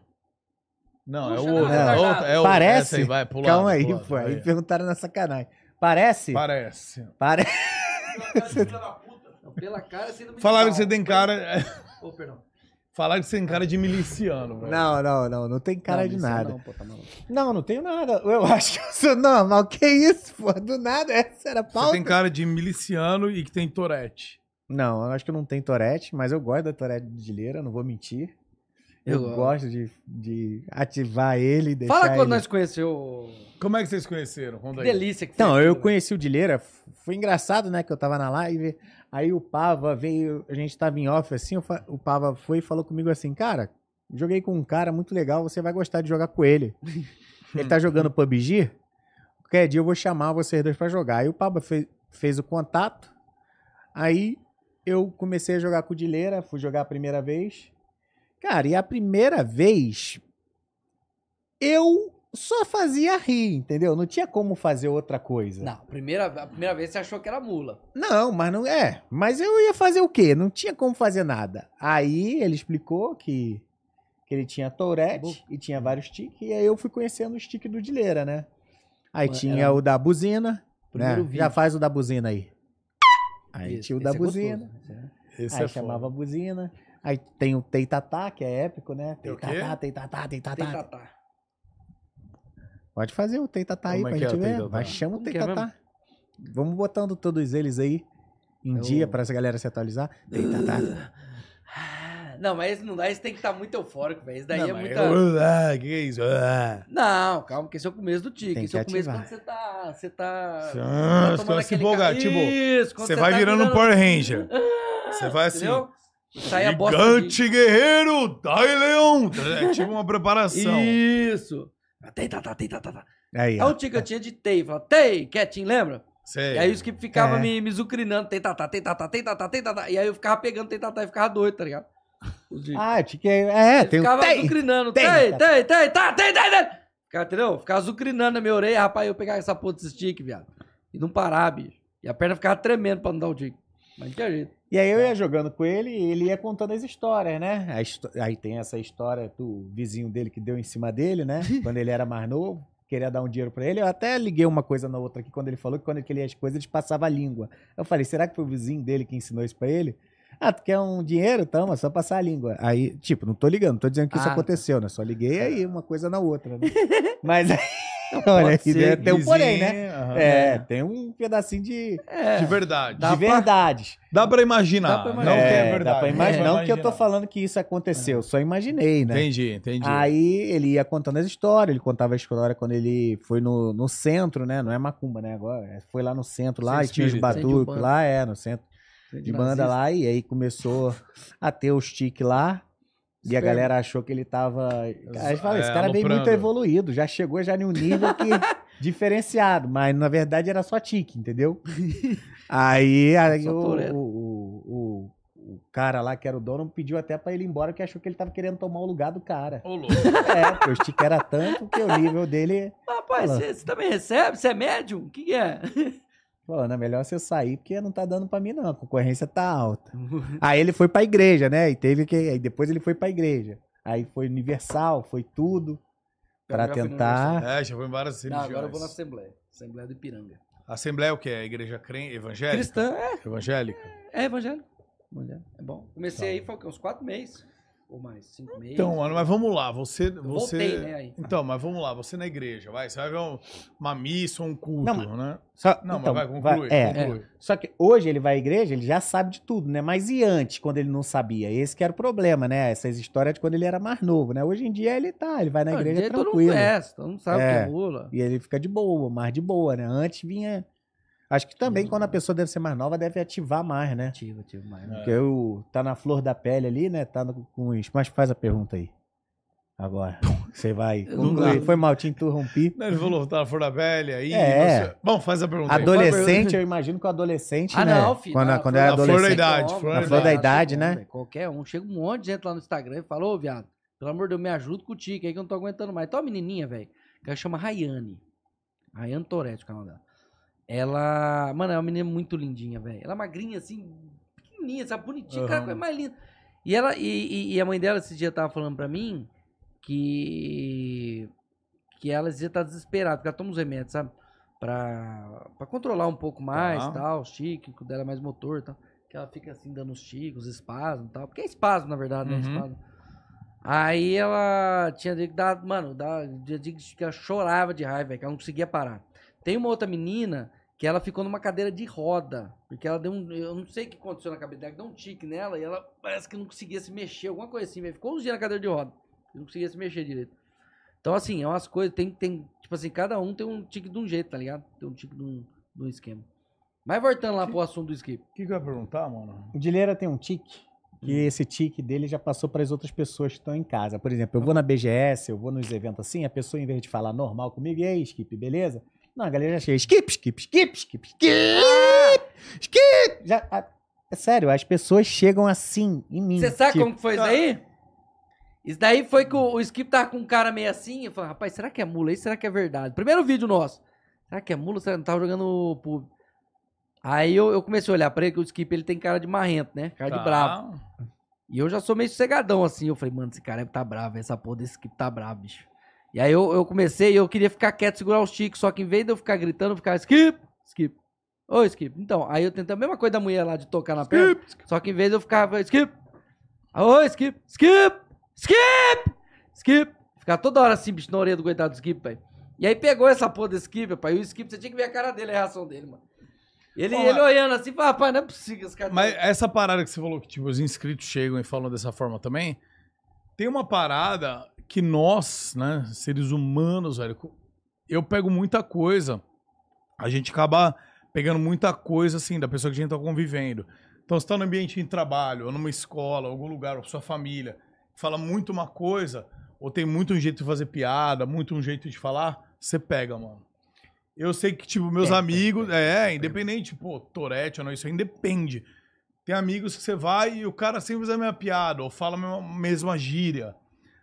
B: Não, é o
A: Puxa,
B: outro.
A: não,
B: É
A: não.
B: outra, é outra.
D: Parece.
B: Essa aí, vai, pro lado,
D: Calma aí,
B: pro lado,
D: pô.
B: vai.
D: Aí perguntaram na sacanagem. Parece?
B: Parece.
D: Parece.
A: Não, Pela cara, você não me
B: Falaram que
A: fala.
B: você tem cara.
A: Ô, perdão.
B: Falaram que você tem cara de miliciano, velho.
D: Não, não, não. Não tem cara de nada.
E: pô, tá maluco.
D: Não, não tenho nada. Eu acho que eu sou normal. Que isso, pô? Do nada, essa era a
B: Você
D: pauta.
B: tem cara de miliciano e que tem Tourette.
D: Não, eu acho que eu não tenho Torete, mas eu gosto da Torete de Leira, não vou mentir. Eu,
A: Eu gosto.
D: gosto de, de ativar ele e deixar
A: Fala quando
D: ele...
A: nós conheceu.
B: Como é que vocês conheceram? Conta
A: Que
B: aí.
A: delícia que foi
D: Então,
A: aquilo, né?
D: eu
A: velho.
D: conheci o Dileira, f- foi engraçado, né, que eu tava na live, aí o Pava veio, a gente tava em off assim, eu fa- o Pava foi e falou comigo assim, cara, joguei com um cara muito legal, você vai gostar de jogar com ele. ele tá jogando PUBG, qualquer dia eu vou chamar vocês dois pra jogar. Aí o Pava fez, fez o contato, aí eu comecei a jogar com o Dileira, fui jogar a primeira vez. Cara, e a primeira vez eu só fazia rir, entendeu? Não tinha como fazer outra coisa.
A: Não, a primeira, a primeira vez você achou que era mula.
D: Não, mas não é. Mas eu ia fazer o quê? Não tinha como fazer nada. Aí ele explicou que, que ele tinha Tourette e tinha vários tiques. E aí eu fui conhecendo o stick do Dileira, né? Aí
A: Era
D: tinha o da buzina.
A: Primeiro
B: É,
D: né?
A: vídeo.
D: Já faz o da buzina aí.
B: né?
D: Aí
A: Isso,
D: tinha o da
A: esse é gostoso,
D: buzina.
A: né?
B: Esse
D: aí
B: é
D: chamava
B: chamava...
D: a buzina. Aí tem o Teitatá, que é épico, né?
B: Tem o quê?
D: Teitatá, Teitatá,
B: Tá,
A: Tem
D: Teitatá.
A: tatá.
D: Pode fazer o Teitatá aí
B: Como é
D: pra
B: que é
D: gente
B: o
D: ver.
B: teitatá?
D: Vai, chama o
A: Como que é
D: Teitatá. Vamos botando todos eles aí em
A: Eu-
D: dia pra essa galera se atualizar. Tem, tá, tá.
A: Ah, Não, mas esse não dá, esse tem que estar muito eufórico, velho. Esse daí é
B: mas
A: muita.
B: eu- ah, que é isso? Ah.
A: Não, calma, que esse é o começo do tique.
D: Tem
A: Esse é o
D: que
A: começo
D: ativar.
A: quando você tá. Você tá.
B: Ah,
A: tomando
B: você vai se
A: aquele
B: empolgar,
A: ca-
B: tipo,
A: Isso, quando
B: Você vai
A: tá
B: virando um Power Ranger. Você vai assim.
A: Entendeu? Sai a bosta.
B: Gigante guerreiro, dai leão! É tipo uma preparação.
A: Isso. Tei, tá, tá, tei, tá, tá, tá. Aí
D: Aí,
A: o
D: ó.
A: Tica tinha de Tei, falava, Tei, quietinho, lembra?
B: Sei.
A: E aí o Skip ficava
D: É.
A: me, me zucrinando, Tei, tá, tá, Tei, tá, tá, Tei, tá, tá, Tei, tá, tá. E aí eu ficava pegando Tei, tá, tá, e ficava doido, tá ligado? Os de-
D: Ah, tinha que- é, tem o
A: ficava
D: tem.
A: zucrinando,
D: tem,
A: Tei, Tei,
D: tá,
A: Tei, Tei, tá, Tei, Tei, Tei. Ficava, entendeu? Ficava zucrinando na minha orelha, rapaz, eu pegava essa porra desse stick, viado. E não parar, bicho. E a perna ficava tremendo pra não dar o tique. Mas não tinha jeito.
D: E aí
A: É.
D: eu ia jogando com ele e ele ia contando as histórias, né? A histó- Aí tem essa história do vizinho dele que deu em cima dele, né? Quando ele era mais novo, queria dar um dinheiro pra ele. Eu até liguei uma coisa na outra aqui quando ele falou que quando ele lia as coisas, ele passava a língua. Eu falei, será que foi o vizinho dele que ensinou isso pra ele? Ah, tu quer um dinheiro? Toma, só passar a língua. Aí, tipo, não tô ligando, não tô dizendo que isso
A: Ah, tá. É.
D: aconteceu, né? Só liguei aí uma coisa na outra, né? Mas aí, olha, aí
A: ser,
D: tem um porém, né?
B: Vizinha, aham.
D: É, tem um pedacinho de,
A: É.
B: De verdade.
A: Dá
D: de
A: pra-
D: verdade.
B: Dá pra imaginar.
A: Dá pra
B: Não
A: imaginar.
B: que é
D: É,
B: verdade.
D: dá pra imaginar.
B: Dá pra
D: Não que eu tô
B: imaginar.
D: falando que isso aconteceu, só imaginei, né?
B: Entendi, entendi.
D: Aí ele ia contando as histórias, ele contava a história quando ele foi no, no centro, né? Não é macumba, né? Agora é, foi lá no centro, lá, e
B: Centro
D: tinha os
B: espírita.
A: Centro de
D: batucos
A: banda.
D: lá, é, no centro de banda lá, e aí começou a ter os tique lá. E a
A: Esperma.
D: galera achou que ele tava. Aí fala, esse
B: É,
D: cara veio
B: aloprando.
D: muito evoluído, já chegou já num nível que. diferenciado, mas na verdade era só tique, entendeu? Aí, aí
A: Só
D: o,
A: Toretto.
D: o- o- o- o cara lá que era o dono pediu até pra ele ir embora, que achou que ele tava querendo tomar o lugar do cara.
B: Ô, louco.
D: É, porque o tique era tanto que o nível dele.
A: Rapaz,
D: Fala.
A: você você também recebe? Você é médium? O que, que é?
D: Falando, é melhor você sair porque não tá dando pra mim, não. A concorrência tá alta. Aí ele foi pra igreja, né? E teve que. Aí depois ele foi pra igreja. Aí foi universal, foi tudo. Pra
A: Eu já fui no
D: tentar.
B: É, já foi em várias
A: Não,
B: religiões.
A: agora eu vou na Assembleia. Assembleia do Ipiranga.
B: Assembleia é o quê? É igreja crente, evangélica?
A: Cristã,
D: então.
A: é,
B: Evangélica?
A: é evangélico. Mulher, é bom.
D: Tá.
A: Comecei aí, foi o quê? Uns quatro meses. Ou mais, cinco meses.
B: Então, mano, mas vamos lá. Você.
A: Eu
B: você...
A: Voltei, né, aí.
B: Então, mas vamos lá, você na igreja, vai. Você vai ver um- uma missa ou um culto,
D: Não, mas-
B: né?
D: Só-
B: Não,
D: então,
B: mas vai, conclui.
D: é.
B: conclui.
D: Só que hoje ele vai à igreja, ele já sabe de tudo, né? Mas e antes, quando ele não sabia? Esse que era o problema, né? Essas histórias de quando ele era mais novo, né? Hoje em dia ele tá, ele vai na
A: Não,
D: igreja
A: dia Todo mundo
D: tranquilo.
A: conhece, todo mundo sabe
D: É.
A: que é mula.
D: E ele fica de boa, mais de boa, né? Antes vinha. Acho que também quando a pessoa deve ser mais nova, deve ativar mais, né?
A: Ativo, ativo, mais.
B: É.
D: Porque eu, tá na flor da pele ali, né? Tá no- com os. Mas faz a pergunta aí. Agora. Você vai.
A: Eu não
D: concluir.
A: dá.
D: Foi mal, te interrompi.
B: Não, Ele falou, tá na flor da velha aí.
D: É.
B: você- Bom, faz a pergunta aí.
D: Adolescente, eu imagino que o adolescente.
A: Ah,
D: né?
A: não, filho.
D: Quando,
A: não,
D: quando
A: na
D: era
B: flor da
D: adolescente.
B: idade.
A: Qualquer
B: flor
A: um,
B: da
A: velho,
D: idade.
A: qualquer
D: idade,
A: um,
D: né?
A: velho, Qualquer um. Chega um monte de gente lá no Instagram e fala, ô, viado, pelo amor de Deus, me ajuda com o tique aí que eu não tô aguentando mais. Tem uma menininha, velho, que ela chama Rayane. Rayane Toretti, o canal dela. Ela, mano, é uma menina muito lindinha, velho. Ela é magrinha, assim, pequenininha, sabe, bonitinha, cara,
B: Aham.
A: coisa mais linda. E ela, e, e- e a mãe dela esse dia tava falando pra mim que que ela esse dia tá desesperada, porque ela toma uns remédios, sabe? Pra, pra controlar um pouco mais
B: Tá.
A: tal, chique, que o dela é mais motor e tal. Que ela fica assim dando uns chicos, espasmos e tal. Porque é espasmo, na verdade, né?
B: Uhum.
A: Espasmo. Aí ela tinha dia que dava, mano, dava, dia dia que ela chorava de raiva, que ela não conseguia parar. Tem uma outra menina que ela ficou numa cadeira de roda, porque ela deu um, eu não sei o que aconteceu na cabeça dela, que deu um tique nela e ela parece que não conseguia se mexer, alguma coisa assim, velho. ficou uns dias na cadeira de roda, não conseguia se mexer direito. Então, assim, é umas coisas, tem, tem, tipo assim, cada um tem um tique de um jeito, tá ligado? Tem um tique de um, de um esquema. Mas voltando lá pro assunto do skip.
B: O que, que eu ia perguntar, mano?
D: O Dileira tem um tique. E
A: Hum.
D: esse tique dele já passou para as outras pessoas que estão em casa. Por exemplo, eu vou na BGS, eu vou nos eventos assim, a pessoa, em vez de falar normal comigo, e aí, Skip, beleza? Não, a galera já chega, skip, skip, skip, skip,
A: Ah!
D: skip, skip. Já, a- é sério, as pessoas chegam assim em mim.
A: Você sabe
D: tipo,
A: como que foi isso aí? Isso daí foi que o, o Skip tava com um cara meio assim, eu falei, rapaz, será que é mula isso? Será que é verdade? Primeiro vídeo nosso. Será que é mula? Será que não tava jogando pub? Aí eu, eu comecei a olhar pra ele, que o Skip ele tem cara de marrento, né? Cara
B: Tá.
A: de bravo. E eu já sou meio sossegadão, assim. Eu falei, mano, esse cara tá bravo, essa porra desse Skip tá bravo, bicho. E aí eu, eu comecei, eu queria ficar quieto, segurar os tiques, só que em vez de eu ficar gritando, eu ficava, Skip, Skip. Ô, Skip. Então, aí eu tentei a mesma coisa da mulher lá de tocar na perna. Só que em vez eu ficava, skip, alô, skip, skip, skip, skip. Ficar toda hora assim, bicho, na orelha do coitado do skip, pai. E aí pegou essa porra desse skip, pai. E o skip, você tinha que ver a cara dele, a reação dele, mano. Ele,
B: Porra.
A: ele olhando assim, fala, rapaz, não é possível esse cara.
B: Mas essa parada que você falou que tipo, os inscritos chegam e falam dessa forma também, tem uma parada que nós, né, seres humanos, velho, co- eu pego muita coisa, a gente acaba pegando muita coisa, assim, da pessoa que a gente tá convivendo. Então, você tá no ambiente de trabalho, ou numa escola, algum lugar, ou sua família, fala muito uma coisa, ou tem muito um jeito de fazer piada, muito um jeito de falar, você pega, mano. Eu sei que, tipo, meus amigos, é, independente, pô, Torete ou não, isso aí independe. Tem amigos que você vai e o cara sempre usa a mesma piada, ou fala a mesma, mesma gíria.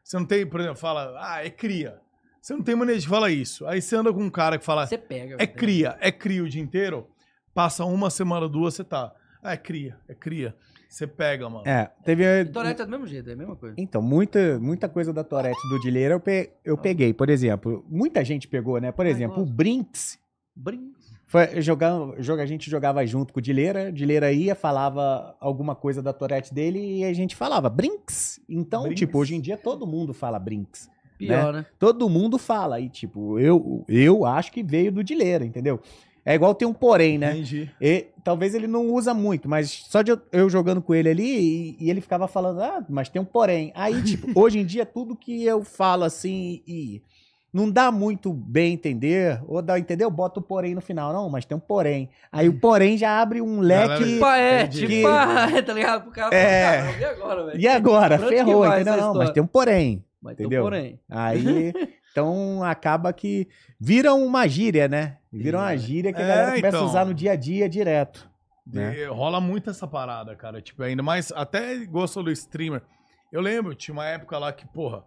B: Você não tem, por exemplo, fala, ah, é cria. Você não tem maneira de falar isso. Aí você anda com um cara que fala,
A: Você pega.
B: é
A: velho.
B: cria, é cria o dia inteiro, passa uma semana, duas, você tá. Ah, é cria, é cria. Você pega, mano.
D: É, teve.
A: Então. Tourette é do mesmo jeito, é a mesma coisa.
D: Então, muita, muita coisa da Torete do Dileira eu, pe- eu peguei. Por exemplo, muita gente pegou, né? Por
A: Ah. Ai,
D: exemplo, o
A: gosto.
D: Brinks.
B: Né?
A: Brinca.
D: Foi jogar, joga, a gente jogava junto com o Dileira. Dileira ia, falava alguma coisa da Torete dele e a gente falava Brinks. Então,
B: Brinks.
D: tipo, hoje em dia todo mundo fala Brinks.
A: Pior, né?
D: todo mundo fala. E, tipo, eu, eu acho que veio do Dileira, entendeu? É igual tem um porém, né?
B: Entendi.
D: E, talvez ele não usa muito, mas só de eu, eu jogando com ele ali e, e ele ficava falando, ah, mas tem um porém. Aí, tipo, hoje em dia, tudo que eu falo assim e não dá muito bem entender, ou dá, entendeu? Bota o porém no final, não, mas tem um porém. Aí o porém já abre um leque.
A: Pá, é,
B: Entendi.
A: tipo, pá, é, tá ligado? Pro cara
D: É.
A: falar, "Caramba, e agora, velho?
D: E agora?
A: Pra onde que
D: Ferrou,
A: vai
D: entendeu?
A: essa
D: Não, mas
A: história?
D: tem um porém.
A: Mas então,
D: entendeu?
A: porém.
D: Aí, então acaba que vira uma gíria, né? Vira uma
A: É.
D: gíria que a
B: É,
D: galera começa
B: então.
D: a usar no dia a dia direto. Né?
B: E Rola muito essa parada, cara. Tipo, ainda mais. Até gosto do streamer. Eu lembro, tinha uma época lá que, porra,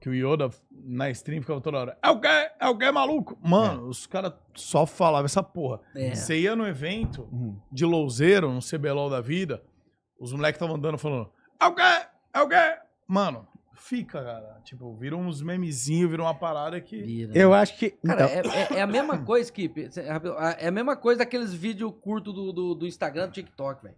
B: que o Yoda na stream ficava toda hora. É o quê? É o quê, maluco?
D: É.
B: Mano, os caras só falavam essa porra.
A: É.
B: Você ia no evento
D: Uhum.
B: de louzeiro, no CBLOL da vida, os moleques estavam andando falando. É o quê? É o quê? Mano, fica, cara. Tipo, viram uns memezinhos, viram uma parada que.
A: Vira.
D: Eu acho que.
A: Cara,
D: então,
A: é, é- é a mesma coisa, Kipe. cê- rápido, a- É a mesma coisa daqueles vídeos curtos do, do, do Instagram, do TikTok, velho.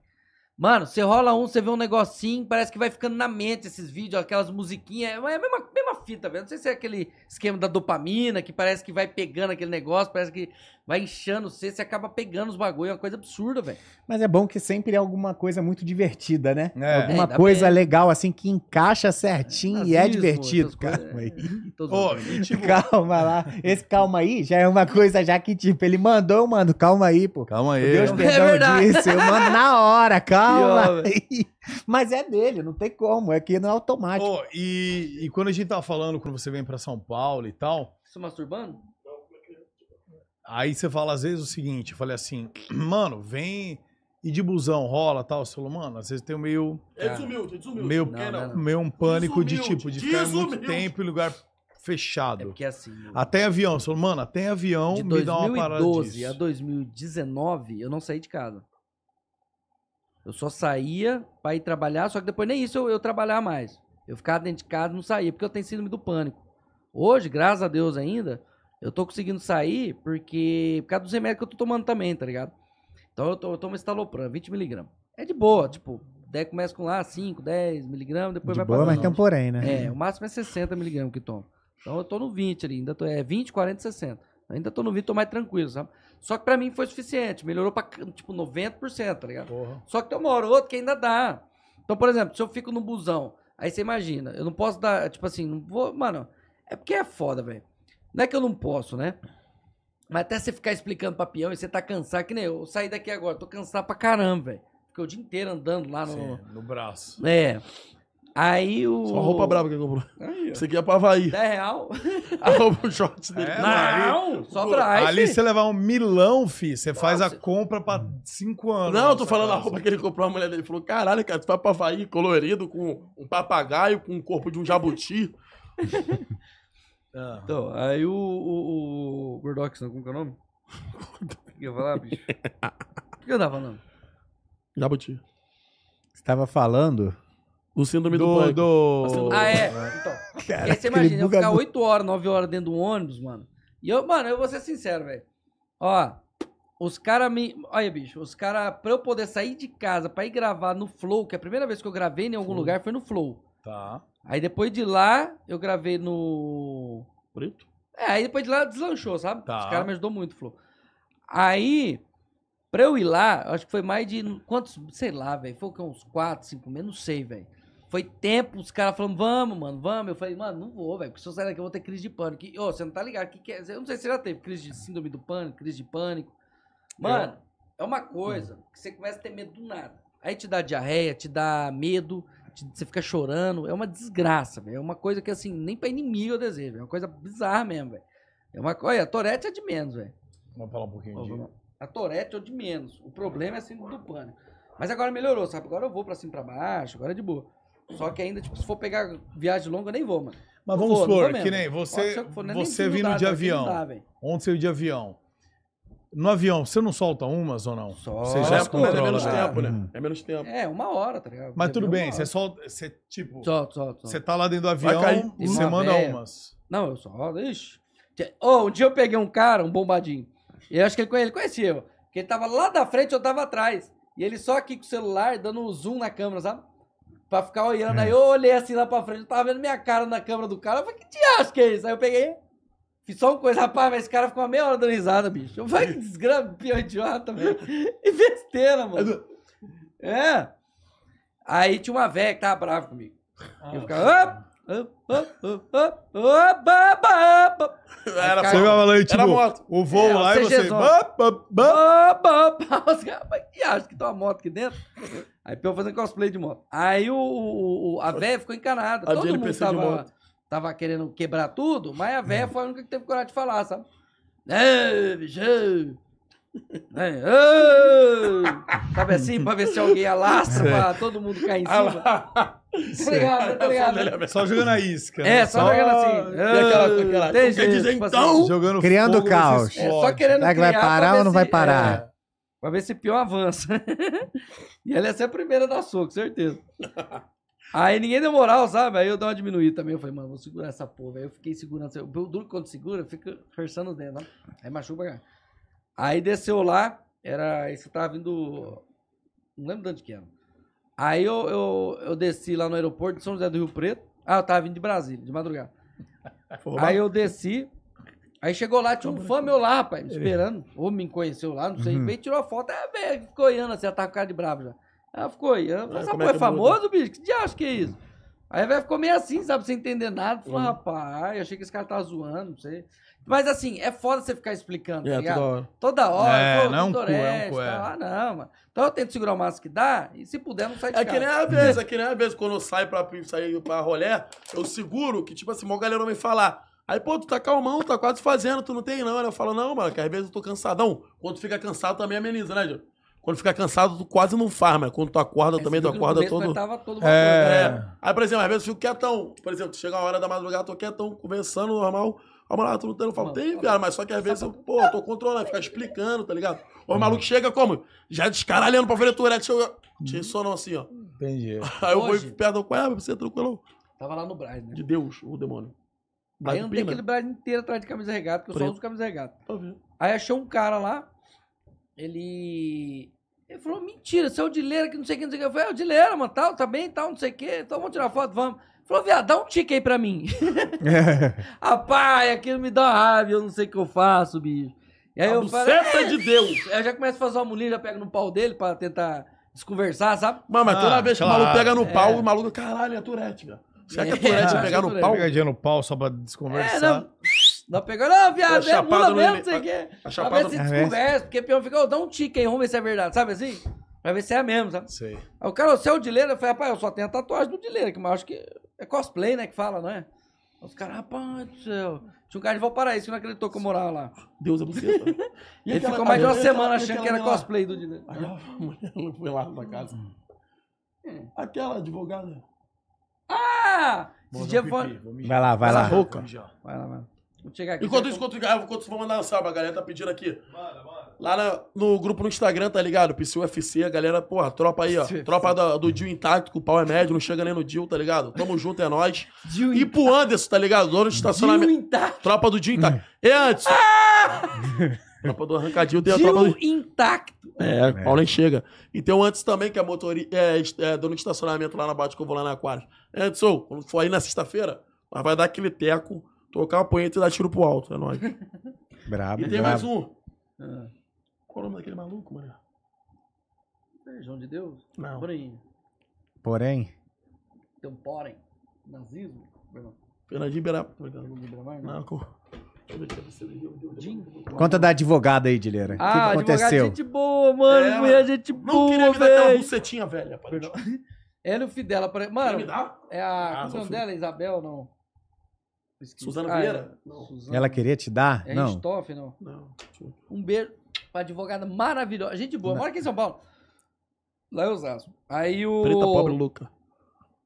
A: Mano, você rola um, você vê um negocinho, parece que vai ficando na mente esses vídeos, aquelas musiquinhas. É a mesma, mesma fita, velho. Não sei se é aquele esquema da dopamina, que parece que vai pegando aquele negócio, parece que vai inchando você, você acaba pegando os bagulho. É uma coisa absurda, velho.
D: Mas é bom que sempre é alguma coisa muito divertida, né?
B: É.
D: Alguma
A: É, dá
D: coisa
A: pra-
D: legal, assim, que encaixa certinho e é
A: Nazismo,
D: divertido.
A: Ah, essas coisas,
D: Calma
A: é.
D: aí.
A: Tô
B: Ô,
A: zoando.
B: e tipo.
D: Calma lá. Esse calma aí já é uma coisa já que, tipo, ele mandou, eu mando, calma aí, pô.
B: Calma aí.
D: Deus
B: mano.
D: perdão
A: É verdade.
D: disso, eu mando na hora, calma.
B: Pior,
D: aí. Mas é dele, não tem como, é que não é automático.
B: Ô, e, e quando a gente tava falando, quando você vem pra São Paulo e tal,
A: Se masturbando? É
B: aí você fala às vezes o seguinte, eu falei assim, mano, vem e de busão rola tal, você falou, mano, às vezes tem um meio,
C: Ele sumiu, ele sumiu.
B: meio,
C: Não, não, não.
B: meio um pânico de
C: Desumilde,
B: tipo, de ficar muito
C: desumilde.
B: tempo em lugar
A: É
B: fechado.
A: porque é assim. meu.
B: Até em Ah, avião, você falou, mano, até em avião
A: De
B: me dá uma parada
A: 2012 a
B: disso.
A: 2019, eu não saí de casa. Eu só saía pra ir trabalhar, só que depois nem isso eu, eu trabalhava mais. Eu ficava dentro de casa, não saía, porque eu tenho síndrome do pânico. Hoje, graças a Deus ainda, eu tô conseguindo sair porque por causa dos remédios que eu tô tomando também, tá ligado? Então eu, tô, eu tomo estalopram, 20mg. É de boa, tipo, daí começa com lá 5, 10mg, depois
D: De
A: vai
D: boa,
A: pra
D: mas tem um porém, né?
A: é, o máximo é 60mg que toma. Então eu tô no 20 ali, ainda tô, é 20, 40, 60. Ainda tô no 20, tô mais tranquilo, sabe? Só que pra mim foi suficiente, melhorou pra c- tipo 90%, tá ligado?
B: Porra.
A: Só que tem uma hora ou outra que ainda dá. Então, por exemplo, se eu fico no busão, aí você imagina, eu não posso dar, tipo assim, não vou, mano, é porque é foda, velho. Não é que eu não posso, né? Mas até você ficar explicando pra peão e você tá cansado, que nem eu, eu saí daqui agora, tô cansado pra caramba, velho. Fiquei o dia inteiro andando lá Tá no...
B: Sim, no braço.
A: É. Aí o...
C: Só a roupa brava que ele comprou.
A: Aí, ó.
C: Isso aqui é pra Havaí.
A: 10 real?
C: A roupa, o short dele.
B: É,
A: Não,
B: mano,
A: só
C: Pô,
A: traz.
B: ali
A: filho.
B: você levar um milão, fi, você faz a
A: você-
B: compra pra cinco anos.
C: Não, eu tô
B: nessa
C: falando a
B: casa.
C: roupa que ele comprou, a mulher dele falou: caralho, cara, tu vai pra Havaí colorido com um papagaio, com o corpo de um jabuti.
B: Ah.
A: Então, aí o, o, o Gordox, não, como que é o nome? O que eu ia falar, bicho? O que eu tava falando?
C: Jabuti.
D: Você tava falando.
C: O síndrome do,
B: Do,
C: pânico.
B: do...
A: Ah, é. Então, porque aí você
D: aquele
A: imagina, eu ficar
D: bugador.
A: 8 horas, 9 horas dentro do ônibus, mano. E eu, mano, eu vou ser sincero, velho. Ó, os caras me. Olha, bicho, os caras, pra eu poder sair de casa pra ir gravar no Flow, que é a primeira vez que eu gravei em algum lugar foi no Flow.
B: Tá.
A: Aí depois de lá, eu gravei no.
C: Preto?
A: É, aí depois de lá deslanchou, sabe?
B: Tá.
A: Os caras me ajudou muito, Flo. Aí Pra eu ir lá, acho que foi mais de quantos, sei lá, velho. Foi o quê? uns 4, 5 meses, não sei, velho. Foi tempo, os caras falando, vamos, mano, vamos. Eu falei, mano, não vou, velho, porque se eu sair daqui eu vou ter crise de pânico. E, Ô, você não tá ligado, que que é? Eu não sei se você já teve crise de síndrome do pânico, crise de pânico. Mano, é uma coisa que você começa a ter medo do nada. Aí te dá diarreia, te dá medo, te- você fica chorando. É uma desgraça, velho. É uma coisa que, assim, nem pra inimigo eu desejo. É uma coisa bizarra mesmo, velho. É uma coisa. A Torete é de menos, velho.
B: Vamos falar um pouquinho de.
A: A Tourette eu de menos. O problema é a síndrome do pânico. Mas agora melhorou, sabe? Agora eu vou pra cima e pra baixo, agora é de boa. Só que ainda, tipo, se for pegar viagem longa, eu nem vou, mano.
B: Mas
A: Não
B: vamos
A: vou, não vou
B: supor,
A: mesmo.
B: que nem
A: Pode
B: você,
A: ser o que for, não é nem
B: você
A: se
B: vindo
A: mudar,
B: de
A: não, se
B: avião.
A: mudar, velho.
B: Ontem saiu de avião. No avião, você não solta umas ou não?
A: Solto.
B: Você
C: É,
B: já se
A: Solto,
C: mas é
B: controla.
C: menos
A: né?
C: tempo, né?
D: Uhum.
C: É menos tempo.
A: É, uma hora, tá ligado?
B: Mas
A: Deve
B: tudo
A: uma
B: bem,
A: hora.
B: você solta. Você, tipo,
A: Solto, solto,
B: você
A: solto.
B: tá lá dentro do
C: cair.
B: avião e
A: Uma
B: você manda
A: véia.
B: umas.
A: Não, eu solto. Ixi. Ô, um dia eu peguei um cara, um bombadinho. Eu acho que ele conhe- ele conhecia, eu. Porque ele tava lá da frente, eu tava atrás. E ele só aqui com o celular, dando um zoom na câmera, sabe? Pra ficar olhando. Aí eu olhei assim lá pra frente, eu tava vendo minha cara na câmera do cara. Eu falei, que diacho que é isso? Aí eu peguei, fiz só uma coisa. Rapaz, mas esse cara ficou uma meia hora dando risada, bicho. Eu falei, que desgrama, pior idiota, velho. E besteira, mano. É. Aí tinha uma velha que tava brava comigo. Eu ficava, op, op, op, op, op, op, op.
C: Era
B: Você
A: Cara,
B: vai falando, tipo,
C: era moto.
B: o voo
A: É,
B: lá e você.
A: CGzão.
B: Bá, bá,
A: Pá,
B: bá.
A: pá, pá. Os caras, "Mas que acha que tem uma moto aqui dentro? Aí eu fazendo cosplay de moto. Aí o, o- o- a véia ficou encanada.
C: A
A: Todo
C: Jenny
A: mundo
C: precisa de
A: tava,
C: moto. É.
A: tava querendo quebrar tudo, mas a véia foi a única que teve coragem de falar, sabe? Ei, bicho! ei. Ei. Sabe assim? Pra ver se alguém alastra,
C: É.
A: pra todo mundo cair em
C: Ah,
A: cima. Tá ligado, tá ligado?
C: é
A: né?
B: Só jogando a isca. né?
A: É, só aquela assim.
C: aquela- aquela-
A: "Ei,
C: não quer
A: gente",
C: dizer
A: tipo assim.
C: então?
B: Jogando
D: Criando
B: fogo, você
D: caos.
A: É, só
B: explode.
A: querendo
D: Será que vai
A: criar pra
D: parar
A: ver
D: ou não
A: se-
D: vai parar?
A: é, pra ver se pior avança. e ela ia ser a primeira da soco, certeza. Aí ninguém deu moral, sabe? Aí eu dei uma diminuída também. Eu falei, mano, vou segurar essa porra. Aí eu fiquei segurando. assim, O duro que quando segura, fica forçando o dedo. ó. né? Aí machuca. cara. Aí desceu lá. Era. Isso tava vindo. Não lembro de onde que era. Aí eu, eu, eu desci lá no aeroporto de São José do Rio Preto. Ah, eu tava vindo de Brasília, de madrugada. Aí eu desci. Aí chegou lá, tinha um fã meu lá, rapaz, me esperando. Ou me conheceu lá, não sei.
D: Uhum.
A: Veio, tirou a foto. É, velho, ficou olhando assim, ela tava com cara de bravo já. Ela ficou olhando. Falei,
C: Ah,
A: essa
C: como é
A: porra é
C: que
A: famoso, bicho? Que diacho que é isso? Aí a velha ficou meio assim, sabe, sem entender nada. Falei, rapaz, achei que esse cara tava zoando, não sei. Mas assim, é foda você ficar explicando, tá
C: É,
A: ligado?
C: toda hora.
A: Toda hora,
B: É,
A: pô,
B: não é um
A: tudo
B: cu, é um
A: oreste,
B: cu, é.
A: tal. Ah, não, mano. Então eu tento segurar o máximo que dá e se puder, não sai de
C: É que nem
A: casa.
C: a vez, é que nem a vez quando eu saio pra, saio pra rolé, eu seguro que, tipo assim, mó galera vai me falar. Aí, pô, tu tá calmão, tá quase fazendo, tu não tem não. Aí Eu falo, não, mano, que às vezes eu tô cansadão. Quando tu fica cansado também ameniza, né, Gil? Quando fica cansado, tu quase não faz, mas quando tu acorda também, tu
A: Esse vídeo no
C: acorda
A: começo,
C: todo.
A: nós Tava todo
B: É.
C: É. Aí, por exemplo, às vezes eu fico quietão. Por exemplo, chega a hora da madrugada, tô quietão, conversando normal. Ó, mano, tu não tem, eu falo,
A: Mano,
C: tem,
A: tá
C: viado, mas só que às vezes eu, pô, eu tô controlando, fica explicando, tá ligado?
A: Hum.
C: Os malucos chegam como? Já descaralhando pra ver a Tourette, chega. Tinha sono assim, ó.
B: Entendi.
C: Aí eu vou
A: Hum. Hoje?
C: e perto qual é, você é tranquilo.
A: Tava lá no Braz, né?
C: De Deus, o demônio.
A: Aí
C: Brasil
A: eu andei
C: Pina.
A: aquele Brasil inteiro atrás de camisa regata, porque eu
C: Preto.
A: só uso camisa regata.
C: Tá vendo?
A: Aí achei um cara lá, ele. Ele falou: mentira, você é o Dileira, que não sei o que, não sei o que. Eu falei: é o Dileira, mano, tal, tá bem, tal, não sei o que, então vamos tirar foto, vamos. Ele Falou, viado, dá um tique aí pra mim. Rapaz, aquilo me dá uma raiva, eu não sei o que eu faço, bicho. E aí
C: A
A: É, eu falei.
C: buceta de Deus.
A: "É". Aí Eu já começo a fazer uma mulinha, já pego no pau dele pra tentar desconversar, sabe?
C: Mano, mas toda
B: Ah,
C: vez que
B: claro.
C: o maluco pega no pau, o maluco, caralho, é Tourette, velho. Será que a Tourette
A: É,
C: vai pegar no
A: é
C: pau?
B: Pegadinha no pau só pra
A: É,
B: desconversar.
A: não. Não pegou, não, viado,
C: Tá
A: é mula
C: chapado no
A: mesmo,
C: ele-
A: não sei o que.
C: A
A: Pra
C: chapada
A: ver se
D: Ah,
A: desconversa, porque o peão fica, ô, dá um tique aí, vamos ver se é verdade, sabe assim? Pra ver se é a mesmo, sabe?
B: Sei.
A: Aí o cara, é o céu de leira, eu falei, rapaz, eu só tenho a tatuagem do de leira, que mas eu acho que é cosplay, né, que fala, não é? Os caras, rapaz do céu. Tinha um cara de Valparaíso que não acreditou que eu morava lá.
C: Deus é buceta.
A: E
C: E
A: ele
C: aquela-
A: ficou mais de uma
C: e aquela-
A: semana
C: e
A: achando
C: aquela
A: que era
C: mulher lá?
A: cosplay do de leira.
C: Aquela mulher não foi lá na casa.
A: Hum.
C: Aquela advogada.
A: Ah! Esse dia foi...
D: Vai lá, vai lá.
C: Boca.
A: Vai lá, vai lá. Vou chegar aqui.
C: Enquanto isso,
A: Vai-
C: enquanto, ah, enquanto isso, vou mandar um salve. A galera tá pedindo aqui. Lá na- no grupo no Instagram, tá ligado? PC UFC, a galera, porra, tropa aí, ó.
A: UFC.
C: Tropa do, do Dio intacto, com o pau é médio, não chega nem no Dio, tá ligado? Tamo junto, é nóis.
A: Dil
C: E pro Anderson, tá ligado? Dono
A: Dil
C: de estacionamento.
A: intacto.
C: Tropa do Dio intacto. E antes. tropa do arrancadinho tem a tropa
A: Dil
C: do.
A: intacto.
C: É, o pau nem chega. E tem o antes também, que é motorista. É, est- é, dono de estacionamento lá na Bate que eu vou lá na Aquário. Anderson, quando for aí na sexta-feira, nós vai dar aquele teco, tocar uma punheta e dar tiro pro alto, é nóis.
D: Brabo,
C: E tem mais
D: brabo.
C: um.
A: Ah.
C: Qual o nome daquele maluco, mano?
A: Feijão de Deus?
C: Não.
A: Porém,
D: Porém,
A: tem um porém. Nazismo? Bernardo?
C: Fernandinho Beirá. Tô brincando.
A: Fernando de Bramar?
C: Não, co- Deixa eu ver aqui pra você ver.
A: né? Jim?
D: conta da advogada aí, Dileira. O que
A: Ah,
D: que
A: advogado,
D: aconteceu?
A: gente boa, mano.
C: É,
A: mulher, gente
C: Não
A: boa,
C: queria me dar aquela
A: velho. É
C: bucetinha velha. pai.
A: Perdão. Ela e o Fidel. apare-
C: Queria me
A: Mano,
C: dar?
A: é a...
C: Ah,
A: Ah, o nome
C: Sofia.
A: dela? Isabel, não? Esqueci.
C: Suzana
A: Ah,
C: Vieira?
A: é.
C: Não.
A: Suzana.
D: Ela queria te dar?
A: É
D: Não.
A: Ristoff, não.
C: Não.
A: Um beijo pra advogada maravilhosa. Gente boa, mora aqui em São Paulo. Lá eu Osasco. Aí o.
C: Preta pobre louca.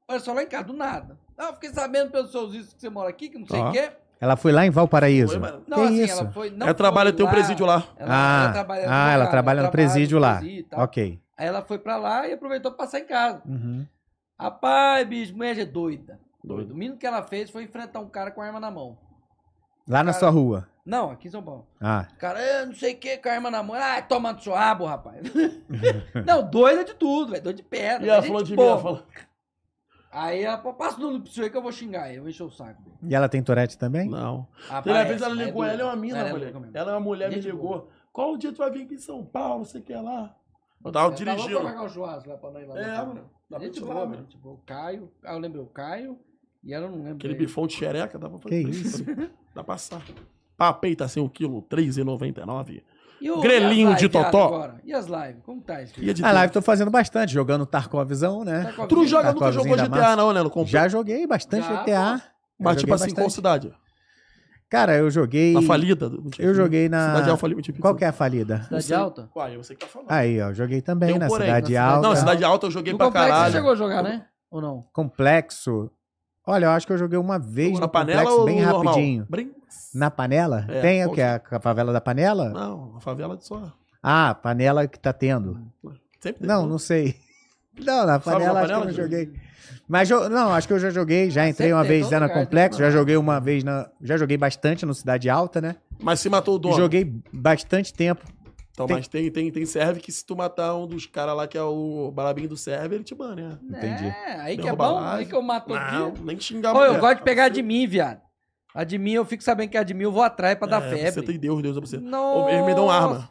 A: Olha só lá em casa, do nada. Ah, eu fiquei sabendo pelos seus vídeos que você mora aqui, que não sei o
C: Ó.
A: quê.
D: Ela foi lá em Valparaíso.
C: Foi, mano.
A: Não,
D: Que
A: assim,
D: isso?
A: ela foi. Não
C: Ela trabalha,
A: foi
C: tem um presídio lá.
A: Ela,
D: Ah,
A: trabalha,
D: ah, ela trabalha no presídio lá.
A: presídio e
C: tá.
A: tal.
D: Ok.
A: Aí ela foi pra lá e aproveitou pra passar em casa.
D: Uhum.
A: Rapaz, bicho, mulher é doida.
C: Doido.
A: O mínimo que ela fez foi enfrentar um cara com a arma na mão.
D: Lá
A: Cara-
D: na sua rua.
A: Não, aqui em São Paulo.
D: Ah.
A: O Cara, eu não sei o que, com a arma na mão. Ah, toma no seu rabo, rapaz. não, doida de tudo, velho. Doida de pedra.
C: E ela
A: gente
C: falou de mim,
A: boa.
C: ela falou.
A: Aí ela falou, passa o número pro senhor que eu vou xingar ele, eu vou encher o saco dele.
D: E ela tem Tourette também?
C: Não.
A: Ah,
C: Teve uma
A: parece,
C: vez ela
A: mas
C: ligou,
A: doida.
C: ela é uma mina,
A: Ela é
C: moleque.
A: louca mesmo.
C: Ela é uma mulher, me
A: Gente
C: ligou. Qual o dia tu vai vir aqui em São Paulo, não sei o que lá? Eu tava
A: Ela tá louca
C: dirigindo.
A: pra pagar o churrasco lá pra nós lá.
C: É,
A: lá.
C: mano. Dá pra
A: Gente
C: te
A: boa,
C: lá,
A: mano.
C: mano.
A: Gente boa. O Caio, ah, eu lembrei, o Caio e ela eu não lembro.
C: Aquele
A: bem.
C: bifão de xereca, dá pra fazer.
D: Que isso?
C: Dá pra passar. Papei tá sem um quilo, R$3,99.
A: E o-
C: Grelinho
A: e as
C: de
A: live, viado,
C: totó.
A: agora? E as lives? Como tá isso?
C: E é de Deus.
D: A Ah, live tô fazendo bastante, jogando Tarkovzão, né?
A: Tá com a
C: Tu não
A: vida?
C: joga,
D: Tá
C: nunca
D: com a
C: jogou
D: vizinha da
C: GTA,
D: massa.
C: não, né? Comprou.
D: Já joguei bastante
A: Já,
D: GTA. Já
C: Mas, tipo
D: joguei
C: assim, qual
D: bastante.
C: cidade?
D: Cara, eu joguei.
C: Na falida?
D: Eu joguei na.
C: Cidade Alfa Limite Pizza.
D: Qual que é a falida?
A: Cidade Tá Alta?
C: Uai, você que tá falando.
D: Aí, ó, joguei também
C: Tem um
D: na
C: porém,
D: Cidade
A: na
D: é Alta.
A: Cidade
C: não,
A: Alta.
C: Cidade Alta eu joguei
A: No
C: pra
A: complexo
C: caralho.
A: você chegou a jogar, né? Ou não?
D: Complexo. Olha, eu acho que eu joguei uma vez
C: Jogou
D: no
C: na panela
D: complexo
C: ou
D: bem
C: no normal?
D: rapidinho.
C: Brin-
D: Na panela?
C: É,
D: Tem o
C: qual
D: que? A, a favela da panela?
C: Não, a favela de só.
D: Ah, panela que tá tendo.
C: Sempre tem.
D: Não, não sei. Não, na
C: Sabe
D: panela,
C: uma
D: acho que eu não
C: panela,
D: joguei. Mas eu- não, acho que eu já joguei, já entrei
A: Sempre
D: uma
A: tem,
D: vez
A: todo
D: já na
A: lugar então. tem
D: Complexo, já
A: panela.
D: joguei uma vez na. Já joguei bastante no Cidade Alta, né?
C: Mas se matou o
D: E
C: dono.
D: joguei bastante tempo.
C: Então,
D: Tem-
C: mas tem, tem, tem serve que se tu matar um dos caras lá que é o barabinho do serve, ele te banha. né?
D: Entendi.
A: É, aí que é
C: Derruba
A: bom,
C: a
A: aí
C: live.
A: que eu mato o
C: Não,
A: dia.
C: nem xingar
A: Ô, eu
C: mulher. É,
A: gosto de pegar a de mim, viado. A de mim, eu fico sabendo que é a de mim, eu vou atrás pra dar
C: É,
A: febre.
C: Você tem Deus, Deus é você. Ou
A: Nossa. Hum.
C: eles me dão arma.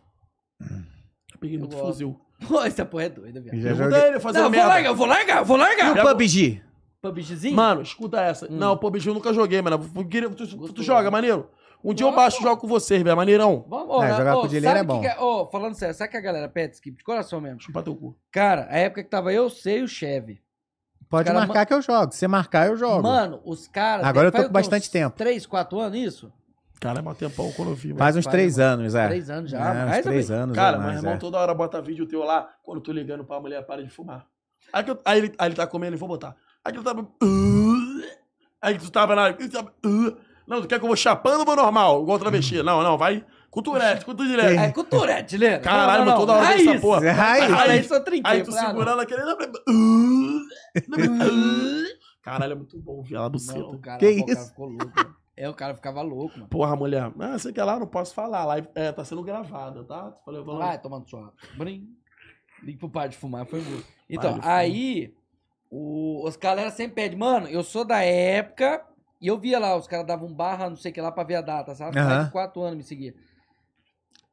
C: Eu peguei
A: Eu
C: muito
A: gosto.
C: fuzil.
A: Pô, essa porra é doida, viado.
D: Já
C: Pergunta
D: joguei.
C: ele
A: Não,
C: fazendo
A: eu vou
C: merda.
A: largar, eu vou largar, eu vou
D: E
A: largar.
D: o PUBG?
A: PUBGzinho?
C: Mano, escuta essa.
A: Hum.
C: Não, pô, bicho, eu nunca joguei, mano. Eu queria- Tu, tu, tu joga, maneiro? Um dia eu
A: Nossa.
C: baixo e jogo com vocês, velho. Maneirão.
A: Vamos, ó,
D: É,
A: na-
D: jogar
A: ó,
D: com dileira
A: sabe
D: é
A: o que que ó, falando sério, sabe que a galera pede skip de coração mesmo?
C: Chupa teu cu.
A: Cara, a época que tava eu, sei o Chevy.
D: Pode
A: Cara,
D: marcar que eu jogo. Se você marcar, eu jogo.
A: Mano, os caras.
D: Agora eu tô
A: faz
D: com
A: o quê,
D: bastante
A: uns
D: tempo.
A: 3, 4 anos isso?
C: Cara, é mó tempão quando eu vi, mano.
D: Faz uns
A: Faz,
D: três anos, é.
A: 3 anos já.
D: É,
A: mas
D: uns três
A: também-
D: anos.
C: Cara,
D: ou
C: meu
D: mais,
C: irmão
D: é.
C: toda hora bota vídeo teu lá, quando eu tô ligando pra mulher, para de fumar. Aí, que eu- aí ele, aí ele tá comendo, ele vou botar. Aí que ele tava. uh, Aí que tu tava na. tu tava- uh. Não, tu quer que eu vou chapando ou vou normal? Igual travesti.
D: Uhum.
C: Não, não, vai. Culturete, cultura direto.
A: É cultura, é, Tilera.
C: Caralho, mas toda hora tem essa porra.
D: É
A: Aí,
D: raiz.
C: Raiz.
A: aí, só trinquei.
C: Aí tu
A: falei, ah, não.
C: segurando aquele. uh, Caralho, é muito bom ver ela
A: Não, o
C: buceta.
A: cara,
D: Que
A: pô, o cara
D: isso?
A: ficou louco. mano. É, o cara ficava louco, mano.
C: Porra, mulher. Ah, sei que lá, não posso falar. Live, é, tá sendo gravada, tá? Tu falou, eu vou lá.
A: Ah, tomando sua. Brim. Liga pro pai de fumar, foi muito. Então,
C: de fumar.
A: aí, o- os galera sempre pedem, mano, eu sou da época, e eu via lá, os caras davam um barra, não sei o que lá, pra ver a data, sabe?
D: Aham.
A: Mais de quatro anos me seguia.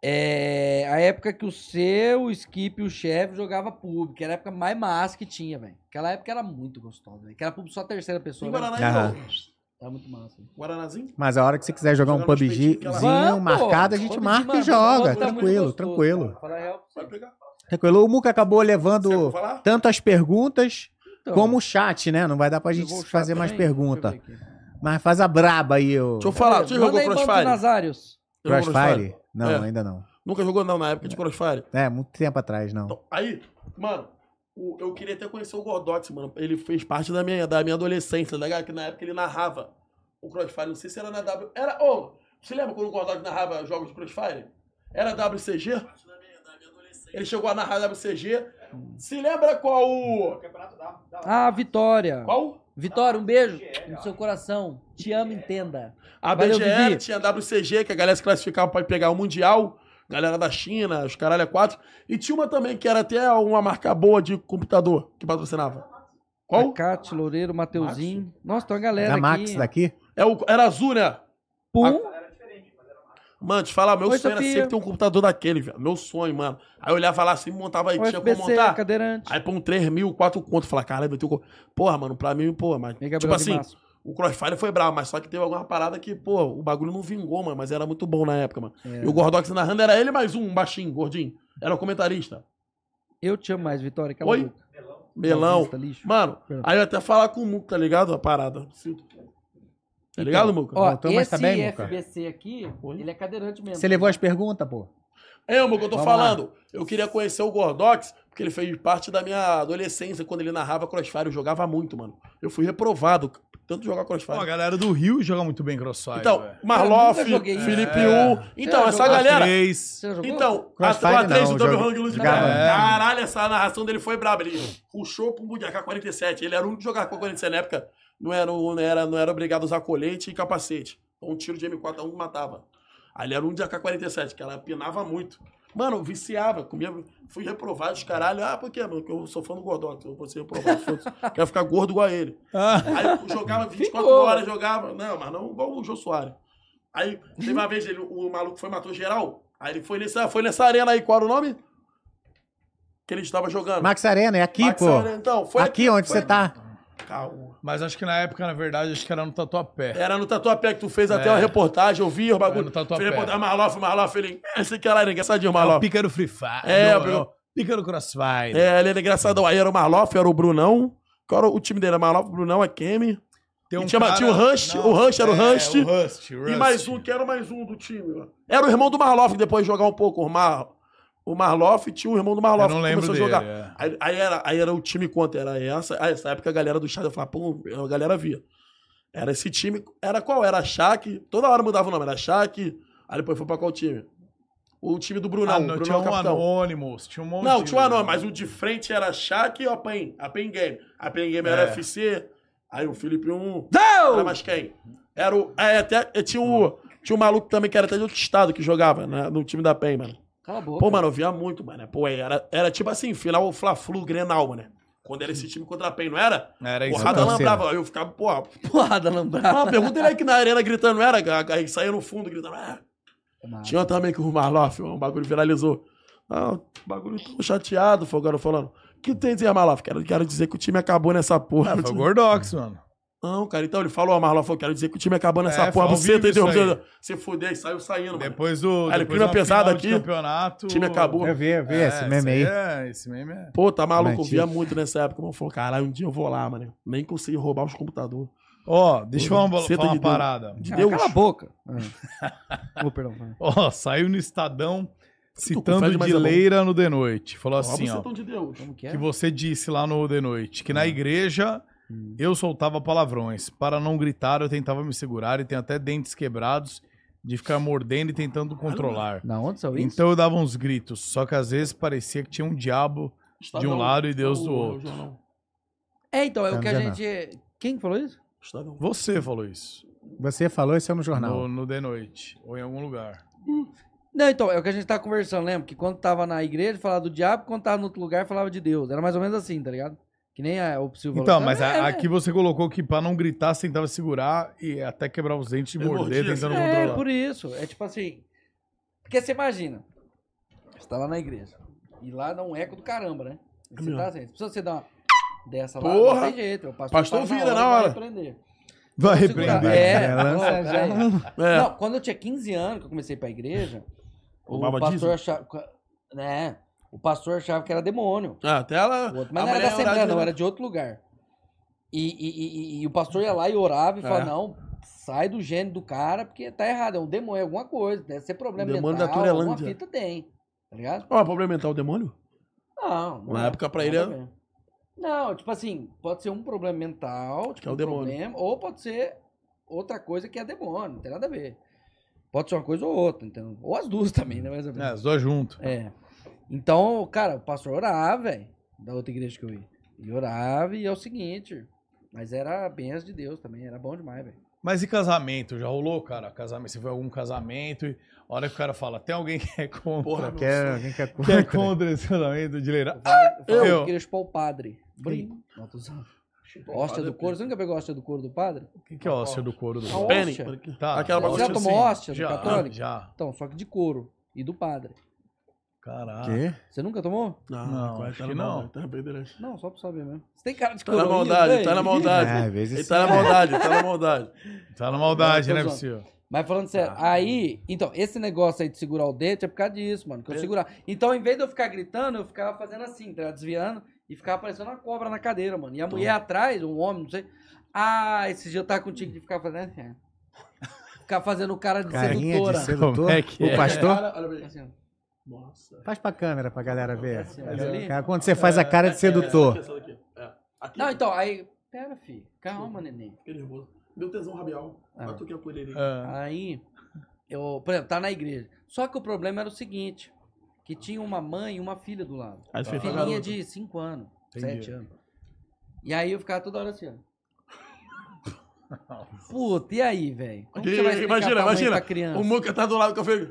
A: É, a época que o seu, o Skip e o Chef jogava pub, que era a época mais massa que tinha, velho. Aquela época era muito gostosa, velho. Aquela pub só a terceira
C: Tem
A: pessoa, né?
C: Guaraná aí,
D: Aham.
C: não?
A: Era muito massa.
C: Guaranazinho?
D: Mas a hora que você quiser jogar um
C: Jogar uns peitinhos
D: PUBGzinho
C: que ela-
A: Vamos,
D: marcado, a gente
A: vamos
D: marca e
A: demais, vamos,
D: joga.
A: tá muito
D: tranquilo,
A: gostoso,
D: tranquilo.
A: cara. Fala a real pra você.
C: Vai pegar.
D: Tranquilo. O Muca acabou
C: Você vai
A: é
D: levando
C: falar?
D: tanto as perguntas
A: Então,
D: como o chat, né? Não vai dar pra gente
A: levou o chá
D: fazer mais
A: também?
D: pergunta.
A: Deixa eu ver aqui.
D: Mas faz a braba aí, ô.
C: Deixa eu falar, você jogou
A: Manda aí, Banco de
C: Crossfire?
A: Nazários.
C: Você jogou
D: Crossfire? Não,
C: É.
D: ainda não.
C: Nunca jogou não na época de Crossfire?
D: É, muito tempo atrás, não.
C: Então, aí, mano, o- eu queria até conhecer o Gordox, mano. Ele fez parte da minha, da minha adolescência, tá ligado? Que na época ele narrava o Crossfire. Não sei se era na W... Era... Ô, você lembra quando o Gordox narrava jogos de Crossfire? Era WCG? Ele chegou a narrar WCG. Se lembra qual o...
A: Ah, Vitória.
C: Qual?
A: Vitória, um beijo no seu coração. Te amo, entenda.
C: A
A: Valeu,
C: BGL
A: Vivi.
C: tinha WCG, que a galera se classificava pra pegar o Mundial, galera da China, os caralho é quatro. E tinha uma também que era até uma marca boa de computador que patrocinava. Qual?
A: Cate, Loureiro, Mateuzinho. Nossa, tem uma
D: É
A: galera
D: a Max
A: aqui.
D: daqui?
C: É o, era azul, né?
A: Pum.
C: Mano, te falar, meu
A: Oi,
C: sonho
A: Sofia.
C: era sempre ter um computador daquele, velho. Meu sonho, mano. Aí eu olhava lá assim, montava aí, tinha como
A: USB-C,
C: montar.
A: cadeirante.
C: Aí põe um 3 mil, 4 conto. Falar, caralho, vai ter um... co- Porra, mano, pra mim, porra, mas...
A: E Gabriel de
C: tipo assim,
A: Maço.
C: o Crossfire foi bravo, mas só que teve alguma parada que, pô, o bagulho não vingou, mano. Mas era muito bom na época, mano.
A: É.
C: E o Gordox narrando era ele mais um, um baixinho, gordinho. Era o comentarista.
A: Eu te amo mais, Vitória. é Cala
C: Oi?
A: a boca.
C: Melão.
A: Nazista, é um lixo.
C: Mano,
A: Pera.
C: aí eu até falar com o Muco, tá ligado? A parada. Sinto. Tá ligado, Muca?
A: Então, Ó,
D: Voltou, mas
A: esse
D: tá bem, Luca?
A: FBC aqui,
C: Oi?
A: ele é cadeirante mesmo.
D: Você levou as perguntas, pô?
C: É, Muca, eu tô
D: Vamos
C: falando. Eu queria conhecer o Gordox, porque ele fez parte da minha adolescência, quando ele narrava Crossfire. Eu jogava muito, mano. Eu fui reprovado, c- tanto jogar
B: Pô, a
C: Crossfire.
B: galera do Rio joga muito bem crossfire.
C: Então,
B: velho.
C: Marloff,
A: Eu nunca joguei isso.
C: Felipe
B: É.
C: U. Então,
A: Eu
C: essa
A: jogava
C: galera.
B: Três.
A: Você já jogou?
C: Então, a,
D: Crossfire
C: o atleta
D: não,
C: do Double
D: joga-
C: Hang Luz de
D: jogava.
C: Caralho,
B: É.
C: Caralho, essa narração dele foi braba. Ele puxou pro Mundial é K-47. Ele era o único que jogava com a 47 na época. Não era, não, era, não era obrigado a usar colete e capacete. Então, um tiro de M4 a um matava. Aí ele era um de AK-47, que ela pinava muito. Mano, eu viciava, comia, fui reprovado os caralho. Ah, por quê, mano? Porque eu sou fã do Gordox, eu vou ser reprovado. foda-se. Quero ficar gordo igual a ele.
B: Ah,
C: Aí eu jogava 24
A: Ficou.
C: horas, jogava. Não, mas não igual o Jô Soares. Aí, teve uma vez, ele, o maluco foi matou geral. Aí ele foi nessa, foi nessa arena aí, qual era o nome? Que ele estava jogando.
D: Max Arena, é aqui,
C: Max
D: pô.
C: Arena. Então, foi
D: aqui onde
C: foi
D: você tá.
C: Calma.
B: mas acho que na época, na verdade, acho que era no Tatuapé.
C: Era no Tatuapé que tu fez até
B: É.
C: uma reportagem, eu vi o
B: Era
C: bagulho.
B: no
C: Fez
B: Tatuapé.
C: reportagem, Marloff, Marloff, ele... "É, Esse cara era engraçadinho,
B: É o
C: Marloff.
B: Pica do Free Fire.
C: É,
B: não,
C: o
B: o Pica do Crossfire.
C: É, ele era engraçadão. Aí era o Marloff, era o Brunão. Qual era o time dele? Era Marloff, Brunão, a Kemi.
B: Tem um
C: E tinha- tinha o Rush, o Rush era o Rush.
B: é, o Rust, o
C: E
B: Rust.
C: mais um, que era mais um do time. ó. Era o irmão do Marloff, que depois de jogar um pouco. O, Mar... o Marloff tinha o irmão do Marloff.
B: Eu não
C: que
B: lembro
C: começou a
B: dele,
C: jogar.
B: é.
C: Aí, aí era, aí era o time contra, era essa. Aí, essa época a galera do Chad, eu falava, pô, a galera via. Era esse time, era qual? Era Shaq, toda hora mudava o nome, era Shaq. Aí depois foi pra qual time? O time do Brunão,
B: Ah,
C: o
B: não,
C: Brunão
B: tinha
C: é o
B: um
C: capitão.
B: Anonymous, tinha um monte
C: Não,
B: de-
C: tinha um nome, mas o de frente era Shaq e o Apen, Apen Game. Apen Game era
B: É.
C: FC, aí o Felipe 1.
A: Não!
C: Era mais quem? Era o. É, até, é, tinha, o, tinha um maluco também que era até de outro estado que jogava né, no time da PEN, mano.
A: Cala a boca.
C: Pô, mano, eu via muito, mano. Pô, é, era, era tipo assim, final Fla-Flu Grenal, mano. né? Quando era esse time contra a PEN, não era?
B: Era isso.
C: Porrada
D: mesmo.
C: lambrava. Aí Eu ficava, porra.
A: Porrada, lambrada.
C: Ah, pergunta ele aqui na arena gritando, não era? Aí saía no fundo gritando. Ah. Tinha um também que o Marloff, o bagulho viralizou. Ah, o bagulho tô chateado, foi o garoto falando. O que tem a dizer, Marloff? Quero, quero dizer que o time acabou nessa porra.
B: Ah, foi o Gordox, mano.
C: Não, cara, então ele falou, ó, Marlon, falou, quero dizer que o time acabou nessa
B: É,
C: porra,
B: foi ao
C: você
B: vivo
C: entendeu?
B: isso aí.
C: Você fuder, e saiu saindo, mano.
B: Depois do.
C: Olha,
B: depois
C: clima
B: da
C: pesado
B: final de
C: aqui.
B: campeonato.
C: O time acabou.
D: Eu vi, eu vi
B: É,
D: esse meme aí.
B: É, esse meme é.
C: Pô, tá maluco, eu
D: Matiz.
C: via muito nessa época, mano. Falou, caralho, um dia eu vou lá, mano. Nem consegui roubar os computadores.
B: Ó, deixa eu falar uma,
C: Seta
B: falar uma
C: de Deus.
B: parada.
C: De
A: Ah,
C: Deus. Ah.
A: Cala a boca. Ô, perdão. vai.
B: Ó, saiu no Estadão citando
C: confere,
B: o
C: mas é bom.
B: Dileira no The Noite. Falou
C: Rouba
B: assim,
C: o
B: ó.
C: setão de Deus.
A: Como que é?
B: Que você disse lá no The Noite,
C: Hum.
B: que na igreja eu soltava palavrões. Para não gritar, eu tentava me segurar e tenho até dentes quebrados de ficar mordendo e tentando controlar.
A: Da onde saiu isso?
B: Então eu dava uns gritos, só que às vezes parecia que tinha um diabo de um
C: Estadão.
B: lado e Deus
C: Ô,
B: do outro.
C: jornal.
A: É, então, é o que a
D: Não,
A: gente... Quem falou isso?
C: Estadão.
B: Você falou isso.
D: Você falou isso é no jornal.
B: No, no The Noite, ou em algum lugar.
A: Não, então, é o que a gente tava conversando, lembra? Que quando tava na igreja, falava do diabo, quando tava no outro lugar, falava de Deus. Era mais ou menos assim, tá ligado? Que nem a, o Silvio
B: Então,
A: falou.
B: mas
A: É,
B: a-
A: é,
B: aqui você colocou que pra não gritar, você tentava segurar e até quebrar os dentes e
C: Eu
B: morder,
C: mordia,
B: tentando
C: assim.
A: É,
B: controlar.
A: por isso. É tipo assim. Porque você imagina. Você tá lá na igreja. E lá dá um eco do caramba, né? Você
C: É mesmo.
A: tá assim. Se você dá uma dessa lá,
C: Porra!
A: não tem jeito. O pastor,
C: Pastor
A: para
C: vira na hora. né?
A: vai repreender.
B: Vai
A: Segurar.
B: repreender.
A: É,
D: É, lança
A: ó,
D: já
A: peraí.
C: É.
A: Não, quando eu tinha 15 anos, que eu comecei a ir pra igreja, o,
C: Roubava
A: pastor
C: dízimo?
A: achava. Né? O pastor achava que era demônio.
C: Ah, até ela.
A: O outro- mas
C: a
A: não era da
C: mulher é né?
A: Assembleia,
C: de-
A: não, era de outro lugar. E, e- e- e- e o pastor ia lá e orava e falava:
C: É.
A: não, sai do gênio do cara, porque tá errado, é um demônio, é alguma coisa, deve ser problema
C: Demônio né? da
A: mental, alguma
C: Turelândia.
A: fita tem, tá ligado?
C: Ó, problema é mental, o demônio?
A: Não, não
C: Na
A: é,
C: época, pra
A: nada
C: ele,
A: a ver. Não, tipo assim, pode ser um problema mental, tipo,
C: é o
A: um
C: demônio.
A: problema, ou pode ser outra coisa que é demônio, não tem nada a ver. Pode ser uma coisa ou outra, então, ou as duas também, né, mais ou
B: É,
A: menos.
B: os dois juntos.
A: É. Então, cara, o pastor orava, velho, da outra igreja que eu ia. E orava e é o seguinte. Mas era a benção de Deus também, era bom demais, velho.
B: Mas e casamento? Já rolou, cara? Casamento? Você foi a algum casamento e a hora que o cara fala, tem alguém que é contra,
C: Porra, meu
D: Quer,
C: sonho.
D: alguém quer
B: que é
D: contra?
B: contra esse casamento de Leira?
A: Eu, falava- eu, falava
B: eu.
A: que queria chupar o padre. Brim. Não, tô zoando. Hóstia
C: é
A: do couro. Você nunca pegou a hóstia do couro do padre?
B: O que, que é ósseo do couro do
A: A
B: padre?
C: Penny.
A: hóstia.
B: Tá.
C: Aquela assim.
A: Você já
C: hóstia
B: ósseo
A: tomou
B: sim.
A: hóstia do
B: Já,
A: católico?
B: já.
A: Então, só que de couro e do padre.
B: Caralho.
D: Quê?
A: Você nunca tomou?
B: Não,
C: qual é?
B: acho
C: Tá
B: que
C: na
B: não.
C: maldade, Tá na brincadeira.
A: Não, só pra saber mesmo. Você tem cara de né?
C: Tá na
A: couro.
C: maldade, tá na maldade.
D: É, às vezes
C: Ele
D: sim.
C: tá na maldade, tá na maldade.
B: Tá na maldade,
A: Não,
B: né,
A: tô
B: Psyu?
A: Mas falando sério, aí, então, esse negócio aí de segurar o dente é por causa disso, mano. Que eu
C: Eu-
A: segurar. Então, em vez de eu ficar gritando, eu ficava fazendo assim, tá ligado? desviando e ficava parecendo uma cobra na cadeira, mano. E a mulher atrás, um homem, não sei. Ah, esse dia eu tava contigo de ficar fazendo. assim, ó. Ficar fazendo o cara de
D: Carinha
A: sedutora.
D: de sedutor.
B: Como é que é?
D: O pastor.
C: Olha, olha pra ele.
A: Assim, ó.
C: Nossa.
D: Faz pra câmera pra galera ver.
A: Essa ali?
D: Cara, Quando você faz a cara de sedutor.
C: Essa daqui, essa daqui. É. Aqui,
A: Não, então, aí. Pera, filho. Calma, neném.
C: fiquei nervoso. Meu tesão rabial.
A: Ah.
C: Olha tu que é por ele.
B: Ah,
A: Aí, eu, por exemplo, tá na igreja. Só que o problema era o seguinte: que tinha uma mãe e uma filha do lado.
C: Aí
B: foi pra
A: Filhinha de 5 anos,
B: Entendi.
A: 7 anos. E aí eu ficava toda hora assim, ó. Puta, e aí, velho? Como que você vai explicar
C: Imagina,
A: pra mãe e
C: imagina.
A: pra criança?
C: O Muca tá do lado do café.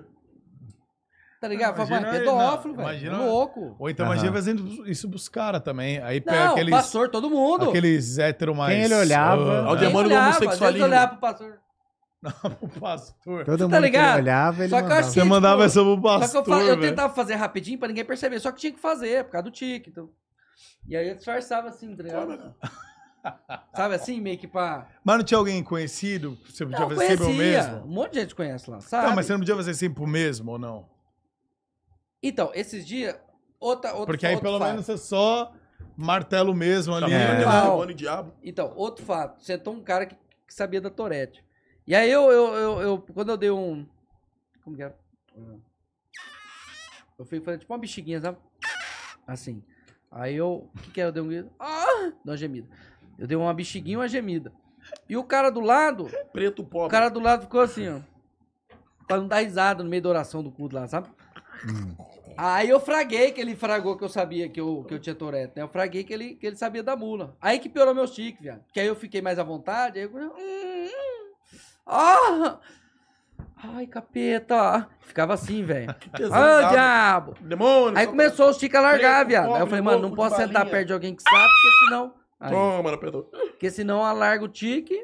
A: Tá ligado? Fala, mãe,
B: Imagina aí,
A: pedófilo,
B: não,
A: velho. é
B: imagina-
A: Louco.
B: Ou então
D: Aham.
B: imagina fazendo isso pros caras também. Aí pega
A: Não,
B: aqueles,
A: pastor, todo mundo.
B: aqueles hétero mais...
D: Quem ele olhava?
B: Ah,
C: Ao demônio do
A: olhava, Às vezes
C: homossexualismo.
B: né?
A: olhava pro pastor.
B: o pastor.
D: Todo mundo
A: Tá
D: que ele
A: ligado?
D: olhava, ele
A: Só que eu
D: mandava.
A: acho
B: Você
A: Sim,
B: mandava
A: tipo,
B: essa pro pastor,
A: só que eu, fa- eu
B: velho.
A: tentava fazer rapidinho pra ninguém perceber, só que tinha que fazer, por causa do tique. Então. E aí eu disfarçava assim, tá ligado?
B: né?
A: Sabe assim, meio que pra...
B: Mas não tinha alguém conhecido? que Você podia
A: Não,
B: fazer sempre o
A: conhecia. Um
B: mesmo?
A: monte de gente conhece lá, sabe?
B: Tá, mas você não podia fazer sempre o mesmo ou não?
A: Então, esses dias, outra, outro,
B: Porque aí
A: outro
B: pelo
A: fato.
B: menos você só martelo mesmo
A: Tá
B: ali.
D: É.
B: né?
A: Não.
C: Demônio e diabo.
A: Então, outro fato. Sentou um cara que, que sabia da Torete. E aí eu, eu, eu, eu- quando eu dei um... Como que era? Eu fui fazer tipo uma bexiguinha, sabe? Assim. Aí eu... O que que era? Eu dei um grito. Ah! Deu uma gemida. Eu dei uma bexiguinha e uma gemida. E o cara do lado...
C: Preto pobre.
A: O cara do lado ficou assim, ó. Pra não dar risada no meio da oração do culto lá, sabe? Aí eu fraguei que ele fragou que eu sabia que eu, que eu tinha Tourette, né? Eu fraguei que ele, que ele sabia da mula. Aí que piorou meu tique, viado. Que aí eu fiquei mais à vontade, aí eu... Hum, hum. Ah! Ai, capeta! Ficava assim, velho.
C: Que tesão,
A: Ah,
C: diabo.
A: diabo!
C: Demônio.
A: Aí
C: só-
A: começou os ticos a largar,
C: Preto,
A: viado. Aí eu
C: pobre,
A: falei, mano, não
C: louco,
A: posso
C: de
A: sentar
C: balinha.
A: perto de alguém que sabe, porque senão... Aí,
C: Toma, mano, perdão.
A: porque senão alarga o tique,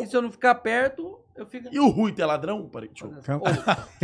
A: e se eu não ficar perto, eu fico...
C: E o Rui é ladrão? Peraí, deixa eu...
D: Então-
A: Ô, o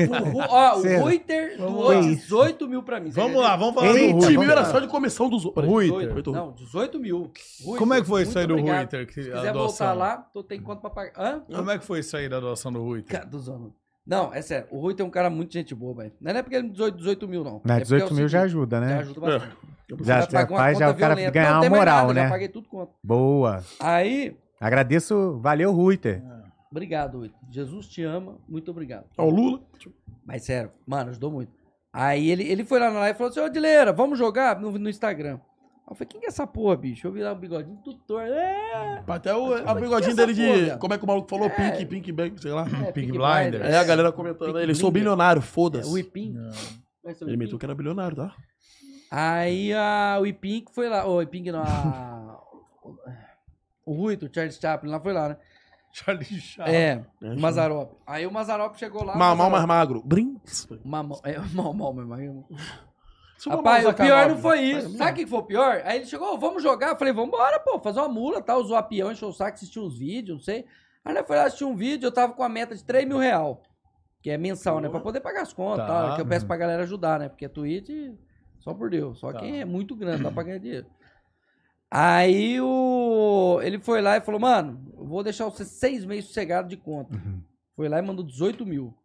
A: é Ru- ó, o
D: Sério?
A: Ruiter
B: Vamos
A: doou
D: lá.
A: 18 mil pra mim. você
B: Vamos
A: acredita?
B: lá, vamos falar
D: Eita,
B: do
C: 20
B: Rui.
C: mil era só de comissão dos outros. Peraí.
B: Rui.
A: Doido.
C: Oito.
A: Não, 18 mil. Ruiter,
B: Como é que foi isso
A: muito
B: aí do
A: obrigado.
B: Ruiter? Que,
A: Se
B: a
A: quiser
B: doação?
A: voltar lá, tô tem quanto pra pagar. Hã?
B: Como é que foi isso aí da doação do Ruiter?
A: Cara, dos anos. Não, é sério. O Ruiter é um cara muito gente boa, velho. Não é porque ele me 18, 18 mil, não.
D: Mas
A: é porque é o
D: 18 mil já
A: seguinte,
D: ajuda,
A: Já
D: né?
A: ajuda bastante.
C: Tá
D: Já,
A: Vai
D: já
A: pagar uma
D: faz já
A: conta
D: o cara
A: violenta.
D: ganhar
A: Não,
D: uma
A: tem mais
D: moral,
A: nada, Já
D: né?
A: paguei tudo quanto.
D: Boa.
A: Aí,
D: Agradeço. Valeu, Ruiter.
A: obrigado, Ruiter. Jesus te ama. Muito obrigado.
C: Ó, É o Lula.
A: Mas sério, mano, ajudou muito. Aí ele, ele foi lá na live e falou assim, ô Dileira, vamos jogar no, no Instagram. Aí eu falei, quem que é essa porra, bicho? Eu vi lá o bigodinho um tutor. É,
C: Até o,
A: Mas
C: a bigodinho
A: que essa
C: dele
A: porra,
C: de...
A: velho?
C: como é que o maluco falou?
A: É.
C: Pink, Pink Bank, sei lá.
A: é Peaky
B: Pig Blinders.
C: Aí a galera comentando,
A: Pink
C: ele, sou
A: Blinder.
C: bilionário,
A: É,
C: foda-se.
A: o Ipink. Vai ser o
C: Ele meteu
A: Ipink.
C: que era bilionário, tá?
A: Aí a, o Ipink foi lá. Ô, O Ipink não, a- O Ruito, o Charles Chaplin lá foi lá, né?
B: Charlie Chaplin.
A: É,
C: É,
A: o Mazarop. Aí o Mazarop chegou lá.
C: Mal, mal, mais
A: Mazzaropi-
C: magro. Brinks.
A: Mamão, é, mal, mal, meu irmão.
C: Isso é uma
A: Rapaz, o
C: maldade,
A: pior
B: né?
C: óbvio.
A: não foi
C: Rapaz,
A: isso. Sabe o que foi o pior? Aí ele chegou, "Ô, vamos jogar. Eu falei, vambora, pô, fazer uma mula, tal. Usou a peão, encheu o saco, assistiu uns vídeos, não sei. Aí nós foi lá assistir um vídeo, eu tava com a meta de 3 mil real. Que é mensal, né? Pra poder pagar as contas,
B: Tá.
A: tal. Que eu peço pra galera ajudar, né? Porque a Twitch, só por Deus. Só
B: Tá.
A: quem é muito grande, dá pra ganhar dinheiro. Aí o... ele foi lá e falou, mano, eu vou deixar você seis meses sossegado de conta.
B: Uhum.
A: Foi lá e mandou 18 mil.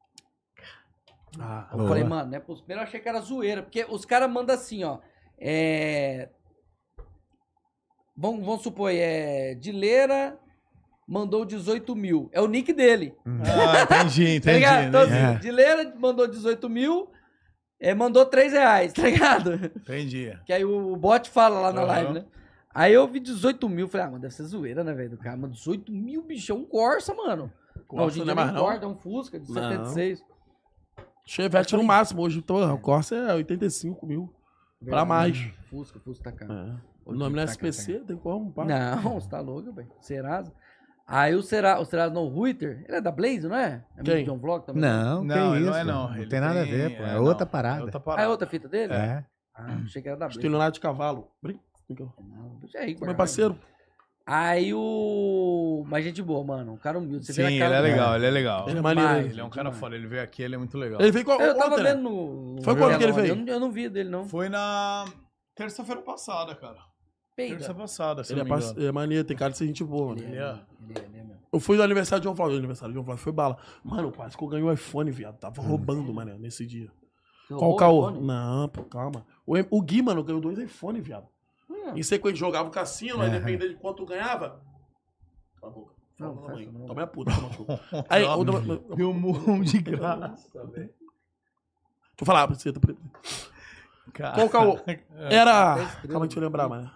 C: Ah,
A: Eu falei, mano, né? Pros... Primeiro eu achei que era zoeira, porque os caras mandam assim, ó. É. Vamos, vamos supor, é. Dileira mandou 18 mil. É o nick dele.
D: Hum.
B: Ah,
A: Tá
B: entendi, entendi. né?
A: ligado? Então, assim,
C: né?
B: entendi.
D: É.
A: Dileira mandou 18 mil, é, mandou 3 reais, tá ligado?
B: entendi.
A: Que aí o bot fala lá na
B: Aham.
A: live, né? Aí eu vi 18 mil, falei, ah, mano, deve ser zoeira, né, velho? Do cara, mano, 18 mil, bicho, é um Corsa, mano. Não, hoje em
C: não
A: dia não
C: é mais não.
A: importa, é um Fusca de
C: Não.
A: 76.
C: Chevette no máximo hoje. Então, o Corsa é 85 mil. Pra mais.
A: Fusca, Fusca tá caro.
C: O nome não é
A: Tá, tá, tá.
C: SPC, tem como, pá.
A: Não, você tá louco, velho. Serasa. Aí o Serasa, o Serasa não, o Ruiter, ele é da Blaze, não é? É
C: Quem?
A: amigo de John Vlog também?
D: Não,
B: Não,
D: que
B: ele
D: isso.
B: não é não. Ele
D: tem nada a ver, pô. É,
B: não,
D: outra
B: É
D: parada.
B: outra
A: Ah, é
B: parada.
A: outra fita dele?
D: É.
A: Ah, achei que era da Blaze.
C: Estelionato de é cavalo. Brinks.
A: Não, é deixa aí,
C: Meu
A: guarda.
C: parceiro.
A: Aí o. Mas gente boa, mano. Um cara humilde. Você vê
B: Sim,
A: a
B: ele
A: cara
B: é
A: do
B: legal,
A: cara.
B: ele é legal.
C: Ele é maneiro,
A: Demais,
B: Ele é um cara
A: demais.
B: foda, ele veio aqui, ele é muito legal.
C: Ele veio com a
A: Eu tava
C: ontem, né?
A: vendo no.
C: Foi
A: no
C: quando que ele
A: Melon,
C: veio?
A: Eu não, eu não vi dele, não.
B: Foi na terça-feira passada, cara. Terça
A: Peida.
B: passada, se
C: Ele é,
B: não me engano.
C: parce- é maneiro, tem cara de ser gente boa, né? mano.
A: Ele é, ele é, ele é mesmo.
C: Eu fui no aniversário de João Flávio. Aniversário de João Flávio foi bala. Mano, quase que eu ganhei o iPhone, viado. Tava roubando, mano, nesse dia. Qual o caô?
A: Hum. Não.
C: Não, pô, calma. O, M- o Gui, mano, ganhou dois iPhones, viado. Em sequência, jogava o cassino, aí dependendo de quanto ganhava. Cala a boca.
A: É. Não,
C: Fala da
A: faz
C: mãe.
A: isso não.
C: Toma a puta, toma chuva. Aí, outra-
B: Deu um murro de graça.
C: Deixa eu falar pra você. tá preto.
B: Cara.
C: Qual é o caô?
A: Ah,
C: Era.
A: tá estrela.
C: Calma, deixa eu lembrar, mano.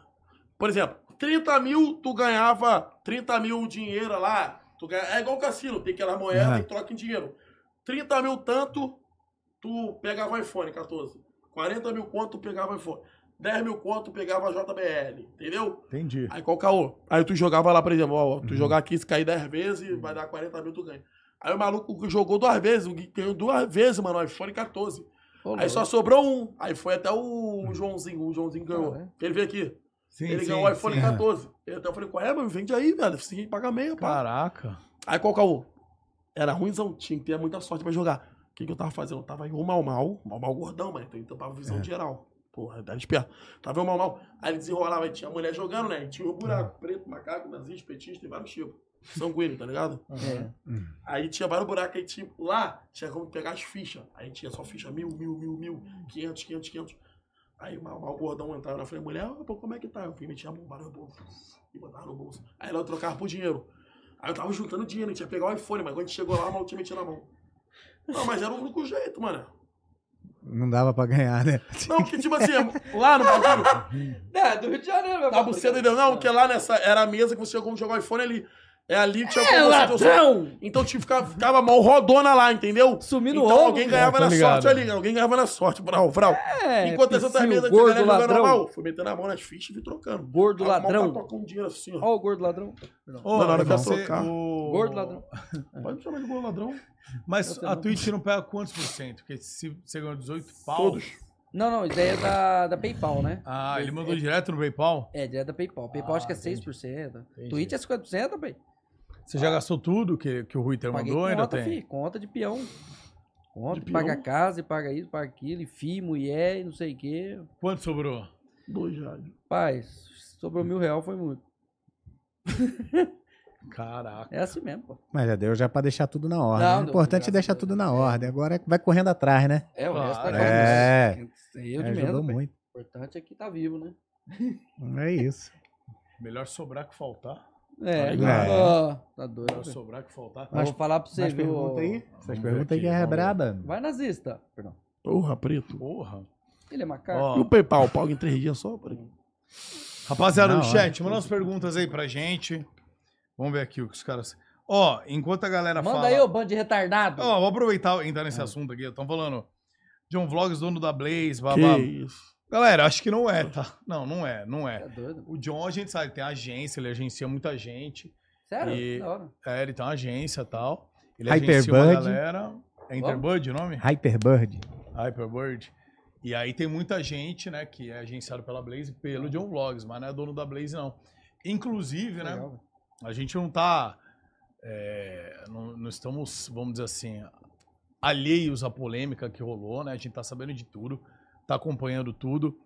C: Por exemplo, 30 mil, tu ganhava 30 mil dinheiro lá. Tu ganha... É igual cassino, tem aquela moeda
D: Aham.
C: e troca em dinheiro. 30 mil tanto, tu pegava iPhone 14. 40 mil quanto, tu pegava iPhone. 10 mil quanto, tu pegava JBL. Entendeu? Uhum.
D: Entendi.
C: Aí qual caô? Aí tu jogava lá, por exemplo, ó, tu jogar aqui, se cair 10 vezes, vai dar 40 mil, tu ganha. Aí o maluco jogou duas vezes, o Gui ganhou duas vezes, mano, o iPhone 14.
A: Ô,
C: Aí
A: louco. Hum.
C: só sobrou um. Aí foi até o Joãozinho. O Joãozinho ganhou.
A: Ah, é?
C: Ele veio aqui.
B: Sim,
C: ele
B: sim,
C: ganhou o iPhone
B: sim.
C: 14. Eu até falei, qual é, mano? Vende aí, velho. Sim, paga meia, pá.
B: Caraca.
C: Aí qual caô? Era ruimzão, tinha que ter muita sorte pra jogar. O que, que eu tava fazendo? Eu tava em um mal mal, mal mal gordão, mas então tampava visão
B: É.
C: geral. Porra, tá esperto. Tava em um mal mal. Aí ele desenrolava, aí tinha a mulher jogando, né? E tinha o buraco,
B: É.
C: preto, macaco, nazista, petista, tem vários tipos. Sanguíneo, tá ligado?
A: É.
C: Aí tinha vários buracos, aí tinha, lá tinha como pegar as fichas. Aí tinha só ficha mil, mil, mil, mil,
A: Hum.
C: quinhentos, quinhentos, quinhentos. Aí o mal mal gordão entrava na frente, mulher, "Ah, pô, como é que tá? Eu fui metia a mão, barulho no bolso, e botava no bolso. Aí ela trocava por dinheiro. Aí eu tava juntando dinheiro, a gente ia pegar o iPhone, mas quando a gente chegou lá, o mal tinha metido na mão. Não, mas era o único jeito, mano.
D: Não dava pra ganhar, né?
C: Não, porque tipo assim, lá no bagulho,
A: É, do Rio de Janeiro, meu
C: tá buceta, entendeu? Não, porque lá nessa, era a mesa que você tinha como jogar o iPhone ali. É ali que tinha
A: É,
C: como você...
A: ladrão!
C: Então tinha que ficar, ficava mal rodona lá, entendeu?
A: Sumindo
C: então
A: ovo,
C: alguém
A: né?
C: ganhava
B: Tô
C: na
B: tá ligado.
C: sorte ali, alguém ganhava na sorte, Vral, Vral.
A: É,
C: Enquanto as outras
A: psiu,
C: mesas
A: gordo,
C: a galera jogando
A: ladrão.
C: normal, fui metendo a mão nas fichas e fui trocando.
A: Gordo
C: Tava mal
A: ladrão.
C: pra tocar um dinheiro assim, ó.
A: Ó o gordo ladrão.
B: Ô,
C: Mano, na hora que eu
B: você,
C: trocar.
B: o...
A: Gordo ladrão.
C: Pode chamar de gol ladrão.
B: Mas
A: Você
B: a
A: não-
B: Twitch não pega quantos por cento? Porque se você ganhou 18 pau...
C: Todos.
A: Não, não, isso daí é da, da PayPal, né?
B: Ah, ele mandou direto no PayPal?
A: É, é da PayPal. PayPal acho que é 6%. Twitch é 50%, pai.
B: Você já gastou tudo que, que o Twitter
A: Ah. Paguei
B: mandou? Ainda
A: conta,
B: tem?
A: fi, conta de peão. Conta,
C: De
A: paga
C: peão?
A: casa, e paga isso, paga aquilo, e FII, mulher, e não sei o quê.
B: Quanto sobrou?
C: Dois já.
A: Pai, sobrou mil real, foi muito.
B: Caraca.
A: É assim mesmo, pô.
D: Mas já deu já pra deixar tudo na ordem.
A: Não,
D: o
A: deu,
D: importante é
A: graças
D: deixar
A: a Deus.
D: tudo na ordem. Agora é que vai correndo atrás, né?
A: É, o
B: Claro.
A: resto tá
D: É.
A: quase- Eu de
D: Ajudou
A: menos, pai.
D: muito.
A: O importante é que tá vivo, né?
D: É isso.
B: Melhor sobrar que faltar.
A: É,
D: ligado.
A: ó, tá doido.
B: Melhor
A: pai.
B: sobrar que faltar.
A: Mas vou falar pra você,
D: Essas
A: viu?
D: perguntas aí? Essas
B: ver
D: perguntas aí
B: aqui,
D: que é
B: vamos ver.
D: braba.
A: Vai nazista. Perdão.
C: Porra, preto.
B: Porra.
A: Ele é macaco.
C: E o
B: Ó,
C: PayPal, paga em três dias só, por aí.
B: rapaziada do
D: Na
B: chat, manda umas perguntas aí pra gente. Vamos ver aqui o que os caras... Ó, enquanto a galera
A: Manda
B: fala...
A: aí, ô bando de retardado.
B: Ó, vou aproveitar e entrar nesse assunto aqui. Estão falando John Vlogs, dono da Blaze, blá,
C: Que
B: blá.
C: isso.
B: Galera, acho que não é, tá? Não, não é, não é.
A: Tá doido.
B: O John, a gente sabe, tem agência, ele agencia muita gente.
A: Sério?
B: E-
A: Da hora.
B: É, ele tem uma agência e tal. Ele
D: Hyperbird.
B: agencia uma galera. É Interbird o nome?
D: Hyperbird.
B: Hyperbird. E aí tem muita gente, né, que é agenciado pela Blaze e pelo John Vlogs, mas não é dono da Blaze, não. Inclusive, né,
A: Legal, velho.
B: a gente não tá. é, não, não estamos, vamos dizer assim, alheios à polêmica que rolou, né? A gente tá sabendo de tudo, tá acompanhando tudo.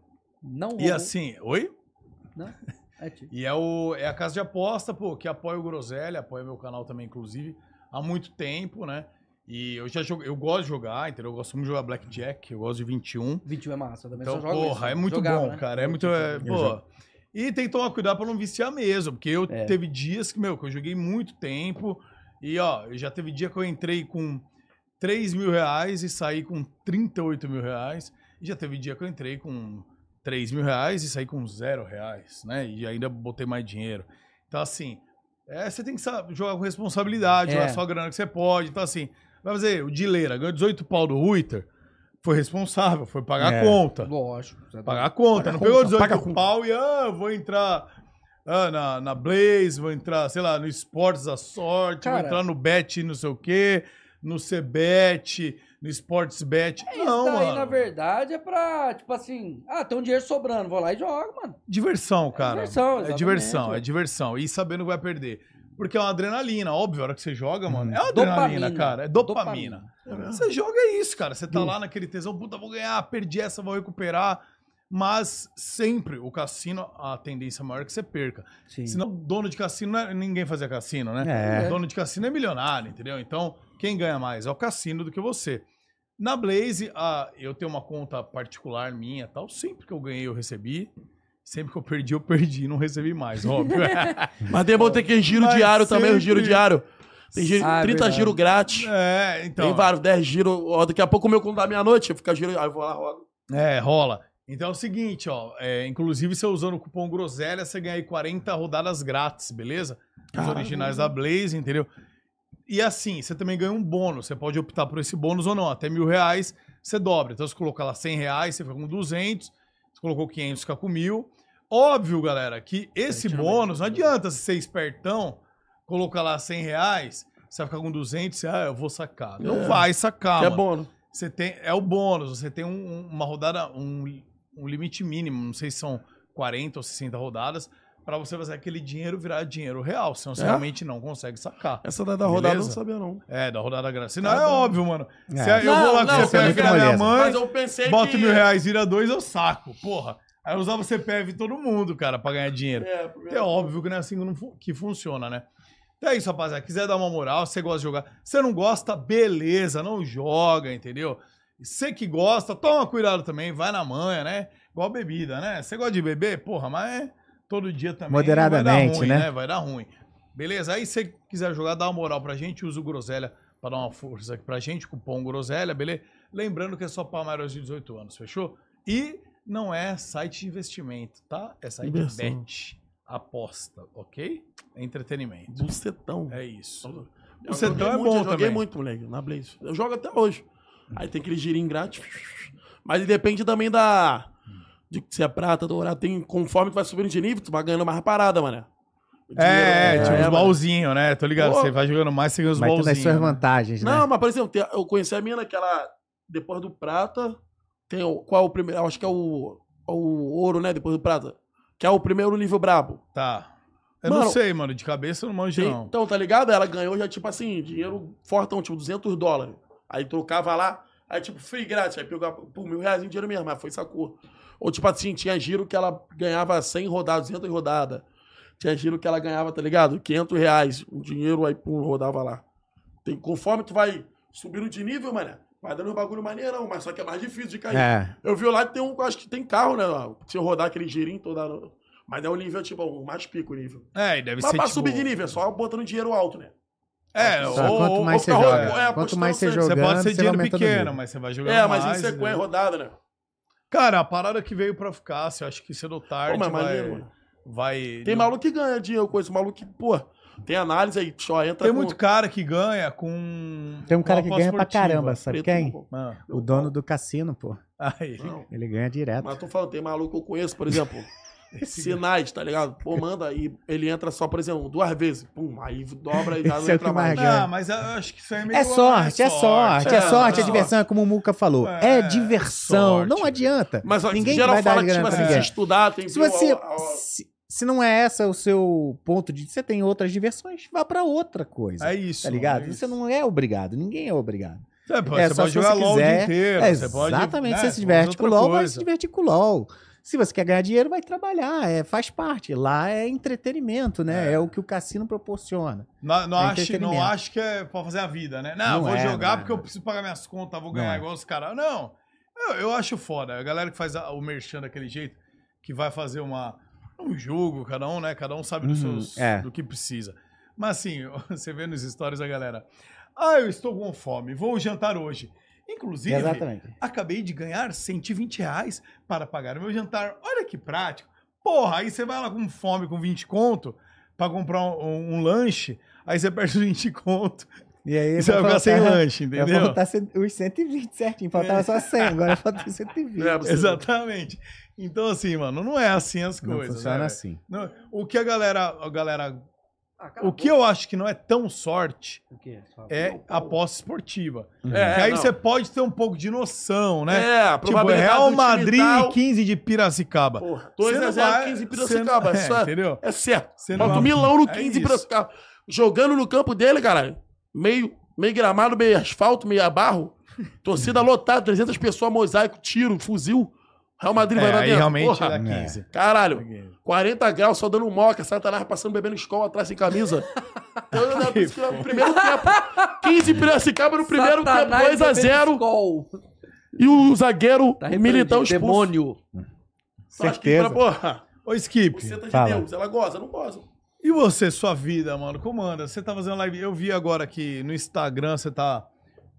A: Não
B: E
A: roubou.
B: assim, oi?
A: Não? É tipo.
B: E é, o, é a casa de aposta, pô, que apoia o Groselha, apoia meu canal também, inclusive, há muito tempo, né? E eu já jogo, eu gosto de jogar, entendeu? Eu gosto muito de jogar Blackjack, eu gosto de 21.
A: 21 é massa, eu também
B: Então,
A: só jogo isso.
B: porra, é muito
A: Jogava,
B: bom,
A: né?
B: cara. É muito. é,
D: Eu
B: pô.
D: jogo.
B: E tem que tomar cuidado pra não viciar mesmo, porque eu
A: É.
B: teve dias que, meu, que eu joguei muito tempo. E, ó, eu já teve dia que eu entrei com 3 mil reais e saí com 38 mil reais. E já teve dia que eu entrei com 3 mil reais e saí com zero reais, né? E ainda botei mais dinheiro. Então, assim, é, você tem que sa- jogar com responsabilidade,
A: É.
B: não é só a grana que você pode. Então, assim, vai fazer o Dileira ganhou 18 pau do Twitter, foi responsável, foi pagar
D: É.
B: a conta.
A: Lógico. você é doido.
B: Pagar a conta.
C: Paga
B: não
C: a conta,
B: pegou 18
C: paga a conta.
B: pau e ah, vou entrar ah, na, na Blaze, vou entrar, sei lá, no Esportes da Sorte,
A: Cara.
B: vou entrar no Bet não sei o quê, no Cebet, no Sportsbet.
A: É isso
B: Não,
A: daí,
B: mano.
A: na verdade, é pra, tipo assim, ah, tem um dinheiro sobrando, vou lá e jogo, mano.
B: Diversão, cara.
A: diversão,
B: É
A: exatamente,
B: diversão,
A: ué.
B: é diversão. E sabendo que vai perder. Porque é uma adrenalina, óbvio, a hora que você joga, mano. É uma
A: Dopamina.
B: adrenalina, cara. É dopamina.
C: É
B: Você joga é isso, cara. Você tá lá naquele tesão, puta, vou ganhar, perdi essa, vou recuperar. Mas sempre o cassino, a tendência maior é que você perca.
A: Sim.
B: Senão, dono de cassino, não é- ninguém fazia cassino, né?
D: É.
B: Dono de cassino é milionário, entendeu? Então, quem ganha mais é o cassino do que você. Na Blaze, a, eu tenho uma conta particular minha e tal. Sempre que eu ganhei, eu recebi. Sempre que eu perdi, eu perdi. Não recebi mais, óbvio.
C: Mas tem bom ter que giro
B: Mas
C: diário também, o giro
B: sempre-
C: diário. Tem giro,
A: Ah, é
C: 30
A: verdade.
C: giro grátis.
B: é, então.
C: tem vários, 10 giro. Ó, daqui a pouco o meu quando dá meia-noite, fica giro. Aí eu vou lá, rodo.
B: É, rola. Então é o seguinte, ó. é, inclusive, você usando o cupom Groselha, você ganha aí 40 rodadas grátis, beleza? Os
C: Caramba.
B: originais da Blaze, entendeu? E assim, você também ganha um bônus. Você pode optar por esse bônus ou não. Até mil reais, você dobra. Então, você coloca lá 100 reais, você fica com 200. Você colocou 500, fica com mil. Óbvio, galera, que esse bônus, não adianta você ser espertão, colocar lá 100 reais, você vai ficar com 200, você, ah, eu vou sacar. Não
C: É.
B: vai sacar,
C: que é
B: mano.
C: bom, né?
B: Você tem, é o bônus, você tem um- uma rodada, um, um limite mínimo, não sei se são 40 ou 60 rodadas, pra você fazer aquele dinheiro virar dinheiro real, senão você
C: É?
B: realmente não consegue sacar.
C: Essa da, da rodada eu não
B: Beleza?
C: sabia, não.
B: É, da rodada grátis. Senão
C: Ah,
B: é
C: tá.
B: óbvio, mano.
D: É.
B: Se eu
C: Não,
B: vou lá
C: não,
B: com o
C: isso é
B: CPF
D: muito
B: da minha
D: moleza.
B: mãe,
C: Mas eu pensei
B: boto
C: que...
B: mil reais, vira dois, eu saco, porra. Aí eu usava CPF de todo mundo, cara, pra ganhar dinheiro.
C: É,
B: É óbvio que não é assim que não fu- que funciona, né? Então é isso, rapaziada. Quiser dar uma moral, você gosta de jogar. Você não gosta, beleza, não joga, entendeu? Você que gosta, toma cuidado também, vai na manha, né? Igual bebida, né? Você gosta de beber? Porra, mas é todo dia também. vai dar
D: Moderadamente,
B: ruim,
D: né?
B: Vai dar ruim. Beleza? Aí se você quiser jogar, dá uma moral pra gente, usa o Groselha pra dar uma força aqui pra gente, cupom Groselha, beleza? Lembrando que é só para maiores de 18 anos, fechou? E não é site de investimento, tá? É site de
C: Inversão.
B: bet, aposta, ok? É entretenimento.
C: Bucetão.
B: É isso.
C: um Eu
B: Bucetão
C: joguei
B: é
C: muito,
B: bom
C: eu joguei
B: também.
C: muito, moleque, na Blaze. Eu jogo até hoje. Aí tem aquele girinho grátis. Mas depende também da... De se é prata, dourada, tem... Conforme tu vai subindo de nível, tu vai ganhando mais parada, mané. O dinheiro-
B: É, é, tipo os
C: mano.
B: baúzinhos, né? Tô ligado,
C: Pô.
B: você vai jogando mais, você ganha os
D: Vai tendo as
B: baúzinhos.
D: suas
B: né?
D: vantagens, né?
C: Não, mas por exemplo, tem- eu conheci a mina que ela, depois do prata, tem o, qual é o primeiro, acho que é o, o ouro, né, depois do prata, que é o primeiro nível brabo.
B: Tá. Eu não
C: Mano,
B: sei, mano, de cabeça eu não manjo,
C: Tem-
B: não.
C: Então, tá ligado? Ela ganhou já, tipo assim, dinheiro fortão, tipo 200 dólares. Aí trocava lá, aí tipo, free grátis, aí pegava por mil reais em dinheiro mesmo, mas foi sacou. Ou tipo assim, tinha giro que ela ganhava 100 rodadas, 200 rodadas. Tinha giro que ela ganhava, tá ligado? 500 reais, o dinheiro aí, pum, rodava lá. Tem, conforme tu vai subindo de nível, mané, vai dando um bagulho maneirão, mas só que é mais difícil de cair.
D: É.
C: Eu vi lá que tem um, acho que tem carro, né? Se eu rodar aquele girinho toda... no- Mas é um nível, tipo, o mais pico o nível.
B: É, e deve
C: Mas
B: ser.
C: pra
B: tipo,
C: subir de nível, é só botando dinheiro alto, né?
B: É,
D: Só
B: ou,
D: Tá, quanto
B: ou-
D: mais você
B: ou-
C: carro-
D: joga,
C: é,
D: quanto mais você
C: apostando,
D: jogando,
B: Você pode
D: você
B: ser
D: vai
B: dinheiro
D: aumentando o
B: pequeno,
D: nível.
B: mas você vai jogar
C: É,
B: mais.
C: mas em sequência,
B: entendeu?
C: rodada, né?
B: Cara, a parada que veio pra ficar, se eu acho que cedo ou tarde
C: Pô, mas é maneiro,
B: vai,
C: mano.
B: vai...
C: Tem maluco que ganha dinheiro com isso, maluco que, pô, tem análise aí, só entra
B: Tem
C: tá com...
B: muito cara que ganha com...
D: Tem um cara que
B: com
D: ganha pra
B: aposta esportiva.
D: caramba, sabe
C: preto,
D: quem?
C: pô.
B: Ah,
C: Meu
D: O dono do cassino, pô.
B: aí.
C: Não,
D: Ele ganha direto.
C: mas tô falando, tem maluco que eu conheço, por exemplo, sinais, tá ligado? Pô, manda aí, ele entra só, por exemplo, duas vezes, pum, aí dobra e já não
D: Esse é o
C: entra
D: que
C: mais.
D: mais
B: Não, mas eu acho que isso aí é meio...
D: É sorte, é sorte, é sorte, é
C: não.
D: diversão, é como o Muca falou.
B: É,
D: É diversão,
B: sorte,
D: não
B: velho.
D: adianta.
C: Mas ó,
D: Ninguém
C: geral
D: vai dar
C: fala que,
D: grana
C: tipo
D: pra
C: assim, se
D: ninguém.
C: estudar, tem...
D: Se
C: viu,
D: você.
C: a- a-
D: Se, se não é essa o seu ponto de. Você tem outras diversões, vá pra outra coisa.
B: É isso.
D: tá ligado?
B: é isso.
D: Você não é obrigado, ninguém é obrigado.
B: É, pô,
D: É,
B: você
D: só
B: pode
D: se
B: jogar
D: você
B: LOL o dia
D: quiser.
B: inteiro.
D: É,
B: você pode,
D: exatamente,
B: né,
D: você se diverte
B: fazer
D: com
B: outra
D: LOL, vai
B: coisa.
D: se divertir com LOL. Se você quer ganhar dinheiro, vai trabalhar, é, faz parte. Lá é entretenimento, né?
B: É.
D: É, o que o cassino proporciona.
B: Não, não,
D: É
B: acho, não
D: entretenimento.
B: acho que é pra fazer a vida, né? Não,
D: Não
B: vou
D: é,
B: jogar
D: não é,
B: porque eu
D: não é.
B: preciso pagar minhas contas, vou
D: Não
B: ganhar
D: é.
B: igual os caras. Não, eu, eu acho foda. A galera que faz a- o merchan daquele jeito, que vai fazer uma, um jogo, cada um, né? Cada um sabe dos
D: Uhum,
B: seus-
D: é.
B: do que precisa. Mas assim, você vê nos stories a galera. Ah, eu estou com fome, vou jantar hoje. Inclusive,
D: Exatamente.
B: Acabei de ganhar 120 reais para pagar o meu jantar. Olha que prático. Porra, aí você vai lá com fome, com 20 conto, para comprar um, um- um lanche, aí você perde os 20 conto
D: E aí,
B: e você vai ficar sem lanche,
D: Vai
B: entendeu?
D: faltar cent- os 120 certinho, faltava só 100, agora falta
C: É,
D: 120.
C: você-
B: Exatamente. Então, assim, mano, não é assim as
D: Não
B: coisas.
D: funciona
B: né,
D: assim.
B: Não, o que a galera, a galera
A: Ah, cala
B: O
A: a
B: que eu acho que não é tão sorte
A: boca. O quê? Fala.
B: é a posse esportiva.
C: É,
B: que aí
C: não.
B: você pode ter um pouco de noção, né?
C: É, a
B: tipo,
C: probabilidade
B: Real
C: do time
B: Madrid
C: tal-
B: e 15 de Piracicaba.
C: Porra,
B: Você não
C: 2x0,
B: vai-
C: 15 em
B: você não-
C: Piracicaba.
B: É,
C: só-
B: entendeu?
C: É certo.
B: Você não
C: Bota o
B: vai-
C: Milão no
B: É
C: 15
B: isso.
C: em Piracicaba. Jogando no campo dele, cara. Meio, meio gramado, meio asfalto, meio barro. Torcida
B: Uhum.
C: lotada, 300 pessoas, mosaico, tiro, fuzil. Real Madrid vai
B: É,
C: lá
B: aí
C: dentro.
B: realmente
C: Porra.
B: dá 15.
C: Caralho, 40 graus, só dando moca, Satanás passando bebendo escola atrás sem camisa. Então, né, isso que é o primeiro tempo. 15 em Piracicaba no primeiro
B: é
A: Satanás
C: tempo, 2x0.
A: bebendo Skol.
C: E o zagueiro
A: Tá
C: militão
A: repreendido.
C: expulso.
A: Demônio.
C: Então, acho que,
D: Certeza.
C: porra,
B: Ô, Skip.
C: você tá de
D: Fala.
C: Deus, ela goza, não goza.
B: E você, sua vida, mano? Como anda? Você tá fazendo live. Eu vi agora que no Instagram você tá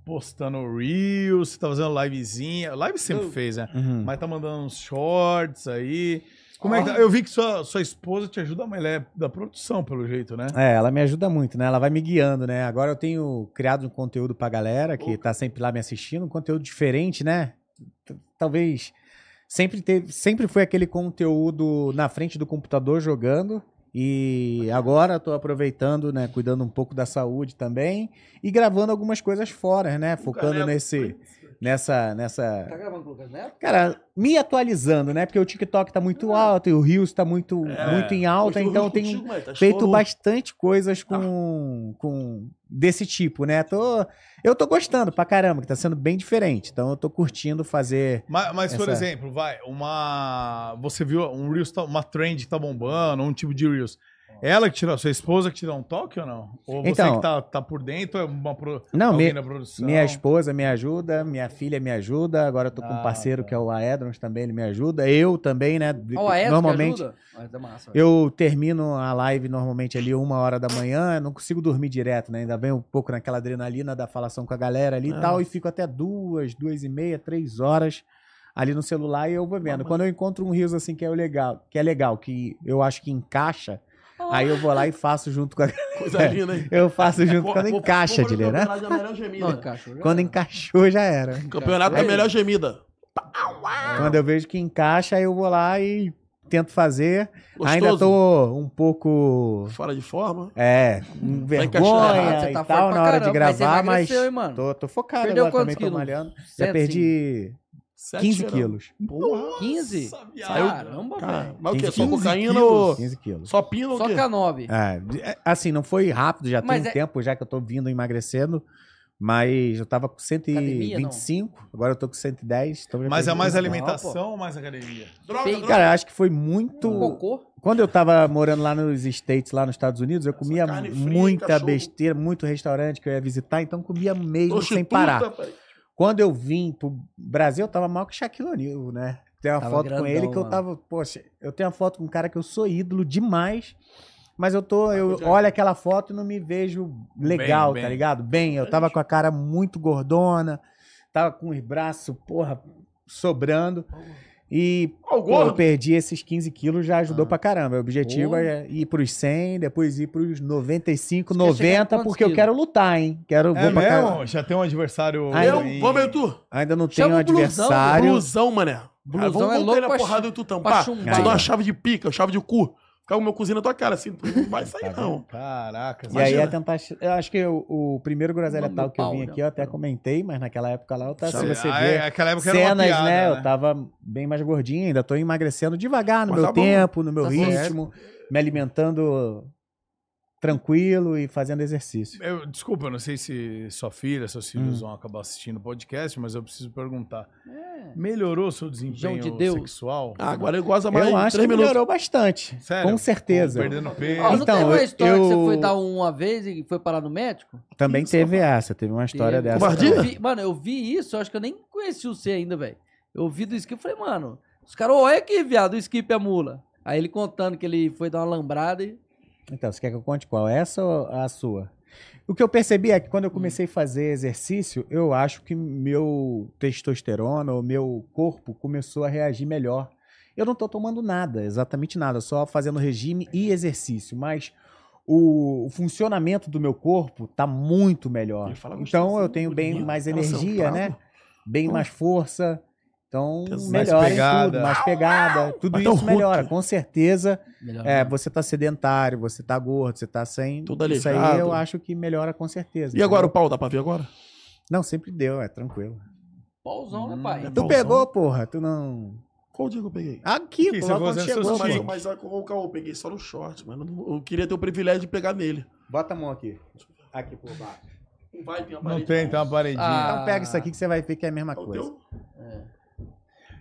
B: postando Reels, você tá fazendo livezinha. Live sempre fez, né?
D: Uhum.
B: Mas tá mandando uns shorts aí. Como é que tá? Eu vi que sua, sua esposa te ajuda, mas ela é da produção, pelo jeito, né?
D: É, ela me ajuda muito, né? Ela vai me guiando, né? Agora eu tenho criado um conteúdo pra galera que tá sempre lá me assistindo, um conteúdo diferente, né? T- Talvez sempre teve, sempre foi aquele conteúdo na frente do computador jogando e agora eu tô aproveitando, né, cuidando um pouco da saúde também e gravando algumas coisas fora, né, focando
C: Canela.
D: nesse nessa nessa
A: Tá gravando com o Lucas Neto?
D: Cara, me atualizando, né? Porque o TikTok tá muito alto e o Reels tá muito,
C: É.
D: muito em alta,
C: Hoje eu
D: então
C: vi
D: tem
C: contigo, mas tá
D: feito
C: estourou.
D: bastante coisas com, com desse tipo, né? Tô, eu tô gostando pra caramba, que tá sendo bem diferente. Então eu tô curtindo fazer.
B: Mas, mas, por
D: Essa- é.
B: exemplo, vai, uma. Você viu um Reels, tá- uma trend que tá bombando, um tipo de Reels. Ela que tirou, sua esposa que tirou um toque ou não? Ou você
D: Então-
B: que tá, tá por dentro, é uma pro,
D: Não,
B: alguém
D: me-
B: da produção?
D: Minha esposa me ajuda, minha filha me ajuda. Agora eu tô com
B: Ah,
D: um parceiro
B: tá.
D: que é o Aedrons também, ele me ajuda. Eu também, né?
A: Ó, a Edson
D: Normalmente.
A: ajuda. Mas é massa.
D: Eu termino a live normalmente ali uma hora da manhã, eu não consigo dormir direto, né? Ainda bem um pouco naquela adrenalina da falação com a galera ali
C: Ah.
D: e tal, e fico até duas, duas e meia, três horas ali no celular e eu vou vendo. Quando eu encontro um rios assim que é o legal, que é legal, que eu acho que encaixa, aí eu vou lá e faço junto com a
C: Coisa linda, hein? É,
D: eu faço É. junto
C: Pô,
D: quando
C: pô,
D: encaixa,
C: pô,
D: Dileira. né?
C: campeonato da melhor gemida.
A: Não, encaixou. já
D: Quando
A: era.
D: encaixou já era.
C: Campeonato
D: é
C: da
A: Aí.
C: melhor gemida.
D: Quando eu vejo que encaixa, aí eu vou lá e tento fazer.
C: Gostoso.
D: Ainda tô um pouco
C: Fora de forma.
D: É, com
C: encaixando errado,
D: vergonha
A: Tá você
D: e
A: tá
D: tal
A: forte pra
D: na hora de
A: caramba, mas
D: gravar, mas,
A: emagreceu, hein, mano?
D: tô, tô focado
A: Perdeu
D: agora também,
A: quantos
D: tô
A: quilos?
D: malhando. Já
A: Cento,
D: perdi
C: Sete
D: 15
C: não.
D: quilos.
C: Porra.
A: 15?
B: Ah,
C: Saiu.
A: Caramba,
C: Cara,
A: velho.
C: mas o quê? Só
D: 15
C: cocaína
D: quilos,
C: ou.
D: 15 quilos.
C: Só pino ou o
A: Só
C: quê?
A: K9.
D: É, de- é, assim, não foi rápido, já
A: Mas
D: tem um
A: é-
D: tempo já que eu tô vindo emagrecendo, mas eu tava com
A: Academia, não?
D: 125, agora eu tô com 110. então já
B: Mas é
D: perdi
B: mais
D: um
B: alimentação ou mais academia?
C: Droga,
A: Tem-
D: pouco.
C: droga.
D: Cara, eu acho que foi muito...
A: Um Cocô.
D: Quando eu tava morando lá nos States, lá nos Estados Unidos, eu comia
C: carne fria,
D: muita
C: cachorro.
D: besteira, muito restaurante que eu ia visitar, então comia mesmo sem
C: Prostituta,
D: parar.
C: pai.
D: Quando eu vim pro Brasil, eu tava mal que Shaquille O'Neal, né? Tem uma
A: Tava
D: foto
A: grandão,
D: com ele que eu
A: mano.
D: tava, poxa, eu tenho uma foto com um cara que eu sou ídolo demais, mas eu tô, eu
C: Jackson.
D: olho aquela foto e não me vejo legal,
B: Bem,
D: tá
B: bem.
D: ligado? Bem, eu tava com a cara muito gordona, tava com os braços, porra, sobrando. E
C: Ó, o
D: pô, eu
C: gordo.
D: perdi esses 15 quilos, já ajudou
A: Ah.
D: pra caramba. O objetivo
A: Porra.
D: é ir pros 100, depois ir pros
A: Você
D: 95,
A: quer chegar a
D: 90,
A: quantos
D: porque eu
A: quilos?
D: quero lutar, hein? Quero,
B: É
D: vou pra caramba.
B: mesmo? Já tem um adversário.
D: Ai,
C: Eu,
B: em-
C: vamos aí, tu.
D: Ainda não
A: Chama
D: tenho um
A: o blusão,
D: adversário.
C: Blusão, mané.
A: Blusão
C: Ah, vamos
A: é
C: botar
A: louco
C: ele
A: pra
C: a porrada e tu
A: pra
C: tampar. Te
A: chumbar.
C: dá uma chave de pica, chave de cu. Ficar com o meu cozinho na tua cara, assim. Tu não vai
B: Tá
C: sair,
D: Tá
C: não.
B: Caraca,
D: E aí
B: imagina.
D: é tentar. Eu acho que o, o primeiro Groselha
A: Mano,
D: Tal que eu vim
A: pau,
D: aqui,
A: né?
D: eu até comentei, mas naquela época lá, eu tava, se
C: Sabe,
D: você
B: Ah,
D: vê
B: é, aquela época era uma
D: cenas,
B: piada,
D: né?
B: né?
D: Eu tava bem mais gordinho, ainda tô emagrecendo devagar no
C: Mas
D: meu
C: tá bom.
D: tempo, no meu
A: Tá certo.
D: ritmo, me alimentando tranquilo e fazendo exercício.
B: Eu- desculpa, eu não sei se sua filha, seus
C: Hum.
B: filhos vão acabar assistindo o podcast, mas eu preciso perguntar.
A: É.
B: Melhorou seu desempenho
A: de Deus.
B: sexual?
C: Ah, agora ele goza mais.
D: Eu acho que
C: três minutos.
D: melhorou bastante.
B: Sério?
D: Com certeza.
B: Perdendo peso.
A: Ó, não
D: Então,
A: tem uma
D: eu-
A: história que
D: eu-
A: você foi dar uma vez e foi parar no médico?
D: Também teve essa, teve uma história
A: Teve.
D: dessa.
C: Covardia?
D: também.
A: Eu vi- mano, eu vi isso, eu acho que eu nem conheci o C ainda, velho. Eu vi do Skip e falei, mano, os caras, olha aqui, viado, o Skip é mula. Aí ele contando que ele foi dar uma lambrada e.
D: Então, você quer que eu conte qual? Essa ou a sua? O que eu percebi é que
C: Hum.
D: quando eu comecei a fazer exercício, eu acho que meu testosterona, o meu corpo começou a reagir melhor. Eu não estou tomando nada, exatamente nada, só fazendo regime
C: Uhum.
D: e exercício, mas o, o funcionamento do meu corpo tá muito melhor.
C: Ele fala
D: Então
C: gostosinho, Tá
D: eu tenho bem
C: bonito.
D: mais né?
C: Ela
D: energia,
C: sentado.
D: né? Bem mais força. Então,
C: Hum. Mais
D: melhora mais
B: pegada.
D: tudo, mais pegada. Tudo
C: Até o
D: isso melhora,
C: Hulk.
D: com certeza.
A: Melhor.
D: É, você tá sedentário, você tá gordo, você tá sem.
C: Tudo
D: isso
C: aleijado.
D: aí eu acho que melhora com certeza.
C: E agora o
D: entendeu?
C: pau dá pra ver agora?
D: Não, sempre deu, é tranquilo.
A: Pauzão, né,
B: Hum.
A: pai?
D: Tu
C: Pauzão.
D: pegou, porra, tu não.
C: Qual dia que eu peguei?
D: Aqui,
B: Aqui,
D: pô,
B: você
D: logo quando
B: fazendo seus
D: chegou,
B: Sim.
C: Mas,
D: mano.
C: mas ó, o Caô, eu peguei só no short, mano. Eu queria ter o privilégio de pegar nele.
D: Bota a mão aqui. Aqui por baixo.
C: Não vai ter uma
B: Não tem, tem uma paredinha.
A: Ah,
D: Então pega isso aqui que você vai ver que é a mesma
C: É o
D: coisa.
C: teu?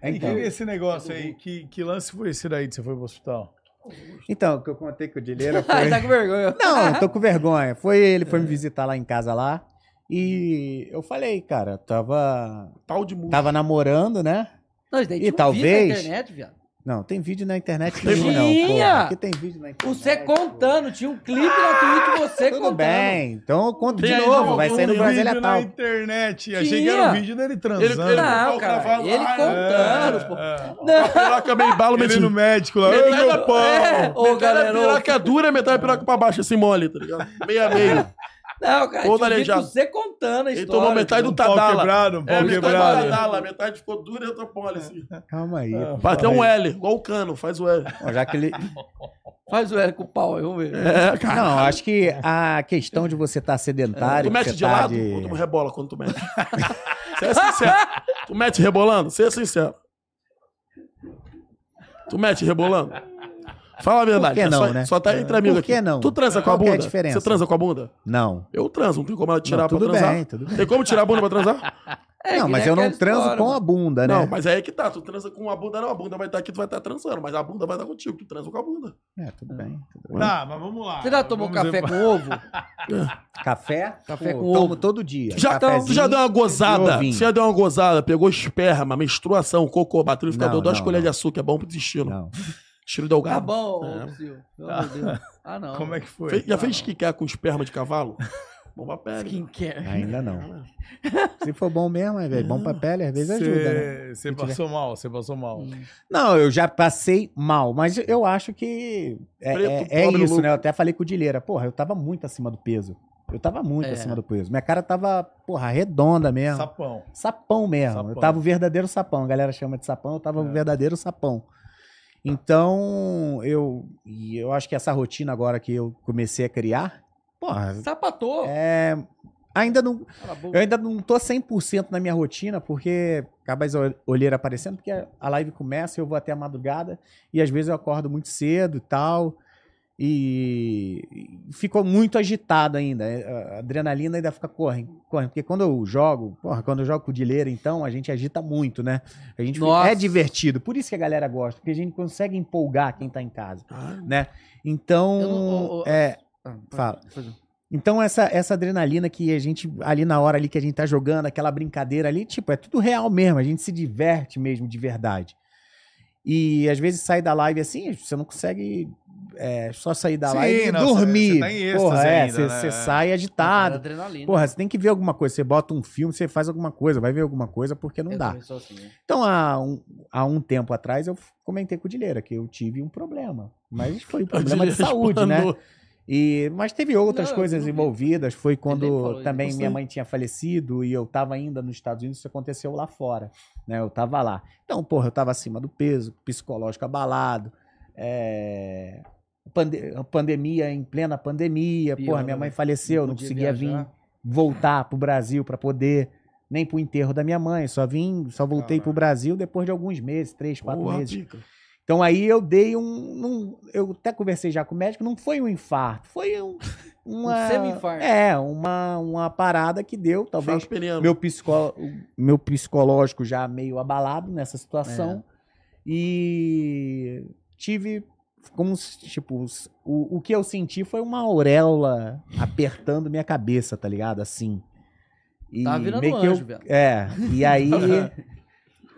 C: É,
B: e
D: Então,
B: que- esse negócio aí, que, que lance foi esse daí que você foi pro hospital?
D: então, o que eu contei com o Dileira
A: Ai,
D: foi.
A: tá com vergonha.
D: Não, tô com vergonha. Foi ele,
C: É.
D: foi me visitar lá em casa lá. E
C: Uhum.
D: eu falei, cara, tava.
C: Pau de muro.
D: Tava namorando, né?
A: Não, isso daí
D: E
A: tinha um
D: talvez-
A: vídeo na internet, viado.
D: Não, tem vídeo na internet
C: Tem
D: nenhum, não.
A: vídeo.
D: Porra. Aqui tem vídeo na internet.
A: Você
D: pô.
A: contando, tinha um clipe na Twitch você
D: Tudo
A: contando.
D: bem, então eu conto
C: Tem né?
D: de
C: aí,
D: novo.
C: não,
D: Vai
C: não
D: sair no
C: tem
D: Brasília
B: vídeo na
D: tal.
B: internet.
A: é Tinha.
B: Achei que era o vídeo dele transando.
C: Ele-
A: Não, cara,
C: Ele-
A: ele contando, pô.
B: É,
A: Não.
C: Piroca meio bala,
B: é. Ele no
C: meti.
B: médico lá. Ei,
C: Metade
B: meu
C: da-
B: pau!
A: É, ô,
C: Metade
A: galera,
C: da
A: ô,
C: piroca dura, metade da piroca pra baixo, assim mole, tá ligado? Meia meio.
A: Não, cara,
C: Todo
A: tinha um vídeo
C: aleijado.
A: você contando a história.
C: Ele tomou metade
A: É,
C: do
B: Um pau
C: Tadala.
B: quebrado, um pau
C: É,
A: tá
C: metade
B: quebrado.
C: do Tadala, metade ficou dura e outra mole, assim.
D: Calma aí.
B: Ah,
C: Bateu um
B: fala aí.
C: L, igual o cano, faz o L.
D: Ó, Já que ele...
A: Faz o L com o pau, aí, vamos ver.
C: É, cara.
D: Não, acho que a questão de você estar sedentário.
C: Tu
D: que
C: mete
D: você
C: de
D: tá
C: lado
D: de-
C: ou tu rebola quando tu mete? Você é sincero. Tu mete rebolando? Você é sincero. Tu mete rebolando? Fala a verdade.
D: Por que não,
C: só,
D: né?
C: só tá entre amigos
D: Por que
C: aqui.
D: não?
C: Tu transa com a
D: Qual que é
C: bunda?
D: a diferença?
C: Você transa com a bunda?
D: Não.
C: Eu transo, não tem como ela tirar
D: não
C: pra
D: tudo
C: transar.
D: bem, Né? tudo bem.
C: Tem como tirar a bunda pra transar?
A: É,
D: não,
A: que
D: mas
A: nem
D: eu não
A: aquela
D: transo
A: história,
D: com
A: mano.
D: a bunda, né?
C: Não, mas aí é que tá. Tu transa com a bunda, não. A bunda vai estar aqui, tu vai estar transando. Mas a bunda vai estar contigo. Tu transa com a bunda.
D: É, tudo bem. tudo bem.
B: Tá, mas vamos lá.
A: Você já tomou
B: Vamos
A: café
B: ver-
A: com ovo?
D: Café?
A: Ah. Café
D: pô,
A: com
D: tomo
A: ovo.
D: todo dia.
C: Tu já, tá-
D: Cafezinho
C: tu já deu uma
D: e
C: gozada.
D: ovinho.
C: Tu já deu uma gozada. Pegou esperma, menstruação, cocô, batrificador,
D: Não,
C: duas
D: não,
C: colheres de
D: não.
C: açúcar. É bom pro destino.
D: Não.
C: Estilo delgado.
A: Tá bom, ô,
C: É.
A: Psyu. Pelo amor de Deus. Ah, não.
B: Como é que foi?
C: Fe- já fez skincare com esperma de cavalo? Bom pra pele.
A: Skincare.
D: Ainda não. Se for bom mesmo, é velho. Bom pra pele, às vezes ajuda, né?
B: Você passou mal, você passou mal.
A: Hum.
D: Não, eu já passei mal, mas eu acho que é,
C: Preto,
D: é- é
C: pobre,
D: isso,
C: louco.
D: né? Eu até falei com o Dileira, porra, eu tava muito acima do peso. Eu tava muito
A: É.
D: acima do peso. Minha cara tava, porra, redonda mesmo.
B: Sapão.
D: Sapão mesmo.
B: Sapão.
D: Eu tava o verdadeiro sapão. A galera chama de sapão, eu tava o
B: É.
D: verdadeiro sapão. Então, eu, e eu acho que essa rotina agora que eu comecei a criar, porra,
A: Sapatou.
D: é, ainda não,
A: Cala a boca.
D: eu ainda não tô 100% na minha rotina, porque acaba as ol- olheiras aparecendo, porque a live começa, eu vou até a madrugada, e às vezes eu acordo muito cedo e tal, e e fico muito agitado ainda, É, a adrenalina ainda fica correndo, correndo, porque quando eu jogo, porra, quando eu jogo com o Dileira, então, a gente agita muito, né? A gente fica-
A: Nossa.
D: é divertido, por isso que a galera gosta, porque a gente consegue empolgar quem tá em casa,
C: Ah,
D: né? Então,
A: Eu não- ô, ô,
D: é,
A: Ah, pode-
D: fala.
A: pode-
D: então, essa, essa adrenalina que a gente, ali na hora ali que a gente tá jogando, aquela brincadeira ali, tipo, é tudo real mesmo, a gente se diverte mesmo, de verdade. E às vezes sai da live assim, você não consegue é, só sair da
B: Sim,
D: live e
B: não, você- você
D: dormir.
B: tá em êxtase
D: Porra, é,
B: ainda,
D: você,
B: né?
D: você sai agitado.
A: Adrenalina.
D: Porra, você tem que ver alguma coisa, você bota um filme, você faz alguma coisa, vai ver alguma coisa, porque não
A: Eu
D: dá.
A: também sou assim, né?
D: Então, há um, há um tempo atrás, eu f- comentei com o Dileira que eu tive um problema. Mas foi um problema de saúde, né? E, mas teve outras
A: Não,
D: coisas
A: tudo bem.
D: envolvidas. Foi
A: Ele falou
D: quando
A: isso,
D: também
A: eu sei.
D: minha mãe tinha falecido e eu estava ainda nos Estados Unidos. Isso aconteceu lá fora, né? Eu estava lá. Então, porra, eu estava acima do peso, psicológico abalado. é, pande- pandemia em plena pandemia.
A: Pior,
D: porra, minha mãe
A: né?
D: faleceu, não,
A: podia
D: conseguia
A: viajar.
D: vir voltar pro Brasil para poder nem pro enterro da minha mãe. Só vim, só voltei pro
B: Caralho.
D: Brasil depois de alguns meses, três, quatro
C: Porra,
D: meses.
C: pica.
D: Então aí eu dei um, num- Eu até conversei já com o médico, não foi um infarto, foi um. Uma,
A: semi-infarto.
D: É, uma, uma parada que deu,
C: Fala
D: talvez.
C: peniano.
D: Meu, psicó, o meu psicológico já meio abalado nessa situação.
A: É.
D: E tive. Como se, tipo, os- o, o que eu senti foi uma auréola apertando minha cabeça, tá ligado? Assim. E
A: Tava virando
D: meio que eu-
A: anjo, velho.
D: é, e aí.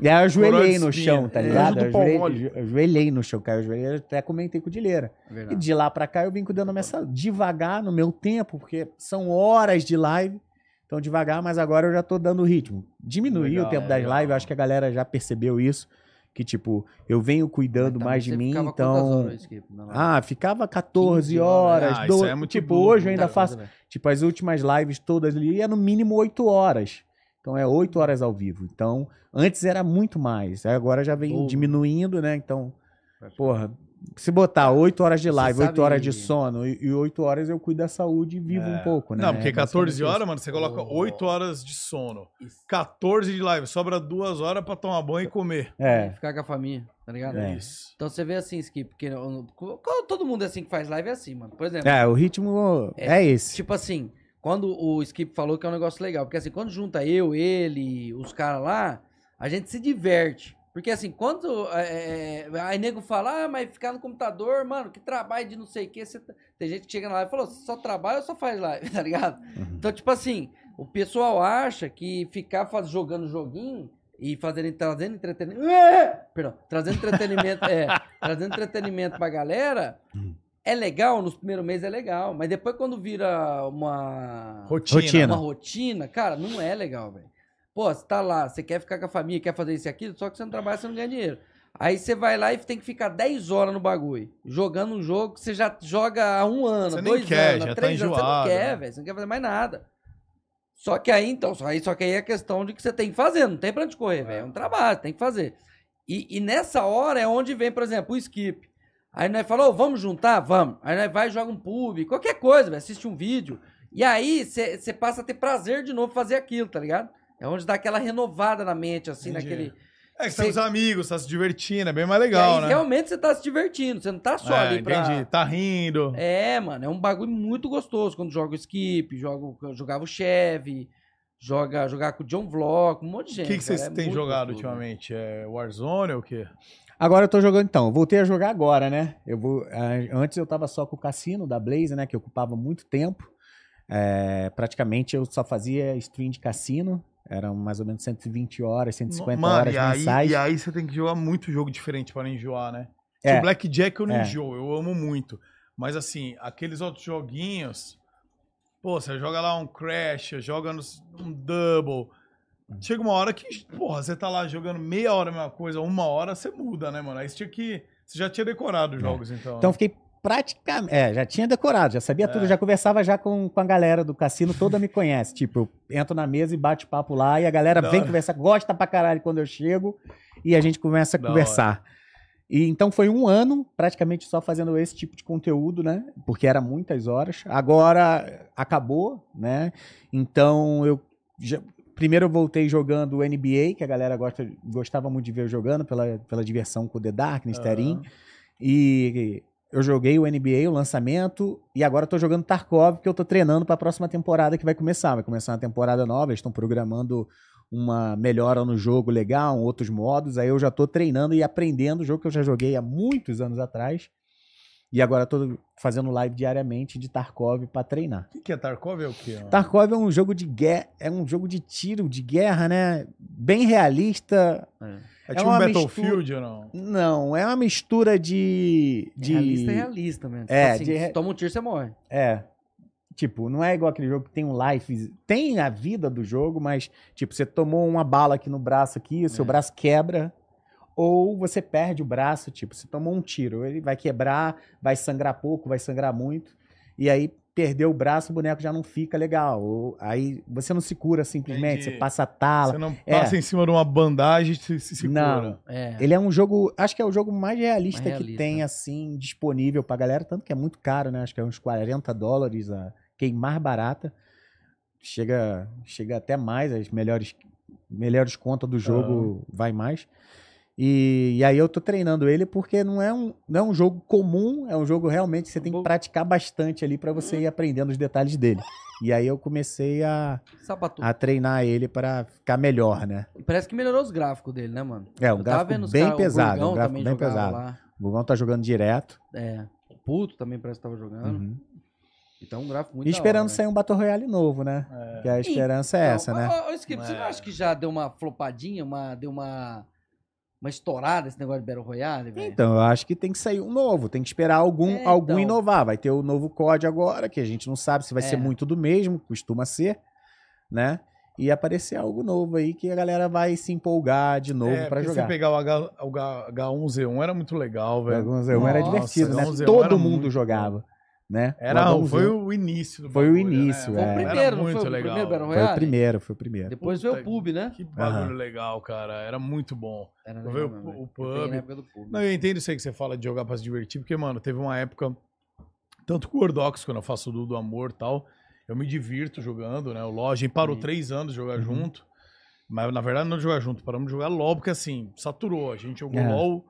D: e aí eu ajoelhei no
B: Coroa de
D: chão,
B: espinha.
D: tá
B: É.
D: ligado?
C: Anjo
D: Eu
C: do pau
D: ajoelhei,
C: mole.
D: eu ajoelhei no chão, cara. Eu ajoelhei, eu até comentei com o Dileira. E
A: é Verdade.
D: de lá pra cá eu vim cuidando da minha saúde. Devagar, no meu tempo, porque são horas de live. Então, devagar, mas agora eu já tô dando ritmo. Diminuí
B: Legal,
D: o tempo das
B: legal.
D: lives, eu acho que a galera já percebeu isso. Que, tipo, eu venho cuidando
A: Então,
D: mais
A: você
D: de mim,
A: ficava quantas
D: então.
A: horas, Skip, na live?
D: Ah, ficava 14
A: 15
D: horas.
B: horas. Ah,
D: do-
B: isso é muito
D: tipo,
B: burro,
D: hoje
A: Muita
D: eu ainda
A: coisa,
D: faço
A: velho.
D: Tipo, as últimas lives todas ali é no mínimo 8 horas. Então é oito horas ao vivo. Então, antes era muito mais. Aí Agora já vem
A: Dobro.
D: diminuindo, né? Então, porra, se botar oito horas de live, oito
F: sabe-
D: horas de sono e e oito horas eu cuido da saúde e vivo um pouco, né?
B: Não, porque
D: É basicamente
B: 14
D: isso.
B: horas, mano, você coloca
E: Oh.
B: 8 horas de sono.
A: Isso.
B: 14 de live, sobra 2 horas pra tomar banho e comer.
D: É.
A: Ficar com a família, tá ligado?
D: É.
B: Isso.
A: Então você vê assim, Skip, porque eu- eu- todo mundo assim que faz live é assim, mano. Por exemplo,
D: É, o ritmo é, esse.
A: tipo assim, quando o Skip falou que é um negócio legal, porque assim, quando junta eu, ele, os caras lá, a gente se diverte. Porque assim, quando. é, é, aí nego fala, ah, mas ficar no computador, mano, que trabalho de não sei o que. Tem gente que chega na live e fala, "Você só trabalha ou só faz live, tá ligado? Então, tipo assim, o pessoal acha que ficar faz- jogando joguinho e fazendo, trazendo entretenimento. Perdão, trazendo entretenimento. é, trazendo entretenimento pra galera. É legal, nos primeiros meses é legal. Mas depois quando vira uma
B: Rotina.
D: Rotina.
A: uma rotina, cara, não é legal, velho. Pô, você tá lá, você quer ficar com a família, quer fazer isso e aquilo, só que você não trabalha, você não ganha dinheiro. Aí você vai lá e tem que ficar 10 horas no bagulho, jogando um jogo que você já joga há um ano,
B: Você nem
A: dois
B: quer,
A: anos,
B: já
A: há
B: tá
A: três anos, você não
B: enjoado,
A: quer,
B: né?
A: velho, você não quer fazer mais nada. Só que aí, então, só, aí, só que aí é questão de que você tem que fazer, não tem pra onde correr, velho, é um trabalho, tem que fazer. E, e nessa hora é onde vem, por exemplo, o skip. Aí nós falou, vamos juntar? Vamos. Aí nós vai e joga um pub, qualquer coisa, velho, assiste um vídeo. E aí você passa a ter prazer de novo fazer aquilo, tá ligado? É onde dá aquela renovada na mente, assim,
B: Entendi.
A: naquele.
B: É que você tá com os
A: Você-
B: amigos, tá se divertindo, é bem mais
A: E
B: legal,
A: aí,
B: né?
A: Realmente você tá se divertindo, você não tá só
B: é,
A: ali pra.
B: entendi. Tá rindo.
A: É, mano, é um bagulho muito gostoso quando joga o skip, joga, o- jogava o Chevy, joga, jogar com o John Vlock, um monte de
B: o
A: gente.
B: que, que vocês
A: cara, é
B: têm
A: muito
B: jogado
A: gostoso, né?
B: ultimamente? É Warzone ou o quê?
D: Agora eu tô jogando então. eu Voltei a jogar agora, né? Eu vou, ah, antes eu tava só com o cassino da Blaze, né? Que ocupava muito tempo. É, praticamente eu só fazia stream de cassino. Eram mais ou menos 120 horas, 150 horas
B: e aí,
D: mensais.
B: e aí você tem que jogar muito jogo diferente pra não enjoar, né?
D: É.
B: Tipo, Blackjack eu não
D: É.
B: enjoo, eu amo muito. Mas assim, aqueles outros joguinhos. Pô, você joga lá um Crash, joga nos- um Double. Chega uma hora que, porra, você tá lá jogando meia hora a mesma coisa, uma hora você muda, né, mano? Aí você tinha que. Você já tinha decorado os
D: É.
B: jogos, então. É.
D: Então eu fiquei praticamente. É, já tinha decorado, já sabia tudo, já conversava já com, com a galera do cassino, toda me conhece. Tipo, eu entro na mesa e bate papo lá, e a galera
B: Da
D: vem
B: hora.
D: conversar, gosta pra caralho quando eu chego, e a gente começa a
B: Da
D: conversar. E então foi um ano praticamente só fazendo esse tipo de conteúdo, né? Porque era muitas horas. Agora acabou, né? Então eu já- primeiro eu voltei jogando o NBA, que a galera gosta, gostava muito de ver eu jogando pela, pela diversão com o The Darkness, Terim. E eu joguei o NBA, o lançamento, e agora eu tô jogando Tarkov, que eu tô treinando pra próxima temporada que vai começar. Vai começar uma temporada nova, eles estão programando uma melhora no jogo legal, um outros modos. Aí eu já tô treinando e aprendendo o jogo que eu já joguei há muitos anos atrás. E agora eu tô fazendo live diariamente de Tarkov pra treinar.
B: O que, que é Tarkov? É o quê? mano?
D: Tarkov é um jogo de guerra, é um jogo de tiro, de guerra, né? Bem realista.
B: É
D: é
B: tipo um
D: uma
B: Battlefield ou não?
D: Não, é uma mistura de de
A: Realista é realista, mesmo.
D: É,
A: assim,
D: de
A: se
D: re-
A: toma um tiro, você morre.
D: É. Tipo, não é igual aquele jogo que tem um life. Tem a vida do jogo, mas, tipo, você tomou uma bala aqui no braço aqui, o seu
A: É.
D: braço quebra. Ou você perde o braço, tipo, você tomou um tiro. Ele vai quebrar, vai sangrar pouco, vai sangrar muito. E aí, perdeu o braço, o boneco já não fica legal. Ou, aí você não se cura simplesmente,
B: Entendi.
D: você passa a tala.
B: Você não
D: É.
B: passa em cima de uma bandagem e se, se segura.
D: Não.
A: É.
D: Ele é um jogo, acho que é o jogo mais realista,
A: Mais
D: que
A: realista.
D: tem, assim, disponível pra galera. Tanto que é muito caro, né? Acho que é uns 40 dólares a quem mais barata. Chega, chega até mais, as melhores, melhores contas do jogo vai mais. E, e aí eu tô treinando ele porque não é, um, não é um jogo comum, é um jogo realmente que você tem que
A: Bom.
D: praticar bastante ali pra você ir aprendendo os detalhes dele. E aí eu comecei a,
A: Sabatou.
D: a treinar ele pra ficar melhor, né?
A: Parece que melhorou os gráficos dele, né, mano?
D: É, um
A: Eu tava
D: gráfico
A: os
D: bem
A: cara- o
D: pesado,
A: Burgão
D: um gráfico
A: também
D: bem
A: jogava
D: pesado.
A: lá.
D: O Bugão tá jogando direto.
A: É. O Puto também parece que tava jogando.
D: Uhum.
A: Então, um gráfico muito
D: E esperando
A: da hora, né?
D: sair um Battle Royale novo, né?
B: É.
D: Que a esperança é
A: Então,
D: essa,
A: mas,
D: né?
A: Ô, ô, Skip, você não
B: É.
A: acha que já deu uma flopadinha, uma, deu uma, uma estourada esse negócio de Battle Royale, velho?
D: Então, eu acho que tem que sair um novo, tem que esperar algum,
A: É, então.
D: algum inovar. Vai ter o novo COD agora, que a gente não sabe se vai
A: É.
D: ser muito do mesmo, costuma ser, né? E aparecer algo novo aí que a galera vai se empolgar de novo
B: É,
D: pra
B: porque
D: jogar.
B: Você pegar o, H, o H, H1Z1 era muito legal, velho.
D: Alguns eu era um
A: Nossa,
D: divertido, né?
B: H1Z1
D: Todo
B: era
D: mundo
B: muito
D: jogava. né?
B: Era, um,
D: Adãozinho.
B: foi o início do
D: Foi o
B: bagulho, né?
D: início,
B: Foi
D: é.
B: o primeiro,
A: Era
B: não foi
A: muito
B: o
A: legal.
B: primeiro Battle
D: Foi o
A: Royale?
D: primeiro, foi o primeiro.
A: Depois veio o
B: Puta
A: pub, né?
B: Que bagulho
D: Aham.
B: legal, cara. Era muito bom.
A: Era né?
B: Veio o pu- o pub. Não, eu entendo isso aí que você fala de jogar pra se divertir, porque, mano, teve uma época, tanto com o Gordox, quando eu faço o Duo do Amor e tal, eu me divirto jogando, né? O LOL, a gente parou
D: Sim.
B: três anos de jogar
D: Uhum.
B: junto, mas na verdade não de jogar junto, paramos de jogar LOL, porque assim, saturou. A gente jogou
D: É.
B: LOL,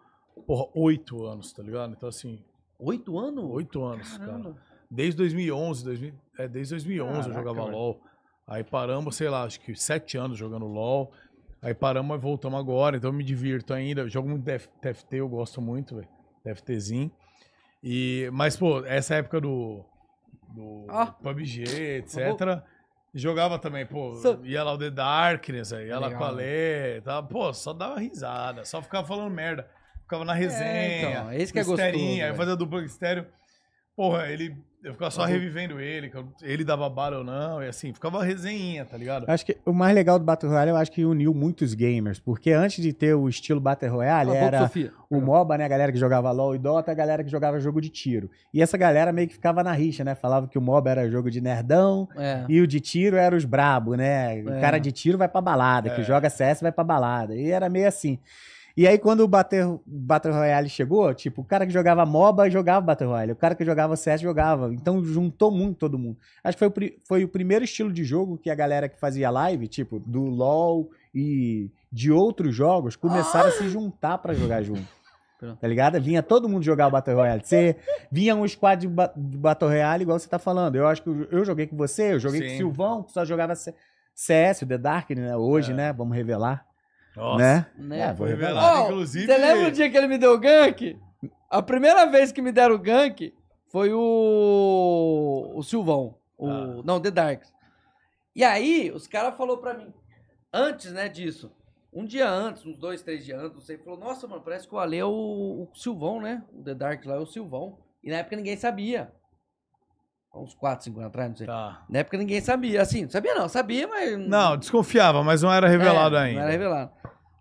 B: porra, oito anos, tá ligado? Então, assim,
A: Oito anos?
B: oito anos, cara.
A: Caramba.
B: Desde 2011, 2000, é, desde 2011 eu
D: Caraca,
B: jogava
D: velho.
B: LOL. Aí paramos, sei lá, acho que sete anos jogando LOL. Aí paramos e voltamos agora, então eu me divirto ainda. Eu jogo muito TF TFT, eu gosto muito, velho. TFTzinho. E, mas, pô, essa época do, do
A: Ah.
B: PUBG, etc. Jogava também, pô.
A: Só-
B: Ia lá o The Darkness, aí ia lá
A: Legal.
B: com a Lê, tá? pô, só dava risada, só ficava falando merda. Ficava na resenha.
A: então, é isso que é
B: misterinho,
A: gostoso,
B: Aí
A: velho.
B: fazia dupla mistério. Porra, ele. Eu ficava
A: Uhum.
B: só revivendo ele, que eu- ele dava bala ou não, e assim, ficava resenhinha, tá ligado?
D: Acho que o mais legal do Battle Royale, eu acho que uniu muitos gamers, porque antes de ter o estilo Battle Royale,
A: Cala a boca,
D: era
A: Sofia.
D: o MOBA, né, a galera que jogava LoL e Dota, a galera que jogava jogo de tiro. E essa galera meio que ficava na rixa, né? Falava que o MOBA era jogo de nerdão
A: É.
D: e o de tiro era os brabo, né? O
A: É.
D: cara de tiro vai pra balada, que
B: É.
D: joga CS vai pra balada. E era meio assim. E aí quando o Battle, Battle Royale chegou, tipo, o cara que jogava MOBA jogava Battle Royale, o cara que jogava CS jogava. Então juntou muito todo mundo. Acho que foi o, pri- foi o primeiro estilo de jogo que a galera que fazia live, tipo, do LoL e de outros jogos, começaram a se juntar pra jogar junto.
A: Pronto.
D: Tá ligado? Vinha todo mundo jogar o Battle Royale. Você vinha um squad de, ba- de Battle Royale, igual você tá falando. Eu acho que eu, eu joguei com você, eu joguei com
B: Sim.
D: o Silvão, que só jogava C- CS, o The Dark, né? Hoje,
B: É.
D: né? Vamos revelar.
B: Nossa,
D: Né?
A: Né?
D: É,
B: Foi
D: vou revelar.
B: revelado,
A: Ó,
B: inclusive.
A: Você lembra o dia que ele me deu o gank? A primeira vez que me deram o gank foi o. O Silvão. O...
B: Ah.
A: Não, The Darks. E aí, os caras falaram pra mim, antes, né, disso. Um dia antes, uns dois, três dias antes, não sei, falou, nossa, mano, parece que o Ale é o, o Silvão, né? O The Dark lá é o Silvão. E na época ninguém sabia. Há Uns quatro, cinco anos atrás, não sei.
B: Tá.
A: Na época ninguém sabia, assim, sabia não, sabia, mas...
B: Não, desconfiava, mas não era revelado
A: É,
B: ainda.
A: Não era revelado.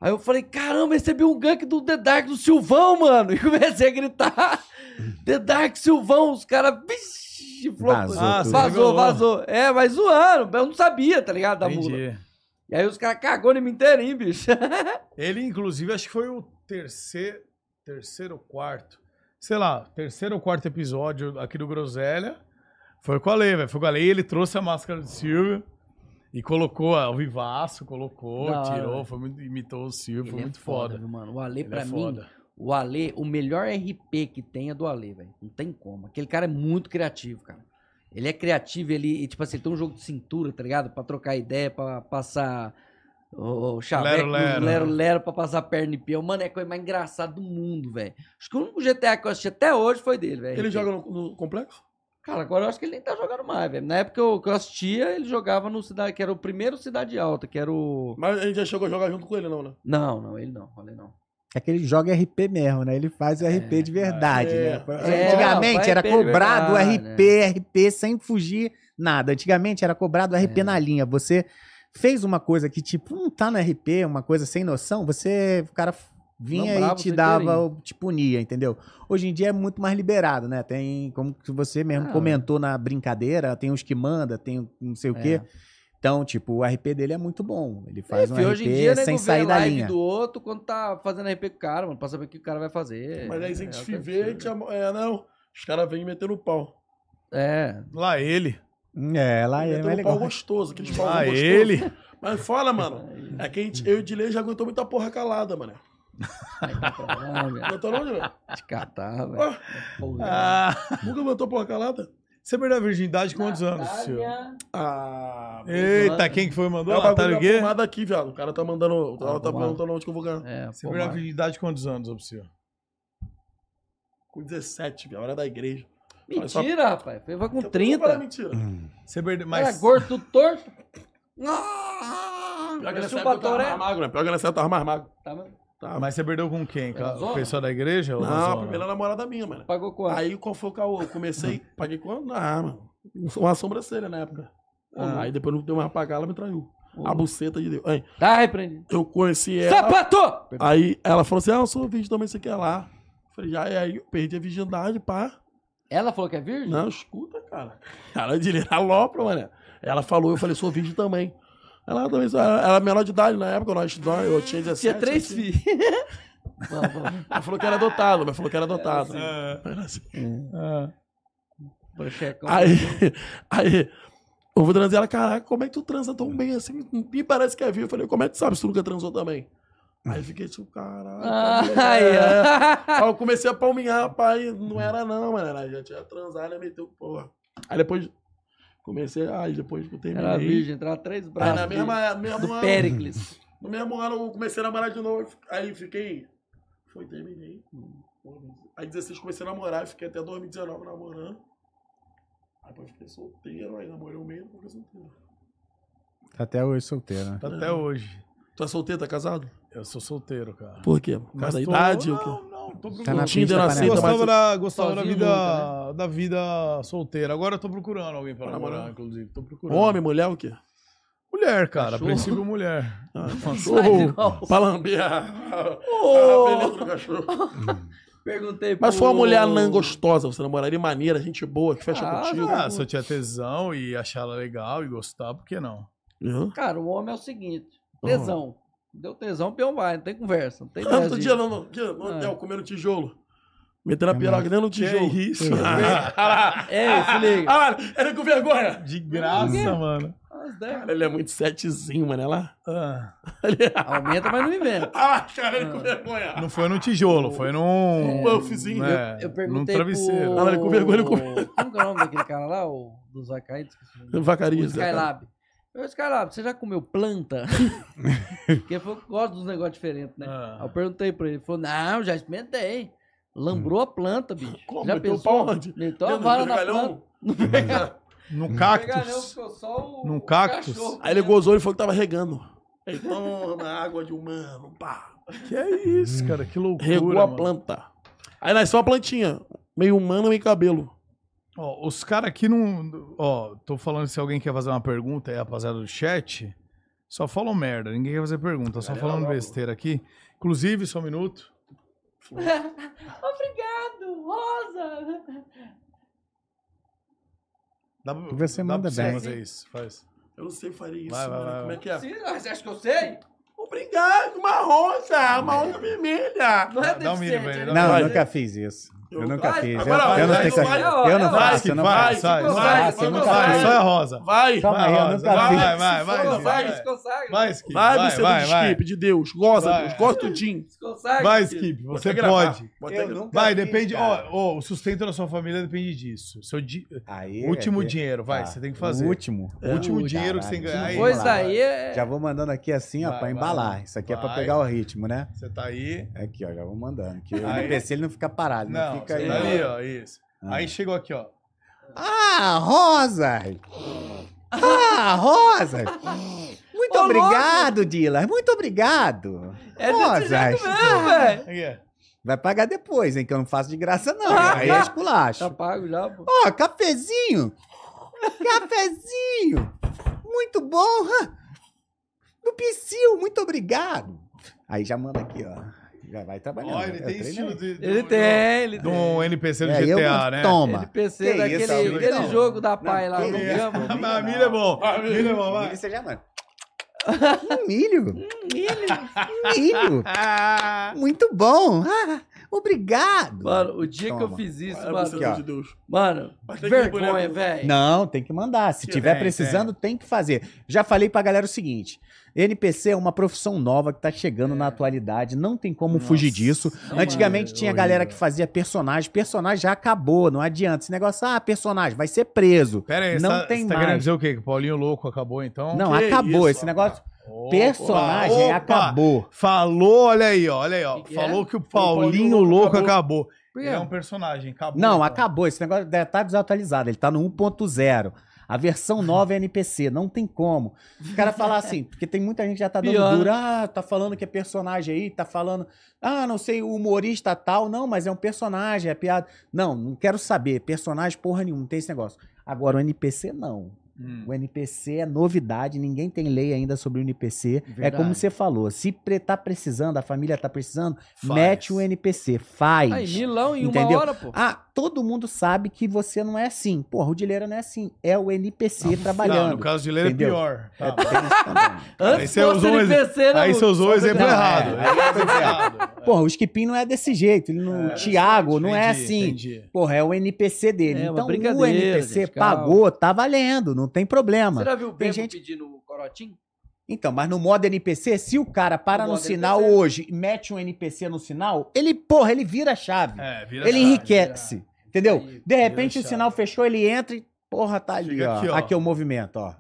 A: Aí eu falei, caramba, recebi um gank do The Dark do Silvão, mano. E comecei a gritar. The Dark Silvão, os caras. Vixi, flopou.
D: Vazou
B: Ah,
D: tudo.
B: você revelou.
A: vazou, vazou. É, mas zoaram. Eu não sabia, tá ligado? Da mula.
B: Entendi.
A: E aí os caras cagou em mim inteirinho, bicho.
B: Ele, inclusive, acho que foi o terceiro, terceiro ou quarto, sei lá, terceiro ou quarto episódio aqui do Groselha. Foi com a Lei, velho. Foi com a Lei, ele trouxe a máscara do Silvio e colocou ó, o Vivaço, colocou,
A: Da hora,
B: tirou,
A: velho.
B: foi muito, imitou o Silvio,
A: Ele
B: foi
A: é
B: muito foda.
A: viu, mano. O Ale,
B: Ele
A: pra
B: é
A: mim,
B: foda.
A: o Ale, o melhor RP que tem é do Ale, velho. Não tem como. Aquele cara é muito criativo, cara. Ele é criativo, ele, e, tipo assim, tem um jogo de cintura, tá ligado? Pra trocar ideia, pra passar o, o chaveco,
B: Lero, lero.
A: lero, lero, pra passar perna e peão. Mano, é a coisa mais engraçada do mundo, velho. Acho que o único GTA que eu assisti até hoje foi dele, velho.
C: Ele
A: RP.
C: joga no, no complexo?
A: Cara, agora eu acho que ele nem tá jogando mais, velho. Na época que eu, que eu assistia, ele jogava no Cidade, que era o primeiro Cidade Alta, que era o...
C: Mas a gente já chegou a jogar junto com ele, não, né?
A: Não, não, ele não, o Ale não.
D: É que ele joga RP mesmo, né? Ele faz o RP de verdade,
C: É.
D: né? Pra-
A: É,
D: Antigamente
A: não,
D: era
A: faz RP de
D: cobrado o
A: verdade, né?
D: RP, RP sem fugir nada. Antigamente era cobrado o RP
A: É.
D: na linha. Você fez uma coisa que, tipo, não tá no RP, uma coisa sem noção, você, o cara vinha e
A: brava
D: te
A: você
D: dava,
A: inteirinho.
D: te punia, entendeu? Hoje em dia é muito mais liberado, né? Tem, como que você mesmo
A: Ah,
D: comentou na brincadeira, tem os que manda, tem o- não sei o quê.
A: É.
D: Então, tipo, o RP dele é muito bom. Ele faz um
A: Enfim,
D: RP
A: hoje em dia, né,
D: sem
A: sem
D: sair
A: vê
D: da
A: live
D: linha.
A: do outro quando tá fazendo RP com o cara, mano, pra saber o que o cara vai fazer.
C: Mas aí se a gente
A: é,
C: te vê, a gente... am- É, não. Os caras vêm metendo o pau.
A: É.
B: Lá ele,
D: É, lá é
C: Metendo
D: mais
C: um pau
D: legal.
C: gostoso, aqueles pau
B: lá
C: gostoso.
B: ele.
C: Mas fala, mano. É que a gente, eu e o Dilei já aguentou muita porra calada, mano. Aguentou não, Dilei?
A: Te catar, velho. Porra.
B: Ah,
C: Nunca aguentou porra calada?
B: você perdeu a virgindade com quantos anos, Silvio?
C: Ah,
A: é.
B: Eita, quem que foi mandou?
C: Não, o
B: Natália
C: bagulho
B: o
C: da
B: quê?
C: pomada aqui, viado. O cara tá mandando. O cara tá
A: pomada.
C: perguntando onde que eu vou ganhar.
A: É,
B: Você
A: pô,
B: perdeu a
A: mano.
B: virgindade com quantos anos, ô, Silvio?
C: Com 17, viado. Era da igreja.
A: Mentira, rapaz. Foi foi com
C: Então, não fala
A: 30.
C: mentira.
D: Hum.
B: Você perdeu,
A: Mas...
B: mas...
A: Era gordo, tudo torto.
C: Pior que
A: Mas
C: nessa
A: chupa
C: época eu tava
A: toré.
C: mais magro, né? Pior que nessa época eu tava mais magro.
A: Tá, mas
C: Tá.
B: Ah, Mas você perdeu com quem? Com
A: Pela
B: a-
A: zona?
B: O pessoal da igreja? ou da
C: Não, a
B: zona?
C: primeira namorada minha, mano.
A: Pagou quanto?
C: Aí qual foi o caô? Eu comecei, paguei quanto? Ah, mano. Uma sobrancelha na época.
A: Ah.
C: Aí depois não deu mais pra pagar, ela me traiu. A É. buceta de Deus. Aí,
A: Tá repreendido.
C: eu conheci
A: é
C: ela.
A: Sapato!
C: é Aí ela falou assim: Ah, eu sou virgem também, você quer lá. Eu Falei, já, e aí eu perdi a virgindade, pá.
A: Ela falou que é virgem?
C: Não, escuta, cara. Ela é direita, alopra, mané. Ela falou, eu falei, sou virgem também. Ela também, ela era menor de idade na época, nós, nós- eu tinha 17.
A: Tinha três
C: assim.
A: filhos. Não, não.
C: Ela falou que era adotado, mas falou que era adotado.
A: É,
B: É.
C: Era assim.
A: Vou checar.
C: Aí, aí, eu vou transar ela, caraca, como é que tu transa tão bem assim? Me parece que é vivo. Eu falei, como é que tu sabe se tu nunca transou também? Aí eu fiquei tipo, caralho.
A: Ah,
C: é.
A: aí, ó.
C: Aí eu comecei a palminhar, rapaz, não era não, mano. Ela já tinha transado, ela meteu porra. Aí depois comecei, aí depois que eu terminei.
A: Era virgem, entrava três
C: Aí
A: braços.
C: na mesma, mesma
A: do
C: ano-
A: Péricles.
C: no mesmo ano eu comecei a namorar de novo. Aí fiquei. Foi, terminei. Aí 16 comecei a namorar, e fiquei até 2019 namorando. Aí depois fiquei solteiro, aí namorei um mês, depois fiquei solteiro.
D: Tá até hoje solteiro, né?
B: Tá até hoje.
C: Tu é solteiro, tá casado?
B: Eu sou solteiro, cara.
C: Por quê? Por
B: Mas
C: causa da
B: tô-
C: idade? ou o quê?
B: Não, não, tô
D: Tá
B: procurando.
D: na
C: Tinder
D: pista,
C: aceita,
D: Panela.
C: mas-
B: gostava da, gostava da
A: Sozinho
B: vida,
A: nunca,
B: da vida solteira. Agora eu tô procurando alguém pra
C: Pra namorar.
B: namorar, inclusive. Tô procurando.
C: Homem, mulher, o quê?
B: Mulher, cara.
A: Cachorro.
B: A princípio, mulher.
C: Ah,
A: Sai igual.
C: cachorro. Pra lamber a, a,
A: Ô!
C: a beleza do cachorro.
A: Perguntei
C: Mas se for uma
A: pro-
C: mulher não gostosa, você namoraria maneira, gente boa, que fecha
A: Ah,
C: contigo.
B: Ah, se eu tiver tesão e achar ela legal e gostar, por que não?
C: Uhum.
A: Cara, o homem é o seguinte: tesão. Deu tesão, peão vai, não tem conversa. Não tem
C: Tanto dia
A: viagem.
C: não, não, dia, no
A: Ah.
C: hotel, comendo tijolo. Metendo a piroca dentro no tijolo.
B: isso?
A: Ei, se É, liga.
C: Caralho, era com vergonha.
B: De graça, mano.
A: As dez.
C: Cara, ele é muito setezinho, mano. Ela.
B: Ah,
A: Aumenta, mas não inventa.
C: Ah, cara,
A: É.
C: ele com vergonha.
B: não foi num tijolo, foi num.
C: Um buffzinho. né?
B: É,
A: Eu
B: num
A: perguntei
B: travesseiro.
A: pro...
C: Ah, mas ele com vergonha, ele com-
A: Como que é o nome daquele cara lá? O dos Acaídos? O
C: Vacaria.
A: Skylab. Eu, Skylab, você já comeu planta? Porque ele falou que gosta dos negócios diferentes, né?
B: Ah.
A: Aí eu perguntei pra ele, ele falou, não, já experimentei. Lambrou a planta, bicho.
C: Como?
A: Já
C: Meteu o
A: pensou?
C: pau onde?
A: Meteu a
C: Dentro do
A: vara Então, na planta.
C: vergalhão?
B: Num
A: Pegalhão
B: cactus.
A: ficou só o
B: Num cactus?
A: cachorro.
C: Aí ele gozou e falou que tava regando. Aí toma água de humano, pá.
B: Que é isso, cara? Que loucura.
C: Regou a
B: mano.
C: planta. Aí nasceu uma plantinha. Meio humano, meio cabelo.
B: Ó, os caras aqui não. Ó, tô falando se alguém quer fazer uma pergunta aí, rapaziada do chat. Só falam merda, ninguém quer fazer pergunta, só
C: Galera,
B: falando
C: logo.
B: besteira aqui. Inclusive, só um minuto.
A: Obrigado, Rosa.
B: Dá, pra-
D: Você
B: dá
D: manda
B: pra você
D: bem.
B: fazer isso, faz.
C: Eu não sei fazer isso,
B: Vai, vai,
C: mano.
B: vai,
C: Como
B: vai.
C: é que é?
A: Sim, Você acha que eu sei?
C: Obrigado, uma rosa, uma rosa vermelha.
A: Não é
B: Dá um milho pra ele,
A: deficiente.
B: dá
D: Não,
B: um
A: né?
B: vai.
D: eu nunca fiz isso. Eu,
C: Eu-
D: nunca
A: vai,
D: fiz. Eu,
C: agora vai,
D: eu não
C: vai,
D: tenho
C: vai,
D: essa- eu não
A: vai,
D: faço, eu não
B: vai,
D: faço.
B: sai,
D: eu não
A: vai,
D: faço, eu não
C: vai,
B: Vai,
D: faço.
B: só é rosa.
C: Vai,
D: Calma aí, eu nunca
B: vai,
D: fiz.
B: vai, vai, vai,
A: Desconsagra,
B: vai, vai.
A: desconsagra.
B: Vai, Skip.
C: vai,
B: Vai,
C: você é
B: vai,
C: do
B: vai.
C: skip de Deus. Goza,
B: Vai.
C: Deus. Gosta tudinho.
A: Desconsagra.
B: Vai, Skip, você
C: Pode gravar,
B: pode.
C: pode
D: Eu
C: gravar.
D: nunca
B: Vai,
D: fiz,
B: depende. Ó,
D: cara.
B: ó, o sustento da sua família depende disso. Seu di-
D: Aí,
B: último
D: aqui-
B: dinheiro, vai,
D: É, tá.
B: você tem que fazer.
D: O último.
B: O último
D: Ui,
B: dinheiro que você tem que
D: caralho.
B: ganhar. aí,
A: Pois
B: vai,
A: aí é.
D: Já vou mandando aqui assim, ó,
B: Vai,
D: pra
B: vai.
D: embalar. Isso aqui é pra
B: Vai.
D: pegar o ritmo, né?
B: Você tá aí.
D: Aqui, ó, já vou mandando. Que o
B: Aí.
D: NPC ele não fica parado, não,
B: Não,
D: fica
B: você
D: aí.
B: tá
D: ó.
B: ali, ó, isso.
D: Ah.
B: Aí chegou aqui, ó.
D: Ah, Rosa! Ah, Rosa! Muito
A: Ô,
D: obrigado, Dila. Muito obrigado.
A: É desse jeito mesmo, velho.
B: Aqui, é.
D: Vai pagar depois, hein? Que eu não faço de graça, não. Aí é
A: Tá
D: esculacho.
A: pago já, pô.
D: Ó, cafezinho! Cafezinho! Muito bom! ha? Do Psyu, muito obrigado! Aí já manda aqui, ó. Já vai trabalhando.
B: Ó, ele
D: Eu
B: tem
D: treinei.
B: estilo de. do-
A: Ele
B: do-
A: tem, é. ele
B: De
A: tem.
B: um NPC do
D: É, eu
B: GTA,
D: não-
B: né?
D: Toma!
A: NPC
D: Que
A: daquele
D: isso,
A: aquele
D: amigão.
A: jogo da pai lá,
D: que
A: não
D: isso,
A: lembra?
D: amigo.
B: Ah, milho é bom.
C: Ah, milho.
B: Milho é bom, vai.
D: Milho você já manda. Hum, milho! Um Milho! Muito bom! Ah, obrigado!
A: Mano, o dia que eu
D: Toma.
A: fiz isso,
C: Vai,
A: mano.
D: você-
C: pelo
D: ó.
C: é de Deus.
A: Mano,
C: Mas tem que ir
A: vergonha,
C: boneco.
B: É.
A: velho.
D: Não, tem que mandar. Se tiver
B: Tem,
D: precisando, tem. que fazer. Já falei pra galera o seguinte: NPC é uma profissão nova que tá chegando na atualidade, não tem como fugir disso.
A: não,
D: Antigamente
B: mano, é
D: tinha galera
B: horrível.
D: que fazia personagem, personagem já acabou, não adianta. Esse negócio, ah, personagem, vai ser preso.
B: Pera aí,
D: Não
B: você tá-
D: tem
B: você tá
D: mais.
B: querendo dizer o quê? Que o Paulinho Louco acabou, então?
D: Não,
C: que
D: acabou.
C: isso,
D: Esse negócio,
B: Opa,
D: personagem
B: opa.
D: acabou.
B: Falou, olha aí, ó, olha aí, ó.
A: Que que é?
B: Falou que o
C: Paulinho
B: Paulinho
C: Louco
B: Louco
C: acabou.
B: acabou.
A: Por quê?
B: Ele é um personagem, acabou.
D: Não,
B: então.
D: acabou. Esse negócio deve tá desatualizado. Ele tá no 1.0. A versão nova é NPC, não tem como. O cara falar assim, porque tem muita gente que já tá dando
A: Pior.
D: dura, ah, tá falando que é personagem aí, tá falando, ah, não sei, o humorista tal, não, mas é um personagem, é piada. Não, não quero saber, personagem porra nenhuma, não tem esse negócio. Agora, o NPC não.
B: Hum.
D: O NPC é novidade, ninguém tem lei ainda sobre o NPC.
A: Verdade.
D: É como você falou, se pre tá precisando, a família tá precisando,
B: Faz.
D: mete o NPC, faz.
A: Aí, milão em
D: Entendeu?
A: uma hora, pô.
D: Ah, todo mundo sabe que você não é assim. Porra, o Dileira não é assim. É o
B: Não,
D: NPC trabalhando.
B: no caso de ler é
D: entendeu?
B: pior.
D: É,
B: Tá.
D: tem isso também.
B: Aí
A: Antes
B: você
A: fosse
B: usou um
A: NPC, né,
B: Aí
A: Lu?
B: você usou o
A: Só
B: exemplo
A: pra-
B: errado.
D: É,
B: Aí você usou errado.
D: Porra, o Skipim não é desse jeito. Ele
B: É,
D: não, o Thiago não é
B: entendi,
D: assim.
B: entendi.
D: Porra, é o NPC dele.
A: É uma
D: então, o
A: brincadeira,
D: NPC
A: gente, calma.
D: pagou, tá valendo, não tem problema.
A: Você já viu o
D: Tem
A: Bebo
D: gente-
A: pedindo o corotinho?
D: Então, mas no modo NPC, se o cara para
A: No
D: no,
A: modo
D: sinal
B: é-
A: NPC.
D: hoje e mete um NPC no sinal, ele, porra, ele vira a chave.
B: É, vira
D: ele
B: chave.
D: enriquece. Entendeu?
A: Aí,
D: De repente o
B: chave.
D: sinal fechou, ele entra e, porra, tá ali,
B: Chega
D: ó.
B: aqui,
D: Aqui,
B: ó.
D: é o movimento, ó.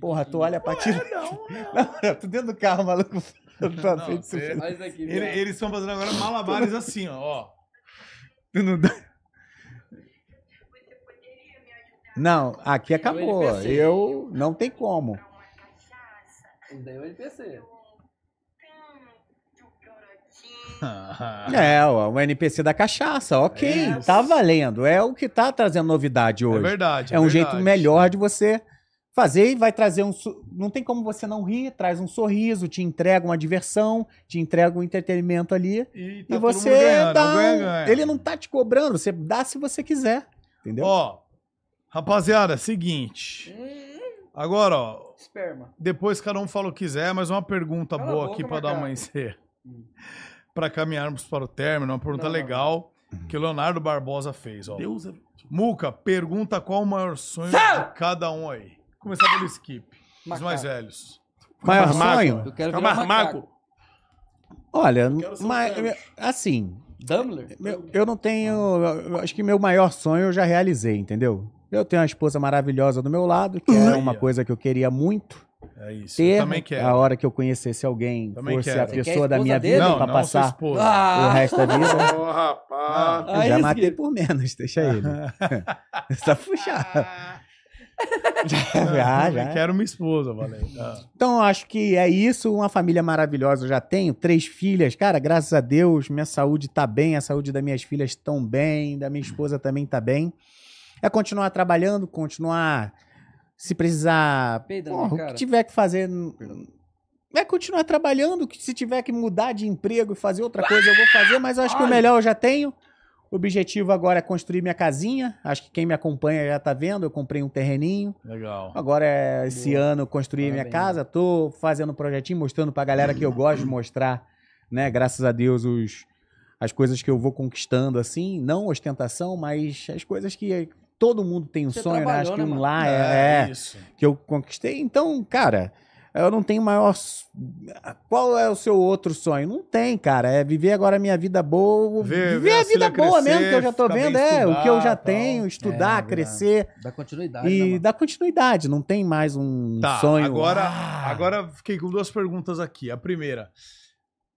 D: Porra, tu olha pra ti.
C: Não, não.
D: Não, não, tu dentro do carro, maluco. Tu tá
B: Não,
D: feito
B: você-
D: isso.
A: Olha isso aqui,
B: Ele-
A: viado.
B: eles estão fazendo agora malabares assim, ó, ó.
D: Tu não dá- Não, aqui acabou.
A: NPC.
D: Eu não tem como.
A: Ele deu o NPC.
B: É
D: É, ó, o NPC da cachaça, ok,
B: É isso.
D: tá valendo. É o que tá trazendo novidade hoje.
B: verdade.
D: É um
B: verdade.
D: jeito melhor de você fazer e vai trazer um. su- Não tem como você não rir, traz um sorriso, te entrega uma diversão, te entrega um entretenimento ali.
B: E, tá
D: e você dá. um- Ele não tá te cobrando, você dá se você quiser. Entendeu?
B: Ó, rapaziada, é seguinte.
A: Hum,
B: Agora, ó,
A: esperma.
B: depois cada um fala o que quiser, mas uma pergunta
A: Cala a
B: boa
A: boca,
B: aqui pra dar
A: Macá.
B: uma encerra.
A: Hum.
B: Pra caminharmos para o término, uma pergunta
A: Não, não,
B: legal que o Leonardo Barbosa fez, ó.
C: Deus é...
B: Muca, pergunta qual o maior sonho de cada um aí. Começar pelo Skip, os
A: Macaco.
B: mais velhos.
D: Maior
C: Marmaco,
D: um sonho?
A: Eu quero
B: Tá
C: É
A: virar
C: um
A: um
C: marmaco.
A: macaco.
D: Olha,
C: quero ser um
D: mas,
C: Thanos.
D: assim,
A: Dumbler?
D: Meu- eu não tenho. eu acho que meu maior sonho eu já realizei, entendeu? Eu tenho uma esposa maravilhosa do meu lado, que era uma coisa que eu queria muito
B: É isso.
D: ter. né?
B: eu também quero.
D: A hora que eu conhecesse alguém,
B: Também
D: fosse
B: quero.
D: a
B: Você quer
A: a
D: pessoa da
A: esposa
D: minha
A: dele?
D: vida
B: Não,
D: pra
B: não sua
D: passar Ah,
B: esposa.
D: o
A: Ah!
D: resto da vida.
C: Ô, rapaz.
D: Eu
A: Aí,
D: já
A: Skip.
D: matei por menos, deixa ele. Só puxar. já,
B: Eu
D: já.
B: Quero uma esposa, valeu. Ah.
D: Então, eu acho que é isso. Uma família maravilhosa eu já tenho. Três filhas. Cara, graças a Deus, minha saúde tá bem. A saúde das minhas filhas tão bem. Da minha esposa também tá bem. É continuar trabalhando, continuar. Se precisar.
A: Peida
D: porra,
A: na
D: o
A: Tá cara.
D: que tiver que fazer. É continuar trabalhando. que Se tiver que mudar de emprego e fazer outra coisa, eu vou fazer. Mas eu acho que o melhor eu já tenho. O objetivo agora é construir minha casinha. Acho que quem me acompanha já tá vendo. Eu comprei um terreninho.
B: Legal.
D: Agora é esse
A: Boa.
D: ano construir minha
A: Parabéns.
D: casa, tô fazendo um projetinho, mostrando pra galera que eu gosto de mostrar, né? Graças a Deus, os, as coisas que eu vou conquistando, assim, não ostentação, mas as coisas que todo mundo tem um
A: Você
D: sonho, né?
A: trabalhou,
D: Acho que
A: né,
D: um
A: mano?
D: lá é, é,
B: isso.
D: que eu conquistei. Então, cara, eu não tenho maior. s- Qual é o seu outro sonho? Não tem, cara. É viver agora a minha vida boa.
B: Ver- ver
D: viver a
B: as
D: vida
B: filhas
D: boa mesmo,
B: crescer,
D: que eu já tô
B: ficar bem,
D: vendo, é, o que eu já
B: estudar, tal.
D: tenho, estudar,
A: verdade.
D: crescer
A: Dá continuidade, né,
D: e
A: mano?
D: dá continuidade, não tem mais um
B: Tá,
D: sonho.
B: agora,
D: Ah,
B: agora fiquei com duas perguntas aqui. A primeira,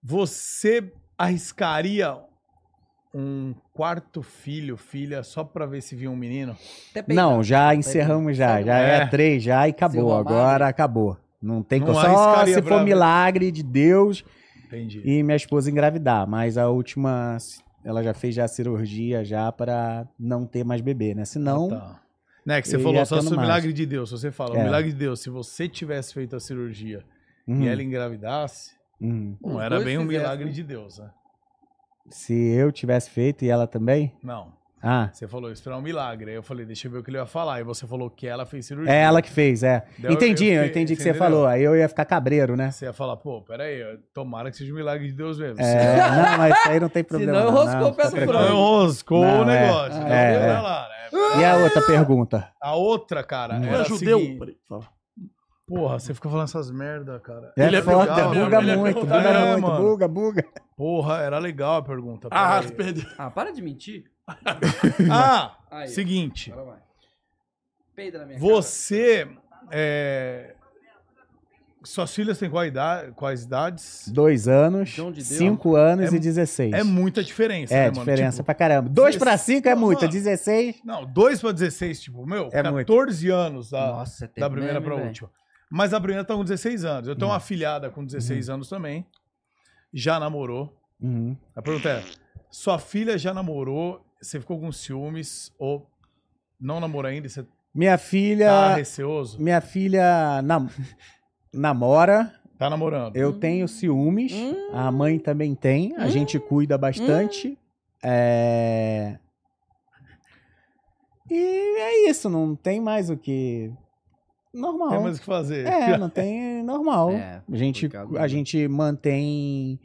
B: você arriscaria um quarto filho, filha, só pra ver se vinha um menino?
A: Até peidar. Tá
D: Não, já encerramos já, já é,
B: É.
D: três já e acabou,
A: Seu amado.
D: agora acabou. Não tem
B: Não
D: como, só
B: arriscaria
D: se
B: pra
D: for
B: ver.
D: milagre de Deus
B: Entendi.
D: e minha esposa engravidar, mas a última, ela já fez já a cirurgia já para não ter mais bebê, né? Senão,
B: Tá. Né, que você
D: Eu
B: falou
D: ia
B: só
D: é tendo
B: sobre o
D: mais.
B: milagre de Deus. Você fala, o
D: É.
B: milagre de Deus, se você tivesse feito a cirurgia
D: hum,
B: e ela engravidasse,
D: hum.
B: não
A: Os
B: era
A: dois
B: bem um
A: fizeram,
B: milagre
A: né?
B: de Deus, né?
D: se eu tivesse feito e ela também?
B: Não.
D: Ah,
B: Você falou, esperar um milagre. Aí eu falei, deixa eu ver o que ele ia falar. E você falou que ela fez cirurgia.
D: é ela que fez, é.
B: Daí eu-
D: entendi,
B: eu
D: eu,
B: fiquei-
D: entendi o que você
B: entendeu?
D: falou, aí eu ia ficar cabreiro, né?
B: Você ia falar, pô, peraí, tomara que seja um milagre de Deus mesmo.
D: É, não, mas isso aí não tem problema.
A: Senão eu roscou
D: não,
A: o pé
D: tá
A: do
D: tranquilo.
A: frango.
B: Não, roscou
D: Não,
B: o
D: é.
B: negócio.
A: Ah,
B: Então,
D: é,
B: vai
D: é.
B: lá, né?
D: E a outra pergunta?
B: A outra, cara,
D: Não
C: Tu
B: era
C: é
B: a
C: judeu?
B: seguinte-
C: Peraí, fala.
B: Porra, você fica falando essas merda, cara.
D: É
C: Ele é
D: foda,
C: perguntar mesmo,
D: buga
C: ele é
D: muito,
C: perguntar
D: buga
B: mesmo,
D: muito,
B: mano.
D: buga, buga.
B: Porra, era legal a pergunta.
C: Ah,
B: peraí.
C: tu perdeu.
A: Ah, para de mentir.
B: Ah,
A: Aí,
B: seguinte.
A: Agora vai. Peida na minha
B: Você. é, Suas filhas têm qual idade- quais idades?
D: Dois anos,
A: João de Deus.
D: cinco anos
B: É-
D: e 16.
B: É muita diferença, né,
D: É,
B: mano?
D: diferença
B: Tipo,
D: pra caramba. Dois pra
B: dezesseis-
D: cinco é
B: Não,
D: muita,
B: mano.
D: 16.
B: não, 2 pra 16, tipo, meu,
D: É muito.
B: 14 anos da,
A: cara. Nossa, é tempo
B: tá da primeira
A: mesmo,
B: pra
A: hein, velho?
B: última. Mas a primeira tá com 16 anos. Eu tenho
D: Uhum.
B: uma filhada com 16 anos também. Já namorou.
D: Uhum.
B: A pergunta é: sua filha já namorou? Você ficou com ciúmes ou não namorou ainda? e Você tá
D: Minha filha.
B: receoso?
D: Minha filha nam- namora.
B: Tá namorando.
D: Eu
A: Hum.
D: tenho ciúmes.
A: Hum.
D: A mãe também tem. A gente cuida bastante. É, E é isso, não tem mais o que. Normal.
B: Tem mais o que fazer.
D: É, não tem normal.
F: É,
D: a gente,
F: complicado,
D: a
F: né?
D: gente mantém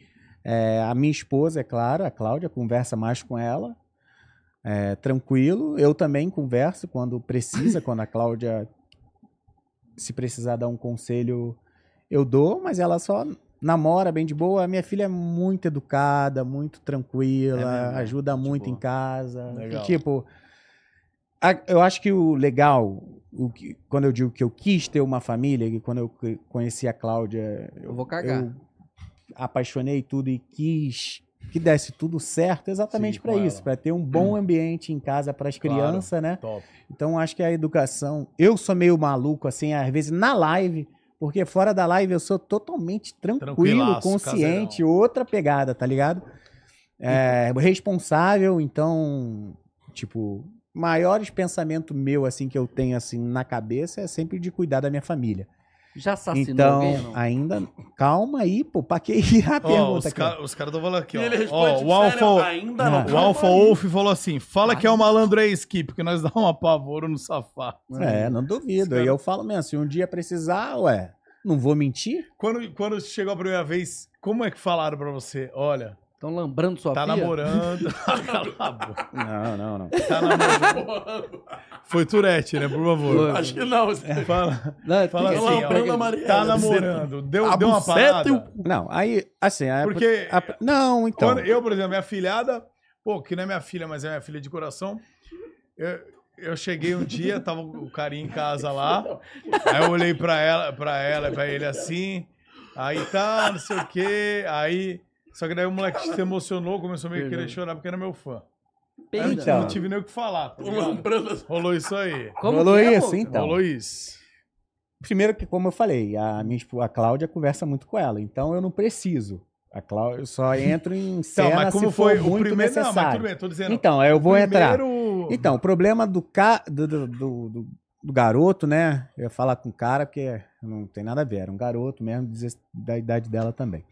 D: é, a minha esposa, é claro, a Cláudia, conversa mais com ela. É, tranquilo. Eu também converso quando precisa, quando a Cláudia, se precisar dar um conselho, eu dou, mas ela só namora bem de boa. A minha filha é muito educada, muito
F: É
D: tranquila,
F: mesmo?
D: ajuda
F: De
D: muito
F: boa.
D: em casa.
B: Legal.
D: E, tipo, a- eu acho que o legal, o que- quando eu digo que eu quis ter uma família, e quando eu c- conheci a Cláudia,
F: Eu vou cagar.
D: eu apaixonei tudo e quis que desse tudo certo exatamente
B: Sim,
D: pra
B: com
D: isso,
B: ela. Hum.
D: pra ter um bom ambiente em casa pras
B: Claro.
D: crianças, né?
B: Top.
D: Então acho que a educação, eu sou meio maluco assim, às vezes na live, porque fora da live eu sou totalmente tranquilo,
B: Tranquilaço,
D: consciente,
B: caseirão.
D: outra pegada, tá ligado? É, responsável, então, tipo, maiores pensamento meu assim que eu tenho assim na cabeça é sempre de cuidar da minha família.
A: Já assassinou
D: Então,
A: alguém, não?
D: ainda. Calma aí, pô. Pra que ir a
B: Ó,
D: pergunta
B: os
D: cara?
B: caras estão falando aqui,
C: E
B: ó.
C: ele responde,
B: Ó, o
C: sério,
B: Alfa,
C: ainda não.
D: Ah.
B: o
C: calma
B: Alfa
C: aí.
B: Wolf falou assim: fala que é o malandro é skip, porque nós dá um apavoro no safado.
D: É, não
B: Os
D: duvido.
B: cara-
D: E eu falo mesmo, se um dia precisar, ué, não vou mentir?
B: Quando, quando chegou a primeira vez, como é que falaram pra você? Olha,
A: Estão lambrando sua
B: tá
A: filha?
B: namorando. Cala a boca.
D: Não, não, não.
B: tá namorando. Foi Turete, né? Por favor.
C: Acho que não. Zé.
B: Fala,
A: Não, é
B: fala
A: tem que-
B: É assim,
A: tem
B: ó,
A: que-
C: Ana Maria.
B: tá namorando. Deu,
C: A
B: deu uma
C: buceta
B: parada.
C: e o cu.
D: Não, aí, assim, a-
B: Porque
D: a- não, então.
B: Quando eu, por exemplo, minha filhada, pô, que não é minha filha, mas é minha filha de coração. Eu, eu cheguei um dia, tava o carinha em casa lá. Aí eu olhei pra ela, pra ela, e pra ele assim. Aí tá, não sei o quê. Aí. Só que daí o moleque se emocionou, começou meio que querer chorar porque era meu fã. Aí eu não,
A: Peida.
D: então.
B: não tive nem o que falar. tá ligado?
C: Lembrando-
B: Rolou isso aí.
A: Como
D: Rolou
A: que é,
D: isso,
A: pô?
D: então.
B: Rolou isso.
D: Primeiro que, como eu falei, a minha esposa, a Cláudia conversa muito com ela, então eu não preciso. A Cláudia, eu só entro em cena
B: Então, mas como
D: se for
B: foi o
D: muito
B: primeiro. Não, mas tudo
D: necessário.
B: bem, tô dizendo.
D: então, eu vou entrar.
B: Primeiro-
D: Então, o problema do, ca... do, do, do- do- do garoto, né? Eu ia falar com o cara, porque não tem nada a ver. Era um garoto mesmo, deze- da idade dela também.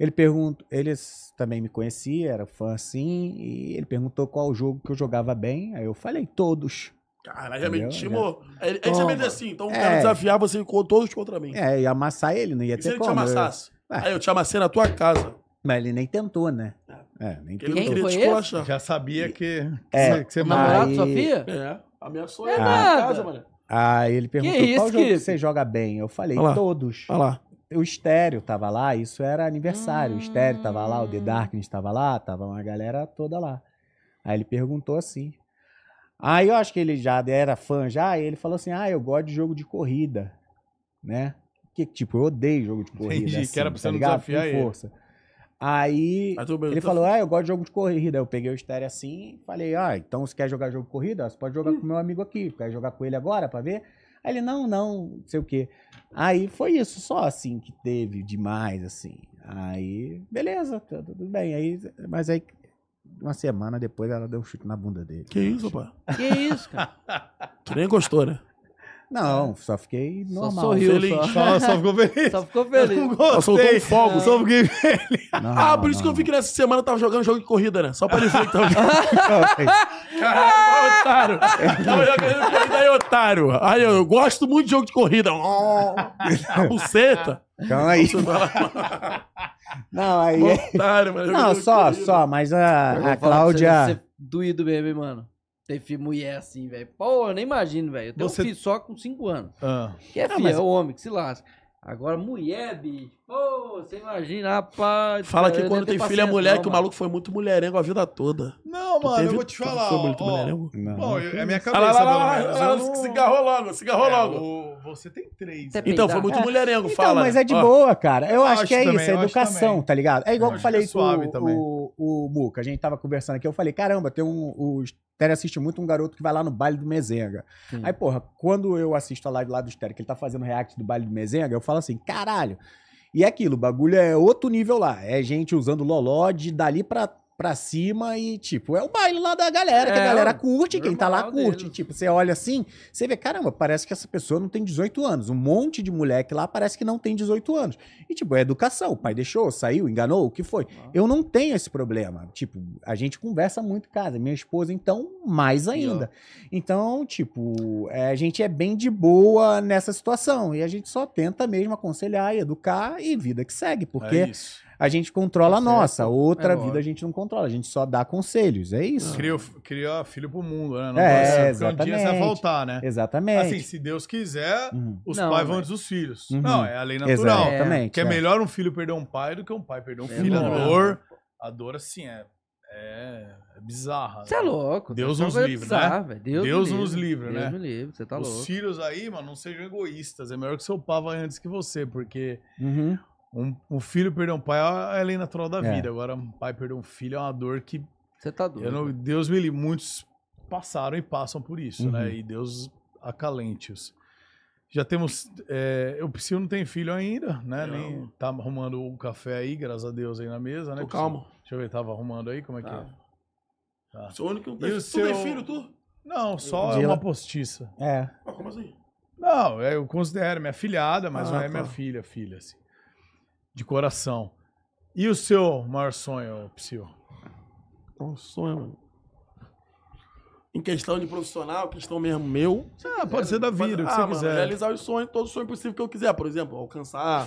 D: Ele perguntou, eles também me conhecia, era fã assim, e ele perguntou qual jogo que eu jogava bem. Aí eu falei, todos.
C: Caralho, realmente
D: Entendeu? É.
C: intimou. Aí ele- aí você
D: Toma.
C: vê assim, então o
D: É.
C: cara desafiar você com todos contra mim.
D: É, ia amassar ele, não ia
C: E se
D: ter
C: ele te
D: como. Eu- É.
C: amassasse?
D: Ué.
C: Aí eu te amassei na tua casa.
D: Mas ele nem tentou, né? É, nem
C: Ele
A: Quem
C: não
D: tentou.
C: queria
A: foi
C: te
A: esse?
C: esculachar.
B: Já sabia que,
D: É,
B: que você
A: O namorado da
D: Aí-
A: sua filha?
C: É, ameaçou
A: É
C: ele na
A: nada.
C: casa, mano.
D: Aí Ah, ele perguntou
A: isso,
D: qual jogo que
A: querido?
D: você joga bem. Eu falei,
C: Olha lá.
D: todos.
C: Olha lá.
D: o Estéreo tava lá, isso era aniversário.
A: Hum.
D: O Estéreo tava lá, o The Darkness tava lá, tava uma galera toda lá. Aí ele perguntou assim. Aí eu acho que ele já era fã já, e ele falou assim: "Ah, eu gosto de jogo de corrida", né? Que tipo, eu odeio jogo de corrida.
B: Entendi, que
D: assim,
B: era pra você
D: tá
B: não
D: ligado?
B: desafiar
D: Com
B: ele.
D: força. Aí
C: Mas tu-
D: ele
C: tu-
D: falou: "Ah, eu gosto de jogo de corrida". Eu peguei o estéreo assim, e falei: "Ah, então você quer jogar jogo de corrida? Você pode jogar
C: Hum.
D: com meu amigo aqui, quer jogar com ele agora pra ver?" Aí ele: "Não, não, não sei o quê". Aí foi isso, só assim que teve demais assim. Aí, beleza, tá tudo bem. Aí, mas aí uma semana depois ela deu um chute na bunda dele.
C: Que isso, pá?
A: Que isso, cara?
C: Tu nem gostou, né? É.
D: Não, só fiquei
A: Só
D: normal.
A: sorriu,
C: feliz.
A: só.
B: Só, só ficou feliz.
A: Só ficou
B: Eu
A: feliz.
B: não
C: Ela soltou um
B: gostei.
C: fogo.
B: Só fiquei
D: Normal,
C: Ah, por isso que eu vi
D: normal.
C: que nessa semana eu tava jogando jogo de corrida, né? Só pra ele ver que tava jogando. Caralho, otário. Tava jogando corrida aí, otário. Aí eu, eu gosto muito de jogo de corrida. Oh, a buceta.
D: Então aí. Não, aí. é-
C: Otário, mano.
D: Não,
C: jogo de
D: só,
C: corrida.
D: só, mas
A: Eu vou
D: Ah, a, a
A: falar pra
D: Cláudia.
A: Você, você é doído mesmo, hein, mano. Ter filho mulher assim, velho. Pô, eu nem imagino, velho. Eu tenho
B: Você-
A: um filho só com 5 anos.
B: Ah,
A: Que é filho,
D: mas-
A: é homem, que se lasca. Agora, mulher, bicho. Pô, você imagina, rapaz.
C: Fala
A: cara,
C: que
A: eu
C: quando
A: nem
C: tem
A: tenho
C: filho é
A: paciência,
C: mulher,
A: não,
C: que o
A: mano.
C: maluco foi muito mulherengo a vida toda.
B: Não,
C: Tu
B: mano,
C: teve-
B: eu vou te
C: tu
B: falar.
C: Foi
B: Ó,
C: muito mulherengo.
D: Não.
B: bom, eu- é minha
C: Olha
B: cabeça,
C: lá, olha
B: pelo
C: lá, olha
B: menos.
C: lá,
B: Eu não-
C: cigarrou logo, cigarrou
B: É,
C: logo.
B: o- Você tem três.
A: Você
B: né?
C: Então, foi
A: peidar.
C: muito mulherengo,
D: Então,
C: fala. né?
D: mas é de
C: Ó,
D: boa, cara. Eu, acho,
B: acho
D: que é
B: também,
D: isso, é
B: eu acho
D: educação,
B: também.
D: tá ligado? É igual
B: Eu acho
D: que eu
B: que
D: falei
B: é suave
D: com
B: também.
D: o, o Muca. A gente tava conversando aqui, eu falei, caramba, tem um. O Stere assiste muito um garoto que vai lá no baile do Mezenga.
A: Sim.
D: Aí, porra, quando eu assisto a live lá do Stere, que ele tá fazendo react do baile do Mezenga, eu falo assim, caralho. E é aquilo, o bagulho é outro nível lá. É gente usando loló de dali pra. pra pra cima e, tipo, é o baile lá da galera, que a
A: É,
D: galera
A: o
D: curte, quem tá lá
A: normal
D: curte.
A: deles.
D: Tipo, você olha assim, você vê, caramba, parece que essa pessoa não tem 18 anos. Um monte de moleque lá parece que não tem 18 anos. E, tipo, é educação. O pai deixou, saiu, enganou, o que foi? Eu não tenho esse problema. Tipo, a gente conversa muito em casa. Minha esposa, então, mais ainda. Então, tipo, é, a gente é bem de boa nessa situação. E a gente só tenta mesmo aconselhar e educar e vida que segue. Porque
B: É isso.
D: a gente controla a
B: Tá
D: nossa. Outra
B: É
D: vida
B: lógico.
D: a gente não controla. A gente só dá conselhos. É isso.
B: Cria, o- cria filho pro mundo, né?
D: É,
B: pode ser, porque um dia você vai
D: exatamente.
B: voltar, né? Assim,
D: Exatamente.
B: se Deus quiser,
D: Uhum.
B: os
A: Não,
B: pais vão
A: velho.
B: antes dos filhos.
D: Uhum.
B: Não, é a lei natural.
D: Exatamente.
B: Que é
D: é.
B: melhor um filho perder um pai do que um pai perder um filho. A
D: lógico.
B: dor, a dor, assim, é, é, é bizarra.
A: Você é louco.
B: Deus
A: tá
B: nos
A: coisa
B: livre,
A: bizarra, velho. Deus,
B: Deus
A: me
B: nos livre, né?
A: Deus me livre, você tá
B: Os
A: louco.
B: filhos aí, mano, não sejam egoístas. É melhor que seu pai vá antes que você, porque
D: Uhum.
B: um, um filho perder um pai é a lei natural da
D: É.
B: vida. Agora, um pai perder um filho é uma dor que
A: Você tá
B: Eu
A: doido.
B: não- Deus me livre, muitos passaram e passam por isso,
D: Uhum.
B: né? E Deus acalente-os. Já temos. é, eu preciso não tem filho ainda, né?
C: Não.
B: Nem tá arrumando o café aí, graças a Deus, aí na mesa, né?
C: Tô
B: Priscila?
C: calmo.
B: Deixa eu ver, tava arrumando aí, como é que é?
C: Tá.
B: Tá.
C: Sou o único que não
B: E
C: tem.
B: o
C: Tu
B: seu-
C: tem filho, tu?
B: Não, só é
D: Dila.
B: uma postiça.
D: É.
C: Ah, como assim?
B: Não, é, eu considero minha filhada, mas
C: Ah,
B: não é
C: tá.
B: minha filha, filha, assim. De coração. E o seu maior sonho, Psyu?
C: É um sonho, mano. Em questão de profissional, questão mesmo meu.
B: Ah, pode ser da vida, o que
C: Ah,
B: você
C: mano,
B: quiser.
C: realizar os sonhos, todo sonho possível que eu quiser. Por exemplo, alcançar.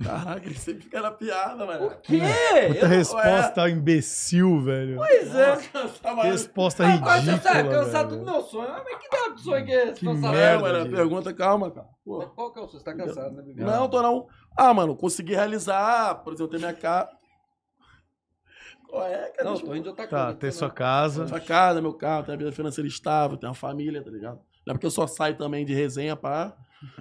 C: Caraca, ele sempre fica na piada, mano.
A: O quê?
B: Puta resposta imbecil, velho.
A: Pois é.
C: Alcançar,
B: Que
C: é. mano.
B: Resposta
A: Agora
B: ridícula.
A: você tá cansado
B: velho.
A: do meu sonho. Ah, Mas que diabo de sonho que é esse?
B: Que
A: Tô
B: merda.
A: sabendo.
C: É, mano,
B: gente.
C: pergunta, calma, cara. Pô.
A: Mas Qual que é o seu? Você tá cansado, né, Bibi?
C: Não, tô não. Ah, mano, consegui realizar, por exemplo, ter minha casa. Qual é, cara?
A: Não,
C: Deixa eu-
A: tô indo de outra
B: Tá,
A: coisa,
B: ter
A: tô
B: sua
A: não.
B: casa.
C: Sua casa, meu carro, ter a vida financeira estável, ter uma família, tá ligado? Não é porque eu só saio também de resenha, pá.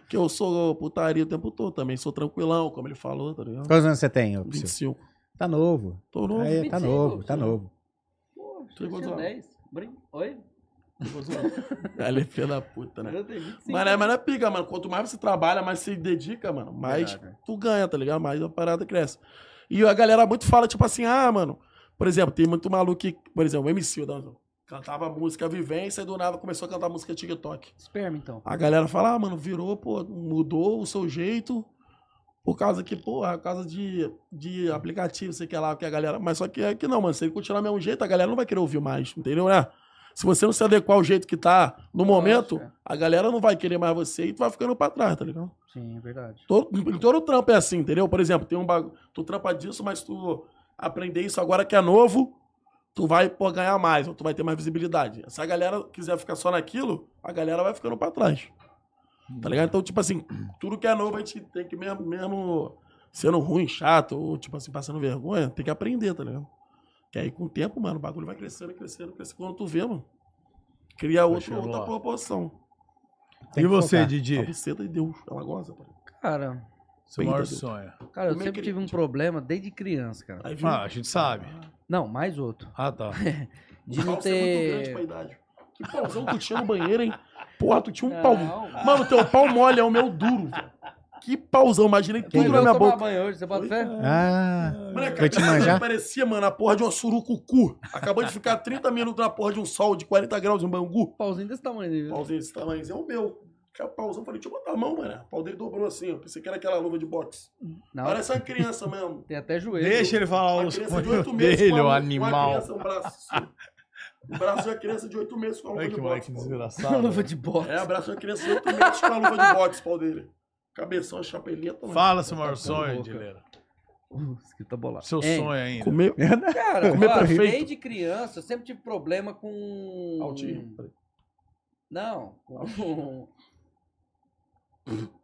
C: Que eu sou putaria o tempo todo também. Sou tranquilão, como ele falou, tá ligado?
D: Quantos anos você tem, ô, Psyu?
C: 25.
D: Tá novo.
C: Tô novo.
D: Aí, tá
A: 25,
D: novo, tá
A: Psyu.
D: novo.
A: Pô,
C: Tem quantos
A: tinha
C: anos?
A: 10. Brin- Oi?
C: Ela é filha da puta, né?
A: Eu tenho 25.
C: Mas, é- mas não é pica, mano. Quanto mais você trabalha, mais se dedica, mano, mais
A: Verdade.
C: tu ganha, tá ligado? Mais a parada cresce. E a galera muito fala, tipo assim, ah, mano, por exemplo, tem muito maluco que, por exemplo, o MC, eu tava- cantava música vivência e do nada começou a cantar música TikTok.
A: Esperma, então.
C: A galera fala, ah, mano, virou, pô, mudou o seu jeito. Por causa que, pô, é por causa de, de aplicativo, sei que lá, que a galera. Mas só que é que não, mano. Se ele continuar do mesmo jeito, a galera não vai querer ouvir mais, entendeu, né? Se você não se adequar ao jeito que tá no momento,
A: é.
C: a galera não vai querer mais você e tu vai ficando pra trás, tá ligado?
A: Sim, é verdade.
C: Todo, em todo trampo é assim, entendeu? Por exemplo, tem um bagulho. Tu trampa disso, mas tu aprender isso agora que é novo, tu vai pô, ganhar mais, ou tu vai ter mais visibilidade. Se a galera quiser ficar só naquilo, a galera vai ficando pra trás. Tá ligado? Então, tipo assim, tudo que é novo a gente tem que mesmo, mesmo sendo ruim, chato, ou tipo assim, passando vergonha, tem que aprender, tá ligado? Que aí com o tempo, mano, o bagulho vai crescendo, crescendo, crescendo. Quando tu vê, mano, cria outro,
B: chegando
C: outra
B: lá.
C: proporção.
D: Tem
B: e
D: que
B: você,
D: focar.
C: A
B: Didi?
C: buceta de Deus, ela goza, pô.
A: Cara,
B: Seu
C: Tá Bem,
B: maior
C: Dudu.
B: sonho.
A: cara, eu
C: Como é
A: sempre
C: que-
A: tive um problema desde criança, cara.
C: Aí, viu?
B: Ah, a gente sabe.
A: Não, mais outro.
B: Ah, tá.
A: De não
C: Calça é muito grande pra
A: ter...
C: idade. Que pauzão que tu tinha no banheiro, hein? Porra, tu tinha um pau.
A: Não.
C: Mano, teu pau mole é o meu duro, velho. Que pauzão, imaginei
A: Foi
C: tudo
A: eu
C: na minha
A: tomar
C: boca.
A: banho hoje, você bota fé?
D: Ah,
C: Moleque,
D: Foi te
C: a cara
D: manjar?
C: dele parecia, mano, a porra de um surucucu. Acabou de ficar 30 minutos na porra de um sol de 40 graus em Bangu.
A: Um Pauzinho desse tamanho dele.
C: Pauzinho desse tamanho, é o meu. Que é o pauzão, falei, deixa eu botar a mão, mano. O pau dele dobrou assim, ó. Pensei que era aquela luva de boxe.
A: Não,
C: Parece uma criança mesmo.
A: tem até joelho.
B: Deixa ele falar
C: Uma
B: os
C: criança de 8
B: sonhos
C: meses.
B: dele,
C: com a-
B: o
C: uma
B: animal.
C: criança, um braço. assim. O braço de uma criança de 8 meses com a luva
B: Olha que
C: de
B: moleque
C: boxe. pô.
B: desgraçado.
A: luva de boxe.
C: É, abraçou a criança de 8 meses com a luva de boxe, pau dele. Cabeção, chapeleta. mano.
B: Fala seu maior
A: Tá
B: sonho,
A: louca.
B: Dileira.
A: Uh, escrita bolada.
B: Seu
A: Hein?
B: sonho ainda.
C: Comer.
A: Cara,
C: Comer
A: ó,
C: perfeito.
A: desde criança eu sempre tive problema
D: Hum,
A: com.
C: Altinho.
A: Não, com.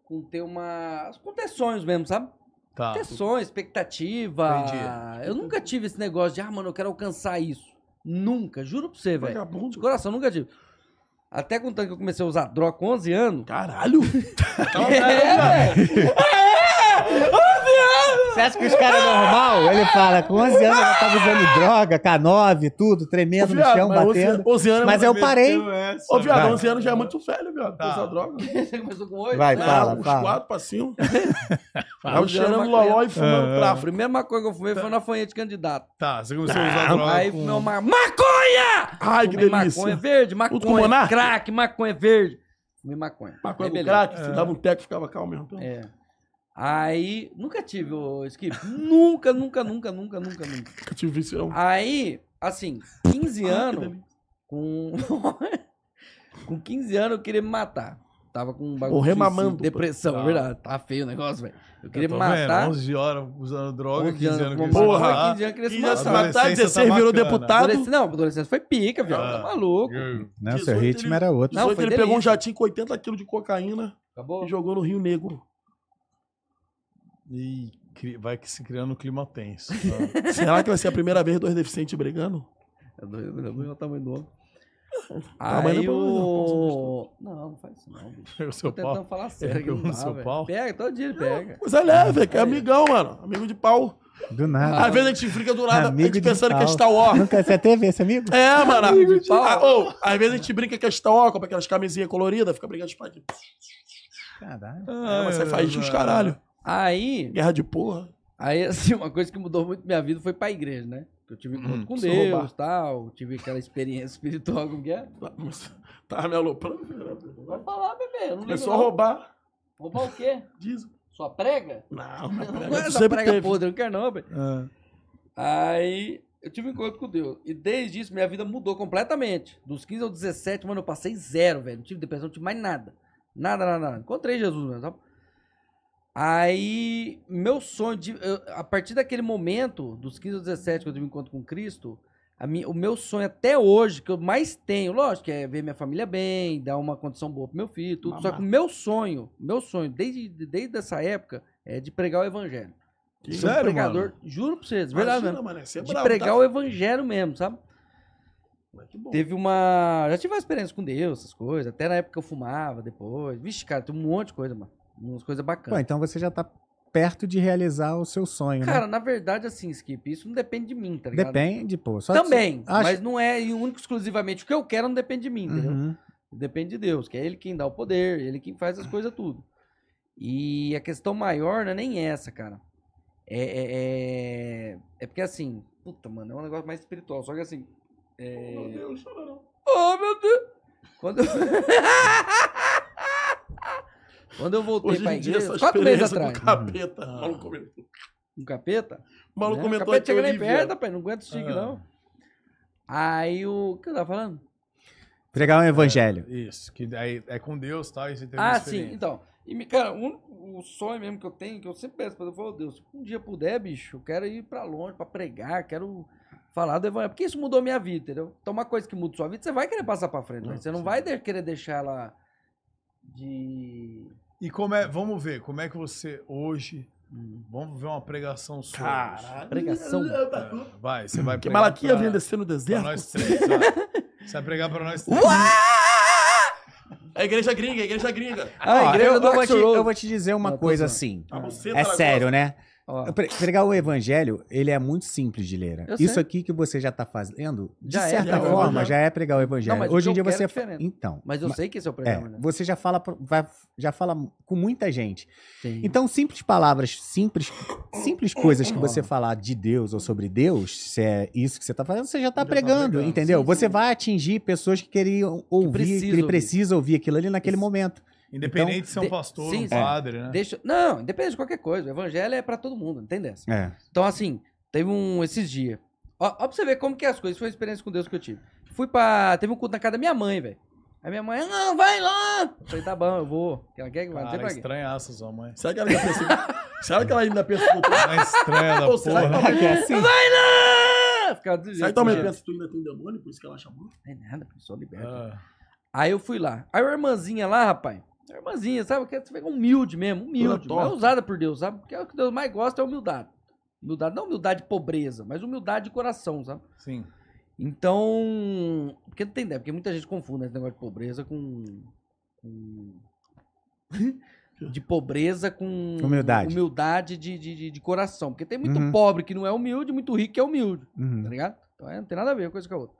A: com ter uma. com ter sonhos mesmo, sabe?
C: Ah.
B: Tá.
C: é
A: Ter sonhos, expectativa.
B: Entendi.
A: Eu nunca tive esse negócio de, ah, mano, eu quero alcançar isso. Nunca, juro pra você, velho. De
C: Vagabundo.
A: coração, nunca tive. Até contando que eu comecei a usar droga com 11 anos.
C: Tá Caralho!
A: É, velho.
D: Você acha que os caras é normal? Ele fala, com 11 anos eu já tava usando droga, K9, tudo, tremendo no chão,
C: mas 11
D: batendo.
C: anos- 11 anos.
D: Mas
B: é
D: eu parei.
C: Ô, viado,
D: Vai.
C: 11 anos já é muito velho,
B: Tá.
C: viado. Pra usar droga.
A: Você começou com oito?
D: Vai,
C: Não,
D: fala,
C: uns
D: fala.
C: 4 pra
A: Eu
C: 5. Tava um cheirando
A: cheiro
C: loló
A: maconha.
C: e fumando
D: É.
C: tráfico.
A: A primeira coisa que eu fumei foi na fanha de candidato.
B: Tá, você começou a usar droga.
A: Aí
B: com-
A: meu mar... Maconha!
C: Ai, que
A: Fumei
C: delícia.
A: Maconha verde,
C: Tudo com
A: maconha,
C: monarca?
A: crack, maconha verde. Fumei maconha.
C: Maconha
A: Aí,
C: do
A: beleza.
D: É.
C: crack, se dava um teco, ficava calmo mesmo.
A: É. Aí, nunca tive o skip. nunca, nunca, nunca, nunca, nunca, nunca.
C: Nunca tive vicião.
A: Aí, assim, 15
C: Ai, que
A: anos,
C: delícia.
A: com. com 15 anos eu queria me matar. Tava com um bagulho.
C: Ou
A: de
C: remamando.
A: suicídio, Depressão, é
B: Tá.
A: verdade. Tá feio o negócio, velho. Eu
B: Eu
A: queria
B: tô
A: me matar.
B: vendo, 11 horas usando droga,
A: 11
B: 15 anos. um
A: com
B: que
A: maconha,
C: Porra.
A: 15 anos eu queria se
C: 15 anos se
A: matar.
C: matar,
B: Adolescência tá
C: 16 virou
B: bacana.
C: deputado.
A: Adolescência- tá Não, adolescência foi pica, velho.
B: Ah.
A: Tá maluco.
D: Não,
C: 18
D: seu ritmo
C: ele-
D: era outro.
A: Não,
C: 18,
A: foi
C: ele pegou um
A: delícia.
C: jatinho com 80 quilos de cocaína
A: Acabou?
C: e jogou no Rio Negro.
B: E cri- vai que se criando um clima tenso. tá?
C: Será que vai ser a primeira vez dois deficientes brigando?
A: É doido, né? Olha o tamanho do homem.
C: Tamanho
A: Aí
C: não é problema, não. Posso
A: o... Não, não faz isso não, bicho.
B: Pega
A: Tô
B: o seu
A: tentando
B: pau.
A: falar
B: Ele
A: sério. que não
B: pegou no
A: dá,
B: seu
A: velho.
B: pau?
A: Pega, todo dia ele pega.
C: Coisa leve, que é amigão, mano. Amigo de pau.
A: Ah.
D: Do nada.
C: Às vezes a gente fica do nada, a
D: Amigo
C: gente
D: de
C: pensando que é
D: pau.
C: Star Wars.
D: Nunca, você teve esse amigo?
C: É, mano.
A: de pau.
C: Ah, ou, às vezes a gente brinca que é Star Wars, com aquelas camisinhas coloridas, fica brigando de pai.
D: Caralho.
B: Ah,
C: É, mas você faz os caralho.
A: Aí,
C: Guerra de porra.
A: Aí, assim, uma coisa que mudou muito minha vida foi pra igreja, né? Eu tive encontro com
C: se
A: Deus
C: Uhum. roubar.
A: e tal, tive aquela experiência espiritual, como que é?
C: Tava me aloprando.
A: Vou falar, bebê, eu não ligo
C: Começou a
A: não.
C: É roubar.
A: Roubar o quê?
C: Diz.
A: Sua prega?
C: Não, mas
A: Não,
C: prega,
A: não é essa
C: sempre
A: prega
C: teve. É.
A: podre, eu não quero não, velho.
B: Ah,
A: Aí, eu tive encontro com Deus. E desde isso, minha vida mudou completamente. Dos 15 aos 17, mano, eu passei zero, velho. Não tive depressão, não tive mais nada. Nada, nada, nada. Encontrei Jesus mesmo, sabe? Aí, meu sonho, de, eu- a partir daquele momento, dos 15 aos 17, que eu tive encontro com Cristo, a minha- o meu sonho até hoje, que eu mais tenho, lógico, é ver minha família bem, dar uma condição boa pro meu filho, tudo. Só
C: Mamar.
A: que o meu sonho, meu sonho, desde, desde essa época, é de pregar o evangelho.
C: Que-
A: Ser um
B: é. Sério,
A: pregador, juro pra vocês, verdade mesmo
C: Imagina, mano, você é
A: de
C: brabo,
A: pregar
C: tá?
A: o evangelho mesmo, sabe?
C: Mas que bom.
A: Teve uma. Já tive uma experiência com Deus, essas coisas. Até na época eu fumava depois. Vixe, cara, tem um monte de coisa, mano. Umas coisas
D: Pô,
A: bacanas.
D: então você já tá perto de realizar o seu sonho, né?
A: Cara, na verdade, assim, Skip, isso não depende de mim, tá ligado?
D: Depende, pô. Só que
A: Também,
D: você acha-
A: mas não é único exclusivamente. O que eu quero não depende de mim, entendeu?
D: Uhum.
A: Depende de Deus, que é ele quem dá o poder, ele quem faz as coisas tudo. E a questão maior não é nem essa, cara. É, é, é... é porque assim, puta, mano, é um negócio mais espiritual. Só que assim. É...
C: Meu Deus, chora não.
A: Oh, meu Deus! Quando eu, Quando eu voltei
C: Hoje
A: pra
C: em dia, essa
A: igreja, quatro meses atrás,
C: experiência com capeta. O maluco comentou.
A: um capeta,
C: O maluco
A: né? O
C: comentou
A: capeta
C: aqui,
A: chega nem
C: Olivia.
A: perto, rapaz, não aguenta o chique,
B: Ah.
A: não. Aí o... o que eu tava falando?
D: Pregar o evangelho.
B: isso, que aí é com Deus, tá? E você teve uma
A: Ah, sim,
B: experiência.
A: então. E, me- cara, um- o sonho mesmo que eu tenho, que eu sempre peço pra Deus, eu falo, "Ô, Deus, se um dia puder, bicho, eu quero ir pra longe pra pregar, quero falar do evangelho. Porque isso mudou minha vida, entendeu? Então, uma coisa que muda sua vida, você vai querer passar pra frente, né? você não vai de- querer deixar ela de...
B: E como é, vamos ver, como é que você hoje, vamos ver uma pregação sua.
C: Caralho.
A: Pregação.
B: hoje. É, Vai, você vai
C: Que
B: pregar
C: Malaquias
B: pra-
C: vinha descer no
B: pra
C: deserto.
B: nós três, tá? Você vai pregar pra nós três.
C: É igreja gringa, é igreja gringa.
A: Ah,
D: Ó,
A: igreja
D: eu,
A: do
D: eu vou te,
A: Axl Rose.
D: eu vou te dizer uma
A: Não, tô
D: coisa
A: zoando.
D: assim.
C: A buceta
D: É
C: era
D: sério, né?
A: Ó,
D: Pre- Pregar o evangelho, ele é muito simples de ler.
A: Eu sei.
D: Isso aqui que você já tá fazendo, de
A: Já é,
D: certa
C: já é o
D: forma,
C: evangelho.
D: já é pregar o evangelho.
A: Não, mas o
D: Hoje
A: que
D: em dia
A: eu quero
D: você
A: é
D: fa-
A: diferente.
D: então,
A: mas eu
D: ma-
A: sei que esse é o
D: é,
A: programa, né?
D: você já fala, pro- vai- já fala com muita gente.
A: Sim.
D: Então, simples palavras, simples, simples coisas que você falar de Deus ou sobre Deus, se é isso que você tá fazendo, você já tá
B: Já tá
D: pregando,
B: pregando,
D: entendeu?
B: sim,
D: você
B: sim.
D: vai atingir pessoas que queriam ouvir, que,
A: precisam
D: ele
A: ouvir.
D: precisa ouvir aquilo ali naquele
A: Isso.
D: momento.
B: Independente de ser
A: Então,
B: um
A: de-
B: pastor,
A: sim, sim.
B: um padre, né?
A: Deixa... Não, independente de qualquer coisa. O evangelho é pra todo mundo, não tem dessa.
D: É.
A: Então, assim, teve um esses dias. Ó, ó pra você ver como que é as coisas. Foi uma experiência com Deus que eu tive. Fui pra. Teve um culto na casa da minha mãe, velho. Aí minha mãe, não, vai lá! Eu falei, tá bom, eu vou. Ela quer que vá, não sei
B: Cara,
A: pra quê.
B: estranhaça sua mãe.
C: Será que ela ainda pensa? Será que ela ainda pensa que eu tô-
B: É estranha da
C: Ou será que
B: porra.
C: talvez-
D: tá-
A: Vai lá! Ficava desse
C: Será que
A: jeito,
C: também
A: desse jeito.
C: pensa que tu ainda tem demônio? Por isso que ela chamou?
A: Não tem nada, sou liberto.
B: Ah,
A: Aí eu fui lá. Aí a irmãzinha lá, rapaz. A irmãzinha, sabe? Que você pega humilde mesmo, humilde.
C: Toda torta.
A: Mas é usada por Deus, sabe? Porque é o que Deus mais gosta é humildade. Humildade, não humildade de pobreza, mas humildade de coração, sabe?
B: sim.
A: Então. Porque não tem né, ideia, porque muita gente confunde esse negócio de pobreza com. com- de pobreza com
D: Humildade.
A: humildade de, de, de- de coração. Porque tem muito
D: Uhum.
A: pobre que não é humilde, muito rico que é humilde,
D: Uhum.
A: tá ligado? Então é, não tem nada a ver uma coisa com a outra.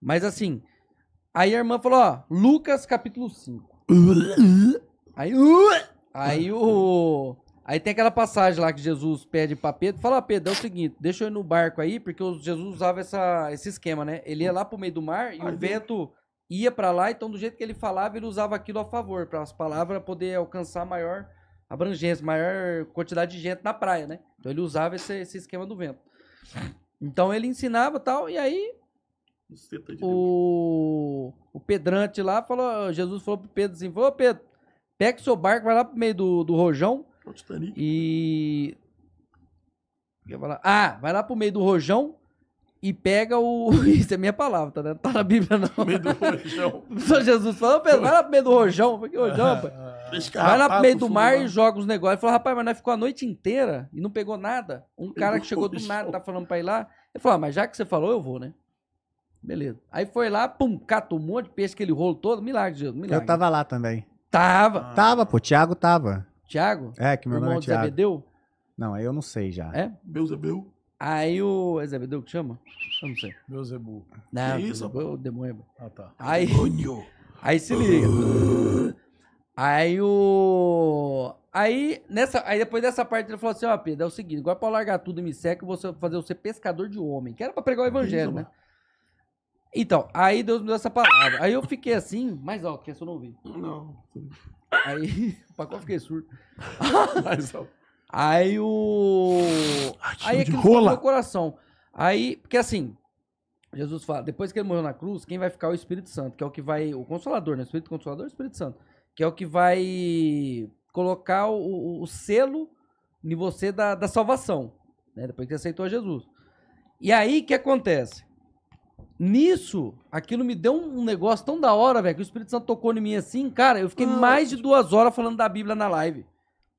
A: Mas assim, aí a irmã falou, ó, Lucas capítulo 5. Aí, uh, aí o. Aí tem aquela passagem lá que Jesus pede pra Pedro, fala, "Ah, Pedro, é o seguinte, deixa eu ir no barco aí, porque o Jesus usava essa, esse esquema, né? Ele ia lá pro meio do mar e
C: Ai,
A: o
C: Deus.
A: vento ia pra lá, então do jeito que ele falava, ele usava aquilo a favor, para as palavras poder alcançar maior abrangência, maior quantidade de gente na praia, né? Então ele usava esse, esse esquema do vento. Então ele ensinava e tal, e aí
C: Buceta tá de Deus.
A: o, o pedrante lá falou, Jesus falou pro Pedro assim, falou, "Ô, Pedro, pega o seu barco, vai lá pro meio do, do rojão
C: É o Titanic.
A: e... Eu ia falar, ah, vai lá pro meio do rojão e pega o... Isso é minha palavra, tá, né? Não tá na Bíblia não.
C: No meio do rojão.
A: Só Jesus falou, "Ô, Pedro, vai lá pro meio do rojão. Eu falei, "Que rojão, rapaz?"
B: Ah,
A: Vai lá pro meio do mar e joga os negócios. Ele falou, rapaz, mas nós ficou a noite inteira e não pegou nada. Um cara que chegou do nada, tá falando pra ir lá. Ele falou, ah, mas já que você falou, eu vou, né? Beleza. Aí foi lá, pum, catou um monte de peixe, aquele rolo todo. Milagre, Jesus, milagre.
D: Eu tava lá também.
A: Tava.
D: Tava, pô, Thiago tava.
A: Tiago,
D: É, que meu
A: irmão
D: nome é
A: do Zé
D: Thiago.
A: Bedeu.
D: Não, aí eu não sei já.
A: É?
C: Meu Zebeu.
A: Aí o... É Zé Bedeu que chama? Eu não sei.
B: Meu Zebu.
A: Não,
C: Que
A: Zé
C: isso,
A: Bedeu é o demônio.
B: Ah, tá.
A: Aí...
C: Demônio.
A: Aí se liga. Aí o. Aí, nessa, aí depois dessa parte ele falou assim: ó, Pedro, é o seguinte, agora pra eu largar tudo e me seca, eu vou ser- fazer você pescador de homem. Que era pra pregar o evangelho,
C: Isso,
A: né? Então, aí Deus me deu essa palavra. Aí eu fiquei assim, mais alto, que essa eu não ouvi.
C: Não.
A: Aí, pra qual eu fiquei surdo?
C: Mas, ó,
A: Aí o. Aí
C: de
A: aquilo ficou no
C: rola.
A: meu coração. Aí, porque assim, Jesus fala, depois que ele morreu na cruz, quem vai ficar é o Espírito Santo, que é o que vai. O Consolador, né? O Espírito Consolador é o Espírito Santo. Que é o que vai colocar o, o- o selo em você da, da salvação. Né? Depois que você aceitou Jesus. E aí, o que acontece? Nisso, aquilo me deu um negócio tão da hora, velho, que o Espírito Santo tocou em mim assim, cara, eu
C: Ah,
A: fiquei mais de duas horas falando da Bíblia na live.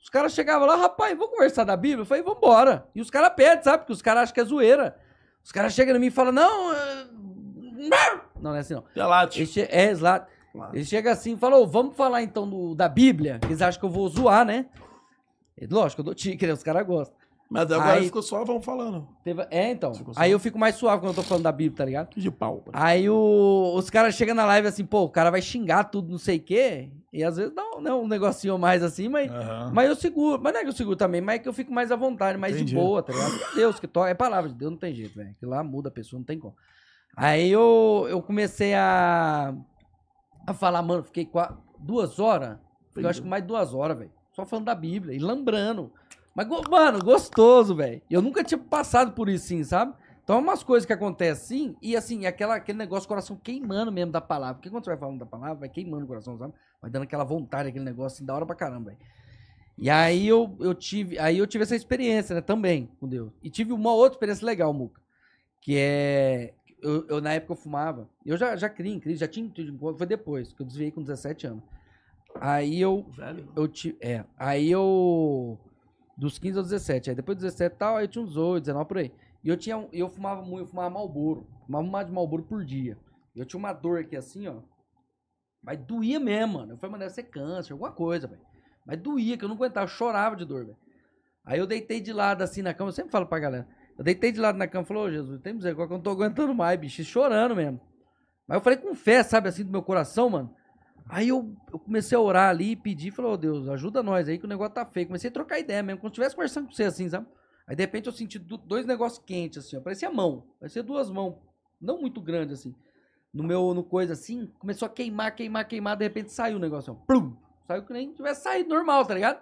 A: Os caras chegavam lá, rapaz, vamos conversar da Bíblia? Eu falei, vambora. E os caras pedem, sabe? Porque os caras acham que é zoeira. Os caras chegam em mim e falam, não. é- Não, não é assim não.
C: Telate.
A: Ele che- É, lá. Ele chega assim e fala, ô, vamos falar então do- da Bíblia? Eles acham que eu vou zoar, né? E, Lógico, eu dou tique, né? Os caras gostam.
C: Mas agora
A: Aí-
C: ficou só, vamos falando.
A: Teve- É, então.
C: Ficou
A: Aí
C: só.
A: eu fico mais suave quando eu tô falando da Bíblia, tá ligado?
C: Que de pau. né?
A: Aí o- os caras chegam na live assim, pô, o cara vai xingar tudo, não sei o quê. E às vezes dá um, né, um negocinho mais assim, mas,
B: Aham.
A: mas eu seguro. Mas não é que eu seguro também, mas é que eu fico mais à vontade, mais
B: Entendi.
A: de boa, tá ligado? Deus que toca. É palavra de Deus, não tem jeito, velho. Aquilo lá muda a pessoa, não tem como. Aí eu, eu comecei a, a falar, mano, fiquei qua- duas horas. Eu acho que mais duas horas, velho. Só falando da Bíblia e lambrando. Mas, go- mano, gostoso, velho. Eu nunca tinha passado por isso, sim, sabe? Então, é umas coisas que acontecem, sim, e assim, aquela, aquele negócio, coração queimando mesmo da palavra. Porque quando você vai falando da palavra, vai queimando o coração, sabe? Vai dando aquela vontade, aquele negócio, assim, da hora pra caramba, velho. E aí eu, eu tive, aí eu tive essa experiência, né, também, com Deus. E tive uma outra experiência legal, Muca. Que é. Eu, eu, na época eu fumava. Eu já, já criei em crise, já tinha. um Foi depois, que eu desviei com 17 anos. Aí eu
B: né?
C: Velho.
A: eu ti- É, aí eu. Dos 15 aos 17. Aí depois dos 17 e tal, aí eu tinha uns 18, 19 por aí. E eu tinha. um- Eu fumava muito, eu fumava malboro. Fumava mais de malboro por dia. Eu tinha uma dor aqui assim, ó. Mas doía mesmo, mano. Eu falei, mano, deve ser câncer, alguma coisa, velho. Mas doía, que eu não aguentava, eu chorava de dor, velho. Aí eu deitei de lado assim na cama, eu sempre falo pra galera. Eu deitei de lado na cama e falei, ô Jesus, tem misericórdia que eu não tô aguentando mais, bicho, e chorando mesmo. Mas eu falei com fé, sabe, assim, do meu coração, mano. Aí eu, eu comecei a orar ali e pedir, falei, ô Deus, ajuda nós aí que o negócio tá feio. Comecei a trocar ideia mesmo, como se estivesse conversando com você assim, sabe? Aí de repente eu senti du- dois negócios quentes, assim, ó. Parecia mão, parecia duas mãos, não muito grandes, assim. No meu, no coisa assim, começou a queimar, queimar, queimar, de repente saiu o negócio, ó. Plum! Saiu que nem tivesse saído normal, tá ligado?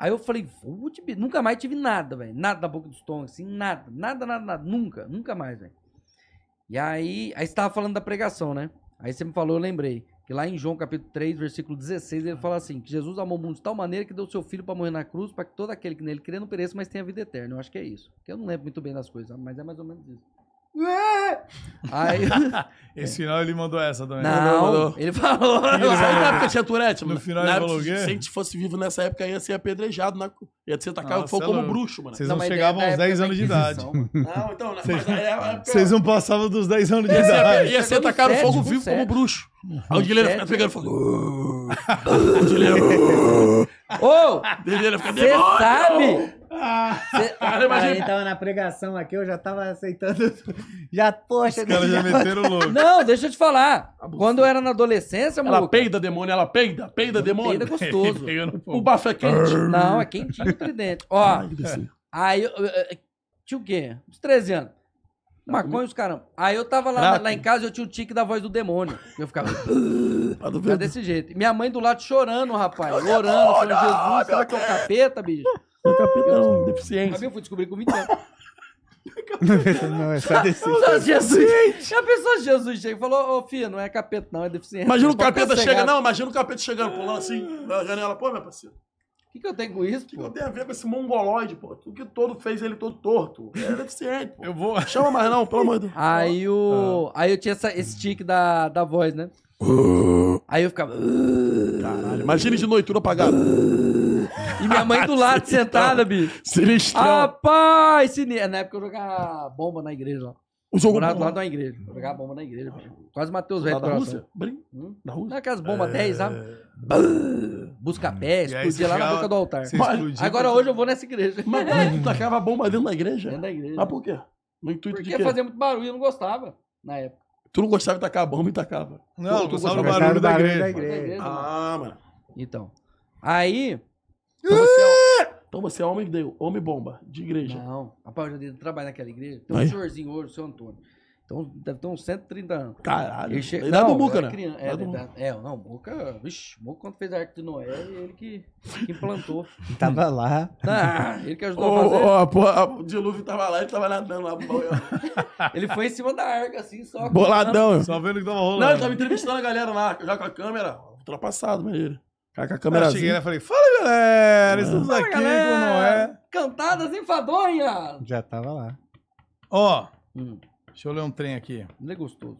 A: Aí eu falei, "Fute, bicho." nunca mais tive nada, velho. Nada na boca do estômago, assim, nada, nada, nada, nada. Nunca, nunca mais, velho. E aí, aí você tava falando da pregação, né? Aí você me falou, eu lembrei. Que lá em João capítulo 3, versículo 16, ele fala assim: que Jesus amou o mundo de tal maneira que deu seu filho para morrer na cruz, para que todo aquele que nele crê não pereça, mas tenha vida eterna. Eu acho que é isso. Eu não lembro muito bem das coisas, mas é mais ou menos isso. Aí.
B: Esse final ele mandou essa também.
A: Não, ele falou.
C: Sabe na época tinha Tourette,
B: No
C: mano?
B: final
C: Na
B: ele
C: época,
B: falou o quê?
C: Se a gente fosse vivo nessa época, ia ser apedrejado. Na... Ia ser
B: Ah,
C: atacado
B: cê
C: foi
B: é
C: como
B: louco.
C: bruxo, mano.
B: Vocês
A: Não,
B: não
A: mas
B: chegavam
A: é da
B: aos
A: época
B: 10
A: da
B: anos de idade.
A: Inquisição, mano.
C: Não, então... Mas aí, é-
B: Vocês não passavam dos 10 anos de idade.
C: Ia
A: Chegou
C: ser
A: no
C: atacado
A: sete,
C: fogo
A: no
C: vivo
A: sete.
C: como bruxo. Aí o Guilherme fica pegando e fala. "Uh, uh", O Guilherme. "Uh".
A: Ô,
C: O Guilherme fica
A: você
C: demônio.
A: sabe? tá Cê-
C: Cara, imagina.
D: Aí tava na pregação aqui, eu já tava aceitando. Já, poxa,
A: é
B: Os caras já meteram o louco.
A: Não, deixa eu te falar. Quando eu era na adolescência,
C: Ela
A: maluco,
C: peida demônio, ela peida, peida demônio.
A: ainda gostoso.
B: Pegou no
C: O
B: fogo.
C: bafo é quente.
A: Não, é quentinho o tridente. Ó,
C: Ai, que delícia.
A: aí eu, eu, eu- tinha o quê? Uns 13 anos.
C: Tá
A: Maconha e os caramba. Aí eu tava lá,
C: Crack.
A: lá em casa, eu tinha o tique da voz do demônio. Eu ficava
C: Tá
A: Tá
C: duvidando?
A: desse jeito. Minha mãe do lado chorando, rapaz. Orando, falando, Jesus, será que é o capeta, bicho?
C: O capeta é um
A: Aí
C: deficiente.
A: eu fui descobrir com 20 anos.
D: não, é
C: Tá
D: só desse.
A: Só Jesus. E a pessoa Jesus chega e falou, ô filho, não é capeta não, é deficiente.
C: Imagina o
A: Pode ficar
C: capeta chega,
A: sossegado.
C: não, imagina o capeta chegando, pulando assim, na janela. Pô, meu parceiro, o
A: O que, que eu tenho com isso,
C: que, que eu
A: pô?
C: tenho a ver com esse mongoloide, pô? Tu que todo fez ele todo torto. É deficiente, pô.
B: Eu vou.
C: Chama mais não, pelo amor de Deus.
A: Aí o.
C: Ah.
A: Aí eu tinha essa, esse tique da, da voz, né?
C: Uh.
A: Aí eu ficava.
C: Caralho, imagine de noite, tudo apagado.
A: E minha mãe do lado sentada, bicho.
C: Sinistrão.
A: Ah, Rapaz, sinistro. Na época eu jogava bomba na igreja lá.
C: o jogo
A: Morava do lado da igreja. Eu jogava bomba na igreja. bicho. Quase matei os velhos.
C: da
A: do coração.
C: Rússia? Brin?
A: Hum?
C: Da Rússia?
A: Não é aquelas bombas 10, sabe? Busca pé,
B: E aí você
A: explodia lá na
B: chegava-
A: boca do altar.
B: Você
C: Mas-
B: explodiu.
A: Agora hoje eu vou nessa igreja.
C: Mas como é que tu tacava bomba dentro da igreja?
A: Hum. Dentro da igreja.
C: Mas por é? quê? No intuito de
A: Porque
C: quê?
A: fazia muito barulho, eu não gostava na época.
C: Tu não gostava de tacar bomba e tacava.
B: Não,
C: Tu- tu
B: gostava do
C: gostava
B: barulho
D: do
B: da
D: barulho da
B: igreja.
D: igreja.
A: Na igreja, não.
C: Ah, mano.
A: Então. Aí.
C: Então você é, então você é homem de Deus, homem bomba, de igreja.
A: Não, rapaz, eu já dei trabalho naquela igreja. Tem um
C: Aí.
A: senhorzinho hoje, o seu Antônio. Então, deve ter uns 130 anos.
C: Caralho.
A: Ele che-
C: Ele dá do
A: Ah, Não,
C: Muca,
A: era
C: né?
A: criança-
C: Dá
A: É,
C: do Muca.
A: da- é, não, Muca. Vixe, Muca, quando fez a arte de Noé, ele que, que implantou.
D: Tava lá.
A: Ah, ele que
C: Ô,
A: ajudou a fazer.
C: ô, a porra, a- o dilúvio tava lá, ele tava nadando lá. boiando.
A: Ele foi em cima da arca, assim, só.
C: Boladão.
B: Só vendo o que tava
C: Não, ele tava
B: rolando.
C: entrevistando a galera lá, já com a câmera. Ultrapassado, mas ele. Com a
B: eu
C: câmera
B: cheguei
A: né?
B: lá e falei, fala galera, estamos
A: Fala,
B: aqui com o
A: galera!
B: Noé.
A: Cantadas enfadonhas!
D: Já tava lá.
B: Ó,
A: Hum,
B: deixa eu ler um trem aqui.
A: ele é gostoso.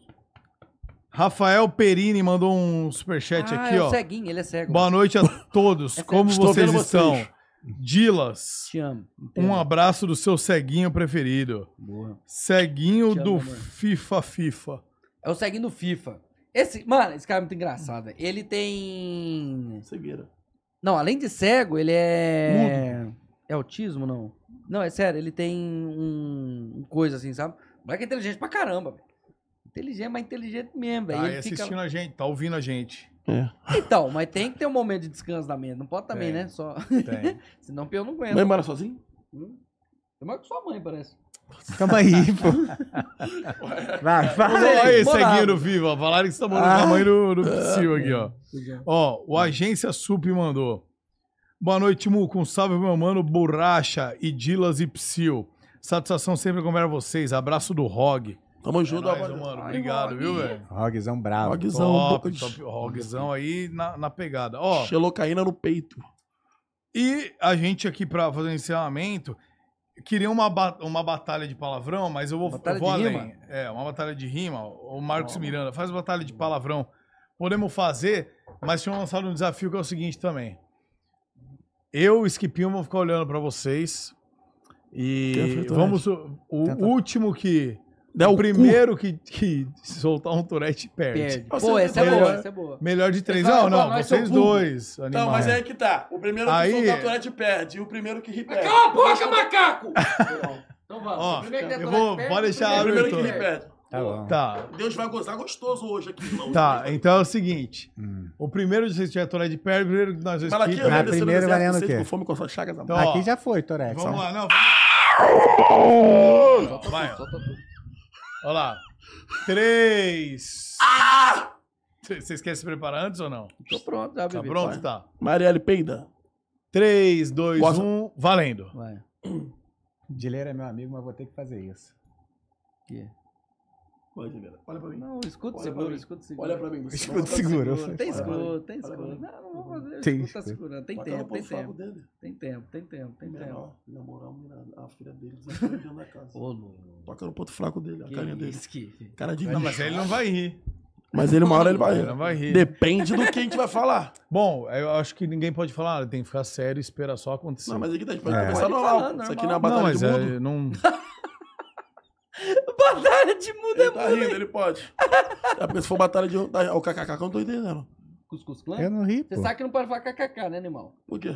B: Rafael Perini mandou um superchat
A: ah,
B: aqui,
A: é o
B: ó.
A: ceguinho, ele é cego.
B: Boa noite a todos.
A: É
B: Como
C: sério. Estou
B: vocês
C: vendo
B: estão?
C: vocês.
B: Dilas,
A: Te amo.
B: um abraço do seu ceguinho preferido.
A: Boa.
B: Ceguinho
A: Te amo,
B: do
A: amor.
B: FIFA FIFA.
A: É o ceguinho do FIFA. Esse, mano, esse cara é muito engraçado, velho. Ele tem...
C: Cegueira.
A: Não, além de cego, ele é... É autismo, não? Não, é sério, ele tem um... um coisa assim, sabe? O moleque é inteligente pra caramba, velho. Inteligente, mas inteligente mesmo, velho.
B: Tá aí
A: ele fica...
B: assistindo a gente, tá ouvindo a gente.
C: É.
A: Então, mas tem que ter um momento de descanso da mente. Não pode também,
B: Tem.
A: né? Só...
B: Tem.
A: Senão eu não aguento.
C: Vai embora sozinho?
A: Hum. É mais que sua mãe, parece.
D: Calma aí, pô. Vai, vai.
A: Ele
B: Olha aí,
A: morava.
B: ceguinho do FIFA. Falaram que você tá morando com a mãe do, do
A: Ah.
B: Psyu aqui, ó. Ó, o Agência Sup mandou. Boa noite, Muco. Um salve pro meu mano Borracha e Dilas e Psyu. Satisfação sempre acompanhar vocês. Abraço do Rog.
C: Tamo
B: É
C: junto,
B: nóis,
C: rapaz.
B: mano.
A: Ai,
B: Obrigado,
A: Rog.
B: viu, velho?
D: Rogzão bravo.
C: Rogzão,
B: Top,
C: boca
B: top.
C: um de-
B: Rogzão aí na, na pegada. Ó,
C: Xelocaína no peito.
B: e a gente aqui pra fazer o encerramento, queria uma, ba- uma batalha de palavrão, mas eu vou,
A: Batalha
B: eu vou
A: de
B: além.
A: rima?
B: É, uma batalha de rima. O Marcos Miranda faz batalha de palavrão. Podemos fazer, mas tinha lançado um desafio que é o seguinte também. Eu, Skipinho, vou ficar olhando pra vocês.
C: Quem
B: E
C: foi o
B: vamos. O
D: Tenta.
B: último que. o
C: Dá Né, É o cu.
B: primeiro que, que soltar um Tourette
A: Perde.
B: perde.
A: Pô, essa é
B: Melhor.
A: boa, essa é boa.
B: Melhor de três.
A: Ele fala,
B: Não, não,
A: "Pô, nós
B: vocês
A: sou burro."
B: dois. Animal.
C: Não, mas é aí que tá. O primeiro
B: Aí-
C: que soltar a Tourette perde. E o primeiro que ri perde.
A: Cala a boca, macaco! então vamos.
B: Ó,
A: O primeiro que der
B: eu
A: toalete
B: vou-
A: perde,
B: vou
A: o
B: deixar
C: O
A: primeiro
C: primeiro que
B: aberto.
C: ri perde.
D: Tá bom.
B: Tá,
C: Deus vai gozar gostoso hoje aqui. irmão.
B: tá. Então é o seguinte:
D: Hum.
B: o primeiro de vocês tiver Tourette perde, o primeiro que nós dois
C: Malaquias,
B: que-
C: veio
D: Na
C: descer do
D: primeira
C: deserto,
D: valendo o
C: sede
D: quê?
C: Com fome com suas chagas, amor.
B: Então, ó,
D: Aqui já foi, Torex.
B: Vamos
D: ó.
B: lá, não.
A: Solta
B: Vai, ó.
A: tudo, solta tudo.
B: Olha lá. Três.
C: Ah!
B: C- Vocês querem se preparar antes ou não?
A: Tô pronto, já,
B: Tá
A: bebê.
B: pronto? Tá.
C: Marielle peida.
B: Três, dois,
C: Posso?
B: um. Valendo.
A: Vai. Vai.
D: Dileira é meu amigo, mas vou ter que fazer isso.
A: Aqui.
C: Pode, galera. Olha pra mim.
A: Não, escuta o
C: Olha
A: seguro,
C: pra mim.
A: escuta o seguro.
C: Olha pra mim.
D: Escuta, segura. eu
A: Tem
D: sei.
A: escuro, tem
C: Olha pra
A: escuro.
C: mim.
A: Não, não vou fazer.
D: Tem
A: escuta, tá
D: escuro.
A: segurando. Tem
C: Bota ela
A: tempo,
C: pro
A: tem
C: saco
A: tempo.
C: dele.
A: Tem tempo, tem tempo, tem tempo.
C: Menor, na moral, menina, a filha dele desapareceu dentro da casa.
A: Ô, Lu. Tá
C: Toca no ponto fraco dele, a
A: Que
C: carinha dele.
A: isso que...
C: Cara de
B: Não,
C: bicho.
B: mas ele não vai rir.
C: Mas ele, uma hora, ele vai.
B: Ele não vai rir.
C: Depende do que a gente vai falar.
B: Bom, eu acho que ninguém pode falar, "Ah, tem que ficar sério e esperar só acontecer.
C: Não, é tá,
B: Não, mas,
C: mas aqui a gente pode
D: É.
C: começar
A: Pode
C: normal.
A: falar,
C: Isso
A: normal.
C: aqui não é batalha de
B: é,
C: mundo.
B: não.
A: O
F: Batalha de muda é
C: Ele tá rindo, ele pode. É porque se for batalha de. Ah, O kkk eu não tô entendendo.
A: É Cuscuz
D: Eu
A: Clã?
D: não ri, pô.
A: Você sabe que não pode falar kkk, né, animal?
C: Por quê?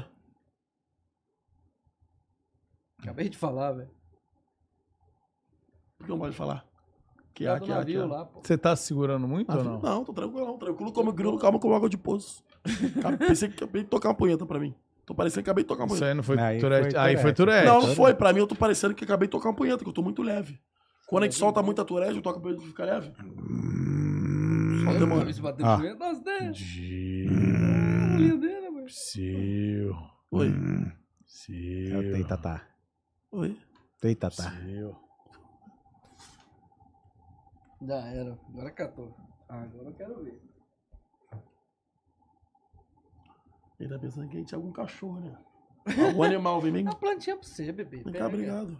A: Acabei de falar, velho.
C: Por que não pode falar? Que
A: Lá
C: é,
A: Tá do
C: que é, que
A: navio
C: é.
A: lá, pô.
B: Você tá segurando muito
C: Ah,
B: ou
C: não.
B: não?
C: não, tô tranquilo, não. Tranquilo como grilo, calma como água de poço. Cara, Pensei que acabei de tocar uma punheta pra mim. Tô parecendo que acabei de tocar uma
B: Isso
C: punheta.
B: aí não foi
D: Aí
B: Tourette.
D: foi
B: aí foi Tourette.
C: não, não foi. Pra mim, eu tô parecendo que acabei de tocar uma punheta, que eu tô muito leve. Quando a gente solta muita turete, eu toco a punheta de ficar leve. Só demora.
A: Isso bateu
D: Ah. Hum.
A: com ele, nossa, né?
B: Seu.
C: Oi,
D: É o Teitatá.
C: oi. Tá.
D: Teitatá.
A: Já era. Agora catou. Ah, Agora eu quero ver.
C: Ele tá pensando que a gente é algum cachorro, né? Algum animal, vem
A: É
C: mesmo.
A: uma plantinha pra você, bebê.
C: Vem
A: Pega.
C: cá, obrigado.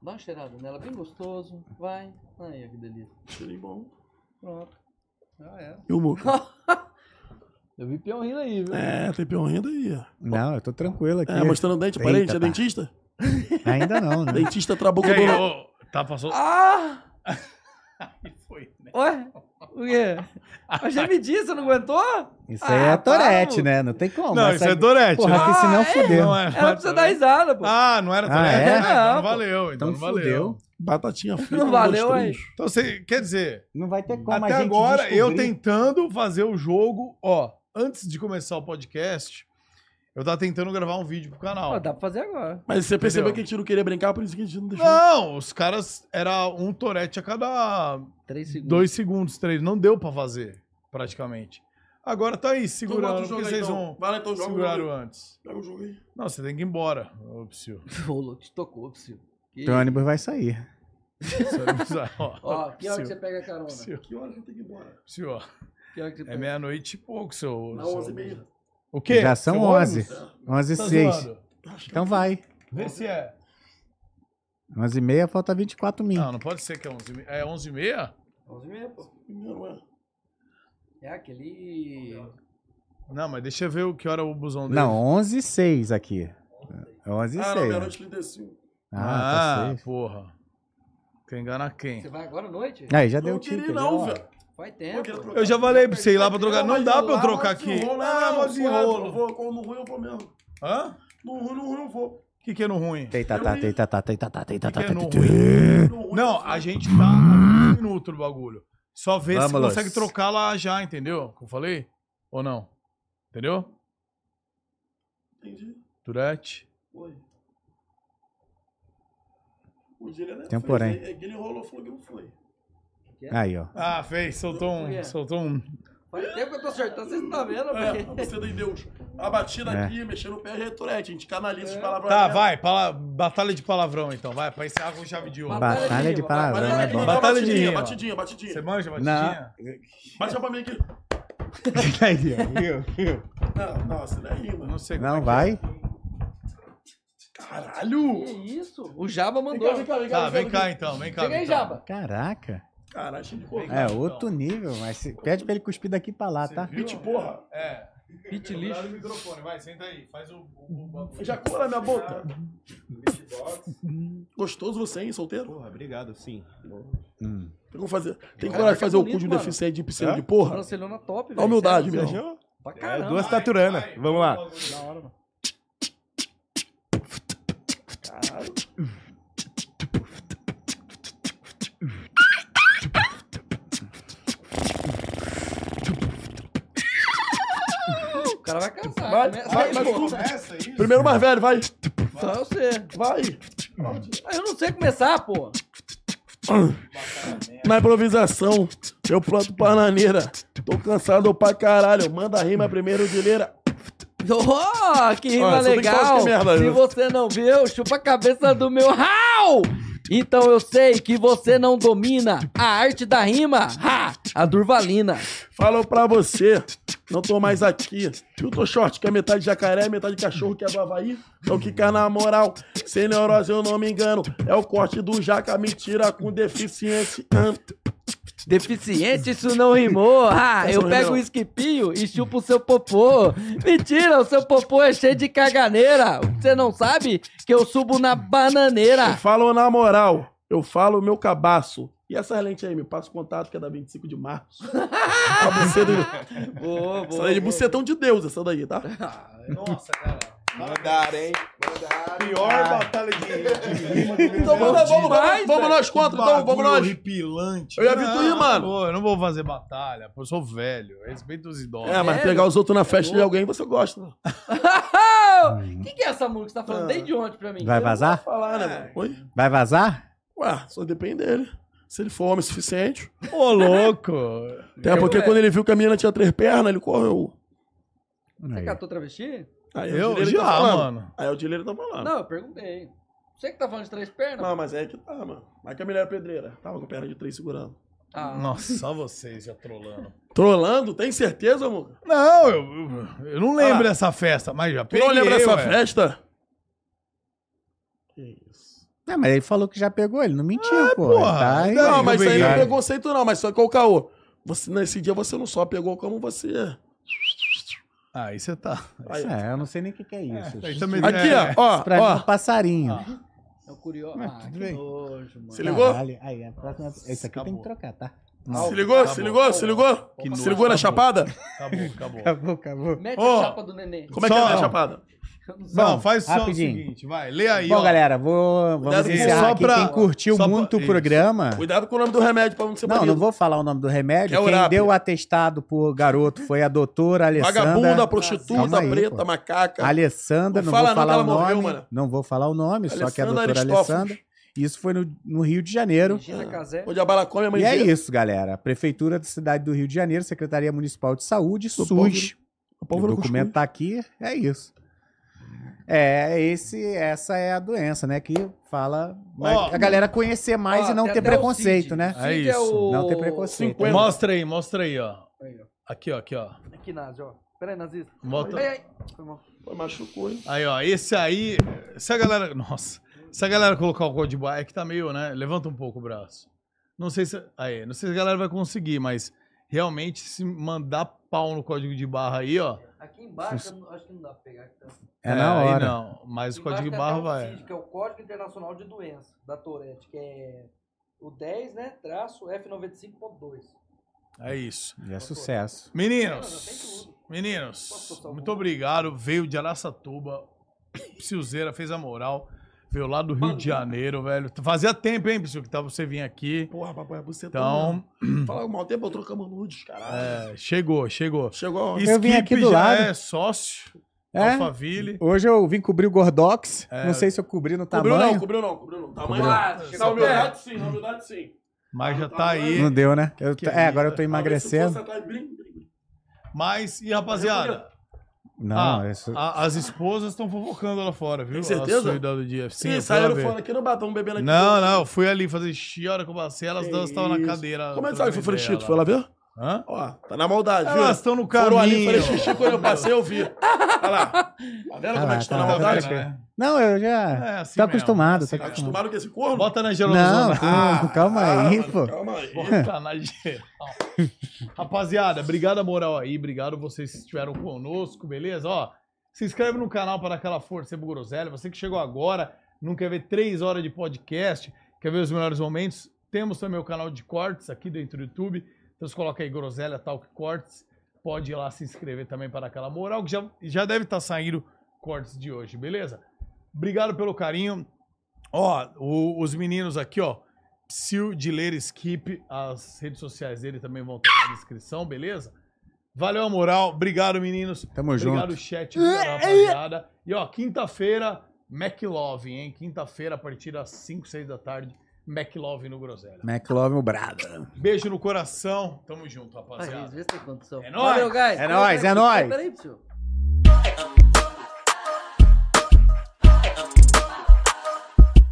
A: Dá uma cheirada nela, bem gostoso. Vai. Aí, ó, que delícia.
C: Cheirinho bom.
A: Pronto. Já era.
C: E o Muca?
A: Eu vi peão rindo aí, viu?
C: É, tem peão rindo aí. ó.
D: Não, eu tô tranquilo aqui.
C: É, mostrando dente,
D: Eita,
C: parente, é
D: tá.
C: dentista?
D: Ainda não, né?
C: Dentista trabuco
B: E aí,
C: do...
B: ô, tá passou.
F: Ah!
B: Foi, né?
F: Ué? O quê? Mas já me disse, você não aguentou?
D: Isso aí é
F: Ah,
D: Torete,
F: para,
D: né? Não tem como.
B: tá, Não,
D: Essa-
B: isso é Dorete.
D: Porra,
B: né?
D: aqui senão fudeu.
B: Não é- não
F: Era
B: é
F: pra você dar risada, pô.
B: Ah, não era Tourette?
D: Ah, é?
B: Ah, então
F: Não,
B: não
F: pô.
B: valeu. Então,
D: Então
B: não valeu.
D: fudeu.
C: Batatinha frita.
F: Não
C: com
F: valeu,
C: dois
F: aí.
C: trechos.
B: Então, você, quer dizer,
D: Não vai ter como a
B: até
D: gente
B: agora eu
D: descobrir.
B: tentando fazer o jogo, ó, antes de começar o podcast, eu tava tentando gravar um vídeo pro canal.
F: Pô, dá pra fazer agora.
C: Mas você percebeu
B: Entendeu? Ah,
C: que a gente não queria brincar, por isso que a gente não deixou.
B: Não, os caras, era um Tourette a cada
A: Três segundos.
B: dois segundos, três. Não deu pra fazer, praticamente. Agora tá aí,
C: Então bota o
B: segurando,
C: jogo
B: porque
C: aí,
B: vocês
C: então.
B: vão
C: Vai lá então, joga o jogo
B: seguraram
C: aí.
B: antes.
C: Pega o jogo aí.
B: Não, você tem que ir embora, ô Psyu.
A: Rolo, te tocou, Psyu. Que-
C: um
D: Teu ônibus vai sair.
B: Isso é bizarro.
A: Ó, que hora que você tá
B: Psyu,
A: pega a carona?
B: Psyu,
C: Que hora que eu tenho que ir embora?
B: Psyu, ó.
A: Que hora que você
B: É
A: pega?
B: meia-noite e pouco, seu.
C: Na
B: seu-
C: 11 e meia.
B: O quê?
D: Já são
B: Seu
D: 11.
B: ônibus?
D: 11 e
B: Tá
D: 6.
B: zoando?
D: Então vai.
B: Vê se é.
D: 11 e meia, falta 24 mil.
B: Não, não pode ser que é 11 e meia. É 11 e meia?
A: Onze e meia, pô.
C: Não, é.
A: É aquele.
B: Não, mas deixa eu ver o que hora o busão dele.
D: Não, 11 e 6 aqui. 11 e
C: Ah, não,
D: 6.
C: meia-noite e 35.
D: Ah,
B: Ah,
D: tá 6.
B: porra. Quer enganar quem?
A: Você vai agora à noite?
D: Aí, já
C: Eu
D: deu
C: não
D: o ticket. né?
C: queria não,
D: já, ó.
C: velho.
A: Faz
C: Eu
A: tempo.
C: quero trocar.
B: Eu já falei pra você ir lá pra trocar. Não
C: mas
B: dá
C: lá, né,
B: pra eu trocar
C: mas
B: aqui.
C: não vou,
B: Ah,
C: Não,
B: mas
C: não, não
B: enrolo.
C: vou. Quando não vou, eu vou mesmo.
B: Hã?
C: No ruim, no ruim, eu vou.
B: O que que é no ruim?
D: Teitatá, teitatá, teitatá, teitatá.
B: Que que é no
D: teitatá.
C: No ruim,
B: Não, a gente tá a um minuto do bagulho. Só vê se
D: Vamos,
B: consegue
D: Luiz.
B: trocar lá já, entendeu? Como eu falei? Ou não? Entendeu?
C: Entendi.
B: Durante.
C: Oi. O dia ele é
D: Tem um porém.
C: É que ele enrolou, falou que não foi.
D: tá. Aí, ó.
B: Ah, fez, soltou
A: Por
B: um.
A: quê?
B: Soltou um.
A: Faz tempo que eu tô acertando, vocês não estão vendo,
C: É,
A: velho.
C: você tem Deus. A batida
D: É.
C: aqui, mexer no pé é retorete. A gente canaliza os palavrões.
B: Tá,
C: dela.
B: vai, pala- batalha de palavrão então, vai, pra encerrar com chave de ouro.
A: Batalha
D: Batalha
A: de
D: de
A: palavrão,
D: palavrão é
C: aqui,
D: bom.
C: dá uma
B: Batalha de
C: batidinha,
B: rima.
C: batidinha, batidinha.
B: Você manja,
D: Não.
B: Batidinha?
C: Baixa pra mim aqui.
D: Aí, ó. Viu, viu?
C: Não, nossa, não é rima.
B: Não sei
D: Não vai.
A: Que
C: Caralho!
A: isso? O Jaba
C: Vem
A: mandou.
C: cá, vem cá, vem cá.
B: Tá, vem cá então, vem cá.
A: Chega aí,
B: Vitão.
A: Jaba.
D: Caraca.
C: Caralho, cheio de cor.
D: É outro nível, mas se- pede pra ele cuspir daqui pra lá, tá?
B: Viu?
C: Gente, porra.
B: É.
A: Pit
B: Lixo.
A: lixo.
B: o microfone, vai, senta aí, faz o. Tá,
C: Já cor na minha boca.
E: Beatbox.
C: Gostoso você, hein, solteiro?
E: Porra, obrigado, sim.
D: Hum.
C: Tem como fazer. Tem
A: Cara,
C: coragem de
A: fica
C: fazer o
A: bonito,
C: cu de um
A: mano.
C: deficiente de piscina
E: É?
C: de porra?
A: Francelona top, velho.
C: Dá humildade,
A: Sério,
C: meu.
A: Pra
E: É,
A: caramba.
E: duas taturanas. Vamos lá.
A: Da hora, mano. O cara vai cansar.
C: Vai,
A: começa
C: vai,
A: aí,
C: mas
A: pô.
C: tu-
B: Essa aí?
C: Primeiro mais velho, vai.
A: Só eu sei.
C: Vai.
A: Ah, Eu não sei começar, pô.
C: Na improvisação, eu planto bananeira. Tô cansado pra caralho. Manda rima primeiro de leira.
F: Oh, que rima
C: Olha, só tem que
F: legal!
C: falar que merda,
F: Se
C: né?
F: você não viu, chupa a cabeça do meu rau! Então eu sei que você não domina a arte da rima, ha! A durvalina.
C: Falou pra você, não tô mais aqui. Eu tô short, que é metade jacaré, metade cachorro, que é do Havaí. Então fica na moral, sem neurose eu não me engano. É o corte do jaca, mentira com deficiência.
F: Deficiente, isso não rimou. Ah, eu
C: não
F: pego
C: rimou.
F: o esquipinho e chupo o seu popô. Mentira, o seu popô é cheio
A: Ah.
F: de caganeira. Você não sabe que eu subo na bananeira.
C: Falou na moral, Eu falo o meu cabaço. E essa lente aí, me passa o contato que é da 25 de março. A buceta de-
F: Boa,
C: Essa daí é de bucetão de Deus, essa daí, tá?
B: Ah, Nossa, cara.
E: Mandaram, hein? Mandaram.
B: Pior batalha de, de rima né? que
C: Então vamos,
B: eu
C: vamos, vamos,
F: demais,
C: vamos, nós contra, então, vamos nós.
B: Horripilante.
C: Eu ia vir tu ir,
B: Não,
C: mano.
B: pô, eu não vou fazer batalha. pô, Eu sou velho. eu Respeito os idosos.
C: É, mas pegar os outros na festa de alguém você gosta. Não
F: O que, que é essa música que você tá falando desde ontem pra mim?
D: Vai
C: Hum. Ah. vai
D: vazar?
C: falar, né, mano? Oi?
D: Vai vazar?
C: Ué, só depende dele. Se ele for homem suficiente.
B: Ô, louco.
C: Até porque quando ele viu que a menina tinha três pernas, ele correu.
A: Você
D: Aí.
A: catou travesti?
C: Aí o
B: Eu,
C: Dileiro
B: já,
C: tá falando.
B: mano.
C: Aí o Dileiro tá falando.
A: Não, eu perguntei. Você que tá falando de três pernas?
C: Não, mas é aí que tá, mano. Mas que a mulher é pedreira. Tava com a perna de três segurando.
A: Ah,
B: Nossa, só vocês já trolando.
C: Trolando, tem certeza, amor?
B: Não, eu, eu- eu não lembro
C: Ah.
B: dessa festa, mas já
C: Tu
B: peguei.
C: não lembra dessa
B: ué.
C: festa? Que isso.
D: Não, mas ele falou que já pegou, ele não mentiu, pô.
B: porra,
D: Tá aí,
B: não,
C: Não,
B: eu
C: mas isso aí não é
B: peguei.
C: preconceito, não, mas só que é o caô. Você, nesse dia você não só pegou como você. é.
B: Aí você tá.
C: Aí,
D: É, eu não sei nem o que, que é isso.
B: Aí também-
C: Aqui,
B: é.
C: ó,
D: Isso pra mim é
C: ó,
D: um passarinho.
A: é o curioso.
D: Mas
A: Ah,
D: tudo
A: que
D: bem.
A: nojo, mano.
C: Se ligou?
D: Caralho. Aí, a próxima... Esse aqui tem
B: Acabou.
D: que trocar, tá?
C: ó. Se ligou, se
B: tá
C: ligou, se ligou?
B: Que
C: se
B: nojo.
C: ligou na
B: Acabou.
C: chapada?
B: Acabou, acabou.
D: Acabou, acabou.
A: Mete
C: Ó.
A: a chapa do neném.
C: Como é que
B: Só-
C: é na chapada?
B: Não, faz só o
D: rapidinho.
B: seguinte, vai. Lê aí,
D: Bom,
B: ó.
D: galera, vou, vamos
C: Cuidado com-
D: encerrar
B: só
D: aqui.
B: pra-
D: Quem curtiu
B: só pra-
D: muito o
B: isso.
D: programa...
C: Cuidado com o nome do remédio pra não ser
D: Não,
C: banido.
D: não vou falar o nome do remédio.
C: É o
D: Quem
C: Rápida.
D: deu o atestado por garoto foi a doutora Alessandra.
C: Vagabunda,
D: Calma
C: prostituta,
D: aí,
C: preta,
D: pô.
C: macaca.
D: Alessandra,
C: Não
D: não,
C: fala não
D: vou falar
C: que
D: o
C: ela
D: nome.
C: morreu, mano.
D: Não vou falar o nome, só que é
C: Alessandra
D: a doutora
C: Aristófanes.
D: Alessandra. Isso foi no, no Rio de Janeiro.
A: Regina Casé.
C: Onde a bala come a mãe
D: E é
C: vê.
D: isso, galera. Prefeitura da cidade do Rio de Janeiro, Secretaria Municipal de Saúde,
C: Do
D: SUS.
C: O
D: O
C: povo não
D: documento tá aqui, é isso. É, esse, essa é a doença, né? Que fala. mas
B: Ó,
D: a galera conhecer mais
A: Ó,
D: e não
A: tem
D: ter
A: até o
D: preconceito,
A: Cid.
D: né?
A: O
B: É
A: Cid
B: isso.
A: o-
D: Não ter preconceito.
C: Cinquenta.
B: Mostra aí, mostra aí, ó.
A: Aí, ó.
B: Aqui, ó, aqui, ó.
A: Aqui, Nazio, ó. Pera aí, Nazista.
B: Bota-
A: Ai, ai. Foi mal.
C: Pô, machucou, hein?
B: Aí, ó, esse aí. Se a galera. Nossa. Se a galera colocar o código barra, é que tá meio, né? Levanta um pouco o braço. Não sei se. Aí, não sei se a galera vai conseguir, mas realmente se mandar pau no código de barra aí, ó.
A: Aqui embaixo, eu não- acho que não dá pra pegar. Então.
D: É na
B: aí
D: hora.
B: não, mas o
A: Embaixo
B: código de
A: tem
B: barra
A: até o
B: vai.
A: CID, que é o Código Internacional de Doença da Tourette, que é o 10, né? Traço F95.2.
B: É isso.
D: E é sucesso.
B: Meninos, meninos, muito obrigado. Veio de Araçatuba, Psiuzeira fez a moral. Veio lá do Rio de Janeiro, velho. Fazia tempo, hein, Psiu, que tava você vir aqui.
C: Porra, papai, você
B: Então,
C: Fala mal tempo, eu trocamos nudes, caralho.
B: é, chegou, chegou.
C: Chegou a hora.
D: Eu vim aqui do
B: já
D: lado.
B: é sócio,
D: É?
B: Alphaville.
D: Hoje eu vim cobrir o Gordox. não sei se eu cobri no
C: É. Cobriu não,
D: tamanho.
C: cobriu não, cobriu não. Tamanho.
D: Cobriu.
C: Ah,
A: Chegou
C: na humildade
A: perto.
C: sim, na humildade sim.
B: Mas já
C: Tá
B: tá
C: bom,
B: aí.
D: Não deu, né? Eu
B: Que
D: tô- é, agora eu tô
C: Talvez se
D: emagrecendo.
C: fosse atrás, blim, blim, blim.
B: Mas, e rapaziada,
D: Não,
B: ah,
D: isso-
B: a- as esposas estão fofocando lá fora, viu?
C: Tem certeza?
B: A suidade do dia. Sim,
C: Ih,
B: eu fui lá
C: saíram
B: ver.
C: fora aqui no batom bebendo aqui.
B: Não, não, eu fui ali fazer xixi, a hora que eu passei, elas
C: Que
B: estavam na
C: isso.
B: cadeira.
C: Como é que sabe que foi
B: trocando ideia
C: frechito? Foi lá ver?
B: Hã?
C: Ó, tá na maldade, viu?
B: Elas estão no
C: Foram ali,
B: caminho.
C: falei xixi, quando eu passei eu vi. Olha lá. Tá vendo como é que estão na
D: Tá
C: maldade?
D: vendo? Não, eu já.
B: né? É, assim
D: tô
B: mesmo,
D: Tá acostumado,
B: assim
D: tô
B: mesmo.
D: acostumado.
C: Acostumaram com esse corno?
B: Bota na
D: Não,
B: gelosona.
D: calma, calma aí,
C: mano,
D: pô.
C: Calma aí.
B: Bota na geral. Rapaziada, obrigado a moral aí, obrigado vocês que estiveram conosco, beleza? Ó, se inscreve no canal para dar aquela força, Sebo Groselha. Você que chegou agora, não quer ver três horas de podcast, quer ver os melhores momentos, temos também o canal de cortes aqui dentro do YouTube. Então você coloca aí Groselha Talk Cortes, pode ir lá se inscrever também para aquela moral, que já, já deve estar saindo cortes de hoje, beleza? Obrigado pelo carinho. Ó, o- os meninos aqui, ó. Psyu de Ler Skip, as redes sociais dele também vão estar na descrição, beleza? Valeu a moral, obrigado meninos.
D: Tamo
B: obrigado
D: junto.
B: chat, obrigado rapaziada. E ó, quinta-feira, McLove, hein? Quinta-feira a partir das 5, 6 da tarde, McLove no Groselha.
D: McLovin o Brada.
B: Beijo no coração, tamo junto,
A: Aí, às
B: rapaziada.
A: vezes tem condição.
B: É
A: Valeu, guys.
D: É nóis, é nóis.
A: Peraí, peraí, peraí, peraí, peraí, peraí.